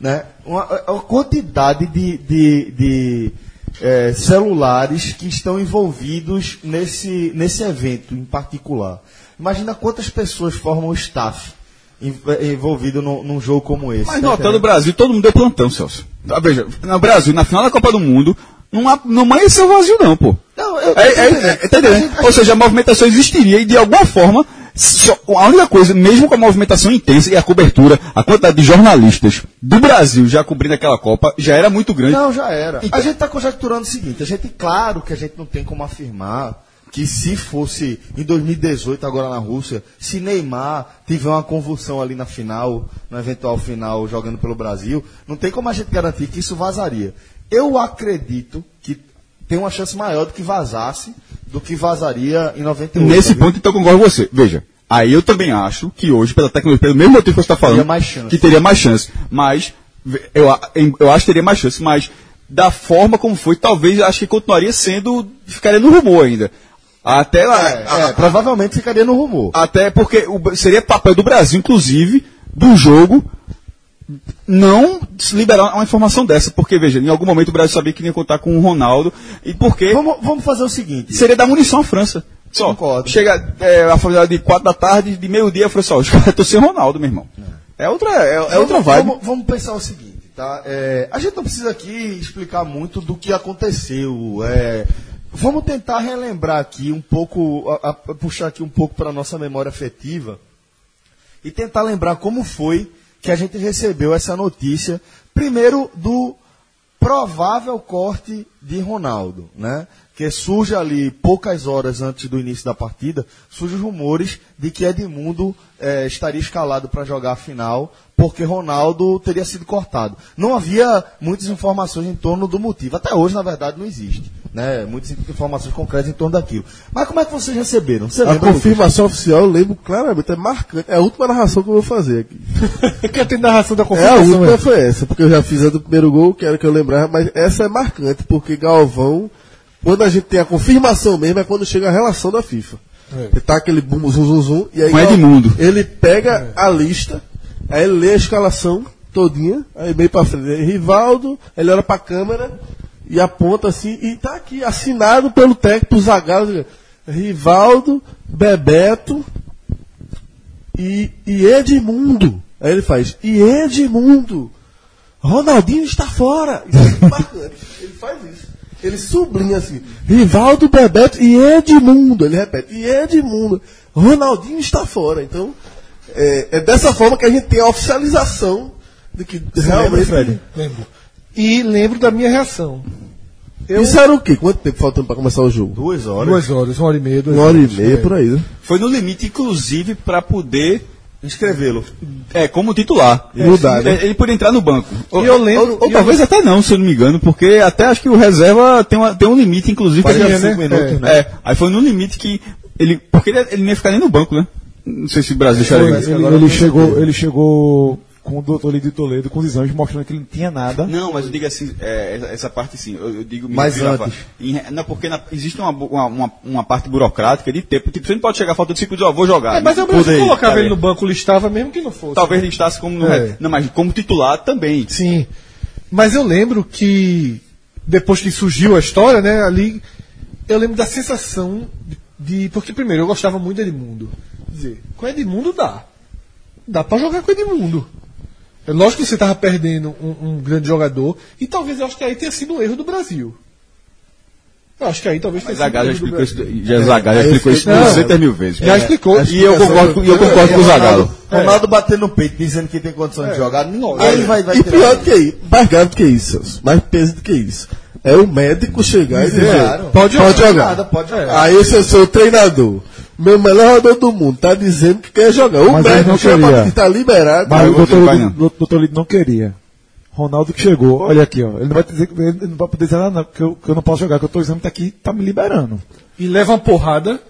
Speaker 1: Né? Uma, uma quantidade de, de, de, eh, celulares que estão envolvidos nesse, nesse evento em particular. Imagina quantas pessoas formam o staff em- é, envolvido num, num jogo como esse.
Speaker 4: Mas
Speaker 1: tá
Speaker 4: no hotel do
Speaker 1: entendendo?
Speaker 4: Brasil, todo mundo deu plantão, Celso. Ah, Veja, no Brasil, na final da Copa do Mundo, não, há- não amanheceu vazio, não, pô.
Speaker 1: Não, eu-
Speaker 4: É, é, é, entendeu? né?
Speaker 1: tá
Speaker 4: Ou seja, a movimentação existiria e de alguma forma. só- a única coisa, mesmo com a movimentação intensa e a cobertura, a quantidade de jornalistas do Brasil já cobrindo aquela Copa já era muito grande.
Speaker 1: Não, já era.
Speaker 4: Então-
Speaker 1: A gente está conjecturando o seguinte: a gente, claro que a gente não tem como afirmar que se fosse em 2018, agora na Rússia, se Neymar tiver uma convulsão ali na final, no eventual final jogando pelo Brasil, não tem como a gente garantir que isso vazaria. Eu acredito que tem uma chance maior de que vazasse do que vazaria em 98.
Speaker 4: Nesse
Speaker 1: viu?
Speaker 4: ponto, então, eu concordo com você. Veja, aí eu também acho que hoje, pela tecnologia, pelo mesmo motivo que você está falando,
Speaker 1: Teria mais chance.
Speaker 4: que teria mais chance. Mas, ve- eu, a- em- eu acho que teria mais chance, mas da forma como foi, talvez, acho que continuaria sendo, ficaria no rumor ainda. Até, lá- a-
Speaker 1: É, provavelmente ficaria no rumor.
Speaker 4: até porque o Bra- seria papel do Brasil, inclusive, do jogo, não se liberar uma informação dessa. Porque, veja, em algum momento o Brasil sabia que ia contar com o Ronaldo, e porque
Speaker 1: Vamos, vamos fazer o seguinte.
Speaker 4: seria dar munição à França. Só,
Speaker 1: Concordo.
Speaker 4: chega é, a família de 4 da tarde, de meio-dia, a França, ó, os caras estão sem Ronaldo, meu irmão. É, outra, é, é outra
Speaker 1: Vamos-
Speaker 4: vibe.
Speaker 1: Vamos, vamos pensar o seguinte, tá? É, a gente não precisa aqui explicar muito do que aconteceu. é, vamos tentar relembrar aqui um pouco, a- a- puxar aqui um pouco para nossa memória afetiva e tentar lembrar como foi que a gente recebeu essa notícia, primeiro do provável corte de Ronaldo, né? Que surge ali poucas horas antes do início da partida, surgem os rumores de que Edmundo eh, estaria escalado para jogar a final, porque Ronaldo teria sido cortado. Não havia muitas informações em torno do motivo. Até hoje, na verdade, não existe. Né? Muitas informações concretas em torno daquilo. Mas como é que vocês receberam? Você
Speaker 2: A
Speaker 1: lembra, Lucas?
Speaker 2: confirmação oficial eu lembro claramente, é marcante. É a última narração que eu vou fazer aqui.
Speaker 3: Porque tem narração da
Speaker 2: É a
Speaker 3: confederação.
Speaker 2: última foi essa, porque eu já fiz a do primeiro gol, que era o que eu lembrava, mas essa é marcante, porque Galvão, quando a gente tem a confirmação mesmo, é quando chega a relação da FIFA. Você tá aquele bum, zum, zum, zum, e aí
Speaker 4: É. Com
Speaker 2: Gal-
Speaker 4: Edmundo. É.
Speaker 2: ele pega a lista, aí ele lê a escalação todinha, aí bem pra frente, aí Rivaldo, ele olha pra câmera e aponta assim, e tá aqui, assinado pelo técnico, pro Zagallo, Rivaldo, Bebeto, e, e Edmundo. Aí ele faz, e Edmundo, Ronaldinho está fora. Isso é bacana. ele faz isso. Ele sublinha assim, Rivaldo, Bebeto e Edmundo. Ele repete, e Edmundo, Ronaldinho está fora. Então, é, é dessa forma que a gente tem a oficialização de que realmente...
Speaker 3: Lembro. E lembro da minha reação.
Speaker 2: Isso era o quê? Quanto tempo faltando para começar o jogo?
Speaker 1: Duas horas.
Speaker 3: Duas horas, uma hora e meia, duas
Speaker 2: Uma hora e
Speaker 3: horas.
Speaker 2: meia, por aí, né?
Speaker 4: Foi no limite, inclusive, para poder inscrevê-lo. É, como titular.
Speaker 2: E mudar, né?
Speaker 4: É, Ele podia entrar no banco. Ou,
Speaker 3: eu lembro-
Speaker 4: ou- ou
Speaker 3: e eu-
Speaker 4: talvez até não, se eu não me engano, porque até acho que o reserva tem, uma- tem um limite, inclusive. que
Speaker 3: Tinha,
Speaker 4: ele-
Speaker 3: né? É.
Speaker 4: É, aí foi no limite que ele. Porque ele, ele não ia ficar nem no banco, né? Não sei se o Brasil
Speaker 6: Foi,
Speaker 4: deixaria.
Speaker 6: ele, ele chegou, ele chegou com o doutor Lídio Toledo, com os exames, mostrando que ele não tinha nada.
Speaker 4: Não, mas eu digo assim, é, essa, essa parte sim, eu, eu digo... me
Speaker 1: Mas
Speaker 4: refiro à
Speaker 1: antes.
Speaker 4: parte- em re- não, porque na- existe uma, bu- uma, uma, uma parte burocrática de tempo, tipo, você não pode chegar faltando cinco dias, ó, vou jogar.
Speaker 3: É, mas eu
Speaker 4: eu
Speaker 3: mesmo que colocava ele no banco, listava mesmo que não fosse.
Speaker 2: Tá
Speaker 4: Talvez listasse como... no-
Speaker 3: É.
Speaker 4: Não, mas como titular também.
Speaker 3: Sim. Mas eu lembro que depois que surgiu a história, né, ali eu lembro da sensação de, de- porque primeiro eu gostava muito de Edmundo. Quer dizer, com Edmundo dá. Dá pra jogar com Edmundo. É lógico que você tava perdendo um, um grande jogador e talvez eu acho que aí tenha sido um erro do Brasil. Eu acho que aí talvez tenha
Speaker 4: Mas a
Speaker 3: sido um
Speaker 4: Gaga
Speaker 3: erro do
Speaker 4: explicou
Speaker 3: Brasil.
Speaker 4: isso, já Zagallo já explicou isso
Speaker 3: Não.
Speaker 4: 200 mil vezes. É,
Speaker 3: Já explicou.
Speaker 4: E eu concordo, e eu concordo com o Zagallo.
Speaker 1: Ronaldo batendo no peito, dizendo que tem condição
Speaker 3: É.
Speaker 1: de jogar, ninguém vai, vai
Speaker 2: e
Speaker 1: tirar
Speaker 2: pior
Speaker 1: ele.
Speaker 2: do que isso, mais grave do que isso, Celso, mais peso do que isso. É o médico chegar e dizer,
Speaker 1: Claro.
Speaker 2: pode jogar. Pode jogar.
Speaker 1: Nada, pode jogar.
Speaker 2: Aí esse é o seu treinador. Meu melhor jogador do mundo tá dizendo que quer jogar. O
Speaker 6: Mas ele
Speaker 2: médico
Speaker 6: não
Speaker 2: chega
Speaker 6: queria.
Speaker 2: pra- que tá liberado.
Speaker 6: Mas
Speaker 4: eu
Speaker 6: o
Speaker 4: vou
Speaker 6: doutor,
Speaker 4: dizer,
Speaker 6: Lídio-
Speaker 4: pai,
Speaker 6: do- doutor Lídio não queria. Ronaldo que chegou, olha aqui, ó. Ele não vai dizer que ele não vai poder dizer nada, não, que eu, que eu não posso jogar, que o teu exame tá aqui, tá me liberando.
Speaker 3: E leva uma porrada.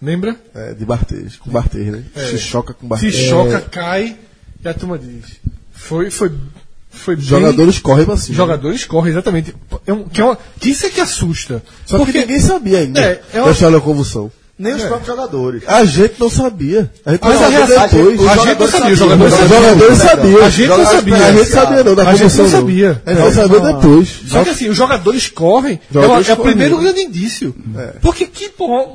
Speaker 3: Lembra?
Speaker 2: É, de Bartês, com Bartês, né? Se choca com
Speaker 3: É. Se
Speaker 2: Bartês.
Speaker 3: choca, cai e a turma diz. Foi foi foi bem-
Speaker 2: Jogadores correm pra
Speaker 3: Os
Speaker 2: cima.
Speaker 3: jogadores correm, exatamente. É um, que, é uma, que isso é que assusta.
Speaker 2: Só que ninguém sabia ainda.
Speaker 3: É, é uma-
Speaker 2: Da história da convulsão.
Speaker 1: Nem os próprios jogadores.
Speaker 2: A gente não sabia. A gente
Speaker 3: Mas
Speaker 2: não
Speaker 3: a
Speaker 2: sabia
Speaker 3: reação-
Speaker 2: depois.
Speaker 3: a
Speaker 2: Os
Speaker 3: gente não sabia, os
Speaker 2: Os
Speaker 3: jogadores sabiam.
Speaker 2: jogadores sabiam.
Speaker 3: A gente não sabia.
Speaker 2: A gente sabia não, da
Speaker 3: A gente não
Speaker 2: convulsão
Speaker 3: sabia. É.
Speaker 2: A gente não sabia depois.
Speaker 3: Só que assim, os jogadores correm
Speaker 2: Jogadores
Speaker 3: é, o- é o
Speaker 2: correm.
Speaker 3: primeiro grande indício. Porque que, porra,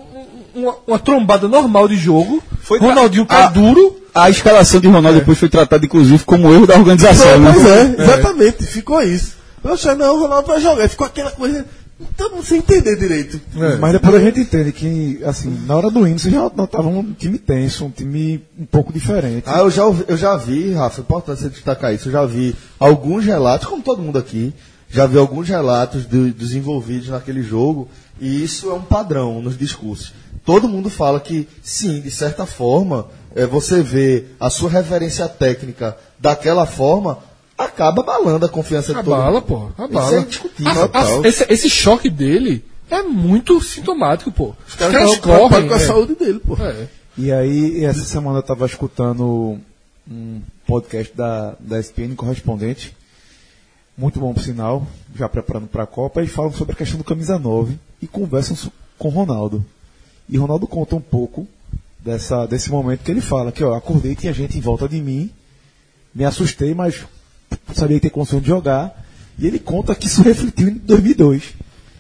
Speaker 3: um- uma, uma trombada normal de jogo,
Speaker 4: Foi
Speaker 3: Ronaldinho cai
Speaker 4: a-
Speaker 3: duro,
Speaker 4: A escalação de Ronaldo depois foi tratada, inclusive, como erro da organização.
Speaker 2: Foi,
Speaker 4: né?
Speaker 2: pois é, exatamente, ficou isso. Eu achei, não, o Ronaldo vai jogar. Ficou aquela coisa. Então, sem entender direito.
Speaker 6: Mas depois a gente entende que, assim, na hora do hino, você já notava um time tenso, um time um pouco diferente.
Speaker 1: Ah, eu já, ouvi- eu já vi, Rafa, é importante você destacar isso, eu já vi alguns relatos, como todo mundo aqui, já vi alguns relatos do- dos envolvidos naquele jogo, e isso é um padrão nos discursos. Todo mundo fala que, sim, de certa forma, eh, você vê a sua referência técnica daquela forma, acaba abalando a confiança de todo
Speaker 3: abala,
Speaker 1: mundo.
Speaker 3: pô,
Speaker 1: Isso é
Speaker 3: abala.
Speaker 1: indiscutível.
Speaker 3: A- a-
Speaker 1: Total.
Speaker 3: esse, esse choque dele é muito sintomático, pô. Os
Speaker 2: O
Speaker 3: caras,
Speaker 2: cara tava preocupado
Speaker 3: correm.
Speaker 2: com a
Speaker 3: é.
Speaker 2: saúde dele, pô.
Speaker 3: É.
Speaker 6: E aí, essa semana eu estava escutando um podcast da, da SPN correspondente, muito bom por sinal, já preparando para a Copa, e falam sobre a questão do camisa 9 e conversam so- com o Ronaldo. E Ronaldo conta um pouco dessa, desse momento que ele fala, que ó, acordei, tinha gente em volta de mim, me assustei, mas sabia que ter condição de jogar. E ele conta que isso refletiu em 2002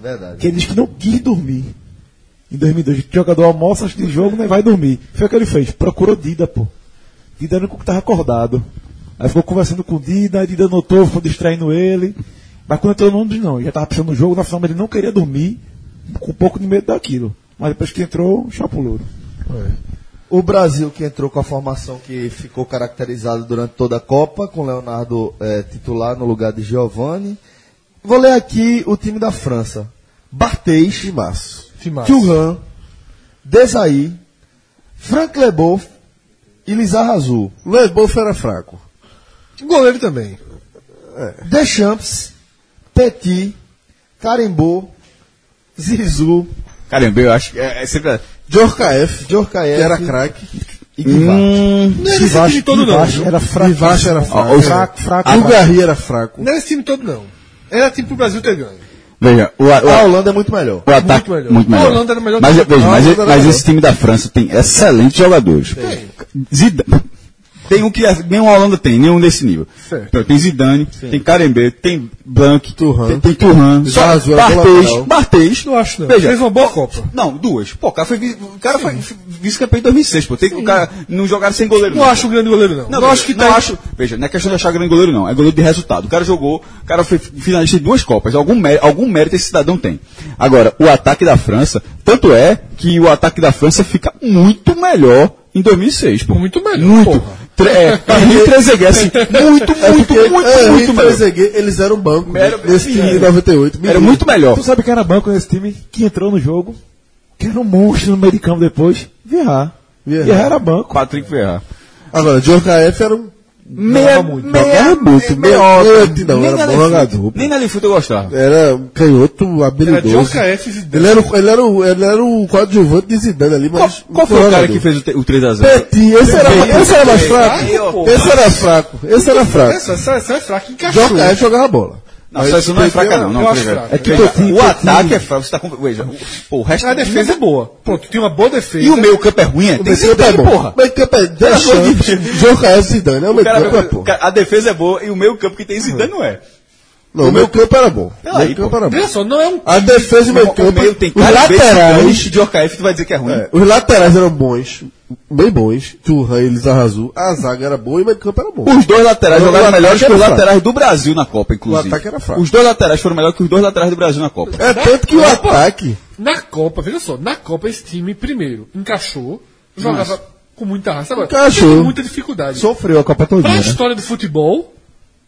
Speaker 1: Verdade.
Speaker 6: que ele diz que não quis dormir. Em 2002, o jogador almoça antes de jogo, nem vai dormir. Foi o que ele fez, procurou Dida, pô. Dida era o único que estava acordado. Aí ficou conversando com o Dida, aí Dida notou, foi distraindo ele. Mas quando entrou no ônibus, não, ele já estava pensando no jogo, na final ele não queria dormir, com um pouco de medo daquilo. Mas depois que entrou, chapulouro.
Speaker 1: O Brasil que entrou com a formação que ficou é, caracterizada durante toda a Copa, com Leonardo eh, titular no lugar de Giovani, Vou ler aqui o time da França. Barthez,
Speaker 3: Timaço.
Speaker 1: Thuram, Desailly, Frank Leboeuf e Lizar Azul.
Speaker 2: Leboeuf era fraco.
Speaker 3: Goleiro também.
Speaker 1: Deschamps, Petit, Carimbou, Zizou,
Speaker 4: Caramba, eu acho que é, é sempre.
Speaker 2: Djorkaeff, Hum.
Speaker 1: Djorkaeff,
Speaker 2: que era craque.
Speaker 1: e Guivá.
Speaker 3: Não era esse time todo, não. viu?
Speaker 2: era fraco. Vivacho era fraco.
Speaker 4: Ó, os-
Speaker 2: fraco, fraco.
Speaker 4: Ah,
Speaker 2: Dugarry era fraco.
Speaker 3: Não era esse time todo, não. Era time pro Brasil ter ganho.
Speaker 4: Veja, o, a- o,
Speaker 1: A
Speaker 4: a-
Speaker 1: Holanda é muito melhor.
Speaker 4: o ataque.
Speaker 3: melhor.
Speaker 4: Muito
Speaker 3: A
Speaker 4: melhor.
Speaker 3: Holanda era o melhor
Speaker 4: mas,
Speaker 3: time.
Speaker 4: veja,
Speaker 3: A
Speaker 4: mas,
Speaker 3: Holanda era
Speaker 4: mas
Speaker 3: melhor.
Speaker 4: esse time da França tem excelentes jogadores. Zidane. Tem um que a- nenhuma Holanda tem, nenhum desse nível.
Speaker 3: Certo.
Speaker 4: Então, tem Zidane, tem Carembe, tem Blanc,
Speaker 2: Thuram.
Speaker 4: tem, tem Turhan,
Speaker 2: Zara Azul era bom
Speaker 4: Bartês,
Speaker 2: lateral.
Speaker 4: Bartês.
Speaker 3: Não acho, é não.
Speaker 4: Veja,
Speaker 3: Fez uma boa Copa.
Speaker 4: Não, duas. Pô, o cara foi, vi- o cara foi vi- vice-campeão em 2006, pô. Tem, o cara não jogaram sem goleiro.
Speaker 3: Não acho um grande goleiro, não.
Speaker 4: Não, acho que não acho. Veja, não é questão de achar grande goleiro, não. É goleiro de resultado. O cara jogou, o cara foi finalista de duas Copas. Algum mérito, algum mérito esse cidadão tem. Agora, o ataque da França, tanto é que o ataque da França fica muito melhor em 2006, pô.
Speaker 3: Muito melhor,
Speaker 4: Muito.
Speaker 3: porra.
Speaker 4: Tre é, Henri Trezeguet, assim, muito, muito,
Speaker 2: Porque,
Speaker 4: muito,
Speaker 2: é, River
Speaker 4: muito
Speaker 2: e
Speaker 4: melhor.
Speaker 2: Trezeguet, eles eram banco né?
Speaker 4: Era-
Speaker 2: nesse time de
Speaker 4: era-
Speaker 2: 98.
Speaker 4: Era
Speaker 2: Mentira.
Speaker 4: muito melhor.
Speaker 6: Tu sabe quem era banco nesse time que entrou no jogo, que era um monstro no meio de campo depois? Vieira.
Speaker 2: Vieira.
Speaker 6: Vieira era banco.
Speaker 4: Patrick Ferrar.
Speaker 2: Agora, Djorkaeff era um...
Speaker 3: é
Speaker 4: Meia,
Speaker 2: Jogava muito, meia- meia- não, era bom jogador, pô.
Speaker 4: Nem na Lifuta eu gostava.
Speaker 2: Era um canhoto
Speaker 3: Era
Speaker 2: habilidoso.
Speaker 3: Djorkaeff e Zidane.
Speaker 2: Ele era, o- ele, era o, ele era o coadjuvante de Zidane ali,
Speaker 4: Qual,
Speaker 2: mas...
Speaker 4: qual foi o cara
Speaker 2: jogador.
Speaker 4: que fez o, te- o 3x0?
Speaker 2: Petit, esse era, esse era mais fraco.
Speaker 4: porra.
Speaker 2: Esse era fraco. Esse era fraco.
Speaker 3: Essa, essa, essa é fraca. Encaixou.
Speaker 2: Djorkaeff jogava bola.
Speaker 4: Não, só isso não é
Speaker 2: Petit
Speaker 4: fraca,
Speaker 2: era-
Speaker 4: não. não
Speaker 3: eu acho
Speaker 4: Trezeguet.
Speaker 3: fraco.
Speaker 4: É que
Speaker 2: É
Speaker 4: veja,
Speaker 2: que Petit-
Speaker 4: o ataque é fraco. Você tá com... Veja, o, pô, o resto
Speaker 3: A defesa é boa. Pronto, tinha uma boa defesa.
Speaker 4: E o meio campo é ruim, é?
Speaker 2: O
Speaker 4: Tem
Speaker 2: meio campo
Speaker 4: Zidane,
Speaker 2: é bom.
Speaker 4: porra.
Speaker 2: O meio campo é Deschamps, Djorkaeff, Zidane. É o meio
Speaker 4: Cara,
Speaker 2: campo é bom.
Speaker 4: cara, a defesa é boa e o meio campo que tem Zidane não é.
Speaker 2: Não, o meio campo era bom.
Speaker 4: Pera
Speaker 2: O
Speaker 4: aí,
Speaker 2: meio campo
Speaker 4: pô.
Speaker 2: era bom.
Speaker 3: Veja só, não é um.
Speaker 2: A defesa e o meio
Speaker 4: O
Speaker 2: campo...
Speaker 4: meio tem
Speaker 2: Os
Speaker 4: cara
Speaker 2: laterais...
Speaker 4: de Djorkaeff, tu vai dizer que é ruim.
Speaker 2: É, os laterais eram bons, bem bons. Turhan e eles arrasou. A zaga era boa e o meio campo era bom.
Speaker 4: Os dois laterais
Speaker 2: O
Speaker 4: jogaram
Speaker 2: ataque
Speaker 4: melhor que
Speaker 2: era
Speaker 4: os
Speaker 2: fraco.
Speaker 4: laterais do Brasil na Copa, inclusive.
Speaker 2: ataque era fraco.
Speaker 4: Os dois laterais foram melhor que os dois laterais do Brasil na Copa.
Speaker 2: É tanto que o ataque.
Speaker 3: Na Copa, veja só, na Copa esse time, primeiro, encaixou, jogava com muita raça. Agora,
Speaker 2: Encaixou.
Speaker 3: teve muita dificuldade.
Speaker 2: Sofreu a Copa né? toda.
Speaker 3: Pra história do futebol,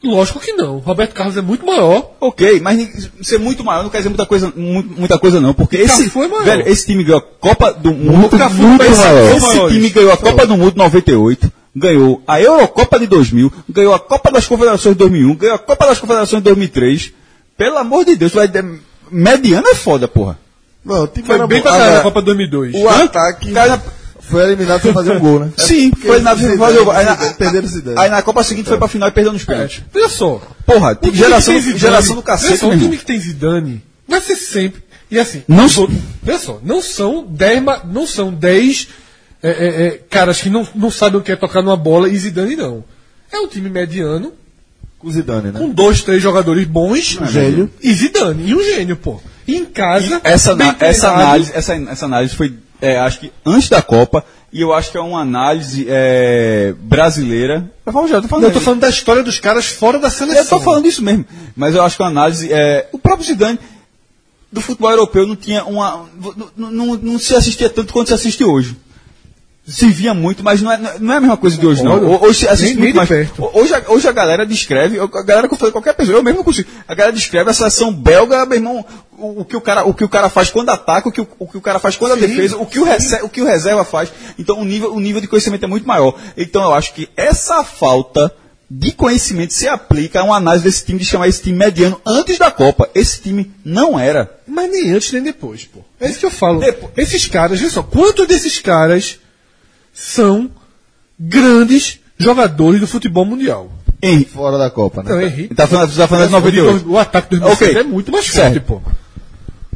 Speaker 3: lógico que não. Roberto Carlos é muito maior.
Speaker 4: Ok, mas ser muito maior não quer dizer muita coisa, mu- muita coisa não, porque esse,
Speaker 3: Cafu é maior.
Speaker 4: velho, esse time ganhou a Copa do Mundo.
Speaker 3: Cafu muito
Speaker 4: esse,
Speaker 3: maior.
Speaker 4: esse
Speaker 3: Maior.
Speaker 4: time ganhou a Copa do Mundo 98, ganhou a Eurocopa de 2000, ganhou a Copa das Confederações de 2001, ganhou a Copa das Confederações de 2003. Pelo amor de Deus, vai de- mediano é foda, porra.
Speaker 2: Não, o time
Speaker 3: Foi
Speaker 2: era
Speaker 3: bem
Speaker 2: bom.
Speaker 3: pra caralho na
Speaker 2: Agora,
Speaker 3: Copa 2002.
Speaker 2: O ataque
Speaker 4: Cara,
Speaker 2: foi eliminado sem fazer um gol, né?
Speaker 4: sim, foi na,
Speaker 2: Zidane,
Speaker 4: fazer o- aí na-
Speaker 2: Zidane, perderam Zidane.
Speaker 4: Aí na Copa seguinte foi pra final e perdeu nos pênaltis.
Speaker 3: Veja só.
Speaker 4: Porra,
Speaker 2: Tipo,
Speaker 3: o time
Speaker 4: geração,
Speaker 3: que tem Zidane-
Speaker 4: geração do
Speaker 3: veja
Speaker 4: cacete,
Speaker 3: só, O
Speaker 4: meu irmão.
Speaker 3: time que tem Zidane vai ser sempre. E assim,
Speaker 4: Não
Speaker 3: os
Speaker 4: sou-
Speaker 3: outros- veja só, não são 10, ma- não são dez é, é, é, caras que não, não sabem o que é tocar numa bola e Zidane não. É um time mediano,
Speaker 2: Com o Zidane, né? é
Speaker 3: com dois, três jogadores bons. Um
Speaker 2: gênio.
Speaker 3: E Zidane, e um gênio, pô. E em casa.
Speaker 4: essa,
Speaker 3: É. bem
Speaker 4: ana- essa,
Speaker 3: treinado,
Speaker 4: análise, essa, essa análise foi, é, acho que antes da Copa, e eu acho que é uma análise é, brasileira. Eu falo, já, eu tô falando,
Speaker 3: Eu tô falando da história dos caras fora da seleção.
Speaker 4: eu tô falando isso mesmo, mas eu acho que a análise é. O próprio Zidane do futebol europeu não tinha uma. Não, não, não se assistia tanto quanto se assiste hoje. Se via muito, mas não é, não é a mesma coisa de hoje, não.
Speaker 3: Concordo.
Speaker 4: Hoje se assiste
Speaker 3: Nem-
Speaker 4: muito
Speaker 3: nem de
Speaker 4: mais.
Speaker 3: perto.
Speaker 4: Hoje, a- hoje a galera descreve, a galera que eu falei, qualquer pessoa, eu mesmo não consigo. A galera descreve a seleção belga, meu irmão, o, o que, o, cara, o que o cara faz quando ataca, o que o, o que o cara faz quando a defesa, o que o, rece- o que o reserva faz. Então o nível, o nível de conhecimento é muito maior. Então eu acho que essa falta de conhecimento se aplica a uma análise desse time, de chamar esse time mediano antes da Copa. Esse time não era.
Speaker 3: Mas nem antes nem depois, pô. É isso que eu falo.
Speaker 4: Depo-
Speaker 3: Esses caras, veja só, quantos desses caras são grandes jogadores do futebol mundial?
Speaker 4: Henri,
Speaker 1: Fora da Copa, né?
Speaker 3: Então, Henrique.
Speaker 4: tá falando, tá falando de 98.
Speaker 3: O ataque dos 2006
Speaker 4: Ok.
Speaker 3: é muito mais forte,
Speaker 4: Certo.
Speaker 3: pô.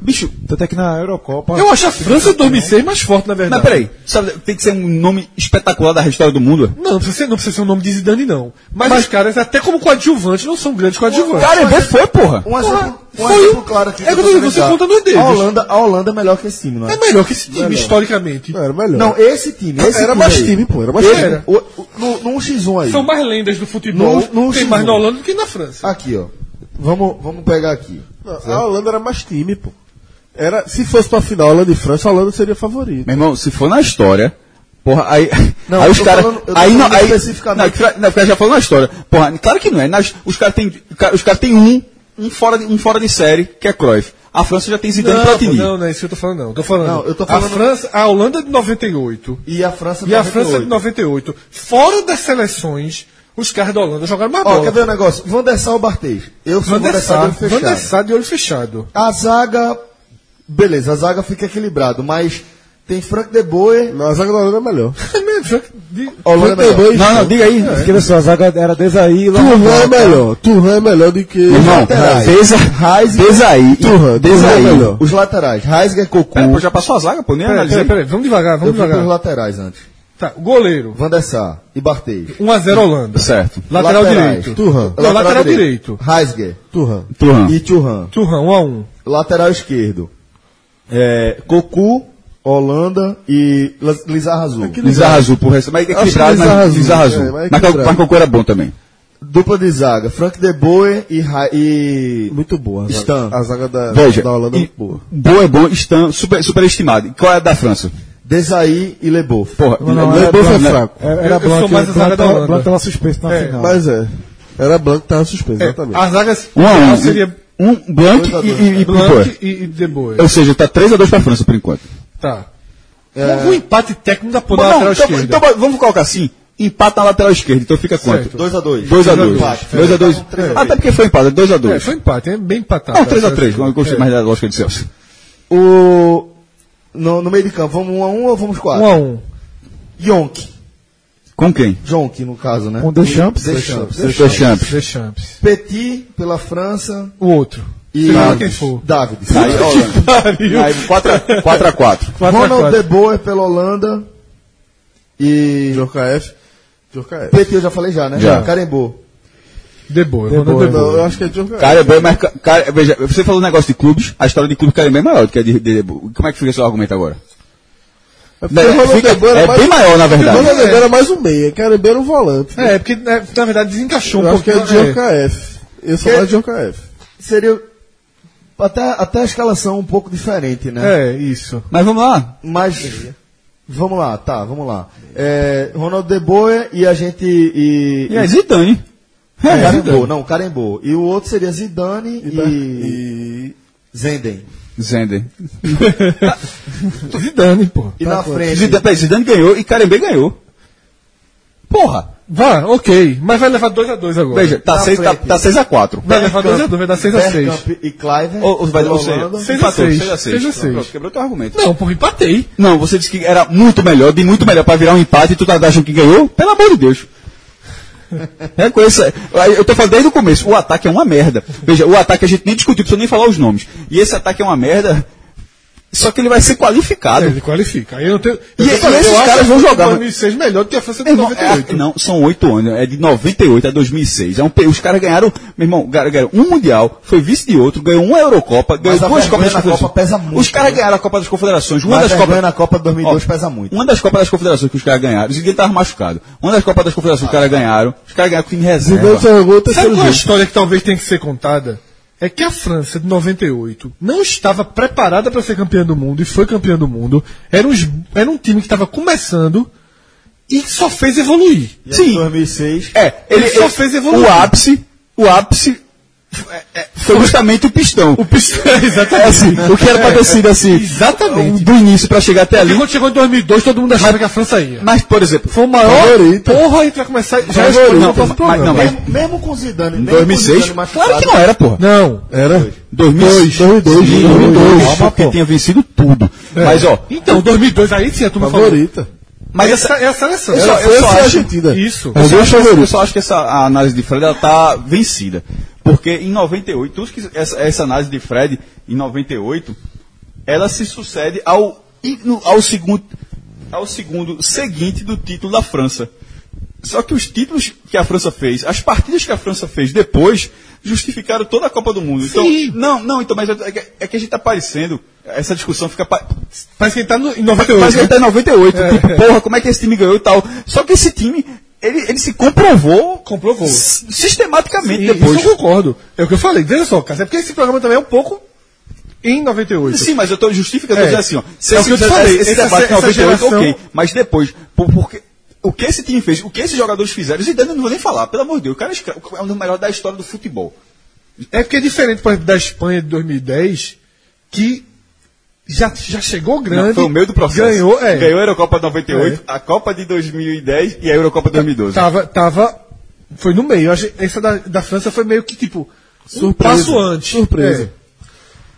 Speaker 4: Bicho,
Speaker 6: Tanto é que na Eurocopa.
Speaker 3: Eu acho a França de 2006 mais forte, na verdade.
Speaker 4: mas Ah, peraí, sabe, tem que ser um nome espetacular da história do mundo. é?
Speaker 3: Não, não precisa, ser, não precisa ser o nome de Zidane, não. Mas, os caras, até como coadjuvantes, não são grandes coadjuvantes.
Speaker 4: Cara, vê foi, porra.
Speaker 1: Um exemplo, um
Speaker 3: foi
Speaker 1: exemplo
Speaker 3: um-
Speaker 1: claro aqui.
Speaker 3: é que eu tô dizendo, você conta nos dedos.
Speaker 1: A Holanda, a Holanda é melhor que esse time, não é?
Speaker 3: é melhor que esse time, historicamente.
Speaker 2: Não, era melhor.
Speaker 1: Não, esse time. Esse
Speaker 2: era
Speaker 1: time
Speaker 2: mais
Speaker 1: aí.
Speaker 2: time, pô. Era mais
Speaker 1: Esse-
Speaker 2: time.
Speaker 1: o- o- no, num X1 aí.
Speaker 3: São mais lendas do futebol,
Speaker 1: Não- não
Speaker 3: tem
Speaker 1: se Ah,
Speaker 3: mais
Speaker 1: julga.
Speaker 3: na Holanda do que na França.
Speaker 1: Aqui, ó. Vamos, vamos pegar aqui.
Speaker 2: Não, a Holanda era mais time, pô. Era, se fosse pra final Holanda e França, a Holanda seria favorita.
Speaker 4: Meu irmão, se for na história. Porra, aí.
Speaker 1: Não,
Speaker 4: aí
Speaker 1: eu
Speaker 4: os
Speaker 1: tô
Speaker 4: caras.
Speaker 1: falando- eu tô
Speaker 4: Aí não,
Speaker 1: falando
Speaker 4: aí.
Speaker 1: especificamente.
Speaker 4: Não, que fra- não, porque já falou na história. Porra, claro que não é. Nas, os caras têm. ca- Os caras têm um um fora de, um fora de série, que é Cruyff. A França já tem Zidane
Speaker 3: Não,
Speaker 4: e Platini.
Speaker 3: pô, não, não é isso que eu tô falando, não. Tô falando,
Speaker 1: Não, eu tô
Speaker 3: a
Speaker 1: falando-
Speaker 3: França, a Holanda de 98
Speaker 1: E a França
Speaker 3: e a França de 98. Fora das seleções, os caras da Holanda jogaram mais
Speaker 1: Ó, quer ver
Speaker 3: bola.
Speaker 1: um negócio? Van der Sar ou Barthez? Eu sou
Speaker 3: Van
Speaker 1: Van
Speaker 3: der
Speaker 1: der Sar,
Speaker 3: Sar,
Speaker 1: de olho
Speaker 3: Van der
Speaker 1: fechado.
Speaker 3: Sar de olho fechado.
Speaker 1: A zaga, beleza, a zaga fica equilibrado, mas tem Frank de Boer,
Speaker 2: Na zaga da Holanda é melhor.
Speaker 1: Holanda é melhor.
Speaker 4: Não, não, diga aí.
Speaker 6: Esqueça só, a zaga era Desaí lá.
Speaker 2: Turhan é melhor. Turhan é melhor do que.
Speaker 4: Irmão,
Speaker 1: Laterais.
Speaker 4: Desa, Desaí,
Speaker 2: Turhan, Turhan é melhor.
Speaker 1: os laterais, Heisger, Cocu.
Speaker 4: Pera, pô, já passou a zaga, pô, nem
Speaker 3: Peraí,
Speaker 4: analisei.
Speaker 3: peraí, vamos devagar,
Speaker 1: eu
Speaker 3: vamos
Speaker 1: vi pelos
Speaker 3: devagar.
Speaker 1: laterais antes.
Speaker 3: Tá, goleiro,
Speaker 1: Van der Sar e Barthez.
Speaker 3: 1x0 Holanda.
Speaker 4: Certo.
Speaker 3: Lateral
Speaker 1: Laterais,
Speaker 3: direito.
Speaker 1: Turhan.
Speaker 3: Não, lateral direito.
Speaker 1: Heisger
Speaker 2: Turhan.
Speaker 4: Turhan.
Speaker 1: e Turhan.
Speaker 3: Turrão, 1x1.
Speaker 1: Lateral esquerdo, é, Cocu, Holanda e Lis- Lizarra
Speaker 2: É
Speaker 1: Azul.
Speaker 4: Lizarra Azul, por resto. Mas equilibrado,
Speaker 1: Lizarra
Speaker 4: mas
Speaker 1: Azul,
Speaker 4: Lizarra
Speaker 1: é,
Speaker 4: Azul.
Speaker 1: mas
Speaker 4: Mas
Speaker 1: equilibrado.
Speaker 4: Marco- Marco Cor era bom também.
Speaker 1: Dupla de zaga, Frank de Boer e, Ra- e
Speaker 2: Muito boa. A zaga,
Speaker 1: Stan.
Speaker 2: a zaga da,
Speaker 4: Veja,
Speaker 2: da Holanda é
Speaker 4: e-
Speaker 2: muito boa.
Speaker 4: boa é bom, estão super, superestimado. E Qual é a da França?
Speaker 1: Desaí e Leboeuf.
Speaker 4: Porra,
Speaker 2: Leboeuf é fraco.
Speaker 3: Eu- eu sou mais a zaga da Holanda.
Speaker 6: Blanc tava suspenso na
Speaker 3: É,
Speaker 6: final.
Speaker 2: Mas é. Era branco que tava suspenso, exatamente.
Speaker 3: A zaga
Speaker 4: Um a um.
Speaker 3: Então seria
Speaker 4: Um Blanc
Speaker 1: Dois a
Speaker 4: e,
Speaker 1: dois.
Speaker 4: e, e Blanc.
Speaker 3: Blanc e, e De Boer.
Speaker 4: Ou seja, tá 3x2 pra França por enquanto.
Speaker 3: Tá. Houve um empate técnico da porra
Speaker 4: Bom,
Speaker 3: da
Speaker 4: não,
Speaker 3: lateral
Speaker 4: então,
Speaker 3: esquerda.
Speaker 4: então vamos colocar assim: empata na lateral esquerda. Então fica quanto?
Speaker 1: 2x2.
Speaker 4: 2x2.
Speaker 1: Empate.
Speaker 4: 2x2. Até porque foi empate, 2x2.
Speaker 3: É, tá. foi empate, é bem empatado.
Speaker 4: Não, 3x3. Eu gostei mais da lógica de Celso.
Speaker 1: O... No, no meio de campo, vamos 1x1 um ou vamos 4?
Speaker 3: 1 a 1
Speaker 1: Yonk.
Speaker 4: Com quem?
Speaker 1: Jonk, no caso, né?
Speaker 3: Um,
Speaker 6: Com Deschamps.
Speaker 1: Deschamps.
Speaker 4: Deschamps.
Speaker 3: Deschamps.
Speaker 1: Petit pela França
Speaker 3: Um O outro.
Speaker 1: e
Speaker 3: Seja lá quem for.
Speaker 1: David.
Speaker 4: Aí, Holanda. Aí, 4x4.
Speaker 3: 4 a
Speaker 1: Ronald
Speaker 3: 4.
Speaker 1: De Boer pela Holanda e
Speaker 2: Djorkaeff. Djorkaeff.
Speaker 1: Petit eu já falei já, né?
Speaker 4: Já.
Speaker 1: Carembô.
Speaker 3: De Boer.
Speaker 6: De
Speaker 3: Ronald
Speaker 6: Boer,
Speaker 3: De
Speaker 2: Não,
Speaker 3: Boer.
Speaker 2: eu acho que é Djorkaeff.
Speaker 4: Cara, é bem, mas. ca- Cara, veja, você falou um negócio de clubes, a história de clube cara é bem maior do que a de, de- Como é que fica seu argumento agora?
Speaker 2: É porque
Speaker 4: Né,
Speaker 2: o Roland
Speaker 4: fica-
Speaker 2: De Boer era
Speaker 4: é
Speaker 2: mais-
Speaker 4: bem maior, na
Speaker 2: O Roland
Speaker 4: verdade.
Speaker 2: De Boer era mais um meia. Caramba era um volante.
Speaker 3: É, porque né, na verdade desencaixou
Speaker 2: Eu
Speaker 3: um
Speaker 2: acho que é
Speaker 3: pouquinho. é.
Speaker 2: Djorkaeff. Eu sou
Speaker 1: Que-
Speaker 2: mais Djorkaeff.
Speaker 1: É. Seria até, até a escalação um pouco diferente, né?
Speaker 3: É, isso.
Speaker 4: Mas vamos lá.
Speaker 1: Mas vamos lá, tá, vamos lá. É, Ronald De Boer e a gente e,
Speaker 4: E aí, Zidane.
Speaker 1: e Carembô, não, Carembô. E o outro seria Zidane e,
Speaker 2: E.
Speaker 1: Zenden.
Speaker 4: Zender.
Speaker 3: Zidane, pô.
Speaker 1: E na frente
Speaker 4: É, Zidane, peraí, Zidane ganhou e Carembê ganhou. Porra!
Speaker 3: Vá, ok. Mas vai levar 2x2 agora.
Speaker 4: Veja, tá
Speaker 1: Na
Speaker 4: 6 tá,
Speaker 1: frente.
Speaker 4: tá seis a 4
Speaker 3: Vai levar 2x2, vai dar 6x6.
Speaker 1: Bergkamp e Clive.
Speaker 4: Ou, ou vai
Speaker 1: pela
Speaker 4: ou seja,
Speaker 1: Holanda.
Speaker 3: seis a
Speaker 4: empatou,
Speaker 3: seis.
Speaker 4: seis a seis.
Speaker 3: Seis a seis.
Speaker 4: Pronto, Quebrou teu argumento.
Speaker 3: Não, porra, empatei.
Speaker 4: Não, você disse que era muito melhor, de muito melhor pra virar um empate e tu tá achando que ganhou? Pelo amor de Deus. Reconheça. Aí Eu tô falando desde o começo, o ataque é uma merda. Veja, o ataque a gente nem discutiu, precisa nem falar os nomes. E esse ataque é uma merda, só que ele vai ser qualificado.
Speaker 3: Ele qualifica. Aí eu não tenho.
Speaker 4: E-
Speaker 3: eu
Speaker 4: e
Speaker 3: falei,
Speaker 4: esses
Speaker 3: eu acho
Speaker 4: caras
Speaker 3: que
Speaker 4: vão
Speaker 3: o
Speaker 4: jogar, mas-
Speaker 3: 2006 melhor do que a França de
Speaker 4: Irmão, é-
Speaker 3: 98.
Speaker 4: não, são oito anos, é de 98 a 2006. É um, pe- os caras ganharam, meu irmão, gar- ganharam um Mundial, foi vice de outro, ganhou uma Eurocopa, ganhou
Speaker 1: a
Speaker 4: duas
Speaker 1: vergonha
Speaker 4: Copas das
Speaker 1: na Copa
Speaker 4: Confederações.
Speaker 1: pesa muito,
Speaker 4: os caras
Speaker 1: né?
Speaker 4: ganharam a Copa das Confederações, uma
Speaker 1: Mas
Speaker 4: das
Speaker 1: a
Speaker 4: Copas.
Speaker 1: vergonha na Copa de 2002
Speaker 4: Ó,
Speaker 1: pesa muito.
Speaker 4: Uma das Copas das Confederações que os caras ganharam, o Zidane tava machucado. Uma das Copas das Confederações que os caras ganharam, os caras ganharam com time
Speaker 2: Zidane
Speaker 4: reserva.
Speaker 2: só jogou o
Speaker 3: Sabe
Speaker 2: terceiro
Speaker 3: qual é a
Speaker 2: jogo.
Speaker 3: história que talvez tenha que ser contada? É que a França de 98 não estava preparada para ser campeã do mundo e foi campeã do mundo. Era, uns- era um time que estava começando e que só fez evoluir.
Speaker 1: E aí,
Speaker 4: Sim.
Speaker 1: 2006.
Speaker 4: É, ele,
Speaker 3: Ele só
Speaker 4: ele-
Speaker 3: fez evoluir.
Speaker 4: O ápice, o ápice é, é, foi justamente o pistão.
Speaker 3: O Pistão,
Speaker 4: É
Speaker 3: exatamente.
Speaker 4: assim, o que era pra ter sido assim,
Speaker 3: Exatamente.
Speaker 4: do início pra chegar até ali.
Speaker 3: Porque quando chegou em 2002, todo mundo achava que a França ia.
Speaker 4: Mas, por exemplo,
Speaker 3: Foi o maior.
Speaker 2: Favorito.
Speaker 3: Porra, a gente vai começar. Já
Speaker 4: Favorito.
Speaker 3: respondeu o próximo
Speaker 4: Mas-
Speaker 3: programa.
Speaker 4: não, mas-
Speaker 1: Mesmo, mesmo com Zidane, mesmo com Zidane
Speaker 4: 2006?
Speaker 1: machucado,
Speaker 4: Claro que não era, porra.
Speaker 3: Não.
Speaker 2: Era.
Speaker 4: 2002.
Speaker 2: 2002,
Speaker 4: 2002.
Speaker 2: Calma,
Speaker 4: porque
Speaker 2: pô.
Speaker 4: tinha vencido tudo. Mas, ó,
Speaker 3: Então, 2002 aí sim a turma falou.
Speaker 2: Favorita.
Speaker 4: mas essa,
Speaker 3: Essa é a seleção.
Speaker 4: Eu só-
Speaker 2: Era
Speaker 4: eu
Speaker 2: França e
Speaker 4: acho-
Speaker 2: Argentina.
Speaker 3: Isso.
Speaker 2: Mas eu acho
Speaker 4: eu
Speaker 2: favorito.
Speaker 4: só acho que essa a análise de Fred ela tá vencida. Porque em 98, tudo que- essa, essa análise de Fred em 98, ela se sucede ao, e no- ao, segundo, ao segundo seguinte do título da França. Só que os títulos que a França fez, as partidas que a França fez depois, justificaram toda a Copa do Mundo.
Speaker 3: Sim.
Speaker 4: Então, não, não, então, mas é que, é que a gente tá parecendo, essa discussão fica pa-
Speaker 3: Parece que ele tá no- em 98.
Speaker 4: mas ele
Speaker 3: né?
Speaker 4: tá em 98.
Speaker 3: É.
Speaker 4: Tipo, porra, como é que esse time ganhou e tal. Só que esse time, ele, ele se comprovou.
Speaker 3: Comprovou.
Speaker 4: s- Sistematicamente
Speaker 3: Sim,
Speaker 4: depois.
Speaker 3: Isso eu concordo. É o que eu falei. Veja só, cara. É porque esse programa também é um pouco em 98.
Speaker 4: Sim, mas eu tô justificando,
Speaker 3: É.
Speaker 4: eu tô dizendo assim, ó. Se
Speaker 3: É o
Speaker 4: esse,
Speaker 3: que eu te
Speaker 4: esse-
Speaker 3: falei,
Speaker 4: esse
Speaker 3: essa-
Speaker 4: debate em
Speaker 3: essa
Speaker 4: 98, ok.
Speaker 3: geração-
Speaker 4: Mas depois, por- porque. O que esse time fez, o que esses jogadores fizeram, Zidane eu não vou nem falar, pelo amor de Deus, o cara é escra- é um dos melhores da história do futebol.
Speaker 3: É porque é diferente por exemplo, da Espanha de 2010, que já, já chegou grande.
Speaker 4: Não, foi o meio do processo.
Speaker 3: Ganhou, é.
Speaker 4: Ganhou a Eurocopa 98, a Copa de 2010 e a Eurocopa 2012.
Speaker 3: Tava, tava. Foi no meio. Eu achei- Essa da, da França foi meio que tipo.
Speaker 2: Surpresa.
Speaker 3: Um passo antes. É.
Speaker 2: Surpresa.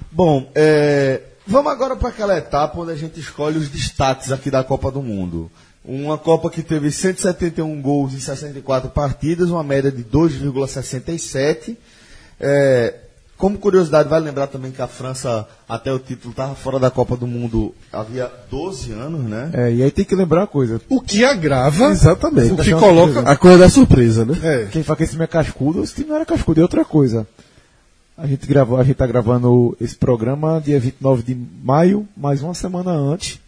Speaker 1: Bom, é, vamos agora para aquela etapa onde a gente escolhe os destaques aqui da Copa do Mundo. Uma Copa que teve 171 gols em 64 partidas, uma média de 2,67. É, como curiosidade, vale lembrar também que a França, até o título, estava fora da Copa do Mundo havia 12 anos, né?
Speaker 6: É, e aí tem que lembrar uma coisa.
Speaker 3: O que agrava.
Speaker 6: Exatamente. Tá
Speaker 3: O que coloca.
Speaker 2: A coisa da surpresa, né?
Speaker 3: É.
Speaker 6: Quem fala que esse time é cascudo, esse time não era cascudo. E outra coisa. A gente, gravou, a gente tá gravando esse programa dia 29 de maio, mais uma semana antes.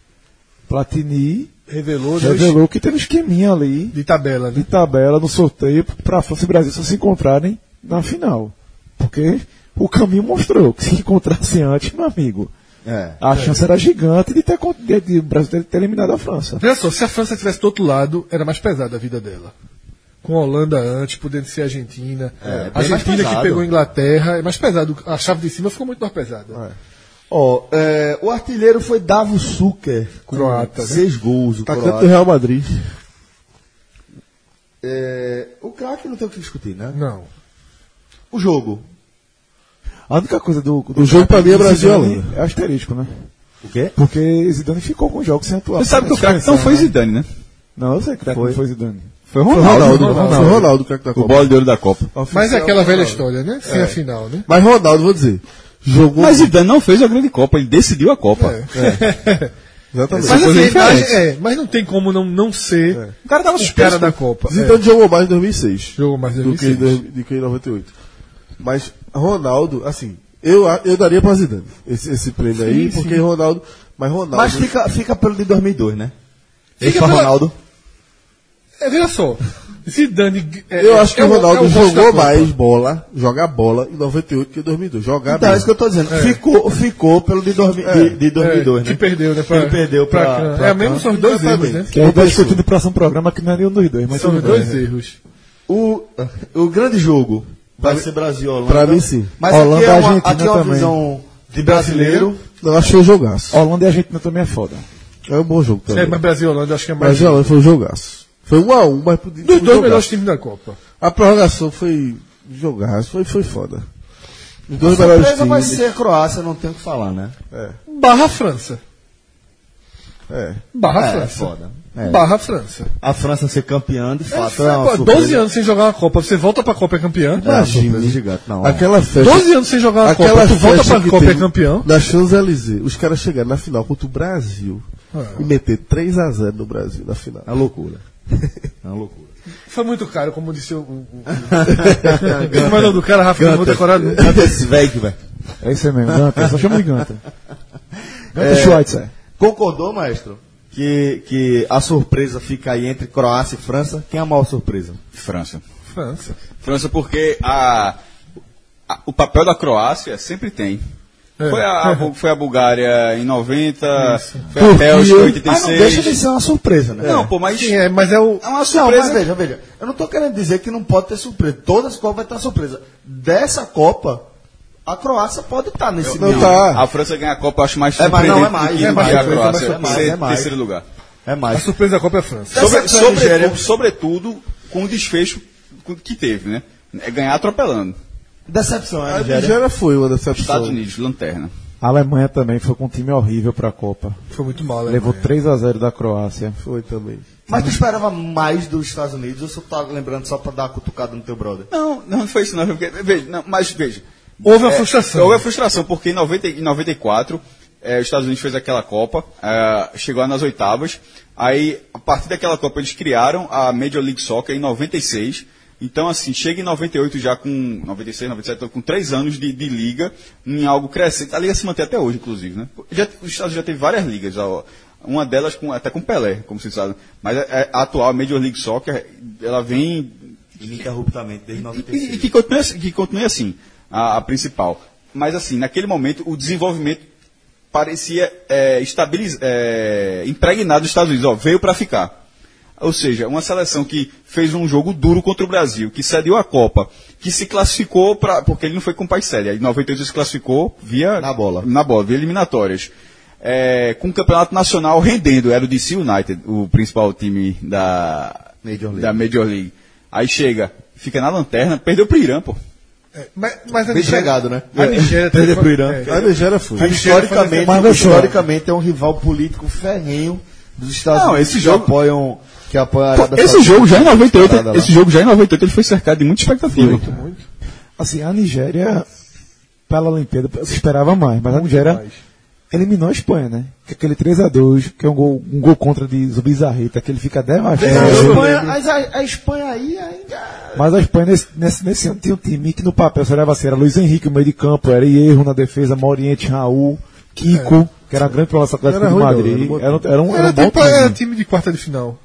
Speaker 6: Platini
Speaker 3: Revelou, né,
Speaker 6: revelou que tem um esqueminha ali
Speaker 3: De tabela,
Speaker 6: de
Speaker 3: né?
Speaker 6: tabela no sorteio para França e Brasil só se encontrarem na final. Porque o caminho mostrou que se encontrassem antes, meu amigo,
Speaker 1: É.
Speaker 6: a chance era gigante de ter con- de, de o Brasil ter, ter eliminado a França.
Speaker 3: Olha só, se a França tivesse do outro lado, era mais pesada a vida dela. Com a Holanda antes, podendo ser a Argentina.
Speaker 1: É, bem
Speaker 3: a
Speaker 1: mais
Speaker 3: Argentina que
Speaker 1: pesado.
Speaker 3: pegou a Inglaterra, é mais pesado. A chave de cima ficou muito mais pesada.
Speaker 1: Ó, é, o artilheiro foi Davo Suker, Tá com
Speaker 3: Croata, né?
Speaker 1: seis gols. O,
Speaker 2: Atacante do
Speaker 1: croata.
Speaker 2: Real Madrid.
Speaker 1: É, o craque não tem o que discutir, né?
Speaker 3: Não.
Speaker 1: O jogo.
Speaker 6: A única coisa do, do
Speaker 2: O jogo pra mim é
Speaker 6: do
Speaker 2: Brasil e
Speaker 6: Zidane
Speaker 2: Holanda.
Speaker 6: É asterisco, né?
Speaker 1: O quê?
Speaker 6: Porque Zidane ficou com o jogo sem atuar.
Speaker 4: Você sabe
Speaker 3: tá
Speaker 4: que o craque não foi Zidane, né?
Speaker 6: Não, eu sei que o craque não foi Zidane.
Speaker 4: Foi
Speaker 2: Foi o Ronaldo, Ronaldo. Foi o Ronaldo, o craque da
Speaker 4: O
Speaker 2: Copa.
Speaker 4: bola de ouro da Copa.
Speaker 3: Mas é aquela velha história, né?
Speaker 2: É.
Speaker 3: Sem a final, né?
Speaker 2: Mas Ronaldo, vou dizer. Jogou.
Speaker 4: Mas Zidane não fez a grande Copa, ele decidiu a
Speaker 3: É.
Speaker 4: Copa.
Speaker 2: Exatamente.
Speaker 3: Mas,
Speaker 4: coisa
Speaker 3: assim,
Speaker 4: diferente.
Speaker 3: mas, é, mas não tem como não, não ser
Speaker 2: É.
Speaker 4: O cara tava
Speaker 3: o cara da Copa. É,
Speaker 2: Zidane então jogou mais em 2006.
Speaker 3: jogou mais
Speaker 2: do que, em
Speaker 3: 2006.
Speaker 2: dois- do que em 98. Mas Ronaldo, assim, eu, a- eu daria pra Zidane esse, esse prêmio aí, porque Ronaldo. Mas Ronaldo.
Speaker 1: Mas fica, fica pelo de 2002, né?
Speaker 3: Fica
Speaker 1: Esse foi
Speaker 3: pela-
Speaker 1: Ronaldo.
Speaker 3: É, veja só. Zidane. é-
Speaker 2: eu
Speaker 3: é-
Speaker 2: acho que
Speaker 3: é
Speaker 2: o
Speaker 1: um
Speaker 2: Ronaldo
Speaker 3: é o gosto da
Speaker 2: jogou
Speaker 3: Copa.
Speaker 2: mais bola, jogar bola em 98 Tá, que em 2002. Jogar
Speaker 1: Então, é isso
Speaker 2: mesmo.
Speaker 1: que eu tô dizendo. Ficou, ficou pelo de, dormi, de, de
Speaker 3: É,
Speaker 1: 2002,
Speaker 3: Que
Speaker 1: né?
Speaker 3: perdeu, né?
Speaker 1: Ele perdeu pra-
Speaker 3: Kahn.
Speaker 1: pra
Speaker 3: É mesmo, são os dois erros,
Speaker 2: Exatamente.
Speaker 3: né?
Speaker 6: Que aí tá discutindo o próximo programa que não é nenhum dos dois, mas
Speaker 3: São os
Speaker 6: tudo bem.
Speaker 3: dois erros.
Speaker 1: O, o grande jogo vai ser Brasil e Holanda.
Speaker 2: pra mim, sim.
Speaker 1: Mas
Speaker 6: Holanda
Speaker 1: aqui é
Speaker 6: e
Speaker 1: uma,
Speaker 6: Argentina
Speaker 1: aqui é uma
Speaker 6: também.
Speaker 1: visão de brasileiro.
Speaker 2: Eu achei um jogaço.
Speaker 6: Holanda e Argentina também é foda.
Speaker 2: É um bom jogo
Speaker 3: É,
Speaker 2: também.
Speaker 3: mas Brasil e Holanda eu acho que é mais.
Speaker 2: mas Holanda foi um jogaço. Foi um a um, mas podia
Speaker 3: dos
Speaker 2: um
Speaker 3: dois
Speaker 2: jogaço.
Speaker 3: melhores times da Copa.
Speaker 2: A prorrogação foi um jogaço, foi, foi foda. Os dois
Speaker 1: A
Speaker 2: melhores
Speaker 1: surpresa vai
Speaker 2: times.
Speaker 1: ser a Croácia, não tem o que falar, né?
Speaker 3: Barra França.
Speaker 2: É.
Speaker 3: Barra
Speaker 1: é,
Speaker 3: França.
Speaker 1: foda. É.
Speaker 3: Barra França.
Speaker 1: A França ser campeã, de fato, é, uma
Speaker 3: Pô,
Speaker 1: surpresa.
Speaker 3: 12 anos sem jogar uma Copa, você volta pra Copa e é campeão.
Speaker 1: É uma
Speaker 2: Imagina.
Speaker 3: né?
Speaker 1: surpresa gigante, não.
Speaker 2: Aquela festa.
Speaker 3: 12 anos sem jogar uma
Speaker 2: Aquela
Speaker 3: Copa, tu volta
Speaker 2: festa
Speaker 3: pra
Speaker 2: que
Speaker 3: Copa e é
Speaker 2: teve
Speaker 3: campeão.
Speaker 2: Na Champs-Élysées, os caras chegaram na final contra o Brasil
Speaker 3: Ah.
Speaker 2: e meter 3x0 no Brasil na final.
Speaker 1: É uma loucura. É uma loucura.
Speaker 3: Foi muito caro, como disse o. O, o, Como é o nome do cara, Rafa, não vou decorar nunca.
Speaker 1: Esse velho, velho.
Speaker 6: É isso aí mesmo, Ganta. Só chama de Ganta. Ganta Schweitzer.
Speaker 1: É, Concordou, maestro? Que, que a surpresa fica aí entre Croácia e França. Quem é a maior surpresa?
Speaker 4: França.
Speaker 3: França.
Speaker 4: França, porque a, a- o papel da Croácia sempre tem.
Speaker 3: É.
Speaker 4: Foi, a, a Bu- foi a Bulgária em 90, foi
Speaker 1: Porque-
Speaker 4: a Bélgica em 86.
Speaker 1: Mas Ah, não deixa de ser uma surpresa, né?
Speaker 4: Não, pô, mas
Speaker 3: Sim, é, mas é o.
Speaker 1: É uma
Speaker 4: surpresa.
Speaker 1: surpresa. mas veja, veja. Eu não tô querendo dizer que não pode ter surpresa. Todas as Copas vai estar surpresa. Dessa Copa, a Croácia pode estar nesse
Speaker 2: não
Speaker 1: meio.
Speaker 2: tá.
Speaker 4: a França ganha a Copa, eu acho mais
Speaker 1: É, mas não,
Speaker 4: surpreendente
Speaker 1: é mais,
Speaker 4: do que
Speaker 1: é mais,
Speaker 4: que a
Speaker 1: é mais,
Speaker 4: Croácia
Speaker 1: é mais,
Speaker 4: ser
Speaker 1: é mais.
Speaker 4: terceiro lugar.
Speaker 1: É
Speaker 3: A
Speaker 1: mais.
Speaker 3: surpresa da Copa é a França.
Speaker 4: Sobre-
Speaker 1: Dessa que foi a Nigéria.
Speaker 4: sobretudo, sobretudo com o desfecho que teve, né? É ganhar atropelando.
Speaker 1: Decepção, é,
Speaker 2: A
Speaker 1: Nigéria?
Speaker 2: Nigéria foi uma
Speaker 4: Estados
Speaker 2: decepção.
Speaker 4: Unidos, lanterna.
Speaker 6: A Alemanha também foi com um time horrível pra Copa.
Speaker 3: Foi muito mal, né?
Speaker 6: Levou 3 a 0 da Croácia.
Speaker 2: É. Foi também.
Speaker 1: Mas tu esperava mais dos Estados Unidos? Eu só tava lembrando só pra dar uma cutucada no teu brother.
Speaker 4: Não, não foi isso não. Porque, veja, não, mas veja.
Speaker 3: Houve uma
Speaker 4: É,
Speaker 3: frustração.
Speaker 4: Houve a frustração, porque em, 90, e- em 94 eh, os Estados Unidos fez aquela Copa, eh, chegou nas oitavas. Aí, a partir daquela Copa, eles criaram a Major League Soccer em 96. Então, assim, chega em 98 já com 96, 97, com três anos de, de liga, em algo crescente. A liga se mantém até hoje, inclusive, né? Já, os Estados Unidos já teve várias ligas, ó, uma delas com, até com Pelé, como vocês sabem. Mas eh, a atual a Major League Soccer, ela vem
Speaker 1: Ininterruptamente, desde
Speaker 4: e, e
Speaker 1: 96.
Speaker 4: que continue, assim- que continue assim, a, a principal. Mas, assim, naquele momento, o desenvolvimento parecia é, estabiliz- é, impregnado dos Estados Unidos. Ó, veio para ficar. Ou seja, uma seleção que fez um jogo duro contra o Brasil, que cedeu a Copa, que se classificou para. Porque ele não foi com o Paisel, aí em 98 ele se classificou via.
Speaker 1: Na bola.
Speaker 4: Na bola, via eliminatórias. É, com o campeonato nacional rendendo, era o DC United, o principal time da
Speaker 1: Major League.
Speaker 4: da Major League. Aí chega, fica na lanterna, perdeu pro Irã, pô.
Speaker 3: É, mas, mas a
Speaker 1: Bem
Speaker 3: Nigéria-
Speaker 1: chegado, né?
Speaker 3: A Nigéria
Speaker 1: Perder pro Irã.
Speaker 3: É,
Speaker 2: A Nigéria foi.
Speaker 1: Historicamente,
Speaker 2: Mas não chora.
Speaker 1: historicamente é um rival político ferrenho dos Estados
Speaker 4: Não,
Speaker 1: Unidos
Speaker 4: esse
Speaker 1: que
Speaker 4: jogo-
Speaker 1: apoiam que apoia a
Speaker 4: Pô,
Speaker 1: Arábia
Speaker 4: esse
Speaker 1: Saudita. né?
Speaker 4: jogo
Speaker 2: é
Speaker 4: já é em 98,
Speaker 1: Parada lá.
Speaker 4: esse jogo já é em 98 ele foi cercado de muita expectativa.
Speaker 6: Assim, a Nigéria, pela Olimpíada, eu esperava mais, mas a Nigéria eliminou a Espanha, né? Que aquele 3x2, que é um gol, um gol contra de Zubizarreta, que ele fica
Speaker 1: A
Speaker 2: É,
Speaker 6: devastado.
Speaker 1: Espanha, mas a, a Espanha aí ainda. é-
Speaker 6: Mas a Espanha nesse, nesse, nesse ano tinha um time que no papel você olhava assim, era Luiz Henrique no meio de campo, era Hierro na defesa, Moriente, Raul, Kiko, que era a grande promessa atlética
Speaker 2: É. Era ruim,
Speaker 6: de
Speaker 2: não,
Speaker 6: Madrid.
Speaker 2: era um bom
Speaker 6: Era, um- era um, era
Speaker 3: Era
Speaker 6: um bom
Speaker 3: tipo é,
Speaker 6: time.
Speaker 3: time de quarta de final.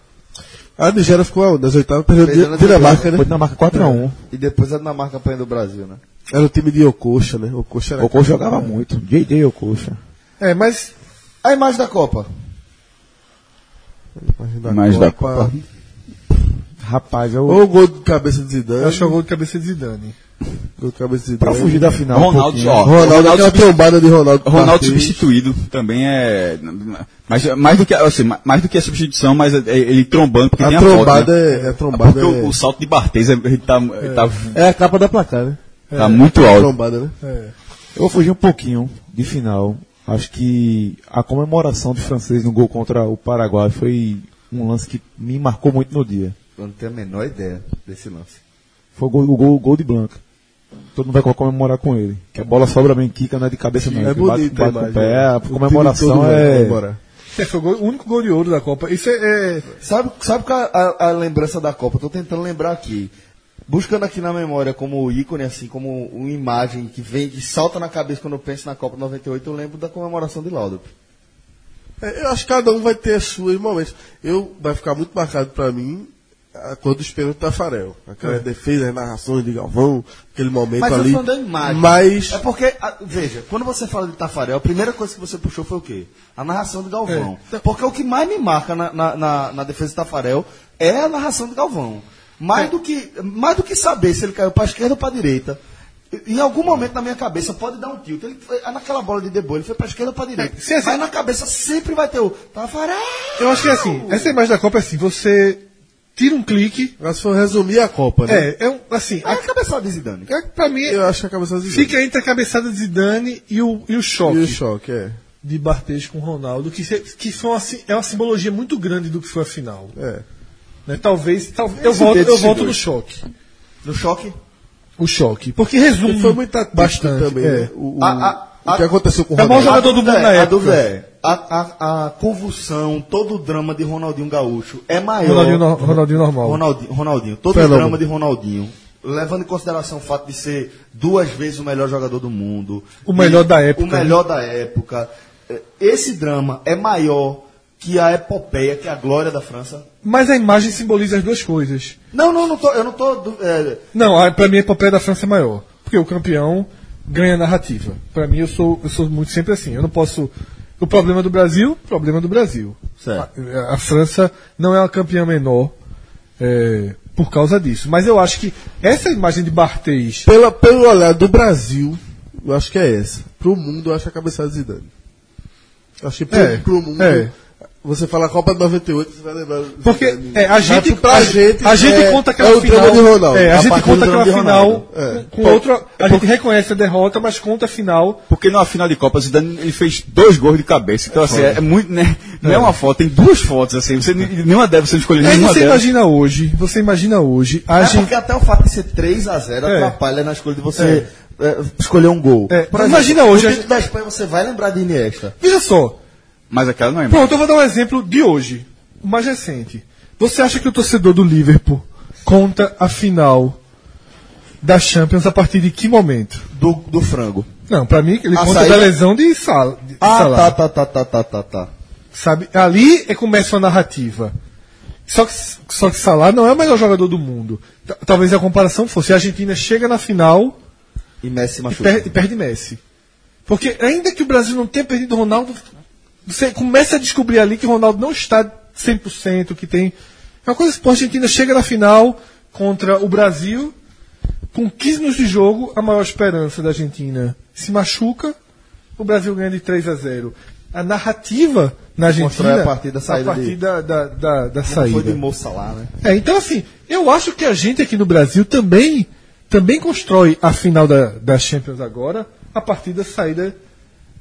Speaker 2: A Nigéria ficou nas oitavas, perdeu
Speaker 1: Perdeu
Speaker 2: a
Speaker 1: na
Speaker 2: Dinamarca, né?
Speaker 6: Foi na marca 4x1.
Speaker 1: E depois a Dinamarca apanha do Brasil, né?
Speaker 2: Era o time de Ococha, né? Ococha era né?
Speaker 6: O Coxa jogava muito. JJ o Coxa.
Speaker 3: É, mas
Speaker 1: A imagem da Copa.
Speaker 4: Mas da
Speaker 2: Copa.
Speaker 6: Rapaz, eu.
Speaker 2: Ou o gol de cabeça de Zidane.
Speaker 3: ela jogou de cabeça de Zidane.
Speaker 2: Gol de cabeça de Zidane.
Speaker 6: Pra fugir da final. um
Speaker 4: Ronaldo,
Speaker 6: pouquinho.
Speaker 4: ó,
Speaker 2: Ronaldo,
Speaker 4: Ronaldo
Speaker 2: aquela
Speaker 4: substitu-
Speaker 2: tombada de Ronaldo.
Speaker 4: Ronaldo
Speaker 2: Partiu.
Speaker 4: substituído também é. Mas, mais, do que, a- assim, ma- mais do que a substituição, mas é- é ele trombando, porque
Speaker 2: A
Speaker 4: tem a
Speaker 2: trombada
Speaker 4: foto, né?
Speaker 2: é, é a trombada.
Speaker 4: Porque o, o salto de Barthez é- ele tá, ele tá,
Speaker 2: é... é a capa da placar, né?
Speaker 4: tá muito alto.
Speaker 2: Trombada, né?
Speaker 3: É.
Speaker 6: Eu vou fugir um pouquinho de final. Acho que a comemoração do francês no gol contra o Paraguai foi um lance que me marcou muito no dia.
Speaker 1: Eu não tenho a menor ideia desse lance.
Speaker 6: Foi o gol, o gol, o gol de Blanca. Todo mundo vai comemorar com ele. Que a bola sobra bem, quica, não é de cabeça não.
Speaker 2: É
Speaker 6: Que bate,
Speaker 2: bonita a
Speaker 6: bate com o
Speaker 2: imagem.
Speaker 6: pé.
Speaker 1: né?
Speaker 6: A comemoração é.
Speaker 3: É, foi o, gol- o único gol de ouro da Copa. Isso é, é-
Speaker 1: Sabe, sabe qual é a, a lembrança da Copa? Tô tentando lembrar aqui. Buscando aqui na memória como ícone, assim, como uma imagem que vem, que salta na cabeça quando eu penso na Copa 98, eu lembro da comemoração de Laudrup.
Speaker 2: É, eu acho que cada um vai ter as suas momentos. Eu, vai ficar muito marcado pra mim a cor dos pênaltis da Farel.
Speaker 3: É.
Speaker 2: Aquela defesa, as narrações de Galvão, aquele momento
Speaker 1: Mas
Speaker 2: ali.
Speaker 1: eu falando da imagem.
Speaker 2: Mas
Speaker 1: É porque, ah, veja, quando você fala de Tafarel, a primeira coisa que você puxou foi o quê? A narração do
Speaker 3: É,
Speaker 1: Galvão.
Speaker 3: então-
Speaker 1: Porque o que mais me marca na, na, na- na defesa de Tafarel é a narração do Galvão.
Speaker 3: É.
Speaker 1: Mais, do que, mais do que saber se ele caiu para esquerda ou para direita. e- Em algum momento na minha cabeça pode dar um tilt. Ele foi, naquela bola de debole, ele foi para esquerda ou para direita.
Speaker 3: É, se assim-
Speaker 1: Mas na cabeça sempre vai ter o Tafarel.
Speaker 3: Eu acho que é assim, essa imagem da Copa é assim, você tira um clique.
Speaker 2: mas foi resumir a Copa, né?
Speaker 3: É, é um, assim,
Speaker 1: É
Speaker 3: a,
Speaker 1: a cabeçada de Zidane.
Speaker 3: é, pra mim
Speaker 2: Eu acho que a cabeça de
Speaker 3: fica entre a cabeçada de Zidane e o, e o choque
Speaker 2: E o choque, é.
Speaker 3: de Barthez com Ronaldo, que, se- que foi uma, si- é uma simbologia muito grande do que foi a final.
Speaker 2: É.
Speaker 3: né? Talvez, talvez eu volto, eu
Speaker 2: desses
Speaker 3: volto
Speaker 2: dois.
Speaker 3: no choque.
Speaker 1: No choque.
Speaker 3: O choque. Porque resume
Speaker 2: E foi muita
Speaker 3: bastante.
Speaker 2: também,
Speaker 3: é.
Speaker 2: né? O, o-
Speaker 1: A- a-
Speaker 2: o que
Speaker 1: a-
Speaker 2: aconteceu com o
Speaker 3: É bom
Speaker 2: Ronaldo.
Speaker 3: jogar- jogador
Speaker 1: A
Speaker 3: do
Speaker 1: dúvida
Speaker 3: mundo na
Speaker 1: é, A
Speaker 3: época.
Speaker 1: dúvida é, a, a, a convulsão, todo o drama de Ronaldinho Gaúcho é maior.
Speaker 3: Ronaldinho no- Ronaldinho normal.
Speaker 1: Ronaldinho, Ronaldinho, todo
Speaker 2: Fenômeno.
Speaker 1: o drama de Ronaldinho, levando em consideração o fato de ser duas vezes o melhor jogador do mundo.
Speaker 3: O melhor
Speaker 1: E
Speaker 3: da época, né?
Speaker 1: O melhor da época. Eh, Esse drama é maior que a epopeia, que a glória da França.
Speaker 3: Mas a imagem simboliza as duas coisas.
Speaker 1: Não, não, não tô, eu não tô. du- eh,
Speaker 3: Não, a- pra mim a epopeia da França é maior. Porque o campeão ganha narrativa. Pra mim eu sou, eu sou muito sempre assim. Eu não posso. O problema do Brasil, problema do Brasil. A, a França não é uma campeã menor é, por causa disso. Mas eu acho que essa imagem de Barthez.
Speaker 2: Pela, pelo olhar do Brasil, eu acho que é essa. Pro mundo, eu acho a cabeçada de Zidane. Eu Acho que pro,
Speaker 3: É,
Speaker 2: pro mundo,
Speaker 3: é.
Speaker 2: você fala Copa de 98, você vai lembrar. do
Speaker 3: Porque
Speaker 2: Zidane.
Speaker 3: é, a
Speaker 2: Mas
Speaker 3: gente,
Speaker 2: pra
Speaker 3: a,
Speaker 2: gente,
Speaker 3: a gente
Speaker 2: é-
Speaker 3: conta aquela
Speaker 2: é o
Speaker 3: final.
Speaker 2: drama de Ronaldo.
Speaker 3: é, a, gente
Speaker 2: partir do
Speaker 3: conta
Speaker 2: drama
Speaker 3: aquela
Speaker 2: de
Speaker 3: final
Speaker 2: Ronaldo. É.
Speaker 3: com outra. A gente reconhece a derrota, mas conta a final
Speaker 4: Porque numa final de Copa, Zidane ele fez dois gols de cabeça. Então, assim, é, é muito, né? Não é uma foto, tem duas fotos, assim. Você, nem- nenhuma deve você escolher
Speaker 3: Aí
Speaker 4: nenhuma
Speaker 3: você
Speaker 4: delas.
Speaker 3: imagina hoje, você imagina hoje, a
Speaker 1: É
Speaker 3: gente.
Speaker 1: porque até o fato de ser 3x0
Speaker 3: É.
Speaker 1: atrapalha na escolha de você eh, escolher um gol.
Speaker 3: É,
Speaker 1: Por
Speaker 3: mas imagina
Speaker 1: no
Speaker 3: hoje a
Speaker 1: tempo
Speaker 3: gente-
Speaker 1: da Espanha você vai lembrar de Iniesta.
Speaker 3: Veja só,
Speaker 4: Mas aquela não é
Speaker 3: pronto, eu vou dar um exemplo de hoje, o mais recente. Você acha que o torcedor do Liverpool conta a final da Champions a partir de que momento?
Speaker 1: do, do frango.
Speaker 3: Não, pra mim ele
Speaker 1: A
Speaker 3: conta
Speaker 1: saída-
Speaker 3: da lesão de, sal, de Salah.
Speaker 1: tá, tá, tá, tá, tá, tá.
Speaker 3: Sabe? Ali é começa a narrativa. Só que, só que Salah não é o melhor jogador do mundo. Ta- Talvez a comparação fosse: a Argentina chega na final
Speaker 1: E Messi
Speaker 3: e,
Speaker 1: machuca.
Speaker 3: per e perde Messi. Porque ainda que o Brasil não tenha perdido Ronaldo, você começa a descobrir ali que Ronaldo não está 100%, que tem É uma coisa que a Argentina chega na final contra o Brasil, com 15 minutos de jogo, a maior esperança da Argentina se machuca, o Brasil ganha de 3 a 0. A narrativa na Argentina.
Speaker 1: Constrói a partir da saída
Speaker 3: a partir
Speaker 1: de-
Speaker 3: da, da, da, da
Speaker 1: Não Foi de
Speaker 3: saída.
Speaker 1: moça lá, né?
Speaker 3: É, então assim, eu acho que a gente aqui no Brasil também, também constrói a final da, da Champions agora a partir da saída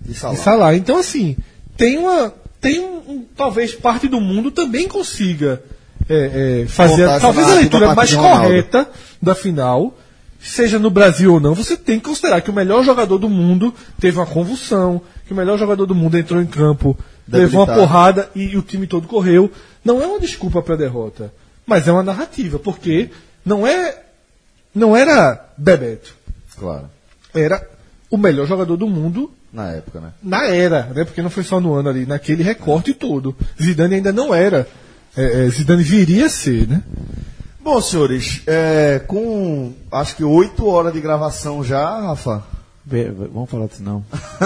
Speaker 1: De
Speaker 3: de
Speaker 1: Salah.
Speaker 3: Salah. Então, assim, tem uma. Tem um, um- talvez parte do mundo também consiga é, é, fazer
Speaker 1: Contar essa
Speaker 3: talvez a
Speaker 1: narrativa a
Speaker 3: leitura
Speaker 1: partir
Speaker 3: mais
Speaker 1: de Ronaldo.
Speaker 3: correta da final, seja no Brasil ou não. Você tem que considerar que o melhor jogador do mundo teve uma convulsão, que o melhor jogador do mundo entrou em campo, levou uma
Speaker 1: Debilitado.
Speaker 3: porrada e o time todo correu. Não é uma desculpa para derrota, mas é uma narrativa, porque não é não era Bebeto,
Speaker 1: Claro.
Speaker 3: era o melhor jogador do mundo
Speaker 1: Na época, né?
Speaker 3: na era, né? Porque não foi só no ano ali, naquele recorte todo. Zidane ainda não era. É, é, Zidane viria a ser, né?
Speaker 1: Bom, senhores, é, com acho que oito horas de gravação já, Rafa.
Speaker 6: Vê- vê- Vamos falar disso não.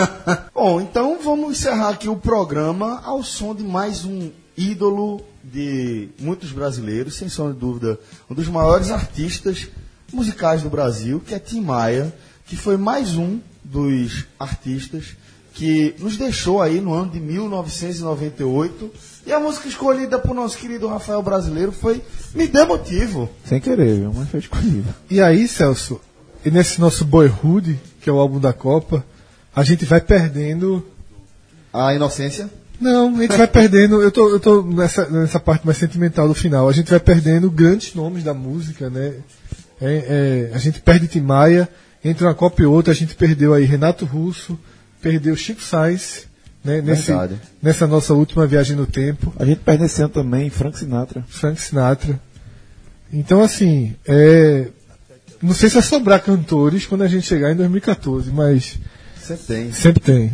Speaker 1: Bom, então vamos encerrar aqui o programa ao som de mais um ídolo de muitos brasileiros, sem sombra de dúvida, um dos maiores artistas musicais do Brasil, que é Tim Maia, que foi mais um dos artistas que nos deixou aí no ano de 1998. E a música escolhida por nosso querido Rafael Brasileiro foi Me Dê Motivo.
Speaker 6: Sem querer, viu? Mas foi escolhido.
Speaker 3: E aí, Celso, e nesse nosso Boyhood, que é o álbum da Copa, a gente vai perdendo.
Speaker 1: A inocência.
Speaker 3: Não, a gente vai perdendo. Eu tô, eu tô nessa, nessa parte mais sentimental do final. A gente vai perdendo grandes nomes da música, né? É, é, a gente perde Tim Maia, entre uma Copa e outra, a gente perdeu aí Renato Russo, perdeu Chico Sainz, né? Nesse,
Speaker 1: Verdade.
Speaker 3: nessa nossa última viagem no tempo.
Speaker 6: A gente perde esse ano também, Frank Sinatra.
Speaker 3: Frank Sinatra. Então, assim, é... não sei se vai sobrar cantores quando a gente chegar em 2014, mas
Speaker 1: Sempre tem.
Speaker 3: sempre tem.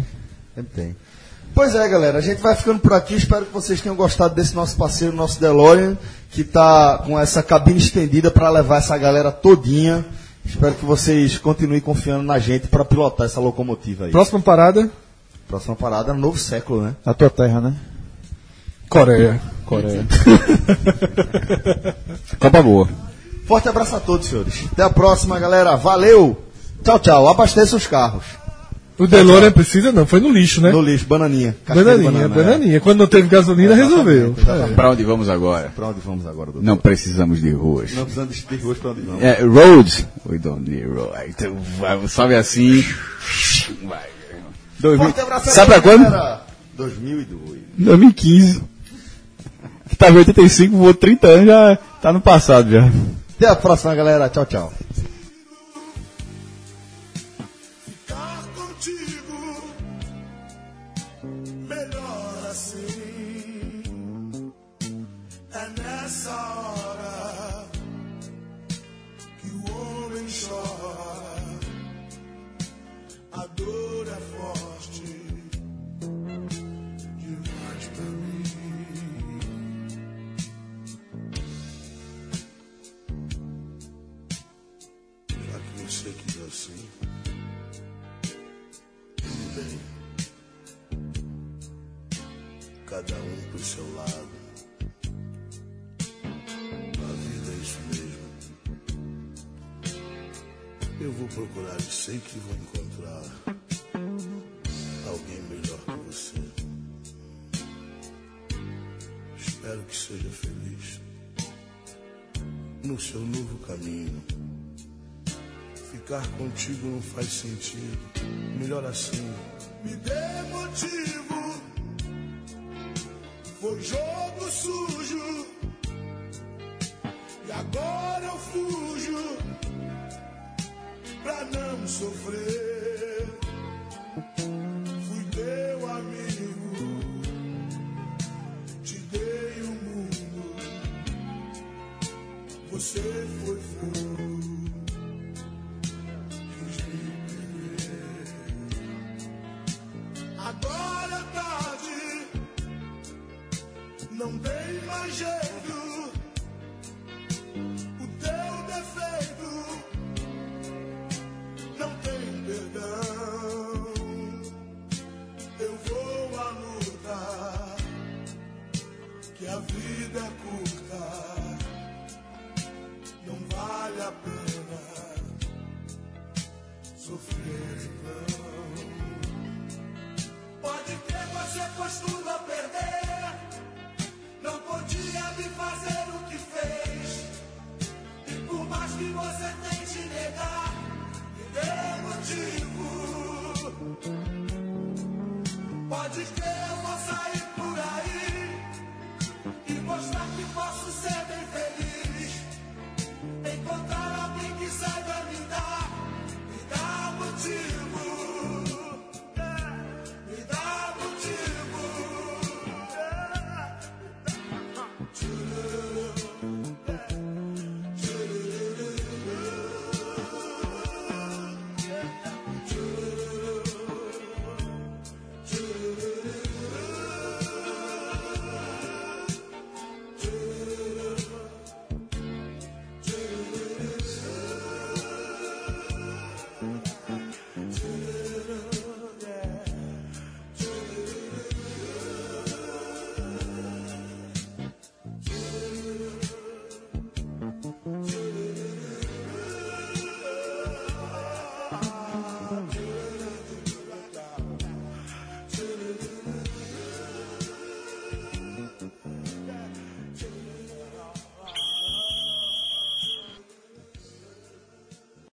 Speaker 1: Sempre tem. Pois é, galera, a gente vai ficando por aqui. Espero que vocês tenham gostado desse nosso parceiro, nosso DeLorean, que tá com essa cabine estendida para levar essa galera todinha. Espero que vocês continuem confiando na gente para pilotar essa locomotiva aí.
Speaker 3: Próxima parada:
Speaker 1: Próxima parada, novo século, né?
Speaker 6: A tua terra, né?
Speaker 3: Coreia.
Speaker 6: Coreia.
Speaker 4: Copa boa.
Speaker 1: Forte abraço a todos, senhores. Até a próxima, galera. Valeu! Tchau, tchau. Abasteça os carros.
Speaker 3: O DeLorean precisa, não, foi no lixo,
Speaker 4: É?
Speaker 3: né?
Speaker 1: No lixo, bananinha. Casquinha de
Speaker 3: Bananinha,
Speaker 1: banana, é.
Speaker 3: bananinha. Quando não teve gasolina, resolveu. É.
Speaker 1: Exatamente.
Speaker 4: Pra onde vamos agora?
Speaker 1: Pra onde vamos agora, doutor?
Speaker 4: Não precisamos de ruas.
Speaker 1: Não precisamos de hoje pra onde vamos.
Speaker 4: É, roads. We don't need roads. Então, vai, sobe assim. Vai. Dois mil-
Speaker 1: Forte abraço a
Speaker 4: É, Sabe pra
Speaker 1: todos,
Speaker 4: quando?
Speaker 1: galera. 2002.
Speaker 4: 2015. Que tava em 85, voou 30 anos, já tá no passado já.
Speaker 1: Até a próxima, galera. Tchau, tchau.
Speaker 8: ficar contigo. Melhor assim. É nessa hora que o homem chora. A dor é forte demais pra mim. Já que você quis assim. Tudo bem. Cada um pro seu lado. A vida é isso mesmo. Eu vou procurar e sei que vou encontrar alguém melhor que você. Espero que seja feliz no seu novo caminho. Ficar contigo não faz sentido. Melhor assim. Me dê motivo. Foi jogo sujo. E agora eu fujo. Pra não sofrer. Fui teu amigo. Te dei o mundo. Você foi fogo. Agora é tarde, não tem mais jeito. O teu defeito não tem perdão. Eu vou à luta, que a vida é curta.